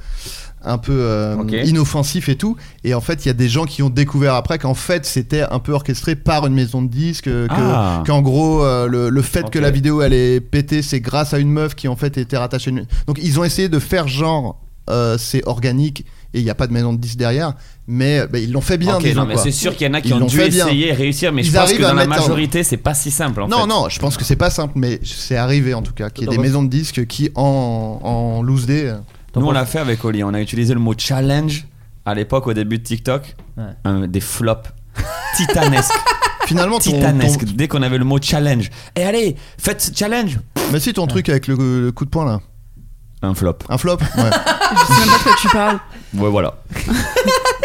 [SPEAKER 2] un peu euh,
[SPEAKER 5] Ok.
[SPEAKER 2] inoffensif et tout. Et en fait, il y a des gens qui ont découvert après qu'en fait, c'était un peu orchestré par une maison de disques. euh, que-
[SPEAKER 5] Ah.
[SPEAKER 2] Qu'en gros, euh, le, le fait que
[SPEAKER 5] Ok.
[SPEAKER 2] la vidéo allait péter, c'est grâce à une meuf qui en fait était rattachée. à une- Donc, ils ont essayé de faire genre. euh, c'est organique et il n'y a pas de maison de disques derrière, mais euh, bah, ils l'ont fait bien.
[SPEAKER 5] Ok,
[SPEAKER 2] disons,
[SPEAKER 5] non, mais
[SPEAKER 2] quoi.
[SPEAKER 5] c'est sûr qu'il y en a qui
[SPEAKER 2] Ils
[SPEAKER 5] ont
[SPEAKER 2] l'ont
[SPEAKER 5] dû
[SPEAKER 2] fait bien.
[SPEAKER 5] essayer et réussir, mais
[SPEAKER 2] Ils
[SPEAKER 5] je pense
[SPEAKER 2] arrivent
[SPEAKER 5] que
[SPEAKER 2] à
[SPEAKER 5] dans la
[SPEAKER 2] mettre un-
[SPEAKER 5] majorité, c'est pas si simple en
[SPEAKER 2] non,
[SPEAKER 5] fait.
[SPEAKER 2] non, je pense que c'est pas simple, mais c'est arrivé en tout cas, qu'il y ait
[SPEAKER 4] Dans
[SPEAKER 2] des
[SPEAKER 4] votre-
[SPEAKER 2] maisons de disques qui en, en loose day. euh,
[SPEAKER 4] T'en
[SPEAKER 5] Nous, on
[SPEAKER 4] penses-
[SPEAKER 5] l'a fait avec Oli. On a utilisé le mot challenge à l'époque, au début de TikTok.
[SPEAKER 4] Ouais.
[SPEAKER 5] Un- des flops titanesques.
[SPEAKER 2] Finalement, ton-
[SPEAKER 5] titanesques.
[SPEAKER 2] ton-
[SPEAKER 5] Dès qu'on avait le mot challenge. Et allez, faites ce challenge.
[SPEAKER 2] Mais si ton truc avec le, le coup de poing là,
[SPEAKER 5] Un flop.
[SPEAKER 2] un flop. Ouais.
[SPEAKER 6] Je sais même pas de quoi tu parles.
[SPEAKER 5] Ouais, voilà.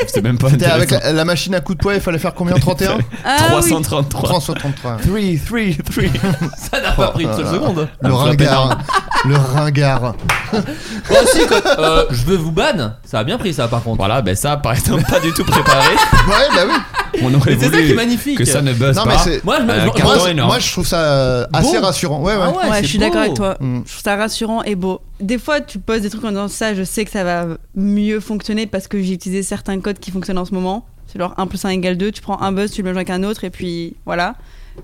[SPEAKER 5] C'était même pas
[SPEAKER 2] T'es avec
[SPEAKER 5] intéressant.
[SPEAKER 2] la, la machine à coup de poing, il fallait faire combien 31
[SPEAKER 6] Ah, oui.
[SPEAKER 5] 333.
[SPEAKER 2] 333.
[SPEAKER 5] 3, 3, 3.
[SPEAKER 4] Ça n'a pas pris une seule seconde.
[SPEAKER 2] Le
[SPEAKER 5] flop
[SPEAKER 2] ringard. Le ringard.
[SPEAKER 4] Moi aussi, quand euh, je veux vous ban, ça a bien pris ça par contre.
[SPEAKER 5] Voilà, ben ça, par exemple, pas du tout préparé.
[SPEAKER 2] Ouais, bah oui.
[SPEAKER 5] On aurait
[SPEAKER 4] Mais c'est ça
[SPEAKER 5] voulu
[SPEAKER 4] qui est magnifique.
[SPEAKER 5] que ça ne buzz
[SPEAKER 2] Non, mais
[SPEAKER 5] pas.
[SPEAKER 2] c'est-
[SPEAKER 4] Moi, je me-
[SPEAKER 5] Euh,
[SPEAKER 4] je-
[SPEAKER 5] carton
[SPEAKER 2] Moi,
[SPEAKER 4] moi,
[SPEAKER 2] c'est-
[SPEAKER 5] énorme.
[SPEAKER 2] moi, je trouve ça euh, assez
[SPEAKER 4] Beau.
[SPEAKER 2] rassurant. Ouais, ouais.
[SPEAKER 4] Ah ouais,
[SPEAKER 6] Ouais,
[SPEAKER 4] c'est
[SPEAKER 6] je suis d'accord
[SPEAKER 4] beau.
[SPEAKER 6] avec toi.
[SPEAKER 2] Mm.
[SPEAKER 6] Je trouve ça rassurant et beau. Des fois, tu poses des trucs en disant ça, je sais que ça va mieux fonctionner parce que j'ai utilisé certains codes qui fonctionnent en ce moment. C'est genre 1 plus 1 égale 2, tu prends un buzz, tu le mélanges avec un autre et puis voilà.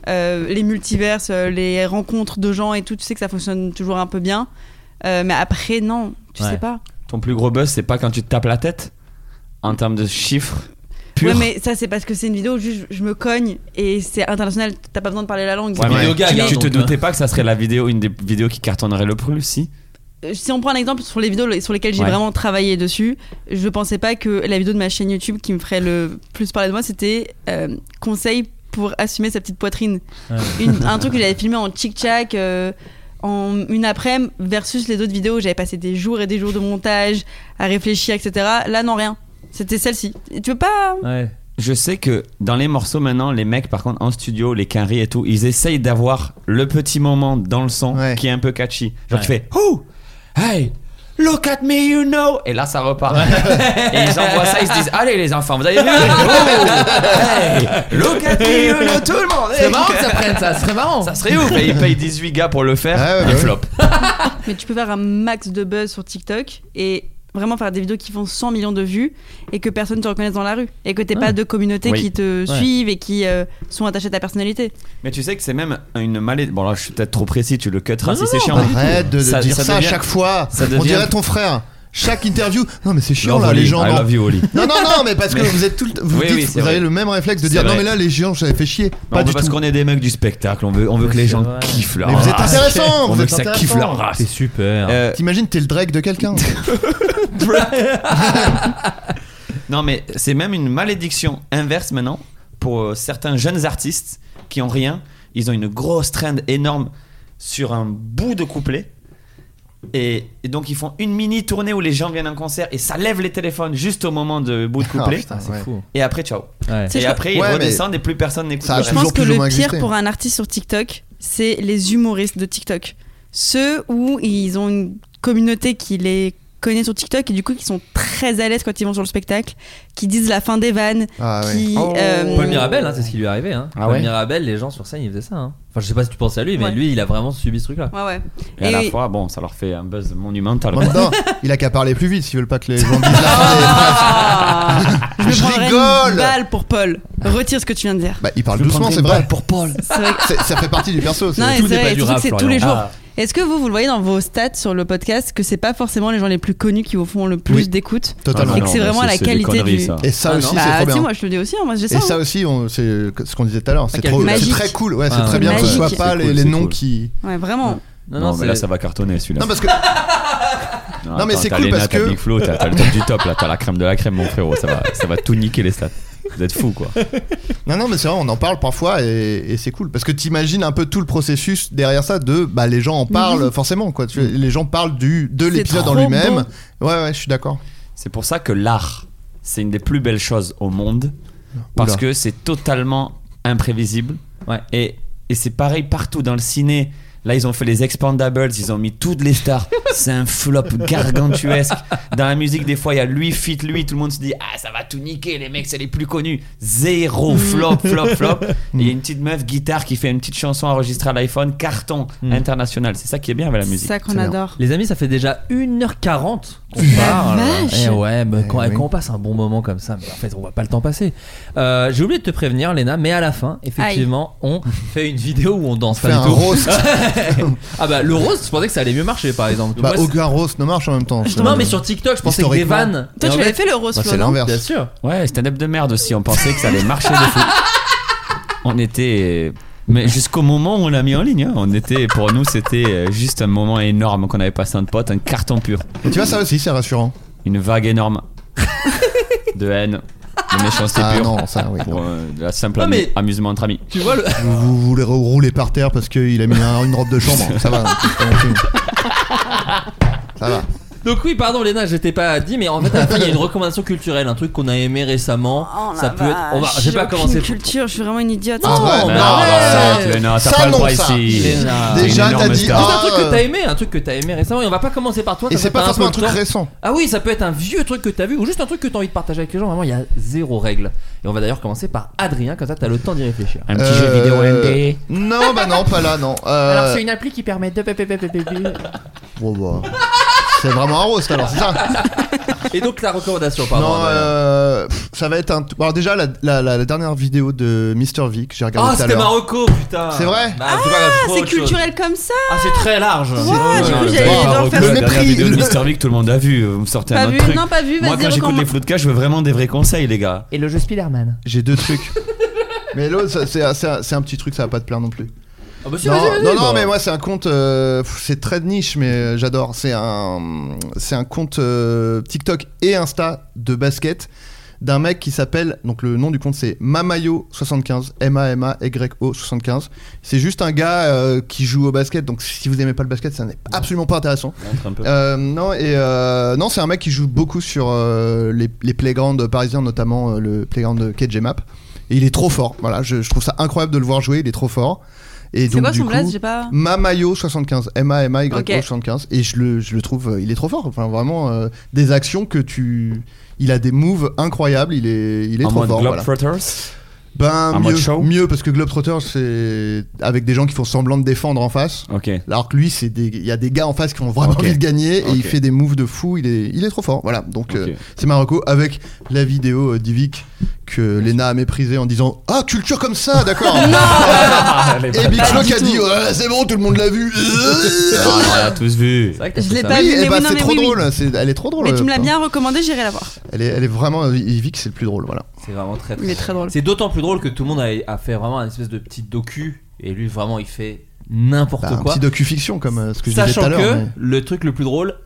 [SPEAKER 6] Euh, les multiverses, euh, les rencontres de gens et tout, tu sais que ça fonctionne toujours un peu bien. Euh, mais après, non, tu
[SPEAKER 4] Ouais.
[SPEAKER 6] sais pas.
[SPEAKER 5] Ton plus gros buzz, c'est pas quand tu te tapes la tête en termes de chiffres purs.
[SPEAKER 6] Ouais, mais ça, c'est parce que c'est une vidéo où juste je me cogne et c'est international, t'as pas besoin de parler la langue.
[SPEAKER 5] Ouais, mais
[SPEAKER 4] vidéo gag,
[SPEAKER 5] tu,
[SPEAKER 4] hein,
[SPEAKER 5] tu te
[SPEAKER 4] donc, hein.
[SPEAKER 5] doutais pas que ça serait la vidéo, une des vidéos qui cartonnerait le plus, si
[SPEAKER 6] Euh, si on prend un exemple sur les vidéos sur lesquelles j'ai
[SPEAKER 5] Ouais.
[SPEAKER 6] vraiment travaillé dessus, je pensais pas que la vidéo de ma chaîne YouTube qui me ferait le plus parler de moi, c'était euh, conseil pour assumer sa petite poitrine.
[SPEAKER 4] Ouais.
[SPEAKER 6] Une- un truc que j'avais filmé en chic-chac. euh, en une après-midi versus les autres vidéos où j'avais passé des jours et des jours de montage à réfléchir etc là non rien c'était celle-ci Et tu veux pas
[SPEAKER 4] Ouais.
[SPEAKER 5] Je sais que dans les morceaux maintenant, les mecs, par contre, en studio, les quinries et tout, ils essayent d'avoir le petit moment dans le son
[SPEAKER 2] Ouais.
[SPEAKER 5] qui est un peu catchy. Genre, qui
[SPEAKER 4] Ouais.
[SPEAKER 5] fait Oh Hey Look at me, you know! Et là, ça repart. Et ils envoient ça, ils se disent Allez, les enfants, vous avez vu? Oh, hey, look at me, you know, tout le monde!
[SPEAKER 9] C'est
[SPEAKER 5] Hey.
[SPEAKER 9] marrant que ça prenne ça, ce serait marrant.
[SPEAKER 5] Ça serait ouf! Et ils payent 18 gars pour le faire,
[SPEAKER 2] Ah ouais, bah
[SPEAKER 5] ils
[SPEAKER 2] oui.
[SPEAKER 5] flopent.
[SPEAKER 6] Mais tu peux faire un max de buzz sur TikTok et vraiment faire des vidéos qui font 100 millions de vues et que personne te reconnaisse dans la rue et que t'aies
[SPEAKER 4] Ouais.
[SPEAKER 2] Ah.
[SPEAKER 6] pas de communauté
[SPEAKER 5] Oui.
[SPEAKER 6] qui te
[SPEAKER 4] Ouais.
[SPEAKER 6] suivent et qui euh, sont attachés à ta personnalité.
[SPEAKER 5] Mais tu sais que c'est même une maladie. Bon, là, je suis peut-être trop précis, tu le cutteras
[SPEAKER 4] Non,
[SPEAKER 5] si
[SPEAKER 4] non,
[SPEAKER 5] c'est
[SPEAKER 4] non,
[SPEAKER 5] chiant.
[SPEAKER 4] pas du
[SPEAKER 2] Arrête de, de
[SPEAKER 5] Ça-
[SPEAKER 2] dire
[SPEAKER 5] ça
[SPEAKER 2] ça,
[SPEAKER 5] devient-
[SPEAKER 2] à chaque fois.
[SPEAKER 5] ça
[SPEAKER 2] On
[SPEAKER 5] devient-
[SPEAKER 2] dirait ton frère. Chaque interview. Non, mais c'est chiant hein.
[SPEAKER 5] Love
[SPEAKER 2] là,
[SPEAKER 5] Oli,
[SPEAKER 2] les gens.
[SPEAKER 5] I
[SPEAKER 2] non.
[SPEAKER 5] love you, Oli.
[SPEAKER 2] Non, non, non, mais parce que
[SPEAKER 5] Mais-
[SPEAKER 2] vous êtes tout le t- Vous,
[SPEAKER 5] Oui,
[SPEAKER 2] dites-
[SPEAKER 5] oui,
[SPEAKER 2] vous
[SPEAKER 5] c'est
[SPEAKER 2] avez
[SPEAKER 5] vrai.
[SPEAKER 2] le même réflexe de
[SPEAKER 5] C'est
[SPEAKER 2] dire non,
[SPEAKER 5] vrai.
[SPEAKER 2] mais là, les gens, j'avais fait chier.
[SPEAKER 5] Non,
[SPEAKER 2] Pas
[SPEAKER 5] on veut
[SPEAKER 2] du
[SPEAKER 5] parce
[SPEAKER 2] tout.
[SPEAKER 5] qu'on est des mecs du spectacle, on veut, on veut que les gens
[SPEAKER 4] vrai.
[SPEAKER 5] kiffent leur
[SPEAKER 2] Mais vous êtes
[SPEAKER 5] race.
[SPEAKER 2] intéressant,
[SPEAKER 5] On
[SPEAKER 2] vous
[SPEAKER 5] veut
[SPEAKER 2] êtes
[SPEAKER 5] que ça kiffe
[SPEAKER 2] intéressant.
[SPEAKER 5] leur race.
[SPEAKER 4] Ah, C'est super.
[SPEAKER 5] Euh,
[SPEAKER 2] T'imagines, t'es le Drake de quelqu'un.
[SPEAKER 5] non, mais c'est même une malédiction inverse maintenant pour euh, certains jeunes artistes qui ont rien. Ils ont une grosse trend énorme sur un bout de couplet. Et, et donc, ils font une mini tournée où les gens viennent en concert et ça lève les téléphones juste au moment de bout de
[SPEAKER 2] Ah,
[SPEAKER 5] couplet.
[SPEAKER 2] putain,
[SPEAKER 4] c'est
[SPEAKER 2] ouais.
[SPEAKER 4] fou.
[SPEAKER 5] et après, ciao.
[SPEAKER 4] Ouais.
[SPEAKER 6] C'est-
[SPEAKER 5] Et
[SPEAKER 6] je-
[SPEAKER 5] après, ils
[SPEAKER 2] Ouais, mais-
[SPEAKER 5] redescendent et plus personne n'écoute.
[SPEAKER 2] Ça a
[SPEAKER 5] le
[SPEAKER 6] Je
[SPEAKER 5] reste.
[SPEAKER 6] pense
[SPEAKER 2] toujours
[SPEAKER 6] que
[SPEAKER 2] plus ou
[SPEAKER 6] le
[SPEAKER 2] moins
[SPEAKER 6] pire
[SPEAKER 2] existé.
[SPEAKER 6] pour un artiste sur TikTok, c'est les humoristes de TikTok. Ceux où ils ont une communauté qui les connaît sur TikTok et du coup qui sont très à l'aise quand ils vont sur le spectacle, qui disent la fin des vannes,
[SPEAKER 2] Ah, ouais.
[SPEAKER 6] qui... euh,
[SPEAKER 4] Oh. Paul Mirabel, hein, c'est ce qui lui est arrivé. Hein.
[SPEAKER 5] Ah
[SPEAKER 4] Paul
[SPEAKER 5] ouais
[SPEAKER 4] Mirabel, les gens sur scène, ils faisaient ça. hein. Enfin, je sais pas si tu penses à lui, mais
[SPEAKER 6] Ouais.
[SPEAKER 4] lui, il a vraiment subi ce truc-là.
[SPEAKER 6] Ouais, ouais.
[SPEAKER 5] Et à
[SPEAKER 6] Et-
[SPEAKER 5] la fois, bon, ça leur fait un buzz monumental.
[SPEAKER 2] En même temps, il a qu'à parler plus vite s'ils veulent pas que les gens disent la fin des phrases.
[SPEAKER 6] Ah, Je me
[SPEAKER 2] Je
[SPEAKER 6] prendrais
[SPEAKER 2] rigole.
[SPEAKER 6] une balle pour Paul. Retire ce que tu viens de dire.
[SPEAKER 2] Bah, il parle doucement, c'est vrai.
[SPEAKER 5] pour Paul.
[SPEAKER 6] C'est vrai que-
[SPEAKER 2] C'est- Ça fait partie du perso. c'est-
[SPEAKER 6] Non, mais
[SPEAKER 4] tout
[SPEAKER 6] c'est
[SPEAKER 4] n'est pas
[SPEAKER 6] vrai,
[SPEAKER 4] du
[SPEAKER 6] surtout
[SPEAKER 4] rap,
[SPEAKER 6] que c'est tous
[SPEAKER 4] Florian.
[SPEAKER 6] les jours.
[SPEAKER 5] Ah.
[SPEAKER 6] Est-ce que vous, vous le voyez dans vos stats sur le podcast que c'est pas forcément les gens les plus connus qui vous font le plus
[SPEAKER 2] Oui.
[SPEAKER 6] d'écoute
[SPEAKER 2] Totalement.
[SPEAKER 6] Et que c'est vraiment la qualité du-
[SPEAKER 2] Et ça
[SPEAKER 4] Ah,
[SPEAKER 2] aussi,
[SPEAKER 4] non.
[SPEAKER 2] c'est
[SPEAKER 6] Bah,
[SPEAKER 2] trop
[SPEAKER 6] si,
[SPEAKER 2] bien.
[SPEAKER 6] moi je te le dis aussi, hein, moi j'ai ça.
[SPEAKER 2] Et
[SPEAKER 6] hein.
[SPEAKER 2] ça aussi, on- c'est ce qu'on disait tout à l'heure, c'est
[SPEAKER 4] quel
[SPEAKER 2] trop-
[SPEAKER 6] magique.
[SPEAKER 2] c'est très cool. Ouais, c'est
[SPEAKER 4] Ah,
[SPEAKER 2] très bien que ce
[SPEAKER 6] magique.
[SPEAKER 2] soit pas les,
[SPEAKER 5] C'est
[SPEAKER 2] les
[SPEAKER 5] cool,
[SPEAKER 2] noms
[SPEAKER 5] c'est
[SPEAKER 2] qui.
[SPEAKER 6] Ouais, vraiment.
[SPEAKER 4] Non,
[SPEAKER 5] Non,
[SPEAKER 4] non,
[SPEAKER 5] mais
[SPEAKER 4] c'est
[SPEAKER 5] là, ça va cartonner celui-là.
[SPEAKER 2] Non parce que non, mais
[SPEAKER 5] attends,
[SPEAKER 2] c'est
[SPEAKER 5] t'as
[SPEAKER 2] cool
[SPEAKER 5] Lena,
[SPEAKER 2] parce
[SPEAKER 5] t'as
[SPEAKER 2] que-
[SPEAKER 5] Big Flo, t'as t'as le top du top, là, t'as la crème de la crème, mon frérot. Ça va, ça va tout niquer les stats. Vous êtes fous, quoi.
[SPEAKER 2] non non mais c'est vrai, on en parle parfois et, et c'est cool parce que t'imagines un peu tout le processus derrière ça de bah les gens en parlent forcément quoi. Tu- les gens parlent du de l'épisode en
[SPEAKER 6] trop
[SPEAKER 2] lui-même. Ouais ouais, je suis d'accord.
[SPEAKER 5] C'est pour ça que l'art, c'est une des plus belles choses au monde. Parce
[SPEAKER 2] Oula.
[SPEAKER 5] que c'est totalement imprévisible.
[SPEAKER 4] Ouais.
[SPEAKER 5] Et, et c'est pareil partout dans le ciné. Là, ils ont fait les Expandables, ils ont mis toutes les stars. c'est un flop gargantuesque. Dans la musique, des fois, il y a lui, fit lui, tout le monde se dit Ah, ça va tout niquer, les mecs, c'est les plus connus. Zéro flop, flop, flop. Et Il y a une petite meuf guitare qui fait une petite chanson enregistrée à l'iPhone, carton international. C'est ça qui est bien avec la
[SPEAKER 6] C'est
[SPEAKER 5] musique.
[SPEAKER 6] ça qu'on
[SPEAKER 2] C'est
[SPEAKER 6] adore.
[SPEAKER 4] Les amis, ça fait déjà 1h40 qu'on parle.
[SPEAKER 6] vache.
[SPEAKER 4] Eh ouais, mais quand,
[SPEAKER 2] Eh oui.
[SPEAKER 4] quand on passe un bon moment comme ça, mais en fait, on va pas le temps passer. Euh, J'ai oublié de te prévenir, Léna, mais à la fin, effectivement, on fait une vidéo où on danse.
[SPEAKER 2] Faire
[SPEAKER 4] Pas
[SPEAKER 2] un
[SPEAKER 4] du tout.
[SPEAKER 2] roast.
[SPEAKER 4] ah bah, le rose, je pensais que ça allait mieux marcher, par exemple.
[SPEAKER 2] bah
[SPEAKER 4] Moi, c'est-
[SPEAKER 2] aucun roast ne marche en même temps. c'est-
[SPEAKER 4] non, mais sur TikTok, je pensais que des
[SPEAKER 2] Historiquement.
[SPEAKER 4] vannes.
[SPEAKER 6] Toi,
[SPEAKER 4] Et en
[SPEAKER 6] tu l'avais
[SPEAKER 4] fait-
[SPEAKER 6] fait le rose
[SPEAKER 2] Bah,
[SPEAKER 6] Flo,
[SPEAKER 2] c'est
[SPEAKER 6] non
[SPEAKER 2] l'inverse.
[SPEAKER 4] Bien sûr.
[SPEAKER 5] Ouais, stand-up de merde aussi. On pensait que ça allait marcher de fou. On était Mais jusqu'au moment où on l'a mis en ligne, hein, on était, pour nous, c'était euh, juste un moment énorme qu'on avait passé entre potes, un carton pur.
[SPEAKER 2] Et tu vois, ça aussi, c'est rassurant.
[SPEAKER 5] Une vague énorme de haine, de méchanceté
[SPEAKER 2] Ah
[SPEAKER 5] pure.
[SPEAKER 2] non, ça, oui,
[SPEAKER 5] Pour
[SPEAKER 2] non.
[SPEAKER 5] euh, de la simple
[SPEAKER 4] Non,
[SPEAKER 5] amu-
[SPEAKER 4] mais-
[SPEAKER 5] amusement entre amis.
[SPEAKER 4] Tu vois le.
[SPEAKER 2] Vous, vous voulez rouler par terre parce qu'il a mis un- une robe de chambre. Ça va. c'est pas non plus. Ça va.
[SPEAKER 4] Donc oui, pardon Léna, je t'ai pas dit, mais en fait à la fin il y a une recommandation culturelle, un truc qu'on a aimé récemment.
[SPEAKER 6] Oh, la
[SPEAKER 4] ça peut être. On va...
[SPEAKER 6] vache,
[SPEAKER 4] J'ai pas
[SPEAKER 6] aucune
[SPEAKER 4] commencé.
[SPEAKER 6] culture, je suis vraiment une idiote.
[SPEAKER 4] Non,
[SPEAKER 2] Ah ouais,
[SPEAKER 4] mais
[SPEAKER 2] non,
[SPEAKER 4] arrête.
[SPEAKER 2] arrête.
[SPEAKER 5] Léna, euh, t'as
[SPEAKER 2] Ça,
[SPEAKER 5] pas le
[SPEAKER 2] non,
[SPEAKER 5] droit
[SPEAKER 2] ça.
[SPEAKER 5] ici.
[SPEAKER 4] Léna.
[SPEAKER 5] T'es une
[SPEAKER 2] Déjà,
[SPEAKER 5] énorme
[SPEAKER 2] t'as dit.
[SPEAKER 5] star.
[SPEAKER 4] Juste un truc
[SPEAKER 2] ah,
[SPEAKER 4] que
[SPEAKER 2] euh,
[SPEAKER 4] t'as aimé, un truc que t'as aimé récemment, et on va pas commencer par toi.
[SPEAKER 2] Et
[SPEAKER 4] comme
[SPEAKER 2] c'est
[SPEAKER 4] ça,
[SPEAKER 2] pas
[SPEAKER 4] t'as
[SPEAKER 2] forcément un
[SPEAKER 4] peu
[SPEAKER 2] truc
[SPEAKER 4] de temps.
[SPEAKER 2] récent.
[SPEAKER 4] Ah oui, ça peut être un vieux truc que t'as vu, ou juste un truc que t'as envie de partager avec les gens. Vraiment, il y a zéro règle. Et on va d'ailleurs commencer par Adrien, comme ça t'as le temps d'y réfléchir.
[SPEAKER 5] Un petit jeu
[SPEAKER 2] Euh,
[SPEAKER 5] vidéo ND.
[SPEAKER 2] Non, bah non, pas là, non. Euh,
[SPEAKER 4] une appli qui permet de.
[SPEAKER 2] bon, bah, C'est vraiment un roast alors, c'est ça
[SPEAKER 4] Et donc la recommandation, pardon.
[SPEAKER 2] Non,
[SPEAKER 4] Adrien.
[SPEAKER 2] euh, pff, ça va être un. Alors, déjà, la, la- la- la dernière vidéo de Mr. Vic, j'ai regardé
[SPEAKER 4] Ah,
[SPEAKER 2] tout à
[SPEAKER 4] c'était
[SPEAKER 2] l'heure.
[SPEAKER 4] Marocco, putain.
[SPEAKER 2] C'est vrai
[SPEAKER 4] Bah, c'est pas grave, je prends
[SPEAKER 6] C'est
[SPEAKER 4] autre chose.
[SPEAKER 6] culturel comme ça
[SPEAKER 4] Ah, c'est très large.
[SPEAKER 6] Ouah, j'ai
[SPEAKER 5] Non,
[SPEAKER 6] cru que
[SPEAKER 5] le
[SPEAKER 6] j'allais
[SPEAKER 5] dernier
[SPEAKER 2] devoir
[SPEAKER 6] devoir
[SPEAKER 5] Marocco,
[SPEAKER 6] faire
[SPEAKER 2] le
[SPEAKER 5] La dernière
[SPEAKER 2] mépris,
[SPEAKER 5] vidéo de
[SPEAKER 2] le-
[SPEAKER 5] Mister Vic, tout le monde a vu. Vous me sortez
[SPEAKER 6] Pas
[SPEAKER 5] un
[SPEAKER 6] vu,
[SPEAKER 5] autre truc.
[SPEAKER 6] non pas vu,
[SPEAKER 5] Moi,
[SPEAKER 6] vas-y
[SPEAKER 5] quand j'écoute
[SPEAKER 6] recommande.
[SPEAKER 5] les podcasts, je veux vraiment des vrais conseils, les gars.
[SPEAKER 4] Et le jeu Spider-Man.
[SPEAKER 2] J'ai deux trucs. Mais l'autre, ça, c'est c'est un, c'est un petit truc, ça va pas te plaire non plus.
[SPEAKER 4] Ah, bah si,
[SPEAKER 2] Non,
[SPEAKER 4] vas-y, vas-y,
[SPEAKER 2] non,
[SPEAKER 4] bah.
[SPEAKER 2] non, mais moi, c'est un compte. euh, pff, c'est très de niche, mais euh, j'adore. C'est un, c'est un compte euh, TikTok et Insta de basket d'un mec qui s'appelle. Donc, le nom du compte, c'est Mamayo75. M-A-M-A-Y-O-75. C'est juste un gars euh, qui joue au basket. Donc, si vous aimez pas le basket, ça n'est absolument pas intéressant.
[SPEAKER 5] Montre un peu.
[SPEAKER 2] Euh, non, et euh, non, c'est un mec qui joue beaucoup sur euh, les, les playgrounds parisiens, notamment euh, le playground de KJ Map. Et il est trop fort. Voilà, je, je trouve ça incroyable de le voir jouer. Il est trop fort. Et
[SPEAKER 6] C'est
[SPEAKER 2] donc,
[SPEAKER 6] quoi
[SPEAKER 2] du
[SPEAKER 6] son
[SPEAKER 2] coup,
[SPEAKER 6] blase J'ai pas.
[SPEAKER 2] Mamayo75, M-A-M-A-Y-O
[SPEAKER 6] Ok.
[SPEAKER 2] 75, et je le, je le trouve, euh, il est trop fort. Enfin, vraiment, euh, des actions que tu. Il a des moves incroyables, il est, il est
[SPEAKER 5] En
[SPEAKER 2] trop
[SPEAKER 5] mode
[SPEAKER 2] fort. voilà.
[SPEAKER 5] Globetrotters.
[SPEAKER 2] Ben,
[SPEAKER 5] en mode
[SPEAKER 2] mieux,
[SPEAKER 5] show
[SPEAKER 2] mieux, parce que Globetrotter, c'est avec des gens qui font semblant de défendre en face.
[SPEAKER 5] Ok.
[SPEAKER 2] Alors que lui, c'est des- il y a des gars en face qui ont vraiment
[SPEAKER 5] Ok.
[SPEAKER 2] envie de gagner et il
[SPEAKER 5] Ok.
[SPEAKER 2] fait des moves de fou. Il est, il est trop fort. Voilà. Donc euh,
[SPEAKER 5] Ok.
[SPEAKER 2] c'est Marocco avec la vidéo euh, d'Ivic que Lena a méprisée en disant ah culture comme ça, d'accord.
[SPEAKER 4] Ah,
[SPEAKER 2] et Big Flo qui a dit Ouais, c'est bon, tout le monde l'a vu.
[SPEAKER 5] Ah, on l'a tous vu.
[SPEAKER 4] C'est vrai que
[SPEAKER 6] Je
[SPEAKER 4] c'est
[SPEAKER 6] l'ai
[SPEAKER 4] ça.
[SPEAKER 6] pas
[SPEAKER 2] Oui,
[SPEAKER 6] vu,
[SPEAKER 2] eh
[SPEAKER 6] mais
[SPEAKER 2] ben,
[SPEAKER 6] oui, non,
[SPEAKER 2] c'est
[SPEAKER 6] mais
[SPEAKER 2] trop
[SPEAKER 6] oui, oui.
[SPEAKER 2] drôle. c'est- Elle est trop drôle.
[SPEAKER 6] Mais tu me l'as
[SPEAKER 2] putain.
[SPEAKER 6] bien recommandé, j'irai la voir.
[SPEAKER 2] Elle est, elle est vraiment Ivic, c'est le plus drôle. Voilà.
[SPEAKER 4] C'est vraiment très très.
[SPEAKER 6] Il est très drôle.
[SPEAKER 4] C'est d'autant plus drôle que tout le monde a, a fait vraiment un espèce de petit docu et lui vraiment il fait n'importe
[SPEAKER 2] Bah, un
[SPEAKER 4] quoi.
[SPEAKER 2] petit docu fiction comme euh, ce que je disais tout
[SPEAKER 4] Sachant
[SPEAKER 2] à
[SPEAKER 4] que
[SPEAKER 2] l'heure. mais
[SPEAKER 4] le truc le plus drôle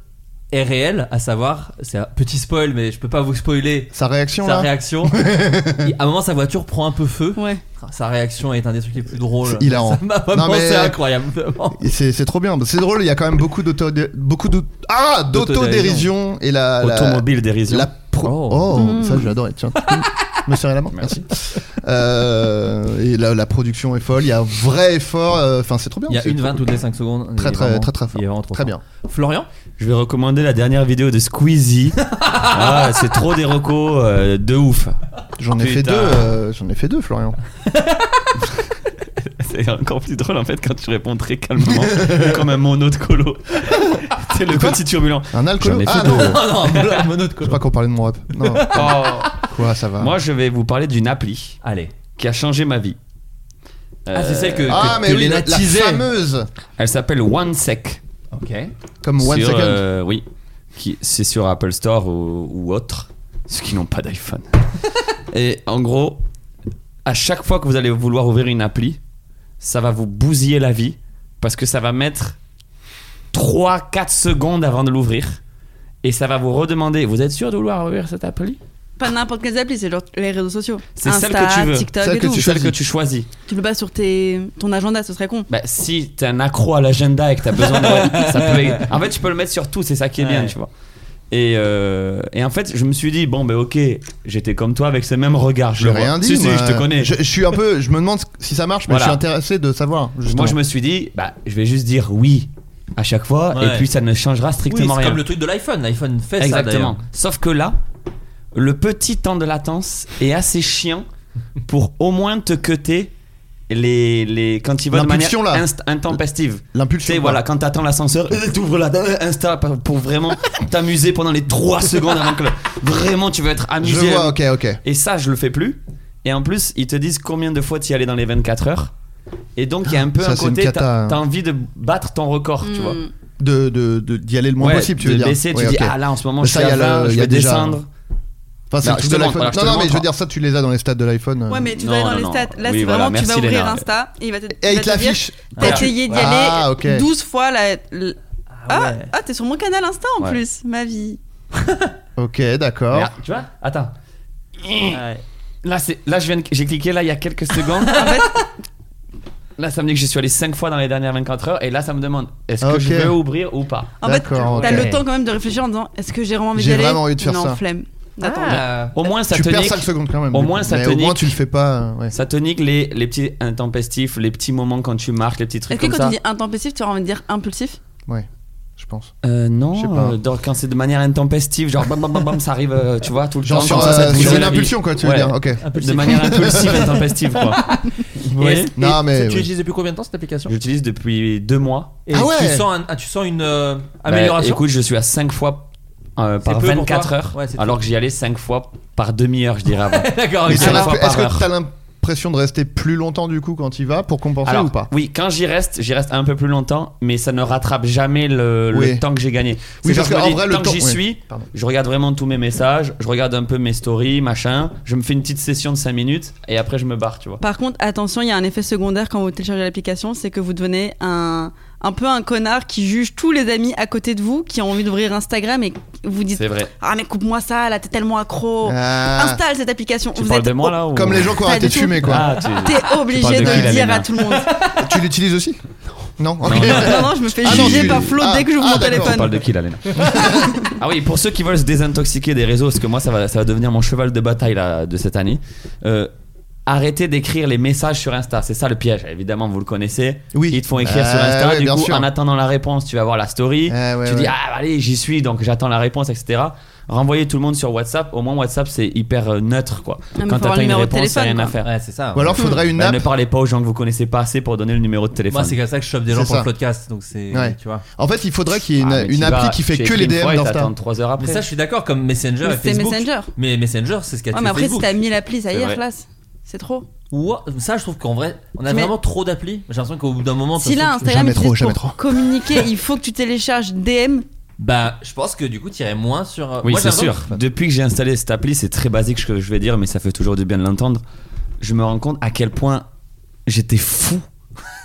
[SPEAKER 4] est réel, à savoir, c'est un petit spoil mais je peux pas vous spoiler
[SPEAKER 2] Sa réaction
[SPEAKER 4] sa
[SPEAKER 2] là.
[SPEAKER 4] réaction. Il- à un moment sa voiture prend un peu feu.
[SPEAKER 6] Ouais.
[SPEAKER 4] Sa réaction est un des trucs les plus drôles.
[SPEAKER 2] C'est hilarant.
[SPEAKER 4] Ça m'a vraiment-
[SPEAKER 2] Non, mais- euh,
[SPEAKER 4] c'est incroyable. vraiment.
[SPEAKER 2] Et C'est c'est trop bien, c'est drôle, il y a quand même beaucoup d'auto beaucoup d'aut- ah, d'autodérision et la, la-
[SPEAKER 5] Automobile dérision.
[SPEAKER 2] la pro-
[SPEAKER 4] Oh.
[SPEAKER 2] oh, ça j'adore. Tiens, tu peux me serrer la main, merci. Euh, et la, la production est folle, il y a un vrai effort, euh, enfin c'est trop bien.
[SPEAKER 4] Il y a
[SPEAKER 2] c'est
[SPEAKER 4] une
[SPEAKER 2] trop-
[SPEAKER 4] 20 toutes les 5 secondes.
[SPEAKER 2] Très,
[SPEAKER 4] Il est
[SPEAKER 2] très,
[SPEAKER 4] vraiment-
[SPEAKER 2] très, très fort.
[SPEAKER 4] Il est vraiment trop
[SPEAKER 2] Très
[SPEAKER 4] fort.
[SPEAKER 2] bien.
[SPEAKER 4] Florian
[SPEAKER 5] Je vais recommander la dernière vidéo de Squeezie. ah, c'est trop des recos euh, de ouf.
[SPEAKER 2] J'en ai fait deux,
[SPEAKER 5] Putain.
[SPEAKER 2] euh, j'en ai fait deux, Florian.
[SPEAKER 5] C'est encore plus drôle en fait quand tu réponds très calmement, comme un mono de colo. c'est le petit turbulent.
[SPEAKER 2] Un alcoolo.
[SPEAKER 5] J'en ai fait
[SPEAKER 2] Ah
[SPEAKER 5] deux. Oh.
[SPEAKER 2] non, je
[SPEAKER 4] Non, non, mono de
[SPEAKER 2] sais
[SPEAKER 4] couleur.
[SPEAKER 2] pas qu'on parlait de mon rap. Non, quoi, ça va.
[SPEAKER 5] Moi, je vais vous parler d'une appli
[SPEAKER 4] Allez.
[SPEAKER 5] qui a changé ma vie.
[SPEAKER 4] Ah, c'est celle que, que,
[SPEAKER 2] ah mais
[SPEAKER 4] que
[SPEAKER 2] oui,
[SPEAKER 4] Léna
[SPEAKER 2] la, la
[SPEAKER 4] teasait.
[SPEAKER 2] fameuse,
[SPEAKER 5] Elle s'appelle OneSec.
[SPEAKER 4] Ok.
[SPEAKER 2] comme One
[SPEAKER 5] Sur,
[SPEAKER 2] Second.
[SPEAKER 5] euh, oui, qui c'est sur Apple Store ou, ou autre, ceux qui n'ont pas d'iPhone. Et en gros, à chaque fois que vous allez vouloir ouvrir une appli, ça va vous bousiller la vie parce que ça va mettre 3-4 secondes avant de l'ouvrir. Et ça va vous redemander, vous êtes sûr de vouloir ouvrir cette appli
[SPEAKER 6] Pas n'importe quelle appli, c'est genre les réseaux sociaux.
[SPEAKER 5] C'est
[SPEAKER 6] Insta,
[SPEAKER 5] celle que tu veux.
[SPEAKER 6] TikTok
[SPEAKER 2] Celle
[SPEAKER 6] et
[SPEAKER 2] que
[SPEAKER 6] tout.
[SPEAKER 2] tu
[SPEAKER 5] Celle
[SPEAKER 2] choisis.
[SPEAKER 5] que tu choisis.
[SPEAKER 6] Tu le bas sur tes... ton agenda, ce serait con.
[SPEAKER 5] Bah, si t'es un accro à l'agenda et que t'as besoin de. ça peut- En fait, tu peux le mettre sur tout, c'est ça qui est bien,
[SPEAKER 4] Ouais.
[SPEAKER 5] tu vois. Et, euh, et en fait, je me suis dit, bon, ben ok, j'étais comme toi avec ce même regard. Je
[SPEAKER 2] J'ai
[SPEAKER 5] le vois.
[SPEAKER 2] rien dit.
[SPEAKER 5] Si, si,
[SPEAKER 2] moi.
[SPEAKER 5] je te connais.
[SPEAKER 2] Je, je suis un peu, je me demande si ça marche, mais
[SPEAKER 5] Voilà.
[SPEAKER 2] je suis intéressé de savoir. justement.
[SPEAKER 5] Moi, je me suis dit, bah, je vais juste dire oui à chaque fois,
[SPEAKER 4] Ouais.
[SPEAKER 5] et puis ça ne changera
[SPEAKER 4] Oui,
[SPEAKER 5] strictement
[SPEAKER 4] c'est
[SPEAKER 5] rien.
[SPEAKER 4] comme le truc de l'iPhone. L'iPhone fait ça
[SPEAKER 5] Exactement.
[SPEAKER 4] d'ailleurs.
[SPEAKER 5] Sauf que là, le petit temps de latence est assez chiant pour au moins te cuter les, les, quand il va de manière
[SPEAKER 2] L'impulsion, là.
[SPEAKER 5] inst- intempestive. Tu
[SPEAKER 2] L'impulsion.
[SPEAKER 5] sais,
[SPEAKER 2] quoi.
[SPEAKER 5] voilà, quand t'attends l'ascenseur, euh, t'ouvres la euh, Insta pour pour vraiment t'amuser pendant les 3 secondes avant que le- vraiment tu veux être
[SPEAKER 2] Je
[SPEAKER 5] amusé.
[SPEAKER 2] vois, ok, ok.
[SPEAKER 5] Et ça, je le fais plus. Et en plus, ils te disent combien de fois t'y allais dans les 24 heures. Et donc, il y a un peu
[SPEAKER 2] Ça,
[SPEAKER 5] un
[SPEAKER 2] c'est une
[SPEAKER 5] côté,
[SPEAKER 2] cata,
[SPEAKER 5] t'as
[SPEAKER 2] hein.
[SPEAKER 5] t'as envie de battre ton record, tu vois.
[SPEAKER 6] Hmm.
[SPEAKER 2] De, de, de- d'y aller le moins
[SPEAKER 5] Ouais,
[SPEAKER 2] possible, tu
[SPEAKER 5] de
[SPEAKER 2] veux dire.
[SPEAKER 5] baisser, tu
[SPEAKER 2] Ouais,
[SPEAKER 5] dis,
[SPEAKER 2] ok.
[SPEAKER 5] ah là, en ce moment,
[SPEAKER 2] Mais
[SPEAKER 5] je
[SPEAKER 2] ça,
[SPEAKER 5] suis
[SPEAKER 2] il y
[SPEAKER 5] à
[SPEAKER 2] a le-
[SPEAKER 5] 20,
[SPEAKER 2] il
[SPEAKER 5] je
[SPEAKER 2] y a
[SPEAKER 5] vais
[SPEAKER 2] déjà-
[SPEAKER 5] descendre.
[SPEAKER 2] Enfin, c'est
[SPEAKER 5] Non, je
[SPEAKER 2] le truc
[SPEAKER 5] te
[SPEAKER 2] de
[SPEAKER 5] demande,
[SPEAKER 2] l'iPhone.
[SPEAKER 5] voilà, je te
[SPEAKER 2] non, non, mais
[SPEAKER 5] demande,
[SPEAKER 2] je veux dire, ça, tu les as dans les stats de l'iPhone. euh.
[SPEAKER 6] Ouais, mais tu
[SPEAKER 5] Non,
[SPEAKER 6] dois aller dans
[SPEAKER 5] non,
[SPEAKER 6] les
[SPEAKER 5] non.
[SPEAKER 6] stats. Là,
[SPEAKER 5] Oui,
[SPEAKER 6] c'est
[SPEAKER 5] voilà,
[SPEAKER 6] vraiment, tu
[SPEAKER 5] merci,
[SPEAKER 6] vas ouvrir
[SPEAKER 5] Léna.
[SPEAKER 6] Insta et il va te.
[SPEAKER 2] Et Eh, il
[SPEAKER 6] va
[SPEAKER 2] te
[SPEAKER 6] te dire,
[SPEAKER 2] l'affiche.
[SPEAKER 6] T'as
[SPEAKER 2] Voilà.
[SPEAKER 6] essayé d'y
[SPEAKER 2] Ah,
[SPEAKER 6] aller
[SPEAKER 2] ok.
[SPEAKER 6] 12 fois la. l- Ah,
[SPEAKER 4] ouais.
[SPEAKER 6] ah, t'es sur mon canal Insta en
[SPEAKER 5] Ouais.
[SPEAKER 6] plus, ma vie.
[SPEAKER 2] Ok, d'accord.
[SPEAKER 5] Regarde, ah, tu vois Attends. Là, c'est, là je viens de- j'ai cliqué là il y a quelques secondes. là, ça me dit que je suis allé 5 fois dans les dernières 24 heures et là, ça me demande est-ce que
[SPEAKER 2] Ok.
[SPEAKER 5] je veux ouvrir ou pas
[SPEAKER 6] En fait,
[SPEAKER 2] D'accord, ok.
[SPEAKER 6] t'as le temps quand même de réfléchir en disant est-ce que j'ai vraiment envie d'y
[SPEAKER 2] J'ai
[SPEAKER 6] aller
[SPEAKER 2] vraiment envie de faire
[SPEAKER 6] Non,
[SPEAKER 2] ça. Ah,
[SPEAKER 6] flemme. D'attendre.
[SPEAKER 4] Ah.
[SPEAKER 5] Au moins, ça
[SPEAKER 2] tu
[SPEAKER 5] te
[SPEAKER 2] perds
[SPEAKER 5] nique.
[SPEAKER 2] 5 secondes quand même.
[SPEAKER 5] Au
[SPEAKER 2] du
[SPEAKER 5] moins,
[SPEAKER 2] coup.
[SPEAKER 5] ça
[SPEAKER 2] mais
[SPEAKER 5] te
[SPEAKER 2] au moins,
[SPEAKER 5] nique.
[SPEAKER 2] tu le fais pas. euh, ouais.
[SPEAKER 5] Ça te nique les, les petits intempestifs, les petits moments quand tu marques, les petits
[SPEAKER 6] Est-ce
[SPEAKER 5] trucs
[SPEAKER 6] que
[SPEAKER 5] comme
[SPEAKER 6] quand
[SPEAKER 5] ça.
[SPEAKER 6] tu dis intempestif, tu as envie de dire impulsif
[SPEAKER 2] Ouais, je pense.
[SPEAKER 5] Euh,
[SPEAKER 2] Je sais
[SPEAKER 5] non,
[SPEAKER 2] pas.
[SPEAKER 5] euh, donc, quand c'est de manière intempestive, genre bam bam bam bam, ça arrive, euh, tu vois, tout le
[SPEAKER 2] Genre
[SPEAKER 5] temps.
[SPEAKER 2] sur,
[SPEAKER 5] comme ça, ça
[SPEAKER 2] euh,
[SPEAKER 5] te
[SPEAKER 2] sur
[SPEAKER 5] brûle
[SPEAKER 2] une
[SPEAKER 5] la vie.
[SPEAKER 2] impulsion, quoi, tu veux
[SPEAKER 5] Ouais.
[SPEAKER 2] dire. Ok.
[SPEAKER 5] De manière impulsive, intempestive, quoi. Et
[SPEAKER 2] Non, mais.
[SPEAKER 4] Tu
[SPEAKER 2] oui.
[SPEAKER 4] l'utilises depuis combien de temps cette application
[SPEAKER 5] J'utilise depuis deux mois.
[SPEAKER 4] Et
[SPEAKER 2] Ah ouais.
[SPEAKER 4] tu sens, un- ah, tu sens une euh,
[SPEAKER 5] Bah,
[SPEAKER 4] amélioration
[SPEAKER 5] Écoute, je suis à 5 fois euh, par
[SPEAKER 4] peu pour
[SPEAKER 5] 24
[SPEAKER 4] toi
[SPEAKER 5] heures,
[SPEAKER 4] Ouais, c'est
[SPEAKER 5] alors que j'y allais 5 fois par demi-heure, je dirais avant.
[SPEAKER 4] D'accord,
[SPEAKER 2] Mais
[SPEAKER 5] ok.
[SPEAKER 2] ça
[SPEAKER 5] cinq
[SPEAKER 2] l'a-
[SPEAKER 5] fois
[SPEAKER 2] Est-ce
[SPEAKER 5] par heure.
[SPEAKER 2] que t'as l'impression de rester plus longtemps du coup quand il va pour compenser
[SPEAKER 5] Alors,
[SPEAKER 2] ou pas
[SPEAKER 5] oui, quand j'y reste, j'y reste un peu plus longtemps, mais ça ne rattrape jamais le, le
[SPEAKER 2] Oui.
[SPEAKER 5] temps que j'ai gagné. C'est
[SPEAKER 2] Oui, parce
[SPEAKER 5] genre, je
[SPEAKER 2] qu'en
[SPEAKER 5] me dis,
[SPEAKER 2] vrai, le
[SPEAKER 5] tant que
[SPEAKER 2] temps-
[SPEAKER 5] j'y
[SPEAKER 2] oui.
[SPEAKER 5] suis,
[SPEAKER 2] Pardon.
[SPEAKER 5] je regarde vraiment tous mes messages, je regarde un peu mes stories, machin, je me fais une petite session de 5 minutes et après je me barre, tu vois.
[SPEAKER 6] Par contre, attention, il y a un effet secondaire quand vous téléchargez l'application, c'est que vous devenez un, un peu un connard qui juge tous les amis à côté de vous qui ont envie d'ouvrir Instagram et vous dites
[SPEAKER 5] C'est vrai.
[SPEAKER 6] Ah, mais coupe-moi ça, là, t'es tellement accro.
[SPEAKER 2] Ah,
[SPEAKER 6] Installe cette application.
[SPEAKER 5] Tu
[SPEAKER 6] vous
[SPEAKER 5] parles
[SPEAKER 6] êtes
[SPEAKER 5] de moi là ou...
[SPEAKER 2] Comme les gens qui ont
[SPEAKER 6] Pas
[SPEAKER 2] arrêté de
[SPEAKER 6] du tout.
[SPEAKER 2] fumer, quoi.
[SPEAKER 5] Ah, tu-
[SPEAKER 6] T'es
[SPEAKER 5] parles
[SPEAKER 6] obligé
[SPEAKER 5] de
[SPEAKER 6] de
[SPEAKER 5] qui,
[SPEAKER 6] le
[SPEAKER 5] là,
[SPEAKER 6] dire
[SPEAKER 5] Léna
[SPEAKER 6] à tout le monde.
[SPEAKER 2] Tu l'utilises aussi Non Ok.
[SPEAKER 5] non, non.
[SPEAKER 6] non, non, je me fais
[SPEAKER 2] Ah non,
[SPEAKER 6] juger
[SPEAKER 2] tu-
[SPEAKER 6] par Flo
[SPEAKER 2] ah,
[SPEAKER 6] dès que j'ouvre
[SPEAKER 2] ah,
[SPEAKER 6] mon
[SPEAKER 2] d'accord.
[SPEAKER 5] On
[SPEAKER 6] téléphone.
[SPEAKER 5] parle de qui là, Léna Ah oui, pour ceux qui veulent se désintoxiquer des réseaux, parce que moi ça va, ça va devenir mon cheval de bataille là, de cette année. euh, arrêtez d'écrire les messages sur Insta, c'est ça le piège. Évidemment, vous le connaissez.
[SPEAKER 2] Oui.
[SPEAKER 5] Ils te font écrire
[SPEAKER 2] Euh,
[SPEAKER 5] sur Insta,
[SPEAKER 2] ouais,
[SPEAKER 5] du
[SPEAKER 2] bien
[SPEAKER 5] coup,
[SPEAKER 2] sûr.
[SPEAKER 5] en attendant la réponse, tu vas voir la story.
[SPEAKER 2] Euh, ouais,
[SPEAKER 5] tu dis
[SPEAKER 2] ouais.
[SPEAKER 5] ah allez, j'y suis, donc j'attends la réponse, etc. Renvoyez tout le monde sur WhatsApp. Au moins WhatsApp c'est hyper euh, neutre quoi.
[SPEAKER 6] Ah, mais faut
[SPEAKER 5] Quand
[SPEAKER 6] avoir
[SPEAKER 5] t'attends
[SPEAKER 6] le
[SPEAKER 5] une
[SPEAKER 6] numéro de
[SPEAKER 5] réponse, t'as rien
[SPEAKER 6] téléphone,
[SPEAKER 5] à
[SPEAKER 6] quoi.
[SPEAKER 5] faire.
[SPEAKER 4] Ouais, c'est ça.
[SPEAKER 2] Ou alors, faudrait une
[SPEAKER 5] Bah,
[SPEAKER 2] app.
[SPEAKER 5] ne parlez pas aux gens que vous connaissez pas assez pour donner le numéro
[SPEAKER 6] Bah,
[SPEAKER 5] de téléphone.
[SPEAKER 4] Moi, c'est comme ça que je chope des gens
[SPEAKER 2] C'est
[SPEAKER 4] pour
[SPEAKER 2] ça.
[SPEAKER 4] le podcast. Donc, c'est.
[SPEAKER 2] Ouais.
[SPEAKER 4] Tu vois.
[SPEAKER 2] En fait, il faudrait qu'il y ait une,
[SPEAKER 5] Ah, mais
[SPEAKER 2] une
[SPEAKER 5] t'y
[SPEAKER 2] appli
[SPEAKER 5] vas,
[SPEAKER 2] qui fait
[SPEAKER 5] tu
[SPEAKER 2] que
[SPEAKER 5] écris
[SPEAKER 2] les
[SPEAKER 5] une
[SPEAKER 2] DM
[SPEAKER 5] fois et
[SPEAKER 2] d'Insta.
[SPEAKER 5] t'attends trois heures
[SPEAKER 4] Mais
[SPEAKER 5] après.
[SPEAKER 4] ça, je suis d'accord, comme Messenger
[SPEAKER 6] Mais
[SPEAKER 4] et
[SPEAKER 6] c'est
[SPEAKER 4] Facebook.
[SPEAKER 6] Messenger.
[SPEAKER 4] Mais Messenger, c'est ce qu'a
[SPEAKER 6] Ouais,
[SPEAKER 4] tué
[SPEAKER 6] mais après, si
[SPEAKER 4] Facebook.
[SPEAKER 6] t'as mis l'appli, ça y
[SPEAKER 5] C'est
[SPEAKER 6] est,
[SPEAKER 5] vrai.
[SPEAKER 6] classe. C'est trop.
[SPEAKER 4] Ouah, ça, je trouve qu'en vrai, on a
[SPEAKER 6] Mais-
[SPEAKER 4] vraiment trop d'applis. J'ai l'impression qu'au bout d'un
[SPEAKER 2] Oh,
[SPEAKER 4] moment, de
[SPEAKER 6] Si
[SPEAKER 4] toute
[SPEAKER 6] là,
[SPEAKER 4] façon, tu-
[SPEAKER 6] Instagram
[SPEAKER 2] Jamais
[SPEAKER 6] est
[SPEAKER 2] trop,
[SPEAKER 6] pour
[SPEAKER 2] jamais trop.
[SPEAKER 6] communiquer, il faut que tu télécharges DM.
[SPEAKER 4] bah, je pense que du coup, t'irais moins sur. euh,
[SPEAKER 5] Oui,
[SPEAKER 4] moi, j'ai
[SPEAKER 5] c'est sûr.
[SPEAKER 4] l'impression
[SPEAKER 5] Depuis que j'ai installé cette appli, c'est très basique ce que je vais dire, mais ça fait toujours du bien de l'entendre. Je me rends compte à quel point j'étais fou,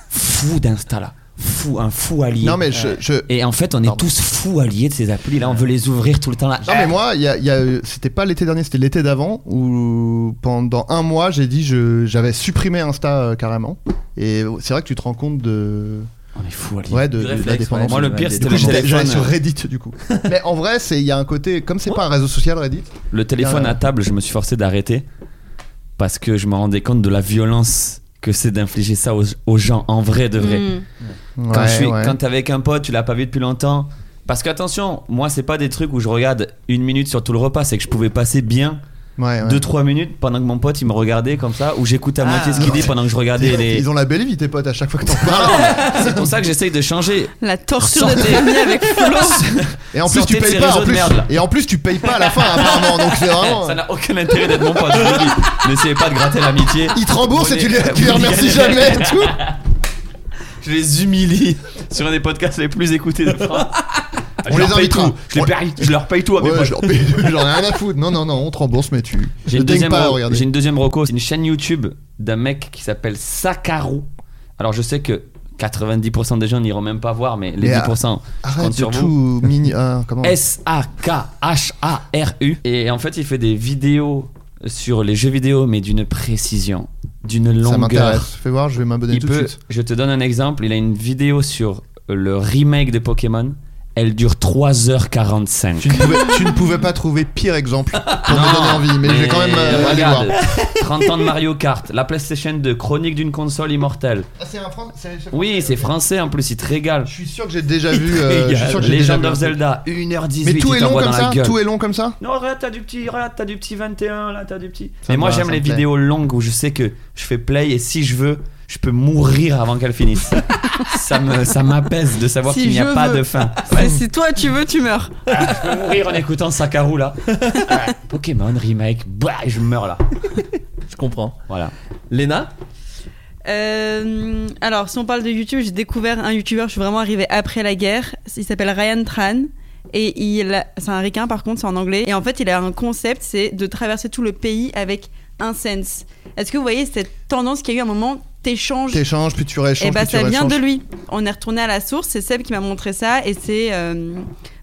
[SPEAKER 5] fou d'Insta là. Fou, un fou allié. Euh,
[SPEAKER 2] Non, mais je. je-
[SPEAKER 5] Et en fait, on est tous fous alliés de ces applis là, on veut les ouvrir tout le temps là.
[SPEAKER 2] Non mais moi, il y a- il y a, euh, c'était pas l'été dernier, c'était l'été d'avant où pendant un mois j'ai dit je j'avais supprimé Insta euh, carrément et c'est vrai que tu te rends compte de
[SPEAKER 5] On est fous alliés.
[SPEAKER 2] ouais de,
[SPEAKER 4] Du
[SPEAKER 2] de
[SPEAKER 4] réflexe,
[SPEAKER 2] la dépendance.
[SPEAKER 4] ouais.
[SPEAKER 5] Moi, le pire,
[SPEAKER 4] Du
[SPEAKER 5] c'était
[SPEAKER 2] Du coup,
[SPEAKER 5] le
[SPEAKER 2] j'étais- j'allais
[SPEAKER 5] téléphone. euh. Oh.
[SPEAKER 2] sur Reddit du coup. mais en vrai, c'est il y a un côté comme c'est pas un réseau social Reddit.
[SPEAKER 5] Le téléphone
[SPEAKER 2] Ouais.
[SPEAKER 5] à table, je me suis forcé d'arrêter parce que je me rendais compte de la violence que c'est d'infliger ça aux, aux gens en vrai de vrai.
[SPEAKER 6] Mm.
[SPEAKER 5] Quand
[SPEAKER 2] Ouais,
[SPEAKER 5] je suis,
[SPEAKER 2] ouais.
[SPEAKER 5] quand t'es avec un pote, tu l'as pas vu depuis longtemps. Parce qu'attention, moi c'est pas des trucs où je regarde une minute sur tout le repas, c'est que je pouvais passer bien
[SPEAKER 2] Eh Ouais, ouais.
[SPEAKER 5] 2-3 minutes pendant que mon pote il me regardait comme ça, ou j'écoute à
[SPEAKER 4] Ah.
[SPEAKER 5] moitié ce qu'il dit pendant que je regardais les.
[SPEAKER 2] Ils ont la belle vie tes potes à chaque fois que t'en parles.
[SPEAKER 5] C'est pour ça que j'essaye de changer.
[SPEAKER 6] La torture
[SPEAKER 5] Sortez.
[SPEAKER 6] de tes amis avec Flo.
[SPEAKER 2] Et en plus
[SPEAKER 5] Sortez
[SPEAKER 2] tu
[SPEAKER 5] de
[SPEAKER 2] payes
[SPEAKER 5] ces
[SPEAKER 2] pas
[SPEAKER 5] réseaux
[SPEAKER 2] en
[SPEAKER 5] de
[SPEAKER 2] plus.
[SPEAKER 5] merde, là.
[SPEAKER 2] et en plus tu payes pas à la fin apparemment donc c'est vraiment.
[SPEAKER 5] Ça n'a aucun intérêt d'être mon pote. je vous le dis. N'essayez pas de gratter l'amitié.
[SPEAKER 2] Ils te remboursent et tu les,
[SPEAKER 5] Vous
[SPEAKER 2] tu les remercies
[SPEAKER 5] galérez.
[SPEAKER 2] jamais et tout.
[SPEAKER 5] Oh, Je les humilie sur un des podcasts les plus écoutés de France. Je
[SPEAKER 2] On
[SPEAKER 5] leur
[SPEAKER 2] les
[SPEAKER 5] paye
[SPEAKER 2] invitera.
[SPEAKER 5] tout. Je, les paye, je leur paye tout à mes
[SPEAKER 2] Ouais,
[SPEAKER 5] potes.
[SPEAKER 2] j'en paye- j'en ai rien à foutre. Non, non, non, on te rembourse, mais tu.
[SPEAKER 5] J'ai
[SPEAKER 2] ne
[SPEAKER 5] une,
[SPEAKER 2] daigne
[SPEAKER 5] deuxième
[SPEAKER 2] pas,
[SPEAKER 5] ro-
[SPEAKER 2] regardez.
[SPEAKER 5] j'ai une deuxième reco, c'est une chaîne YouTube d'un mec qui s'appelle Sakaro. Alors je sais que 90% des gens n'iront même pas voir, mais les
[SPEAKER 2] Mais,
[SPEAKER 5] 10%, je
[SPEAKER 2] Arrête
[SPEAKER 5] compte sur
[SPEAKER 2] surtout,
[SPEAKER 5] vous.
[SPEAKER 2] mini. ah, comment
[SPEAKER 5] S-A-K-H-A-R-U. Et en fait, il fait des vidéos sur les jeux vidéo, mais d'une précision, d'une
[SPEAKER 2] Ça m'intéresse.
[SPEAKER 5] longueur.
[SPEAKER 2] Fais voir, je vais m'abonner
[SPEAKER 5] Il
[SPEAKER 2] tout
[SPEAKER 5] peut,
[SPEAKER 2] de suite.
[SPEAKER 5] je te donne un exemple, il a une vidéo sur le remake de Pokémon. Elle dure 3h45.
[SPEAKER 2] Tu ne, pouvais, tu ne pouvais pas trouver pire exemple pour me donner envie, mais, je vais quand même euh, aller voir.
[SPEAKER 5] regarde, 30 ans de Mario Kart, la PlayStation 2, chronique d'une console immortelle.
[SPEAKER 6] Ah,
[SPEAKER 2] c'est un
[SPEAKER 5] Oui, c'est français en plus, il te régale.
[SPEAKER 2] Je suis sûr que j'ai déjà vu. euh, je suis sûr que j'ai déjà
[SPEAKER 5] Legend
[SPEAKER 2] vu.
[SPEAKER 5] of Zelda, 1h18.
[SPEAKER 2] Mais tout
[SPEAKER 5] il
[SPEAKER 2] est long
[SPEAKER 5] t'envoie
[SPEAKER 2] comme
[SPEAKER 5] dans la
[SPEAKER 2] ça
[SPEAKER 5] gueule.
[SPEAKER 2] Tout est long comme ça
[SPEAKER 5] Non, regarde, t'as du petit, regarde, t'as du petit 21, là, t'as du petit.
[SPEAKER 2] Ça
[SPEAKER 5] Mais
[SPEAKER 2] me
[SPEAKER 5] moi,
[SPEAKER 2] va,
[SPEAKER 5] j'aime
[SPEAKER 2] ça
[SPEAKER 5] les
[SPEAKER 2] me plaît.
[SPEAKER 5] vidéos longues où je sais que je fais play et si je veux, je peux mourir avant qu'elle finisse. ça me, ça m'apaise de savoir
[SPEAKER 6] Si
[SPEAKER 5] qu'il n'y a
[SPEAKER 6] je
[SPEAKER 5] pas
[SPEAKER 6] veux.
[SPEAKER 5] de fin.
[SPEAKER 6] C'est- Si toi tu veux, tu meurs.
[SPEAKER 5] Je peux mourir en écoutant Sakaru là. Ah, Pokémon remake, bah, je meurs là.
[SPEAKER 4] Je comprends.
[SPEAKER 5] Voilà.
[SPEAKER 4] Léna
[SPEAKER 6] Euh, alors, si on parle de YouTube, j'ai découvert un YouTuber, je suis vraiment arrivée après la guerre. Il s'appelle Ryan Tran. Et il, a- c'est un requin par contre, c'est en anglais. Et en fait, il a un concept, c'est de traverser tout le pays avec un sense. Est-ce que vous voyez cette tendance qu'il y a eu à un moment T'échanges.
[SPEAKER 2] T'échanges, puis tu rééchanges.
[SPEAKER 6] Et bah
[SPEAKER 2] puis tu
[SPEAKER 6] ça vient de
[SPEAKER 2] rééchanges.
[SPEAKER 6] lui. On est retourné à la source, c'est Seb qui m'a montré ça et c'est euh,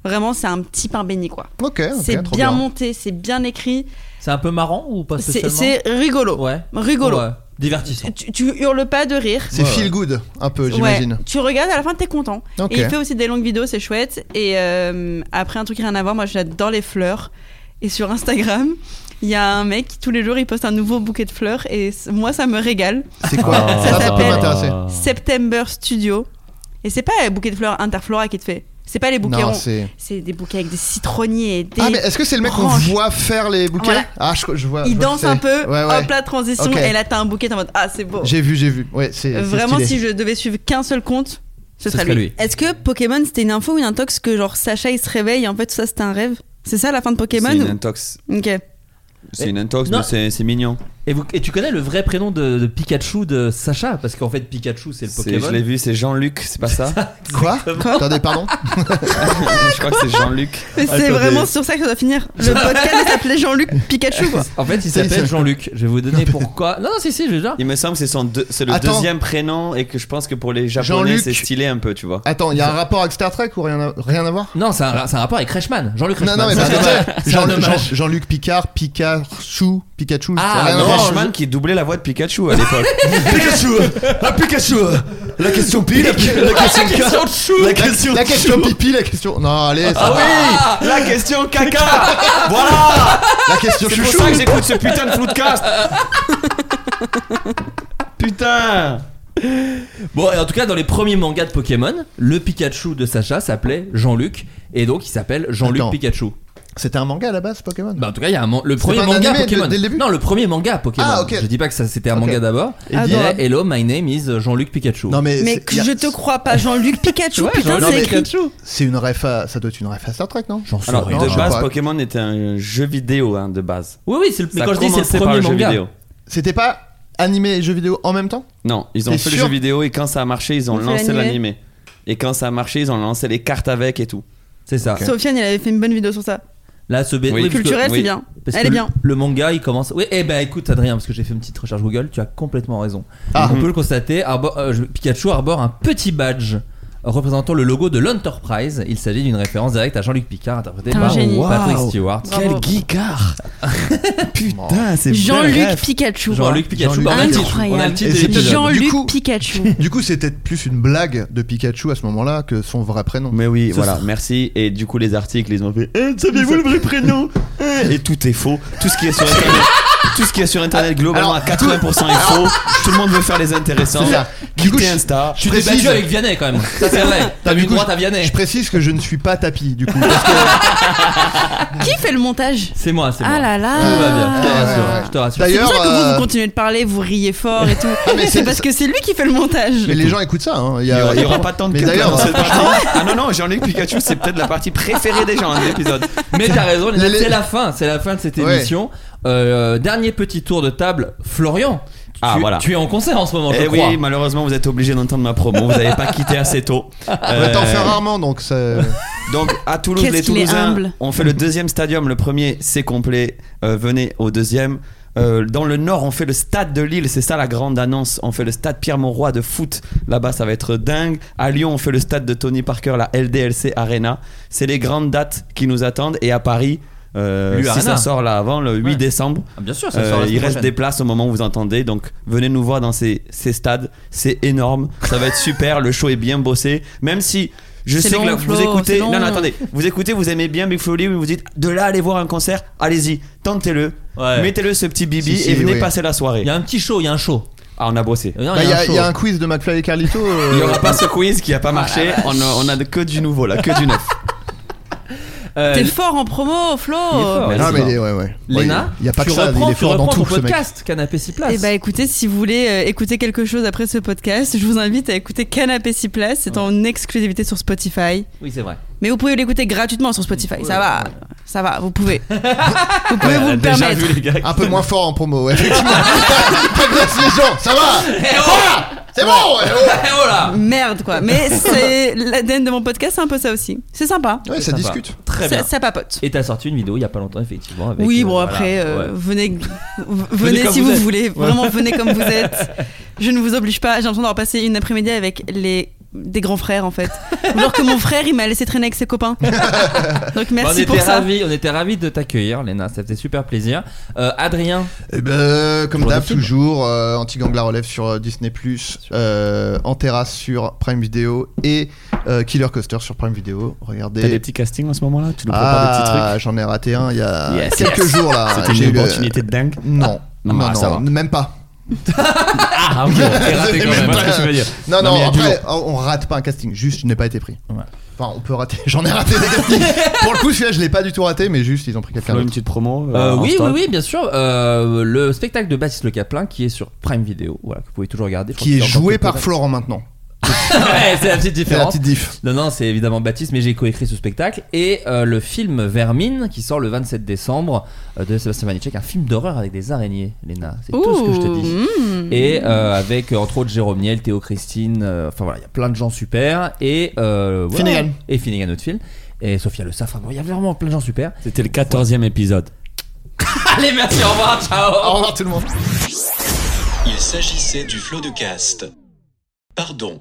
[SPEAKER 6] vraiment c'est un petit pain béni quoi.
[SPEAKER 2] Ok, Ah, ok,
[SPEAKER 6] c'est
[SPEAKER 2] trop
[SPEAKER 6] bien,
[SPEAKER 2] bien.
[SPEAKER 6] monté, c'est bien écrit,
[SPEAKER 10] C'est un peu marrant ou pas
[SPEAKER 6] c'est
[SPEAKER 10] spécialement
[SPEAKER 6] c'est rigolo.
[SPEAKER 10] Oh, Ouais.
[SPEAKER 6] Rigolo.
[SPEAKER 10] Ouais. Divertissant.
[SPEAKER 6] Tu, tu hurles pas de rire.
[SPEAKER 2] C'est feel good, un peu,
[SPEAKER 6] Ouais.
[SPEAKER 2] j'imagine.
[SPEAKER 6] Tu regardes à la fin t'es content.
[SPEAKER 2] Ok.
[SPEAKER 6] Et il fait aussi des longues vidéos, c'est chouette. Et euh, après un truc rien à voir, moi j'adore les fleurs. Et sur Instagram, il y a un mec qui tous les jours il poste un nouveau bouquet de fleurs et c- moi ça me régale.
[SPEAKER 2] C'est quoi
[SPEAKER 5] Ah.
[SPEAKER 6] Ça
[SPEAKER 2] Ça, ça peut
[SPEAKER 6] s'appelle-
[SPEAKER 2] m'intéresser.
[SPEAKER 5] Oh.
[SPEAKER 6] September Studio. Et c'est pas un bouquet de fleurs Interflora qui te fait. C'est pas les bouquets
[SPEAKER 2] Non,
[SPEAKER 6] ronds.
[SPEAKER 2] c'est-
[SPEAKER 6] C'est des bouquets avec des citronniers et des.
[SPEAKER 2] Ah, mais est-ce que c'est le mec qu'on
[SPEAKER 6] branches.
[SPEAKER 2] voit faire les bouquets
[SPEAKER 6] Voilà.
[SPEAKER 2] Ah, je, je vois. je
[SPEAKER 6] Il
[SPEAKER 2] vois
[SPEAKER 6] danse
[SPEAKER 2] qui
[SPEAKER 6] un
[SPEAKER 2] c'est.
[SPEAKER 6] peu,
[SPEAKER 2] Ouais, ouais.
[SPEAKER 6] hop la transition,
[SPEAKER 2] Ok.
[SPEAKER 6] et là t'as un bouquet, t'es en mode Ah, c'est beau.
[SPEAKER 2] J'ai vu, j'ai vu. Ouais, c'est. c'est
[SPEAKER 6] Euh, Vraiment,
[SPEAKER 2] stylé.
[SPEAKER 6] si je devais suivre qu'un seul compte, ce
[SPEAKER 2] Ce
[SPEAKER 6] serait
[SPEAKER 2] serait
[SPEAKER 6] lui.
[SPEAKER 2] lui.
[SPEAKER 6] Est-ce que Pokémon c'était une info ou une intox que genre Sacha il se réveille et en fait tout ça c'était un rêve C'est ça la fin de Pokémon
[SPEAKER 5] C'est une
[SPEAKER 6] ou-
[SPEAKER 5] intox.
[SPEAKER 6] Ok.
[SPEAKER 5] C'est une intox,
[SPEAKER 10] Non.
[SPEAKER 5] mais c'est- c'est mignon.
[SPEAKER 10] Et, vous- et tu connais le vrai prénom de, de Pikachu de Sacha Parce qu'en fait, Pikachu, c'est le
[SPEAKER 5] C'est-
[SPEAKER 10] Pokémon.
[SPEAKER 5] Je l'ai vu, c'est Jean-Luc, c'est pas ça
[SPEAKER 2] Quoi Attendez, pardon
[SPEAKER 5] Je crois que c'est Jean-Luc.
[SPEAKER 6] Mais c'est
[SPEAKER 5] Attendez.
[SPEAKER 6] vraiment sur ça que ça doit finir. Le podcast il s'appelait Jean-Luc Pikachu quoi.
[SPEAKER 4] En fait, il
[SPEAKER 5] Ça y est,
[SPEAKER 4] s'appelle
[SPEAKER 5] c'est-
[SPEAKER 4] Jean-Luc. Je vais vous donner pourquoi. Non, non, si, si, je vais dire.
[SPEAKER 5] Il me semble que c'est son deux- c'est le
[SPEAKER 4] Attends.
[SPEAKER 5] deuxième prénom et que je pense que pour les japonais
[SPEAKER 4] Jean-Luc.
[SPEAKER 5] c'est stylé un peu, tu vois.
[SPEAKER 2] Attends, il y a un rapport avec Star Trek ou rien à, rien à voir
[SPEAKER 4] Non, c'est un, c'est un rapport avec Crashman. Jean-Luc
[SPEAKER 2] Non,
[SPEAKER 4] Crashman.
[SPEAKER 2] non, mais
[SPEAKER 4] Ça,
[SPEAKER 2] pardon,
[SPEAKER 4] c'est-
[SPEAKER 2] ouais.
[SPEAKER 4] c'est un
[SPEAKER 2] Jean- Jean-
[SPEAKER 4] hommage.
[SPEAKER 2] Jean-Luc Picard, Pikachu, Pikachu. ça a
[SPEAKER 4] Ah,
[SPEAKER 2] rien à
[SPEAKER 5] Ah, non,
[SPEAKER 2] voir.
[SPEAKER 5] Crashman qui doublait la voix de Pikachu à l'époque.
[SPEAKER 2] Pikachu Ah, Pikachu La question pi, la,
[SPEAKER 5] la question ca-
[SPEAKER 2] la question La question pipi, la question. Non, allez, ça
[SPEAKER 5] Ah
[SPEAKER 2] va.
[SPEAKER 5] oui La question caca Voilà
[SPEAKER 2] La question
[SPEAKER 5] C'est pour
[SPEAKER 2] Ah, chouchou
[SPEAKER 5] ça que j'écoute ce putain de flou de cast Putain
[SPEAKER 4] Bon, et en tout cas, dans les premiers mangas de Pokémon, le Pikachu de Sacha s'appelait Jean-Luc. Et donc, il s'appelle Jean-Luc
[SPEAKER 2] Attends.
[SPEAKER 4] Pikachu.
[SPEAKER 2] C'était un manga à la base, Pokémon
[SPEAKER 4] Bah, en tout cas, il y a un man- le
[SPEAKER 2] C'est
[SPEAKER 4] premier
[SPEAKER 2] pas un
[SPEAKER 4] manga
[SPEAKER 2] animé
[SPEAKER 4] Pokémon.
[SPEAKER 2] dès- dès le début
[SPEAKER 4] non, le premier manga Pokémon.
[SPEAKER 2] Ah, ok.
[SPEAKER 4] Je dis pas que ça c'était un
[SPEAKER 2] Ok.
[SPEAKER 4] manga d'abord.
[SPEAKER 2] Et
[SPEAKER 4] il
[SPEAKER 2] dis-
[SPEAKER 4] disait Hello, my name is Jean-Luc Pikachu.
[SPEAKER 2] Non, mais.
[SPEAKER 6] Mais
[SPEAKER 2] c'est-
[SPEAKER 6] Ah, que
[SPEAKER 2] y a-
[SPEAKER 6] je te crois pas, Jean-Luc Pikachu,
[SPEAKER 4] Ouais,
[SPEAKER 6] putain,
[SPEAKER 4] Jean-Luc
[SPEAKER 6] c'est écrit.
[SPEAKER 4] Pikachu.
[SPEAKER 2] C'est une ref à. Ça doit être une ref à Star Trek, non
[SPEAKER 4] J'en sais
[SPEAKER 5] Alors,
[SPEAKER 4] rien.
[SPEAKER 2] je
[SPEAKER 5] de
[SPEAKER 2] sais
[SPEAKER 5] base,
[SPEAKER 2] pas.
[SPEAKER 5] Pokémon était un jeu vidéo hein, de base.
[SPEAKER 4] Oui, oui, c'est le, mais
[SPEAKER 5] Ça
[SPEAKER 4] quand je dis c'est
[SPEAKER 5] commençait
[SPEAKER 4] le
[SPEAKER 5] par
[SPEAKER 4] premier
[SPEAKER 5] jeu
[SPEAKER 4] manga.
[SPEAKER 5] vidéo.
[SPEAKER 2] C'était pas animé et jeux vidéo en même temps
[SPEAKER 5] Non, ils ont
[SPEAKER 2] T'es
[SPEAKER 5] fait le
[SPEAKER 2] sûr
[SPEAKER 5] jeu vidéo et quand ça a marché, ils ont
[SPEAKER 6] Ils ont fait
[SPEAKER 5] lancé
[SPEAKER 6] l'animé.
[SPEAKER 5] l'animé. Et quand ça a marché, ils ont lancé les cartes avec et tout.
[SPEAKER 4] C'est ça.
[SPEAKER 6] Sofiane, elle avait fait une bonne vidéo sur ça.
[SPEAKER 4] Là, ce
[SPEAKER 5] Oui.
[SPEAKER 6] Culturel,
[SPEAKER 5] oui.
[SPEAKER 6] c'est bien.
[SPEAKER 4] Parce
[SPEAKER 6] Elle
[SPEAKER 4] que
[SPEAKER 6] est
[SPEAKER 4] le-
[SPEAKER 6] bien.
[SPEAKER 4] Le manga, il commence. Oui, eh ben écoute, Adrien, parce que j'ai fait une petite recherche Google, tu as complètement raison.
[SPEAKER 2] Ah.
[SPEAKER 4] On peut
[SPEAKER 5] Mhm.
[SPEAKER 4] le constater, arbo- euh, je- Pikachu arbore un petit badge représentant le logo de l'Enterprise. Il s'agit d'une référence directe à Jean-Luc Picard, interprété
[SPEAKER 6] T'es un
[SPEAKER 4] par
[SPEAKER 6] génie.
[SPEAKER 4] Patrick Stewart.
[SPEAKER 6] Bravo.
[SPEAKER 5] geekard Putain, c'est
[SPEAKER 6] Jean-Luc Pikachu.
[SPEAKER 4] Jean-Luc Pikachu,
[SPEAKER 2] Jean-Luc
[SPEAKER 4] bah, on a le titre. on a le
[SPEAKER 6] Incroyable.
[SPEAKER 4] titre de
[SPEAKER 2] Et c'est
[SPEAKER 4] l'épisode.
[SPEAKER 2] Jean- Du coup-
[SPEAKER 6] Jean-Luc Pikachu.
[SPEAKER 2] Du coup, c'était plus une blague de Pikachu à ce moment-là que son vrai prénom.
[SPEAKER 5] Mais oui,
[SPEAKER 4] Ce
[SPEAKER 5] voilà,
[SPEAKER 4] sera-
[SPEAKER 5] merci. Et du coup, les articles, ils ont fait Eh, Saviez-vous le vrai prénom Eh, Et tout est faux. Tout ce qui est sur internet. Tout ce qui est sur internet globalement
[SPEAKER 2] Alors,
[SPEAKER 5] à 80% est faux. Tout le monde veut faire les intéressants.
[SPEAKER 2] C'est ça. Du coup,
[SPEAKER 5] Quittez
[SPEAKER 2] je-
[SPEAKER 5] Insta.
[SPEAKER 4] Je suis
[SPEAKER 2] précise.
[SPEAKER 4] débattu avec Vianney quand même. Ça c'est vrai. T'as
[SPEAKER 2] Du
[SPEAKER 4] vu
[SPEAKER 2] coup,
[SPEAKER 4] droite à Vianney.
[SPEAKER 2] Je précise que je ne suis pas tapis, du coup. parce que-
[SPEAKER 6] Qui fait le montage
[SPEAKER 4] C'est moi, c'est moi.
[SPEAKER 6] Ah là là.
[SPEAKER 4] Tout va bien. Je te
[SPEAKER 2] ouais,
[SPEAKER 4] rassure.
[SPEAKER 2] ouais.
[SPEAKER 4] Je te rassure.
[SPEAKER 6] C'est pour
[SPEAKER 2] D'ailleurs,
[SPEAKER 6] ça que vous,
[SPEAKER 2] euh,
[SPEAKER 6] vous continuez de parler, vous riez fort et tout.
[SPEAKER 2] mais
[SPEAKER 6] c'est
[SPEAKER 2] c'est-
[SPEAKER 6] parce que c'est lui qui fait le montage.
[SPEAKER 2] mais les gens écoutent ça. hein. Il y,
[SPEAKER 5] Il y
[SPEAKER 2] a-
[SPEAKER 5] aura, il y aura pas tant de
[SPEAKER 2] Mais
[SPEAKER 5] cuts
[SPEAKER 2] d'ailleurs, hein,
[SPEAKER 5] dans cette partie. Ah non, non, Jean-Luc Pikachu, c'est peut-être la partie préférée des gens hein, de l'épisode.
[SPEAKER 4] Mais t'as raison, Léna,
[SPEAKER 2] Les-
[SPEAKER 4] c'est la fin, c'est la fin de cette
[SPEAKER 2] Ouais.
[SPEAKER 4] émission. Euh, dernier petit tour de table, Florian. tu-
[SPEAKER 5] Ah, voilà.
[SPEAKER 4] Tu es en concert en ce moment, je
[SPEAKER 5] Eh oui,
[SPEAKER 4] crois.
[SPEAKER 5] malheureusement, vous êtes obligé d'entendre ma promo. Vous n'avez pas quitté assez tôt.
[SPEAKER 2] on va t'en
[SPEAKER 5] Euh,
[SPEAKER 2] faire rarement, donc ça.
[SPEAKER 5] Donc à Toulouse,
[SPEAKER 6] Qu'est-ce
[SPEAKER 5] les
[SPEAKER 6] qu'il est
[SPEAKER 5] Toulousains
[SPEAKER 6] humble.
[SPEAKER 5] on fait le deuxième stadium. Le premier, c'est complet. Euh, venez au deuxième. Euh, dans le nord, on fait le stade de Lille, c'est ça la grande annonce. On fait le stade Pierre Mauroy de foot. Là-bas, ça va être dingue. À Lyon, on fait le stade de Tony Parker, la LDLC Arena. C'est les grandes dates qui nous attendent. Et à Paris, euh,
[SPEAKER 4] L'U
[SPEAKER 5] si
[SPEAKER 4] Arena.
[SPEAKER 5] ça sort là avant le 8
[SPEAKER 4] Ouais.
[SPEAKER 5] décembre,
[SPEAKER 4] Ah, Bien sûr, ça sort
[SPEAKER 5] euh,
[SPEAKER 4] la
[SPEAKER 5] il
[SPEAKER 4] semaine
[SPEAKER 5] reste
[SPEAKER 4] prochaine.
[SPEAKER 5] des places au moment où vous entendez, donc venez nous voir dans ces, ces stades, c'est énorme, ça va être super, le show est bien bossé, même si je
[SPEAKER 6] C'est
[SPEAKER 5] sais que
[SPEAKER 6] long,
[SPEAKER 5] là, vous
[SPEAKER 6] Flo,
[SPEAKER 5] écoutez,
[SPEAKER 6] c'est
[SPEAKER 5] non,
[SPEAKER 6] long.
[SPEAKER 5] non, attendez, vous écoutez, vous aimez bien Big Flo Lee, vous dites de là aller voir un concert, allez-y, tentez-le,
[SPEAKER 4] Ouais.
[SPEAKER 5] mettez-le ce petit bibi
[SPEAKER 2] Si, si,
[SPEAKER 5] et venez
[SPEAKER 2] oui.
[SPEAKER 5] passer la soirée.
[SPEAKER 4] Il y a un petit show, il y a un show.
[SPEAKER 5] Ah, on a bossé.
[SPEAKER 4] Non,
[SPEAKER 2] Bah, Il y, a- il y a
[SPEAKER 4] show.
[SPEAKER 2] un quiz de McFly et Carlito.
[SPEAKER 5] Il n'y
[SPEAKER 2] euh,
[SPEAKER 5] aura pas ce quiz qui a pas marché,
[SPEAKER 11] Ah
[SPEAKER 5] on a, on a de- que du nouveau là, que du neuf.
[SPEAKER 4] Euh,
[SPEAKER 6] T'es fort en promo, Flo.
[SPEAKER 5] fort.
[SPEAKER 2] Ah,
[SPEAKER 5] Vas-y,
[SPEAKER 2] mais
[SPEAKER 5] non.
[SPEAKER 2] il est- ouais, ouais.
[SPEAKER 4] Léna,
[SPEAKER 2] il y a pas
[SPEAKER 4] tu
[SPEAKER 2] que ça,
[SPEAKER 4] reprends,
[SPEAKER 2] il est
[SPEAKER 4] tu
[SPEAKER 2] fort dans
[SPEAKER 4] reprends
[SPEAKER 2] tout,
[SPEAKER 4] ton
[SPEAKER 2] ce mec. ben,
[SPEAKER 4] podcast, Canapé 6 places.
[SPEAKER 6] Eh bah écoutez, si vous voulez euh, écouter quelque chose après ce podcast, je vous invite à écouter Canapé 6 places. C'est en exclusivité sur Spotify.
[SPEAKER 4] Oui, c'est vrai.
[SPEAKER 6] Mais vous pouvez l'écouter gratuitement sur Spotify. ça va, ça va, vous pouvez. vous pouvez
[SPEAKER 5] Ouais,
[SPEAKER 6] vous
[SPEAKER 5] on
[SPEAKER 6] le
[SPEAKER 5] a déjà
[SPEAKER 6] permettre.
[SPEAKER 5] vu les gars.
[SPEAKER 2] Un peu moins fort en promo, ouais, effectivement. Pas de glace, les gens, ça va Ça va C'est bon eh oh
[SPEAKER 6] Merde quoi. Mais c'est l'ADN de mon podcast, c'est un peu ça aussi. C'est sympa.
[SPEAKER 2] Ouais, ça
[SPEAKER 4] sympa.
[SPEAKER 2] discute.
[SPEAKER 4] Très
[SPEAKER 6] Ça-
[SPEAKER 4] bien.
[SPEAKER 6] ça papote.
[SPEAKER 4] Et t'as sorti une vidéo il y a pas longtemps, effectivement. avec,
[SPEAKER 6] oui,
[SPEAKER 4] euh,
[SPEAKER 6] bon
[SPEAKER 4] voilà,
[SPEAKER 6] après, euh,
[SPEAKER 4] ouais.
[SPEAKER 6] venez, v- venez,
[SPEAKER 4] Venez comme
[SPEAKER 6] si
[SPEAKER 4] vous
[SPEAKER 6] vous,
[SPEAKER 4] êtes.
[SPEAKER 6] voulez,
[SPEAKER 4] Ouais.
[SPEAKER 6] vraiment venez comme vous êtes. Je ne vous oblige pas. J'ai l'impression d'avoir passé une après-midi avec les des grands frères en fait. Genre que mon frère il m'a laissé traîner avec ses copains. Donc
[SPEAKER 4] Bah, on
[SPEAKER 6] merci
[SPEAKER 4] était
[SPEAKER 6] pour ça.
[SPEAKER 4] ravis- on était ravis de t'accueillir, Léna. Ça faisait super plaisir. Euh, Adrien,
[SPEAKER 2] Eh ben, comme
[SPEAKER 4] Toujours
[SPEAKER 2] d'hab,
[SPEAKER 4] des films.
[SPEAKER 2] toujours euh, Anti-Gang la relève sur euh, Disney+, euh, En terrasse sur Prime Video et euh, Killer Coaster sur Prime Video.
[SPEAKER 11] T'as des
[SPEAKER 2] Regardez.
[SPEAKER 11] petits castings en ce moment là Tu nous prépares des petits
[SPEAKER 2] Ah,
[SPEAKER 11] trucs
[SPEAKER 2] j'en ai raté un il y a
[SPEAKER 11] Yes,
[SPEAKER 2] quelques
[SPEAKER 11] yes.
[SPEAKER 2] jours là.
[SPEAKER 11] C'était une
[SPEAKER 2] J'ai eu le-
[SPEAKER 11] opportunité de dingue.
[SPEAKER 2] Non, non,
[SPEAKER 11] Non,
[SPEAKER 2] non,
[SPEAKER 11] ah, ça va.
[SPEAKER 2] même pas.
[SPEAKER 11] Ah, ok, t'es raté quand même.
[SPEAKER 2] Même
[SPEAKER 11] Voilà ce
[SPEAKER 2] pas.
[SPEAKER 11] que je veux dire.
[SPEAKER 2] Non,
[SPEAKER 11] Non,
[SPEAKER 2] non,
[SPEAKER 11] mais il y a du
[SPEAKER 2] après, on on rate pas un casting. Juste, je n'ai pas été pris.
[SPEAKER 4] Ouais.
[SPEAKER 2] Enfin, on peut rater. J'en ai raté des castings. Pour le coup, celui-là, je l'ai pas du tout raté, mais juste, ils ont pris quelqu'un
[SPEAKER 11] Flo, une
[SPEAKER 2] d'autre.
[SPEAKER 11] petite promo euh,
[SPEAKER 4] Euh, oui,
[SPEAKER 11] Insta.
[SPEAKER 4] oui, oui, bien sûr. Euh, le spectacle de Baptiste Le Caplin qui est sur Prime Video, voilà, que vous pouvez toujours regarder. Je
[SPEAKER 2] Qui est
[SPEAKER 4] crois qu'il
[SPEAKER 2] joué
[SPEAKER 4] encore
[SPEAKER 2] par
[SPEAKER 4] quelques-
[SPEAKER 2] Florent maintenant.
[SPEAKER 4] ouais, c'est la petite
[SPEAKER 2] C'est la
[SPEAKER 4] différence.
[SPEAKER 2] petite diff.
[SPEAKER 4] Non, non, c'est évidemment Baptiste, mais j'ai coécrit ce spectacle. Et euh, le film Vermine, qui sort le 27 décembre euh, de Sébastien Vanitschek, un film d'horreur avec des araignées, Léna. C'est tout ce que je te dis.
[SPEAKER 6] Ouh, mm.
[SPEAKER 4] Et euh, avec euh, entre autres Jérôme Niel, Théo Christine, euh, enfin voilà, il y a plein de gens super. Et euh, voilà.
[SPEAKER 2] Finnegan.
[SPEAKER 4] Et Finnegan, notre film. Et Sophia Le Safra, Bon, il y a vraiment plein de gens super.
[SPEAKER 12] C'était le 14 e épisode.
[SPEAKER 4] Allez, merci, au revoir, ciao!
[SPEAKER 2] Au revoir tout le monde.
[SPEAKER 1] Il s'agissait du flot de cast. Pardon.